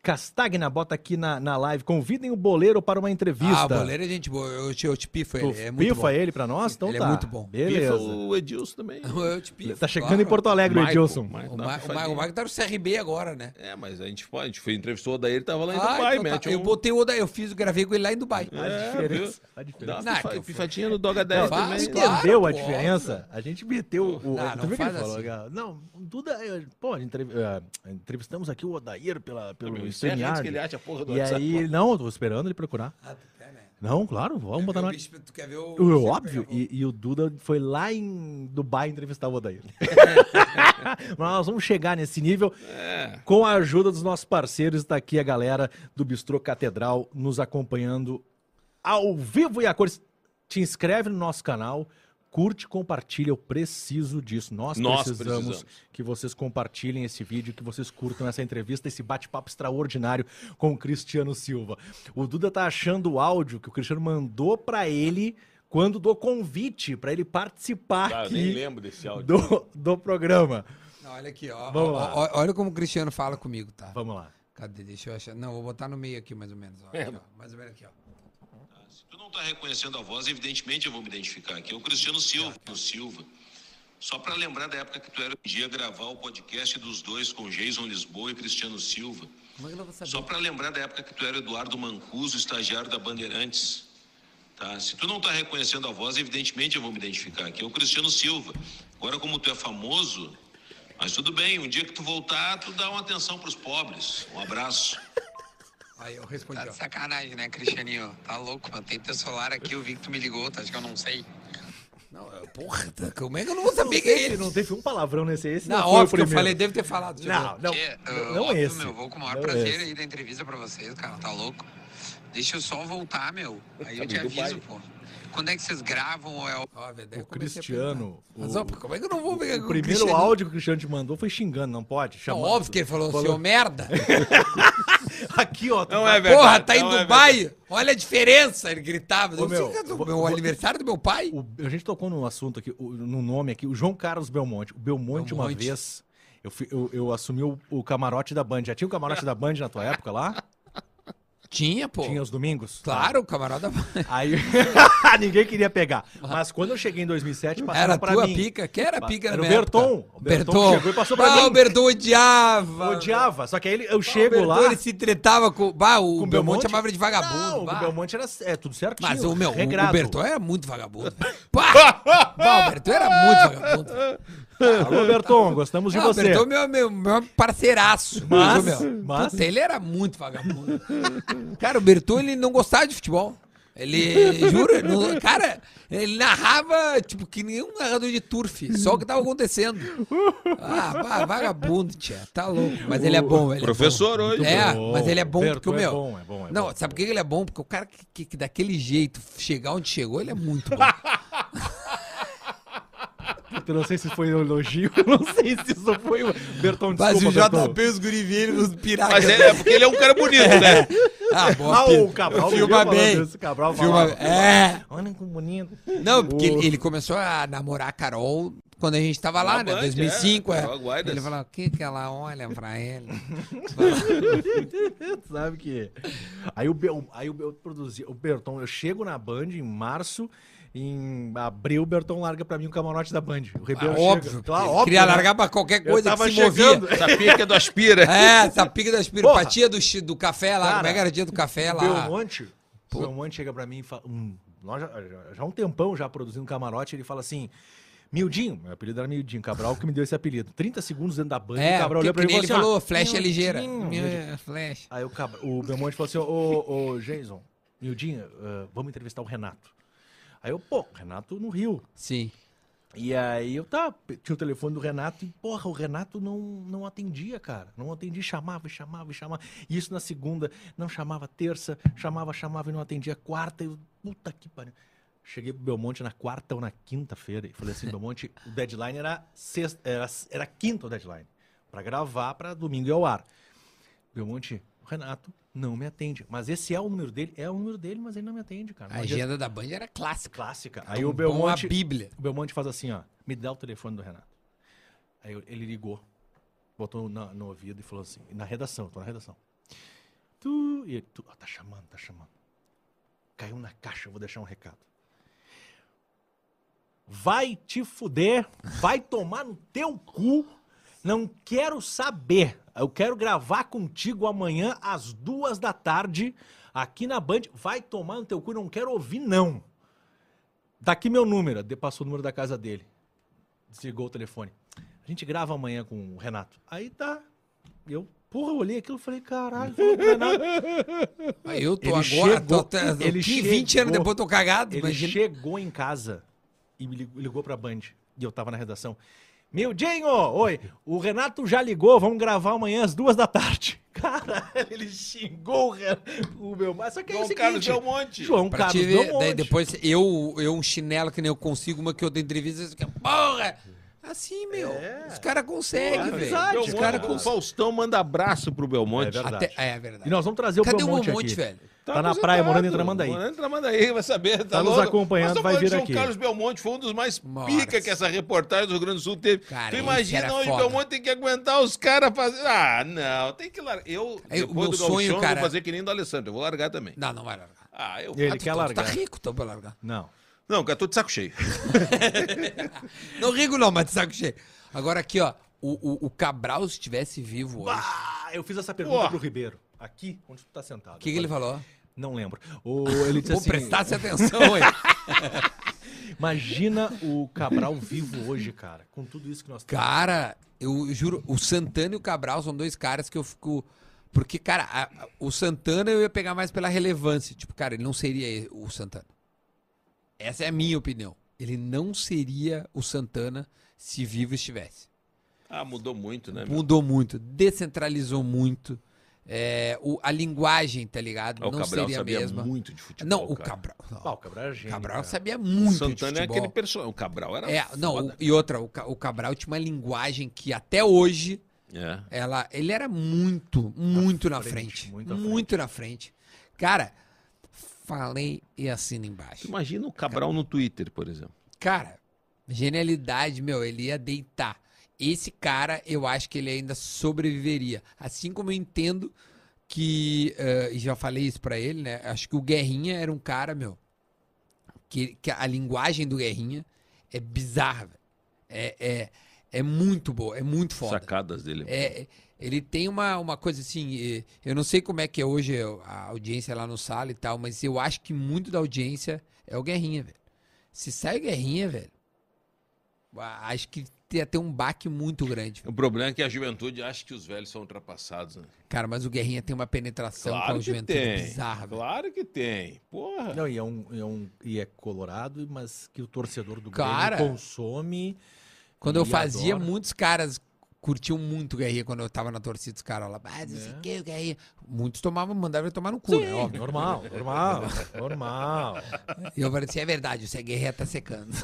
Speaker 4: Castagna bota aqui na, na live. Convidem o boleiro para uma entrevista.
Speaker 5: Ah, o goleiro é gente boa. Eu te, eu te pifo ele.
Speaker 4: Tu
Speaker 5: É muito
Speaker 4: pifa
Speaker 5: bom.
Speaker 4: ele pra nós? Então
Speaker 5: Ele é
Speaker 4: tá.
Speaker 5: muito bom.
Speaker 1: Pifa,
Speaker 4: Beleza.
Speaker 1: o Edilson também.
Speaker 5: Eu te pifo.
Speaker 4: Tá chegando
Speaker 5: claro.
Speaker 4: em Porto Alegre, o
Speaker 1: Michael,
Speaker 4: Edilson.
Speaker 1: Michael, dá uma
Speaker 5: O Ma- o Ma-
Speaker 1: fechadinha.
Speaker 5: o Marco tá no CRB agora, né?
Speaker 1: É, mas a gente, foi, a gente foi entrevistou daí, ele tava lá em
Speaker 5: Ah,
Speaker 1: Dubai,
Speaker 5: então tá.
Speaker 1: mete
Speaker 5: Eu
Speaker 1: um-
Speaker 5: botei o Oda, eu fiz, gravei com ele lá em Dubai.
Speaker 1: É,
Speaker 4: Tá diferença,
Speaker 1: viu?
Speaker 4: a diferença.
Speaker 1: Dá
Speaker 5: Não,
Speaker 1: uma
Speaker 5: é
Speaker 1: pifa-
Speaker 5: que eu- É,
Speaker 1: pifadinha no Doga 10
Speaker 5: faz,
Speaker 1: também. né?
Speaker 5: claro.
Speaker 4: Entendeu a
Speaker 5: pô,
Speaker 4: diferença? A gente meteu o.
Speaker 5: Ah,
Speaker 4: tu viu o
Speaker 5: não
Speaker 4: que ele
Speaker 5: faz
Speaker 4: falou,
Speaker 5: assim.
Speaker 4: cara? Não, Duda. eh, Pô, a gente entrev- eh, entrevistamos aqui o Odair pela, pelo
Speaker 1: Meu, encerra antes
Speaker 4: StreamYard.
Speaker 1: é que ele ache a porra do
Speaker 4: E
Speaker 1: WhatsApp,
Speaker 4: aí, não, tô esperando ele procurar.
Speaker 5: Ah, tu quer, né?
Speaker 4: Não, claro, vamos botar
Speaker 5: O
Speaker 4: no.
Speaker 5: bicho, tu quer ver o...
Speaker 4: O,
Speaker 5: Cristiano
Speaker 4: óbvio,
Speaker 5: pegar o-
Speaker 4: e, e o Duda foi lá em Dubai entrevistar o Odair. Mas nós vamos chegar nesse nível
Speaker 1: É.
Speaker 4: com a ajuda dos nossos parceiros. Está aqui a galera do Bistrô Catedral nos acompanhando ao vivo e a cores. Te inscreve no nosso canal, curte, compartilha. Eu preciso disso. Nós,
Speaker 1: Nós
Speaker 4: precisamos,
Speaker 1: precisamos.
Speaker 4: que vocês compartilhem esse vídeo, que vocês curtam essa entrevista, esse bate-papo extraordinário com o Cristiano Silva. O Duda tá achando o áudio que o Cristiano mandou para ele quando do convite para ele participar
Speaker 1: Ah, eu nem
Speaker 4: aqui
Speaker 1: lembro desse áudio.
Speaker 4: do, do programa.
Speaker 5: Não, olha aqui, ó.
Speaker 4: Vamos
Speaker 5: Ó,
Speaker 4: lá.
Speaker 5: ó, Olha como o Cristiano fala comigo, tá?
Speaker 4: Vamos lá.
Speaker 5: Cadê? Deixa eu achar. Não, vou botar no meio aqui, mais ou menos. ó. Aqui, ó. Mais ou menos aqui, ó.
Speaker 7: Se tu não está reconhecendo a voz, evidentemente eu vou me identificar. Aqui é o Cristiano Silva. o Silva. Só para lembrar da época que tu era um dia gravar o podcast dos dois com Jason Lisboa e Cristiano Silva.
Speaker 5: Como é que eu vou saber?
Speaker 7: Só para lembrar da época que tu era Eduardo Mancuso, estagiário da Bandeirantes. Tá? Se tu não está reconhecendo a voz, evidentemente eu vou me identificar. Aqui é o Cristiano Silva. Agora, como tu é famoso, mas tudo bem, um dia que tu voltar, tu dá uma atenção para os pobres. Um abraço.
Speaker 5: Aí eu respondi,
Speaker 8: Tá de
Speaker 5: ó.
Speaker 8: sacanagem, né, Cristianinho? Tá louco, mano. Tem teu celular aqui, eu vi que tu me ligou, tá? Acho que eu não sei.
Speaker 5: Não, eu- porra, tá- como é que eu não vou saber quem é
Speaker 4: Teve,
Speaker 5: ele?
Speaker 4: não teve um palavrão nesse esse
Speaker 5: Não,
Speaker 4: foi o
Speaker 5: óbvio que eu
Speaker 4: primeiro.
Speaker 5: falei, deve ter falado. deixa eu ver.
Speaker 4: Não, não,
Speaker 8: Tchê,
Speaker 4: não,
Speaker 8: eu-
Speaker 4: não
Speaker 8: óbvio,
Speaker 4: esse.
Speaker 8: Meu, vou com o maior
Speaker 4: Não
Speaker 8: prazer
Speaker 4: esse.
Speaker 8: aí da entrevista pra vocês, cara. Tá louco? Deixa eu só voltar, meu. Aí
Speaker 4: Tá
Speaker 8: eu te
Speaker 1: Amigo
Speaker 8: aviso, pô. Quando é que vocês gravam ou é o
Speaker 5: Ó, velho, daí
Speaker 4: O
Speaker 5: eu comecei a
Speaker 4: Cristiano,
Speaker 5: pensar. Mas, ó,
Speaker 4: o-
Speaker 5: como é que eu não vou ver
Speaker 4: O primeiro áudio que o Cristiano te mandou foi xingando, não pode?
Speaker 5: Não,
Speaker 4: Chamando.
Speaker 5: óbvio que ele falou, seu
Speaker 4: É
Speaker 5: merda.
Speaker 4: Aqui, ó. tu
Speaker 1: Não
Speaker 4: vai-
Speaker 1: é verdade.
Speaker 5: Porra, tá em
Speaker 1: não é
Speaker 5: Dubai. Olha a diferença, ele gritava.
Speaker 4: Ô,
Speaker 5: Eu
Speaker 4: meu,
Speaker 5: sei que é
Speaker 4: eu vou-
Speaker 5: do meu
Speaker 4: eu vou-
Speaker 5: aniversário do meu pai.
Speaker 4: O- a gente tocou num assunto aqui, o- no nome aqui, o João Carlos Belmonte. O Belmonte, uma
Speaker 5: Belmonte.
Speaker 4: vez, eu, fui- eu- eu assumi o, o camarote da Band. Já tinha o camarote da Band na tua época lá?
Speaker 5: Tinha, pô.
Speaker 4: Tinha os domingos?
Speaker 5: Claro, o camarada.
Speaker 4: Aí ninguém queria pegar. Mas quando eu cheguei em 2007, passaram
Speaker 5: Era
Speaker 4: pra
Speaker 5: tua
Speaker 4: mim.
Speaker 5: pica? Quem era a pica
Speaker 4: Era
Speaker 5: na
Speaker 4: o
Speaker 5: minha
Speaker 4: Berton.
Speaker 5: época?
Speaker 4: O Berton chegou e passou pra
Speaker 5: ah,
Speaker 4: mim.
Speaker 5: o Berton odiava.
Speaker 4: Eu odiava. Só que aí ele- eu
Speaker 5: Ah,
Speaker 4: chego
Speaker 5: o Berton,
Speaker 4: lá.
Speaker 5: ele se tretava com... Bah, o
Speaker 4: com o
Speaker 5: Belmonte, chamava ele de
Speaker 4: Não,
Speaker 5: vagabundo. bah.
Speaker 4: o Belmonte era é, tudo certo.
Speaker 5: Mas o é- meu, o- o Berton era muito vagabundo. Pá! Bah, o
Speaker 1: verdade.
Speaker 5: Berton era muito vagabundo.
Speaker 4: Alô, Berton, gostamos de
Speaker 5: Não, o
Speaker 4: você.
Speaker 5: Berton é meu, meu, meu parceiraço.
Speaker 4: Mas-
Speaker 5: Mas, meu,
Speaker 4: mas-
Speaker 5: puta, ele era muito vagabundo. cara, o Berton, ele não gostava de futebol. Ele, juro, ele não- cara, ele narrava, tipo, que nenhum narrador de turf, só o que tava acontecendo. Ah, va- vagabundo, tia, tá louco. Mas ele é bom, ele é bom.
Speaker 1: Professor hoje.
Speaker 5: É,
Speaker 4: bom.
Speaker 5: mas ele é bom
Speaker 4: Berton
Speaker 5: porque o
Speaker 4: é
Speaker 5: meu.
Speaker 4: bom, é bom, é
Speaker 5: não,
Speaker 4: bom.
Speaker 5: sabe por que ele é bom? Porque o cara que, que- que daquele jeito chegar onde chegou, ele é muito bom.
Speaker 4: Eu não sei se foi um elogio, eu não sei se isso foi. um- Berton, desculpa.
Speaker 5: Mas o
Speaker 4: Berton.
Speaker 5: JP, os guri viram os
Speaker 1: Mas
Speaker 5: piracas.
Speaker 1: ele é porque ele é um cara bonito, né?
Speaker 5: Ah, boa
Speaker 4: Ah, o
Speaker 5: pinta.
Speaker 4: Cabral
Speaker 5: Filma
Speaker 4: vivia falando
Speaker 5: bem.
Speaker 4: isso, o Cabral
Speaker 5: Filma...
Speaker 4: falava.
Speaker 5: É.
Speaker 4: Olha que bonito.
Speaker 5: Não, porque ele, ele começou a namorar a Carol quando a gente tava lá,
Speaker 1: Na
Speaker 5: né?
Speaker 1: Band,
Speaker 5: 2005,
Speaker 1: é,
Speaker 5: é.
Speaker 1: Carol Guaidas.
Speaker 5: Ele falou, o que que ela olha pra ele?
Speaker 4: Sabe que. Aí o Bel, aí o Bel produzia. O Berton, eu chego na Band em março, em abril, o Berton larga pra mim o camarote da Band. O Ribeiro
Speaker 5: Ah,
Speaker 4: chega.
Speaker 5: óbvio.
Speaker 4: Claro,
Speaker 5: ele
Speaker 4: óbvio,
Speaker 5: queria
Speaker 4: né?
Speaker 5: largar pra qualquer coisa que
Speaker 4: tava
Speaker 5: se
Speaker 4: chegando.
Speaker 5: movia.
Speaker 1: Essa pica do aspira.
Speaker 5: É, essa pica das pira,
Speaker 4: Porra.
Speaker 5: patia do, chi- do café lá,
Speaker 4: Cara,
Speaker 5: como é que era a tia do café
Speaker 4: O
Speaker 5: lá?
Speaker 4: Belmonte, o Belmonte chega pra mim e fala. Hum, nós já, já- já há um tempão já produzindo camarote, ele fala assim. Mildinho, meu apelido era Mildinho, Cabral que me deu esse apelido. 30 segundos dentro da banda,
Speaker 5: É,
Speaker 4: o Cabral
Speaker 5: porque
Speaker 4: olhou pra mim e
Speaker 5: que nem
Speaker 4: falou assim, ó,
Speaker 5: ele falou, flecha é ligeira.
Speaker 4: Mildinho,
Speaker 5: Minha flecha.
Speaker 4: Aí o, Cabra, o Belmonte falou assim: Ô, ô, Jason, eh, Nildinho, vamos entrevistar o Renato. Aí eu, pô, Renato no Rio.
Speaker 5: Sim.
Speaker 4: E aí eu tá, tinha o telefone do Renato e, porra, o Renato não, não atendia, cara. Não atendia, chamava, e chamava, e chamava. E isso na segunda, não chamava terça, chamava, chamava e não atendia quarta. Eu, puta que pariu. Cheguei pro Belmonte na quarta ou na quinta-feira e falei assim, Belmonte, o deadline era sexta, era, era quinta o deadline. Pra gravar, pra domingo ir ao ar. Belmonte, o Renato não me atende. Mas esse é o número dele, é o número dele, mas ele não me atende, cara. Não
Speaker 5: A
Speaker 4: adianta-
Speaker 5: agenda da Band era clássica.
Speaker 4: Clássica.
Speaker 5: Tão
Speaker 4: Aí o
Speaker 5: é um bom
Speaker 4: Belmonte...
Speaker 5: A Bíblia.
Speaker 4: O Belmonte faz assim, ó. Me dá o telefone do Renato. Aí eu- ele ligou, botou na- no ouvido e falou assim, na redação, eu tô na redação. Tu, e ele, tu, ó, tá chamando, tá chamando. Caiu na caixa, eu vou deixar um recado. Vai te fuder, vai tomar no teu cu, não quero saber. Eu quero gravar contigo amanhã às duas da tarde, aqui na Band. Vai tomar no teu cu, não quero ouvir não. Daqui Tá meu número. De- Passou o número da casa dele. Desligou o telefone. A gente grava amanhã com o Renato. Aí tá. Eu, porra, eu olhei aquilo e falei, caralho, falou com o Renato.
Speaker 5: Aí eu tô
Speaker 4: Ele
Speaker 5: agora,
Speaker 4: chegou-
Speaker 5: tô, tô,
Speaker 4: ele
Speaker 5: 15, 20 anos
Speaker 4: chegou-
Speaker 5: depois eu tô cagado.
Speaker 4: Ele
Speaker 5: imagina.
Speaker 4: chegou em casa e me ligou, ligou pra Band. E eu tava na redação. Mildinho, oi, o Renato já ligou, vamos gravar amanhã às duas da tarde. Cara, ele xingou o, Ren- o meu... Mas só que é o
Speaker 1: João
Speaker 4: seguinte...
Speaker 1: Carlos Belmonte.
Speaker 4: João
Speaker 5: Pra
Speaker 4: Carlos
Speaker 5: te ver,
Speaker 4: Belmonte.
Speaker 5: daí depois eu, eu um chinelo que nem eu consigo, uma que eu dou entrevista, assim, porra! Assim, meu,
Speaker 4: É.
Speaker 5: os caras conseguem,
Speaker 4: Pô,
Speaker 5: velho.
Speaker 4: amizade,
Speaker 5: Os
Speaker 1: Belmonte,
Speaker 5: caras
Speaker 4: cara.
Speaker 1: o
Speaker 5: conseguem.
Speaker 1: Faustão manda abraço pro
Speaker 4: É
Speaker 1: Belmonte.
Speaker 4: verdade.
Speaker 5: Até- É, é verdade.
Speaker 4: E nós vamos trazer o
Speaker 5: Cadê o
Speaker 4: Belmonte
Speaker 5: Belmonte,
Speaker 4: aqui.
Speaker 5: velho?
Speaker 4: Tá na praia, morando em Tramandaí.
Speaker 1: Morando em Tramandaí, vai saber. Tá,
Speaker 4: Tá nos
Speaker 1: louco?
Speaker 4: acompanhando,
Speaker 1: Nós estamos
Speaker 4: vai
Speaker 1: falando
Speaker 4: vir
Speaker 1: de João
Speaker 4: aqui.
Speaker 1: Carlos Belmonte foi um dos mais
Speaker 5: Nossa.
Speaker 1: pica que essa reportagem do Rio Grande do Sul teve.
Speaker 5: Cara,
Speaker 1: tu
Speaker 5: esse
Speaker 1: imagina
Speaker 5: era
Speaker 1: onde o
Speaker 5: foda.
Speaker 1: Belmonte tem que aguentar os caras fazendo. Ah, não, tem que largar. Eu,
Speaker 5: eu-
Speaker 1: depois
Speaker 5: meu
Speaker 1: do
Speaker 5: É, sonho,
Speaker 1: Galchão,
Speaker 5: cara-
Speaker 1: vou fazer que nem do Alessandro, eu vou largar também.
Speaker 5: Não, não vai largar.
Speaker 1: Ah, eu
Speaker 4: Ele
Speaker 5: tu
Speaker 4: quer
Speaker 5: tá- tu
Speaker 4: largar.
Speaker 5: Tá rico, então, pra largar.
Speaker 4: Não.
Speaker 1: Não, cara, tô de saco cheio.
Speaker 5: Não rico não, mas de saco cheio. Agora aqui, ó, o, o, o Cabral, se estivesse vivo hoje, o
Speaker 4: Ah, eu fiz essa pergunta
Speaker 1: Porra.
Speaker 4: pro Ribeiro. Aqui, onde tu tá sentado.
Speaker 5: que, que ele falou?
Speaker 4: Não lembro. O, ele disse
Speaker 5: Pô,
Speaker 4: assim,
Speaker 5: prestasse atenção, hein?
Speaker 4: imagina o Cabral vivo hoje, cara, com tudo isso que nós temos.
Speaker 5: Cara, eu juro, o Santana e o Cabral são dois caras que eu fico. Porque, cara, a- a- o Santana eu ia pegar mais pela relevância. Tipo, cara, ele não seria o Santana. Essa é a minha opinião. Ele não seria o Santana se vivo estivesse.
Speaker 1: Ah, mudou muito, né? meu?
Speaker 5: Mudou muito, descentralizou muito. É, o- a linguagem, tá ligado?
Speaker 1: Ah, o
Speaker 5: não
Speaker 1: Cabral
Speaker 5: seria a
Speaker 1: sabia
Speaker 5: mesma.
Speaker 1: muito de futebol.
Speaker 5: não, o
Speaker 1: cara.
Speaker 5: Cabral. não.
Speaker 4: Ah, o Cabral é
Speaker 5: O
Speaker 4: gênio,
Speaker 5: Cabral
Speaker 4: cara.
Speaker 5: sabia muito. de
Speaker 1: Santana é
Speaker 5: futebol.
Speaker 1: aquele personagem. O Cabral era.
Speaker 5: É, não, o-
Speaker 1: foda.
Speaker 5: e outra, o, Ca- o Cabral tinha uma linguagem que até hoje
Speaker 1: É.
Speaker 5: ela, ele era muito, muito na frente.
Speaker 4: frente, muito
Speaker 5: Muito,
Speaker 4: à
Speaker 5: na frente. Cara, falei e assina
Speaker 1: Tu
Speaker 5: embaixo.
Speaker 1: imagina o Cabral no Twitter, por exemplo.
Speaker 5: Cara, genialidade, meu, ele ia deitar. Esse cara, eu acho que ele ainda sobreviveria. Assim como eu entendo que, eh, e já falei isso pra ele, né? Acho que o Guerrinha era um cara, meu, que, que a linguagem do Guerrinha é bizarra, velho. É, é, é muito boa, é muito foda.
Speaker 1: Sacadas dele.
Speaker 5: É, ele tem uma, uma coisa assim, eh, eu não sei como é que é hoje a audiência lá no sala e tal, mas eu acho que muito da audiência é o Guerrinha, velho. Se sai o Guerrinha, velho, a- acho que ia ter um baque muito grande. velho.
Speaker 1: O problema é que a juventude acha que os velhos são ultrapassados, né?
Speaker 5: Cara, mas o Guerrinha tem é uma penetração com a juventude bizarra, velho.
Speaker 1: Claro que tem. Porra.
Speaker 4: Não, e é, um, é um- e é colorado, mas que o torcedor do
Speaker 5: Cara.
Speaker 4: Grêmio consome.
Speaker 5: Quando eu
Speaker 4: e
Speaker 5: fazia,
Speaker 4: adora.
Speaker 5: muitos caras curtiam muito o Guerrinha quando eu tava na torcida dos caras lá. Mas não sei o que, o Guerrinha. Muitos tomavam, mandavam eu tomar no cu, né? Óbvio.
Speaker 4: Normal, normal, normal.
Speaker 5: E eu falei assim, é verdade, o Guerrinha tá secando.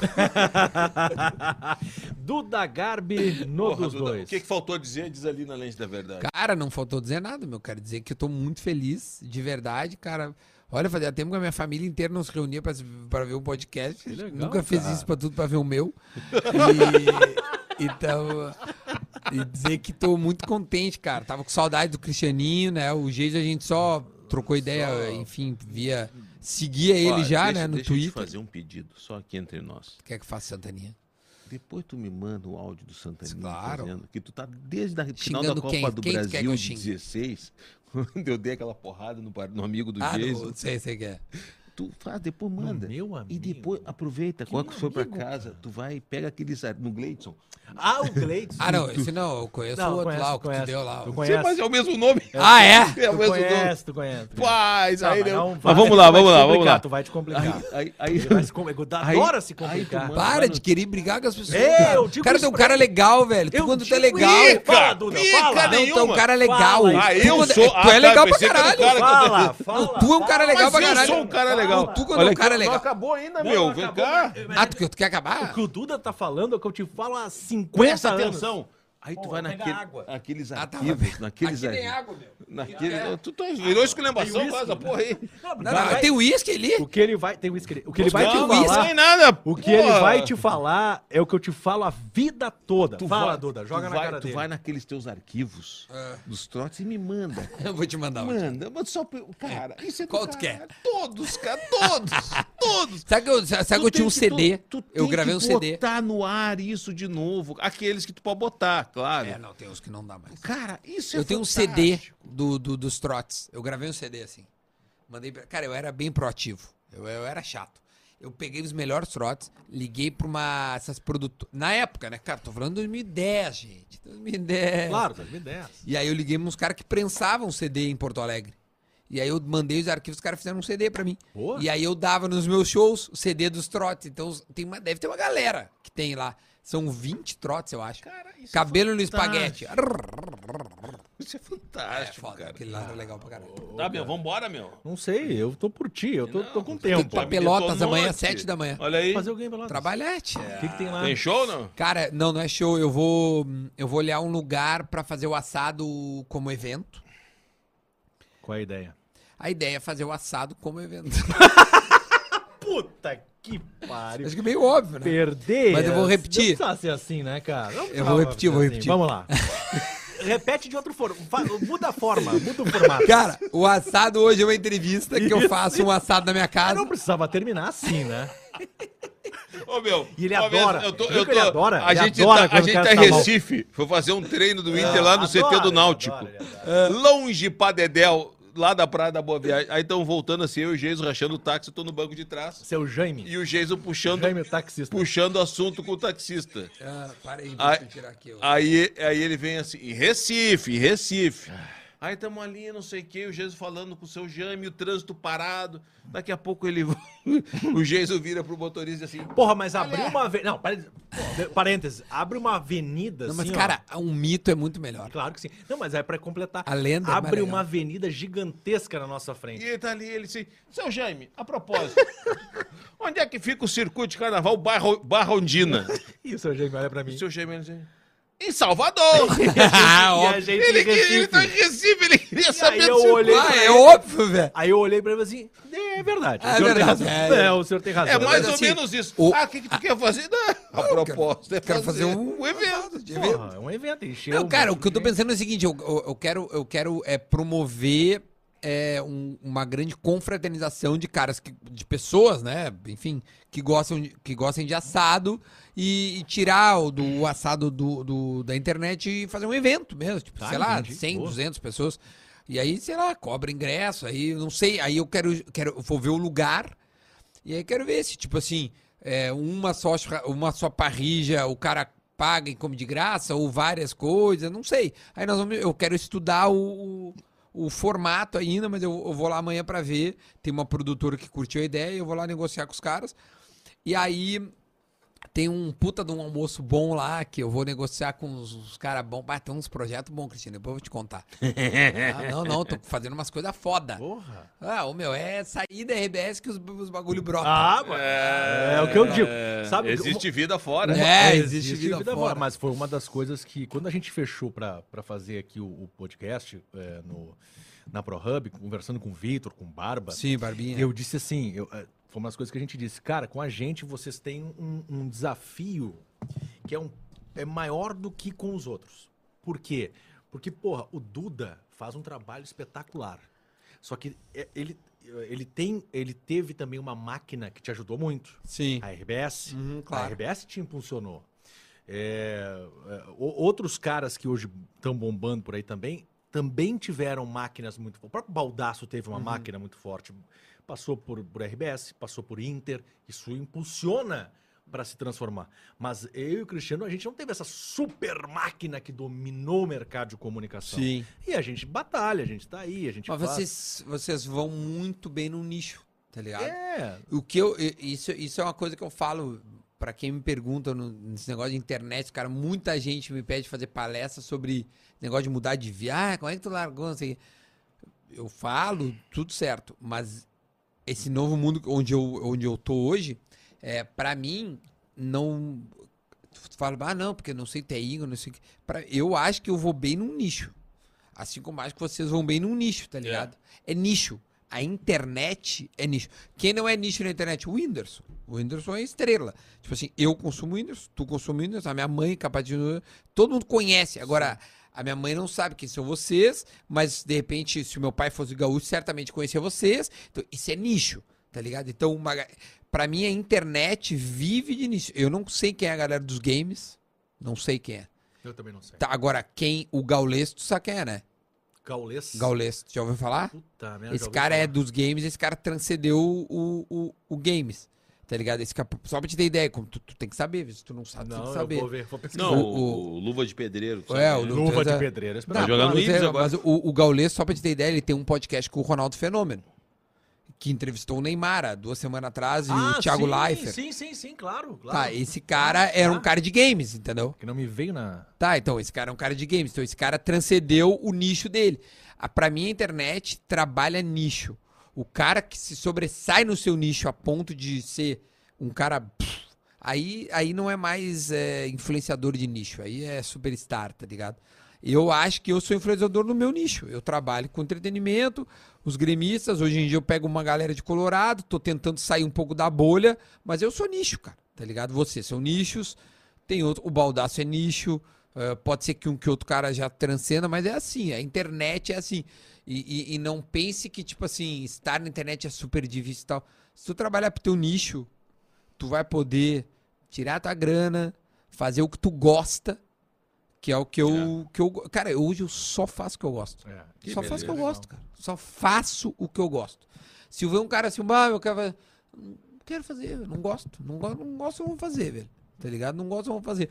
Speaker 4: Duda Garbi no
Speaker 1: Porra,
Speaker 4: dos
Speaker 1: Duda,
Speaker 4: dois.
Speaker 1: O que, que faltou dizer diz ali na lente da verdade.
Speaker 5: Cara, não faltou dizer nada, meu. Quero dizer que eu tô muito feliz, de verdade, cara. Olha, fazia tempo que a minha família inteira não se reunia pra, se- pra ver um podcast.
Speaker 4: legal,
Speaker 5: Nunca fiz
Speaker 4: cara.
Speaker 5: isso pra tudo pra ver o meu. E, então, e dizer que tô muito contente, cara. Tava com saudade do Cristianinho, né? O Geis a gente só trocou ideia, enfim, via. Seguia ele
Speaker 1: Olha,
Speaker 5: já,
Speaker 1: deixa-
Speaker 5: né? No
Speaker 1: deixa eu te
Speaker 5: Twitter.
Speaker 1: fazer um pedido, só aqui entre nós.
Speaker 5: Quer que eu faça, Santaninha?
Speaker 1: Depois tu me manda o áudio do Santaninha
Speaker 5: Claro.
Speaker 1: fazendo, que tu tá desde a final da
Speaker 5: Xingando
Speaker 1: Copa
Speaker 5: quem?
Speaker 1: do
Speaker 5: Quem tu quer que eu
Speaker 1: Brasil de
Speaker 5: xingue?
Speaker 1: 16, quando eu dei aquela porrada no, par- no amigo do
Speaker 5: Ah,
Speaker 1: Jason.
Speaker 5: não sei, sei que é.
Speaker 1: Tu faz, depois manda.
Speaker 4: meu
Speaker 1: E
Speaker 4: amigo.
Speaker 1: depois aproveita,
Speaker 4: Que
Speaker 1: quando tu for pra
Speaker 4: amigo,
Speaker 1: casa, tu vai e pega aqueles ar- no Gleidson.
Speaker 4: Ah, o Gleidson.
Speaker 5: Ah, não, esse não, eu conheço
Speaker 4: Não,
Speaker 5: o outro
Speaker 4: conheço,
Speaker 5: lá, o que
Speaker 4: conheço.
Speaker 5: tu deu lá.
Speaker 4: Tu
Speaker 5: ó.
Speaker 1: Sim, mas
Speaker 4: conhece,
Speaker 1: é o mesmo nome.
Speaker 5: Ah, é?
Speaker 1: É o
Speaker 4: tu
Speaker 1: mesmo nome.
Speaker 4: conhece, tu conhece. tu conhece.
Speaker 1: Paz,
Speaker 4: Ah,
Speaker 1: aí
Speaker 4: mas
Speaker 1: deu.
Speaker 4: não
Speaker 1: Mas
Speaker 4: vai,
Speaker 1: vamos
Speaker 4: tu
Speaker 1: lá,
Speaker 4: vai
Speaker 1: vamos
Speaker 4: te
Speaker 1: lá, vamos
Speaker 4: complicar,
Speaker 1: lá.
Speaker 4: Tu vai te complicar.
Speaker 1: Aí, aí, aí.
Speaker 4: Ele vai se com- ele adora
Speaker 1: Aí-
Speaker 4: se
Speaker 1: aí
Speaker 4: complicar.
Speaker 1: tu manda-
Speaker 5: Para de querer brigar com as pessoas.
Speaker 4: É,
Speaker 5: cara.
Speaker 4: eu digo
Speaker 5: cara,
Speaker 4: isso
Speaker 5: tu é um
Speaker 4: pra
Speaker 5: cara
Speaker 4: ele.
Speaker 5: legal, velho. Tu,
Speaker 4: Eu
Speaker 5: quando tu é
Speaker 4: digo isso.
Speaker 5: legal.
Speaker 4: Ih, Fala, então, Duda,
Speaker 1: Pica
Speaker 4: fala.
Speaker 5: Não, tu é um
Speaker 1: nenhuma.
Speaker 5: cara legal.
Speaker 4: Fala,
Speaker 1: Ah,
Speaker 5: Tu
Speaker 1: eu
Speaker 5: quando é-
Speaker 1: sou.
Speaker 5: Tu é
Speaker 1: ah,
Speaker 5: legal
Speaker 1: tá,
Speaker 5: pra
Speaker 1: pensei que era o
Speaker 5: caralho.
Speaker 1: cara que-
Speaker 4: Fala, fala.
Speaker 5: Tu é um cara legal
Speaker 1: Mas
Speaker 5: pra
Speaker 1: eu
Speaker 5: caralho.
Speaker 1: sou um cara legal.
Speaker 5: Tu quando
Speaker 1: Olha
Speaker 5: é um
Speaker 1: aqui,
Speaker 5: cara
Speaker 1: Não
Speaker 5: legal.
Speaker 1: acabou ainda,
Speaker 4: Não,
Speaker 1: meu.
Speaker 4: não
Speaker 1: Vem
Speaker 4: acabou,
Speaker 1: cá.
Speaker 4: mas-
Speaker 5: Ah, tu, tu quer
Speaker 4: O
Speaker 5: acabar?
Speaker 4: que o Duda tá falando é o que eu te falo há 50
Speaker 1: Presta
Speaker 4: anos.
Speaker 1: atenção. Aí tu
Speaker 4: Pô,
Speaker 1: vai
Speaker 4: pega
Speaker 1: naquele,
Speaker 4: água.
Speaker 1: naqueles
Speaker 5: Ah, tá,
Speaker 1: arquivos, naqueles...
Speaker 5: Aqui tem
Speaker 1: ar-
Speaker 5: água, É. meu.
Speaker 1: naquele- Tu tá- virou esculhambação
Speaker 4: Tem
Speaker 1: com essa
Speaker 4: uísque,
Speaker 1: porra aí.
Speaker 4: Não,
Speaker 5: Não,
Speaker 4: vai-
Speaker 5: não, tem uísque ali?
Speaker 4: O que ele vai. Tem whisky ali. O que ele vai
Speaker 1: Não,
Speaker 4: te
Speaker 1: isso
Speaker 4: falar.
Speaker 1: nem nada.
Speaker 4: O que ele
Speaker 1: Pô.
Speaker 4: vai te falar é o que eu te falo a vida toda.
Speaker 1: Tu
Speaker 4: Fala,
Speaker 1: vai-
Speaker 4: Duda,
Speaker 1: tu
Speaker 4: joga na
Speaker 1: vai-
Speaker 4: cara
Speaker 1: Tu
Speaker 4: dele.
Speaker 1: vai naqueles teus arquivos
Speaker 5: É.
Speaker 1: dos trotes e me manda.
Speaker 5: Eu vou te mandar um.
Speaker 1: Manda, mas só. pra- Cara, isso é do
Speaker 5: Qual tu
Speaker 1: caralho.
Speaker 5: quer?
Speaker 1: Todos, cara, todos, todos.
Speaker 5: Sabe que eu, sabe que eu tinha um CD? eu gravei um CD.
Speaker 1: botar no ar isso de novo. Aqueles que tu pode botar, claro.
Speaker 5: É, não, tem uns que não dá mais.
Speaker 1: Cara, isso é
Speaker 5: Eu tenho um
Speaker 1: fantástico.
Speaker 5: CD do, do- dos trotes. Eu gravei um CD assim. Mandei pra... Cara, eu era bem proativo. Eu, eu era chato. Eu peguei os melhores trotes, liguei pra uma. Essas produtoras. Na época, né, cara? Tô falando 2010, gente. 2010.
Speaker 4: Claro, 2010.
Speaker 5: E aí eu liguei pra uns caras que prensavam CD em Porto Alegre. E aí eu mandei os arquivos, os caras fizeram um CD pra mim.
Speaker 4: Boa.
Speaker 5: E aí eu dava nos meus shows o CD dos trotes. Então os- tem uma, deve ter uma galera que tem lá. São 20 trotes, eu acho.
Speaker 1: Cara, isso
Speaker 5: Cabelo no espaguete.
Speaker 1: fantástico. Isso é
Speaker 5: É
Speaker 1: fantástico,
Speaker 5: foda,
Speaker 1: cara.
Speaker 5: aquele lá era legal pra caralho.
Speaker 1: Tá, meu, vambora, meu.
Speaker 4: Não sei, eu tô por ti, eu tô, tô com
Speaker 5: Tem que
Speaker 4: tempo.
Speaker 5: pra
Speaker 1: me
Speaker 5: Pelotas
Speaker 1: detonou
Speaker 5: amanhã,
Speaker 1: aqui.
Speaker 5: sete da manhã.
Speaker 1: Olha aí.
Speaker 4: Fazer alguém pra lá.
Speaker 5: Trabalhete.
Speaker 4: O que, que tem lá?
Speaker 1: Tem show, não?
Speaker 5: é Cara, não, não é show. Eu vou, eu vou olhar um lugar pra fazer o assado como evento.
Speaker 4: Qual é a ideia?
Speaker 5: A ideia é fazer o assado como evento.
Speaker 4: Puta que pariu.
Speaker 5: Acho que é meio óbvio, né?
Speaker 4: Perder.
Speaker 5: Mas eu vou repetir.
Speaker 4: Não precisa ser assim, né, cara? Não
Speaker 5: Eu
Speaker 4: precisava
Speaker 5: vou repetir, eu vou
Speaker 4: ser assim.
Speaker 5: repetir.
Speaker 4: Vamos lá. Repete de outro forma. Muda a forma, muda o formato.
Speaker 5: Cara, o assado hoje é uma entrevista que eu faço um assado na minha
Speaker 4: Eu
Speaker 5: casa.
Speaker 4: Ah, não precisava terminar assim, né?
Speaker 1: Ô, meu.
Speaker 4: E ele
Speaker 1: uma vez
Speaker 4: adora.
Speaker 1: Eu tô,
Speaker 4: Viu
Speaker 1: eu
Speaker 4: que ele
Speaker 1: tô-
Speaker 4: adora?
Speaker 1: A
Speaker 4: Ele
Speaker 1: gente
Speaker 4: adora
Speaker 1: tá, a
Speaker 4: quando o
Speaker 1: gente
Speaker 4: cara
Speaker 1: tá em
Speaker 4: tá mal.
Speaker 1: Recife. Foi fazer um treino do Inter lá no
Speaker 4: Adoro,
Speaker 1: CT do
Speaker 4: ele
Speaker 1: Náutico. É,
Speaker 4: adora, ele adora.
Speaker 1: Longe pra Dedéu, lá da Praia da Boa Viagem. Aí estão voltando assim, eu e o Geiso rachando o táxi, eu tô no banco de trás.
Speaker 4: Seu Jaime.
Speaker 1: E o Geiso puxando
Speaker 4: Jaime, o taxista.
Speaker 1: puxando assunto com o taxista.
Speaker 5: Ah, para aí,
Speaker 1: Ai.
Speaker 5: deixa eu tirar aqui. ó.
Speaker 4: ah,
Speaker 1: Aí, aí ele vem assim, e Recife, e Recife.
Speaker 4: Ah.
Speaker 1: Aí tamo ali, não sei o que, o Jesus falando com o seu Jaime, o trânsito parado. Daqui a pouco ele. o Jesus vira pro motorista assim.
Speaker 4: Porra, mas abriu uma avenida. Não, pare- de- parênteses. Abre uma avenida
Speaker 5: Não,
Speaker 4: assim.
Speaker 5: mas
Speaker 4: ó.
Speaker 5: cara, um mito é muito melhor.
Speaker 4: Claro que sim. Não, mas é pra completar.
Speaker 5: A lenda é
Speaker 4: Abre
Speaker 5: maravilhosa.
Speaker 4: uma avenida gigantesca na nossa
Speaker 1: E
Speaker 4: frente.
Speaker 1: ele tá ali, ele assim. Seu Jaime, a propósito, onde é que fica o circuito de carnaval Barro, Barrondina?
Speaker 4: E o seu Jaime olha pra
Speaker 1: E
Speaker 4: mim.
Speaker 1: o seu Jaime ele assim. Em Salvador!
Speaker 5: ah,
Speaker 4: E a
Speaker 5: óbvio.
Speaker 4: gente em
Speaker 1: ele, que- ele tá em
Speaker 4: Recife.
Speaker 1: Recife, ele queria saber
Speaker 4: eu
Speaker 1: do circuito.
Speaker 4: olhei-
Speaker 5: Ah, é óbvio, velho.
Speaker 4: Aí eu olhei pra ele e falei assim: é verdade.
Speaker 5: É
Speaker 4: o senhor tem
Speaker 5: verdade,
Speaker 4: razão.
Speaker 5: é.
Speaker 4: É, o senhor tem razão.
Speaker 1: É mais
Speaker 5: Mas,
Speaker 1: ou
Speaker 5: assim,
Speaker 1: menos isso.
Speaker 5: o-
Speaker 1: Ah, o que, que tu quer fazer? Não, a proposta é
Speaker 5: quero fazer um-
Speaker 1: evento.
Speaker 4: Porra, é um evento, encheu.
Speaker 5: Não, cara,
Speaker 4: um
Speaker 5: o que eu tô
Speaker 4: monte de
Speaker 5: pensando é o seguinte, eu, eu- eu quero, eu quero é, promover é, um- uma grande confraternização de caras, que- de pessoas, né, enfim, que gostam de, que gostem de assado e, e tirar o, do,
Speaker 4: Uhum.
Speaker 5: o assado do, do- da internet e fazer um evento mesmo, tipo,
Speaker 4: Tá,
Speaker 5: sei lá,
Speaker 4: entendi.
Speaker 5: 100,
Speaker 4: Boa.
Speaker 5: 200 pessoas. E aí, sei lá, cobra ingresso, aí não sei, aí eu quero, quero eu vou ver o lugar e aí quero ver se, tipo assim, é, uma, só, churra- uma só parrija o cara paga e come de graça, ou várias coisas, não sei. Aí nós vamos, eu quero estudar o, o, o formato ainda, mas eu, eu vou lá amanhã pra ver. Tem uma produtora que curtiu a ideia, eu vou lá negociar com os caras. E aí tem um puta de um almoço bom lá que eu vou negociar com os, os caras bons. Ah, tem uns projetos bons, Cristina, depois eu vou te contar. Ah, não, não, tô fazendo umas coisas foda.
Speaker 4: Porra.
Speaker 5: Ah, o meu, é sair da RBS que os, os bagulho brota.
Speaker 4: Ah, mano. É, o que eu digo. Sabe,
Speaker 1: existe vida fora.
Speaker 5: É, existe, vida, fora.
Speaker 4: Mas foi uma das coisas que, quando a gente fechou pra, pra fazer aqui o, o podcast é, no, na ProHub, conversando com o Vitor, com o Barba,
Speaker 5: Sim, Barbinha.
Speaker 4: eu disse assim, eu, é, foi uma das coisas que a gente disse, cara, com a gente vocês têm um, um desafio que é, um, é maior do que com os outros. Por quê? Porque, porra, o Duda faz um trabalho espetacular. Só que é, ele, ele, tem, ele teve também uma máquina que te ajudou muito.
Speaker 5: Sim.
Speaker 4: A RBS.
Speaker 5: Uhum,
Speaker 4: A
Speaker 5: claro.
Speaker 4: RBS te impulsionou. É, é, o- outros caras que hoje estão bombando por aí também, também tiveram máquinas muito fortes. O próprio Baldaço teve
Speaker 5: Uhum.
Speaker 4: uma máquina muito forte. Passou por, por RBS, passou por Inter. Isso impulsiona para se transformar. Mas eu e o Cristiano, a gente não teve essa super máquina que dominou o mercado de comunicação.
Speaker 5: Sim.
Speaker 4: E a gente batalha, a gente tá aí, a gente
Speaker 5: Mas
Speaker 4: faz.
Speaker 5: vocês, vocês vão muito bem no nicho, tá ligado?
Speaker 4: É,
Speaker 5: O que eu. e- Isso, isso é uma coisa que eu falo pra quem me pergunta no- nesse negócio de internet, cara, muita gente me pede fazer palestra sobre negócio de mudar de viagem, ah, como é que tu largou, não sei o quê. Eu falo, tudo certo, mas esse novo mundo onde eu, onde eu tô hoje, é, para mim, não. Tu fala, ah, não, porque não sei TI, eu não sei o que. Pra, eu acho que eu vou bem num nicho. Assim como acho que vocês vão bem num nicho, tá ligado? É nicho. A internet é nicho. Quem não é nicho na internet? O Whindersson. O Whindersson é estrela. Tipo assim, eu consumo o Whindersson, tu consome o Whindersson, a minha mãe, é capaz de. Todo mundo conhece. Agora, a minha mãe não sabe quem são vocês, mas de repente, se o meu pai fosse gaúcho, certamente conhecia vocês. Então, isso é nicho, tá ligado? Então, uma... ga- pra mim, a internet vive de nicho. Eu não sei quem é a galera dos games. Não sei quem é.
Speaker 4: eu também não sei.
Speaker 5: Tá, agora, quem. O Gaulês, tu sabe quem é, né?
Speaker 4: Gaulês.
Speaker 5: Gaulês, tu já ouviu falar?
Speaker 4: Puta merda. Né, tá já
Speaker 5: Esse
Speaker 4: ouvi
Speaker 5: cara é
Speaker 4: falar.
Speaker 5: dos games, esse cara transcendeu o, o, o games. Tá ligado? Esse cara, só pra te ter ideia, como tu, tu tem que saber, se tu não sabe, tu tem
Speaker 4: Não,
Speaker 5: que
Speaker 4: eu
Speaker 5: Tá saber.
Speaker 4: vou ver, vou pesquisar.
Speaker 1: Não,
Speaker 5: O-
Speaker 1: o, o Luva de Pedreiro. tu
Speaker 5: É,
Speaker 1: sabe,
Speaker 5: o
Speaker 1: né?
Speaker 5: Lu-
Speaker 4: Luva
Speaker 5: Luva
Speaker 4: de
Speaker 5: de
Speaker 4: pedreiro.
Speaker 5: Não,
Speaker 1: Tá jogando
Speaker 5: mas,
Speaker 1: no Ibis
Speaker 5: é,
Speaker 1: agora.
Speaker 5: mas o, o Gaulês, só pra te ter ideia, ele tem um podcast com o Ronaldo Fenômeno, que entrevistou o Neymar há duas semanas atrás e o Thiago
Speaker 4: Ah, sim,
Speaker 5: Leifert.
Speaker 4: Sim, sim, sim, claro. claro.
Speaker 5: Tá, esse cara era um
Speaker 4: tá.
Speaker 5: cara de games, entendeu?
Speaker 4: Que não me veio na.
Speaker 5: Tá, então esse cara é um cara de games. Então esse cara transcendeu o nicho dele. Ah, pra mim, a internet trabalha nicho. O cara que se sobressai no seu nicho a ponto de ser um cara. pff, Aí, aí não é mais é, influenciador de nicho. Aí é superstar, tá ligado? Eu acho que eu sou influenciador no meu nicho. Eu trabalho com entretenimento, os gremistas. Hoje em dia eu pego uma galera de Colorado, tô tentando sair um pouco da bolha, mas eu sou nicho, cara, tá ligado? Vocês são nichos, tem outro, o Baldaço é nicho, eh, pode ser que um que outro cara já transcenda, mas é assim, a internet é assim. E, e- e não pense que, tipo assim, estar na internet é super difícil e tal. Se tu trabalhar pro teu nicho, tu vai poder tirar tua grana, fazer o que tu gosta, que é o que eu. Que eu go- cara, eu- hoje eu só faço o que eu gosto.
Speaker 4: É.
Speaker 5: só faço o que
Speaker 4: beleza.
Speaker 5: eu gosto, cara. Só faço o que eu gosto. Se eu ver um cara assim, bah, eu quero fazer. Não quero fazer, não gosto. Não, go- não gosto, eu vou fazer, velho. Tá ligado? Não gosto, eu vou fazer.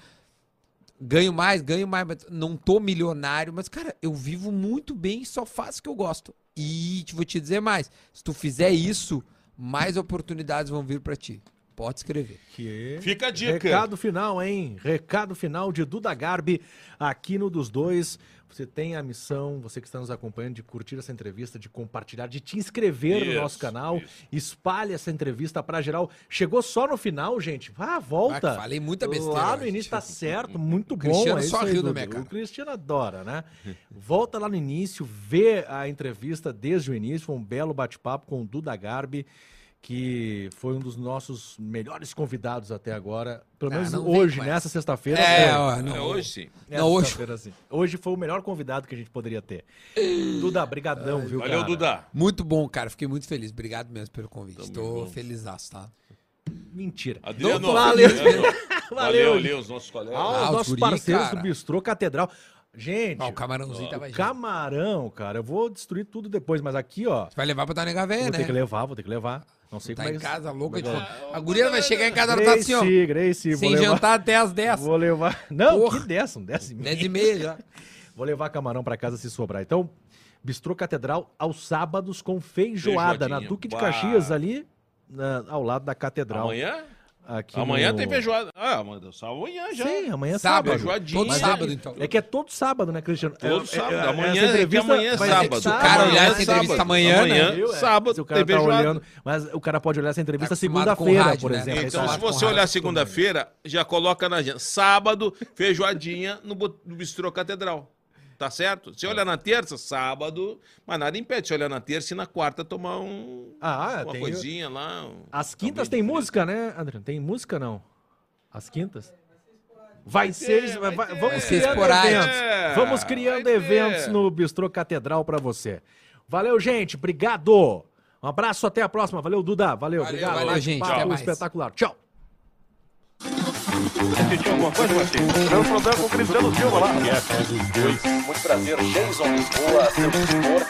Speaker 5: Ganho mais, ganho mais, mas não tô milionário, mas, cara, eu vivo muito bem e só faço o que eu gosto. E te- vou te dizer mais: se tu fizer isso, mais oportunidades vão vir pra ti. Pode escrever.
Speaker 4: Que...
Speaker 1: Fica a dica.
Speaker 4: Recado final, hein? Recado final de Duda Garbi aqui no Dos Dois. Você tem a missão, você que está nos acompanhando, de curtir essa entrevista, de compartilhar, de te inscrever no
Speaker 1: Isso,
Speaker 4: nosso canal. Espalhe essa entrevista para geral. Chegou só no final, gente. Vá,
Speaker 5: Ah,
Speaker 4: volta.
Speaker 5: falei muita besteira.
Speaker 4: Lá no
Speaker 5: hoje.
Speaker 4: início tá certo, muito bom.
Speaker 5: Cristiano
Speaker 4: é isso
Speaker 5: só
Speaker 4: aí,
Speaker 5: riu da
Speaker 4: Duda.
Speaker 5: minha cara.
Speaker 4: O Cristiano adora, né? Volta lá no início, vê a entrevista desde o início. Foi um belo bate-papo com o Duda Garbi, que foi um dos nossos melhores convidados até agora. Pelo
Speaker 5: Ah,
Speaker 4: menos
Speaker 5: não vem
Speaker 4: hoje,
Speaker 5: com
Speaker 4: nessa sexta-feira.
Speaker 5: É,
Speaker 4: foi.
Speaker 5: ó,
Speaker 1: É,
Speaker 5: não.
Speaker 1: hoje sim.
Speaker 4: Nessa
Speaker 5: não, hoje.
Speaker 4: sexta-feira, sim. Hoje foi o melhor convidado que a gente poderia ter. Duda, brigadão, viu,
Speaker 1: Valeu,
Speaker 4: cara?
Speaker 1: Duda.
Speaker 5: Muito bom, cara. Fiquei muito feliz. Obrigado mesmo pelo convite.
Speaker 1: Tamo
Speaker 5: Tô
Speaker 1: junto.
Speaker 5: feliz, tá?
Speaker 4: Mentira.
Speaker 1: Adriano.
Speaker 4: valeu.
Speaker 1: Adriano. Valeu
Speaker 4: Valeu.
Speaker 1: ali os nossos colegas.
Speaker 4: Aos
Speaker 5: Ah, os
Speaker 4: nossos
Speaker 5: guri,
Speaker 4: parceiros
Speaker 5: cara.
Speaker 4: do Bistrô Catedral. Gente,
Speaker 5: Ó, o camarãozinho tava
Speaker 4: o
Speaker 5: junto.
Speaker 4: camarão, cara, eu vou destruir tudo depois, mas aqui, ó,
Speaker 5: Vai levar pra tua nega
Speaker 4: vou
Speaker 5: véia,
Speaker 4: ter que
Speaker 5: né?
Speaker 4: levar, vou ter que levar. Não sei
Speaker 5: Tá
Speaker 4: como
Speaker 5: em
Speaker 4: é que...
Speaker 5: casa, louca de
Speaker 4: Legal.
Speaker 5: fome. A guria vai chegar em casa, ela tá assim, ó.
Speaker 4: Gracie, Gracie, vou
Speaker 5: Sem
Speaker 4: levar.
Speaker 5: jantar até as 10.
Speaker 4: Vou levar. Não,
Speaker 5: Porra.
Speaker 4: que 10, um 10 e meia.
Speaker 5: 10 e meia já.
Speaker 4: Vou levar camarão pra casa se sobrar. Então, Bistrô Catedral aos sábados com feijoada na
Speaker 1: Feijoadinha.
Speaker 4: Duque de
Speaker 1: Bah.
Speaker 4: Caxias ali, na- ao lado da catedral.
Speaker 1: Amanhã?
Speaker 4: Aqui
Speaker 1: Amanhã
Speaker 4: no-
Speaker 1: tem feijoada. Ah, mano, só amanhã já.
Speaker 4: Sim, amanhã é
Speaker 5: Sábado.
Speaker 4: sábado.
Speaker 1: Feijoadinha.
Speaker 5: Todo
Speaker 1: Mas
Speaker 5: sábado,
Speaker 1: é-
Speaker 5: então.
Speaker 4: É que é todo sábado, né, Cristiano?
Speaker 1: Todo
Speaker 4: É-
Speaker 1: sábado.
Speaker 4: é- é-
Speaker 1: amanhã
Speaker 4: essa
Speaker 1: é que
Speaker 4: entrevista
Speaker 1: amanhã é
Speaker 4: vai ser
Speaker 1: sábado.
Speaker 5: Se o cara olhar essa
Speaker 1: Sábado.
Speaker 5: entrevista amanhã, né?
Speaker 1: tá Amanhã,
Speaker 4: Viu? É,
Speaker 1: sábado,
Speaker 4: se o cara
Speaker 1: tem
Speaker 4: tá
Speaker 1: feijoada.
Speaker 4: olhando, mas o cara pode olhar essa entrevista
Speaker 5: Tá acostumado com
Speaker 4: segunda-feira,
Speaker 5: rádio,
Speaker 4: por
Speaker 5: né?
Speaker 4: exemplo.
Speaker 1: Então,
Speaker 5: Aí
Speaker 1: se
Speaker 5: tá lá
Speaker 1: você
Speaker 5: com
Speaker 1: olhar
Speaker 5: raiva,
Speaker 1: segunda-feira, já coloca na agenda. Sábado, feijoadinha no, bo- no Bistrô Catedral. Tá certo? Se olhar na terça, sábado, mas nada impede. Se olhar na terça e na quarta, tomar um,
Speaker 4: Ah,
Speaker 1: uma
Speaker 4: tem-
Speaker 1: coisinha lá. um-
Speaker 4: As
Speaker 1: Talvez
Speaker 4: quintas tem
Speaker 1: diferente.
Speaker 4: música, né, Adriano? Tem música não? As quintas? Vai ser, vai-
Speaker 1: vai ter.
Speaker 4: vamos
Speaker 1: Vai
Speaker 5: ser
Speaker 4: criando
Speaker 5: esporádico.
Speaker 4: eventos.
Speaker 1: É,
Speaker 4: vamos
Speaker 1: vai
Speaker 4: criando
Speaker 1: ter.
Speaker 4: eventos no Bistrô Catedral pra você. Valeu, gente, obrigado. Um abraço, até a próxima. Valeu, Duda. Valeu,
Speaker 5: Valeu,
Speaker 4: obrigado.
Speaker 5: valeu,
Speaker 4: Bate
Speaker 5: gente,
Speaker 4: papo
Speaker 5: até mais.
Speaker 4: espetacular. Tchau.
Speaker 3: Muito prazer, Jason Lisboa, seu escritor.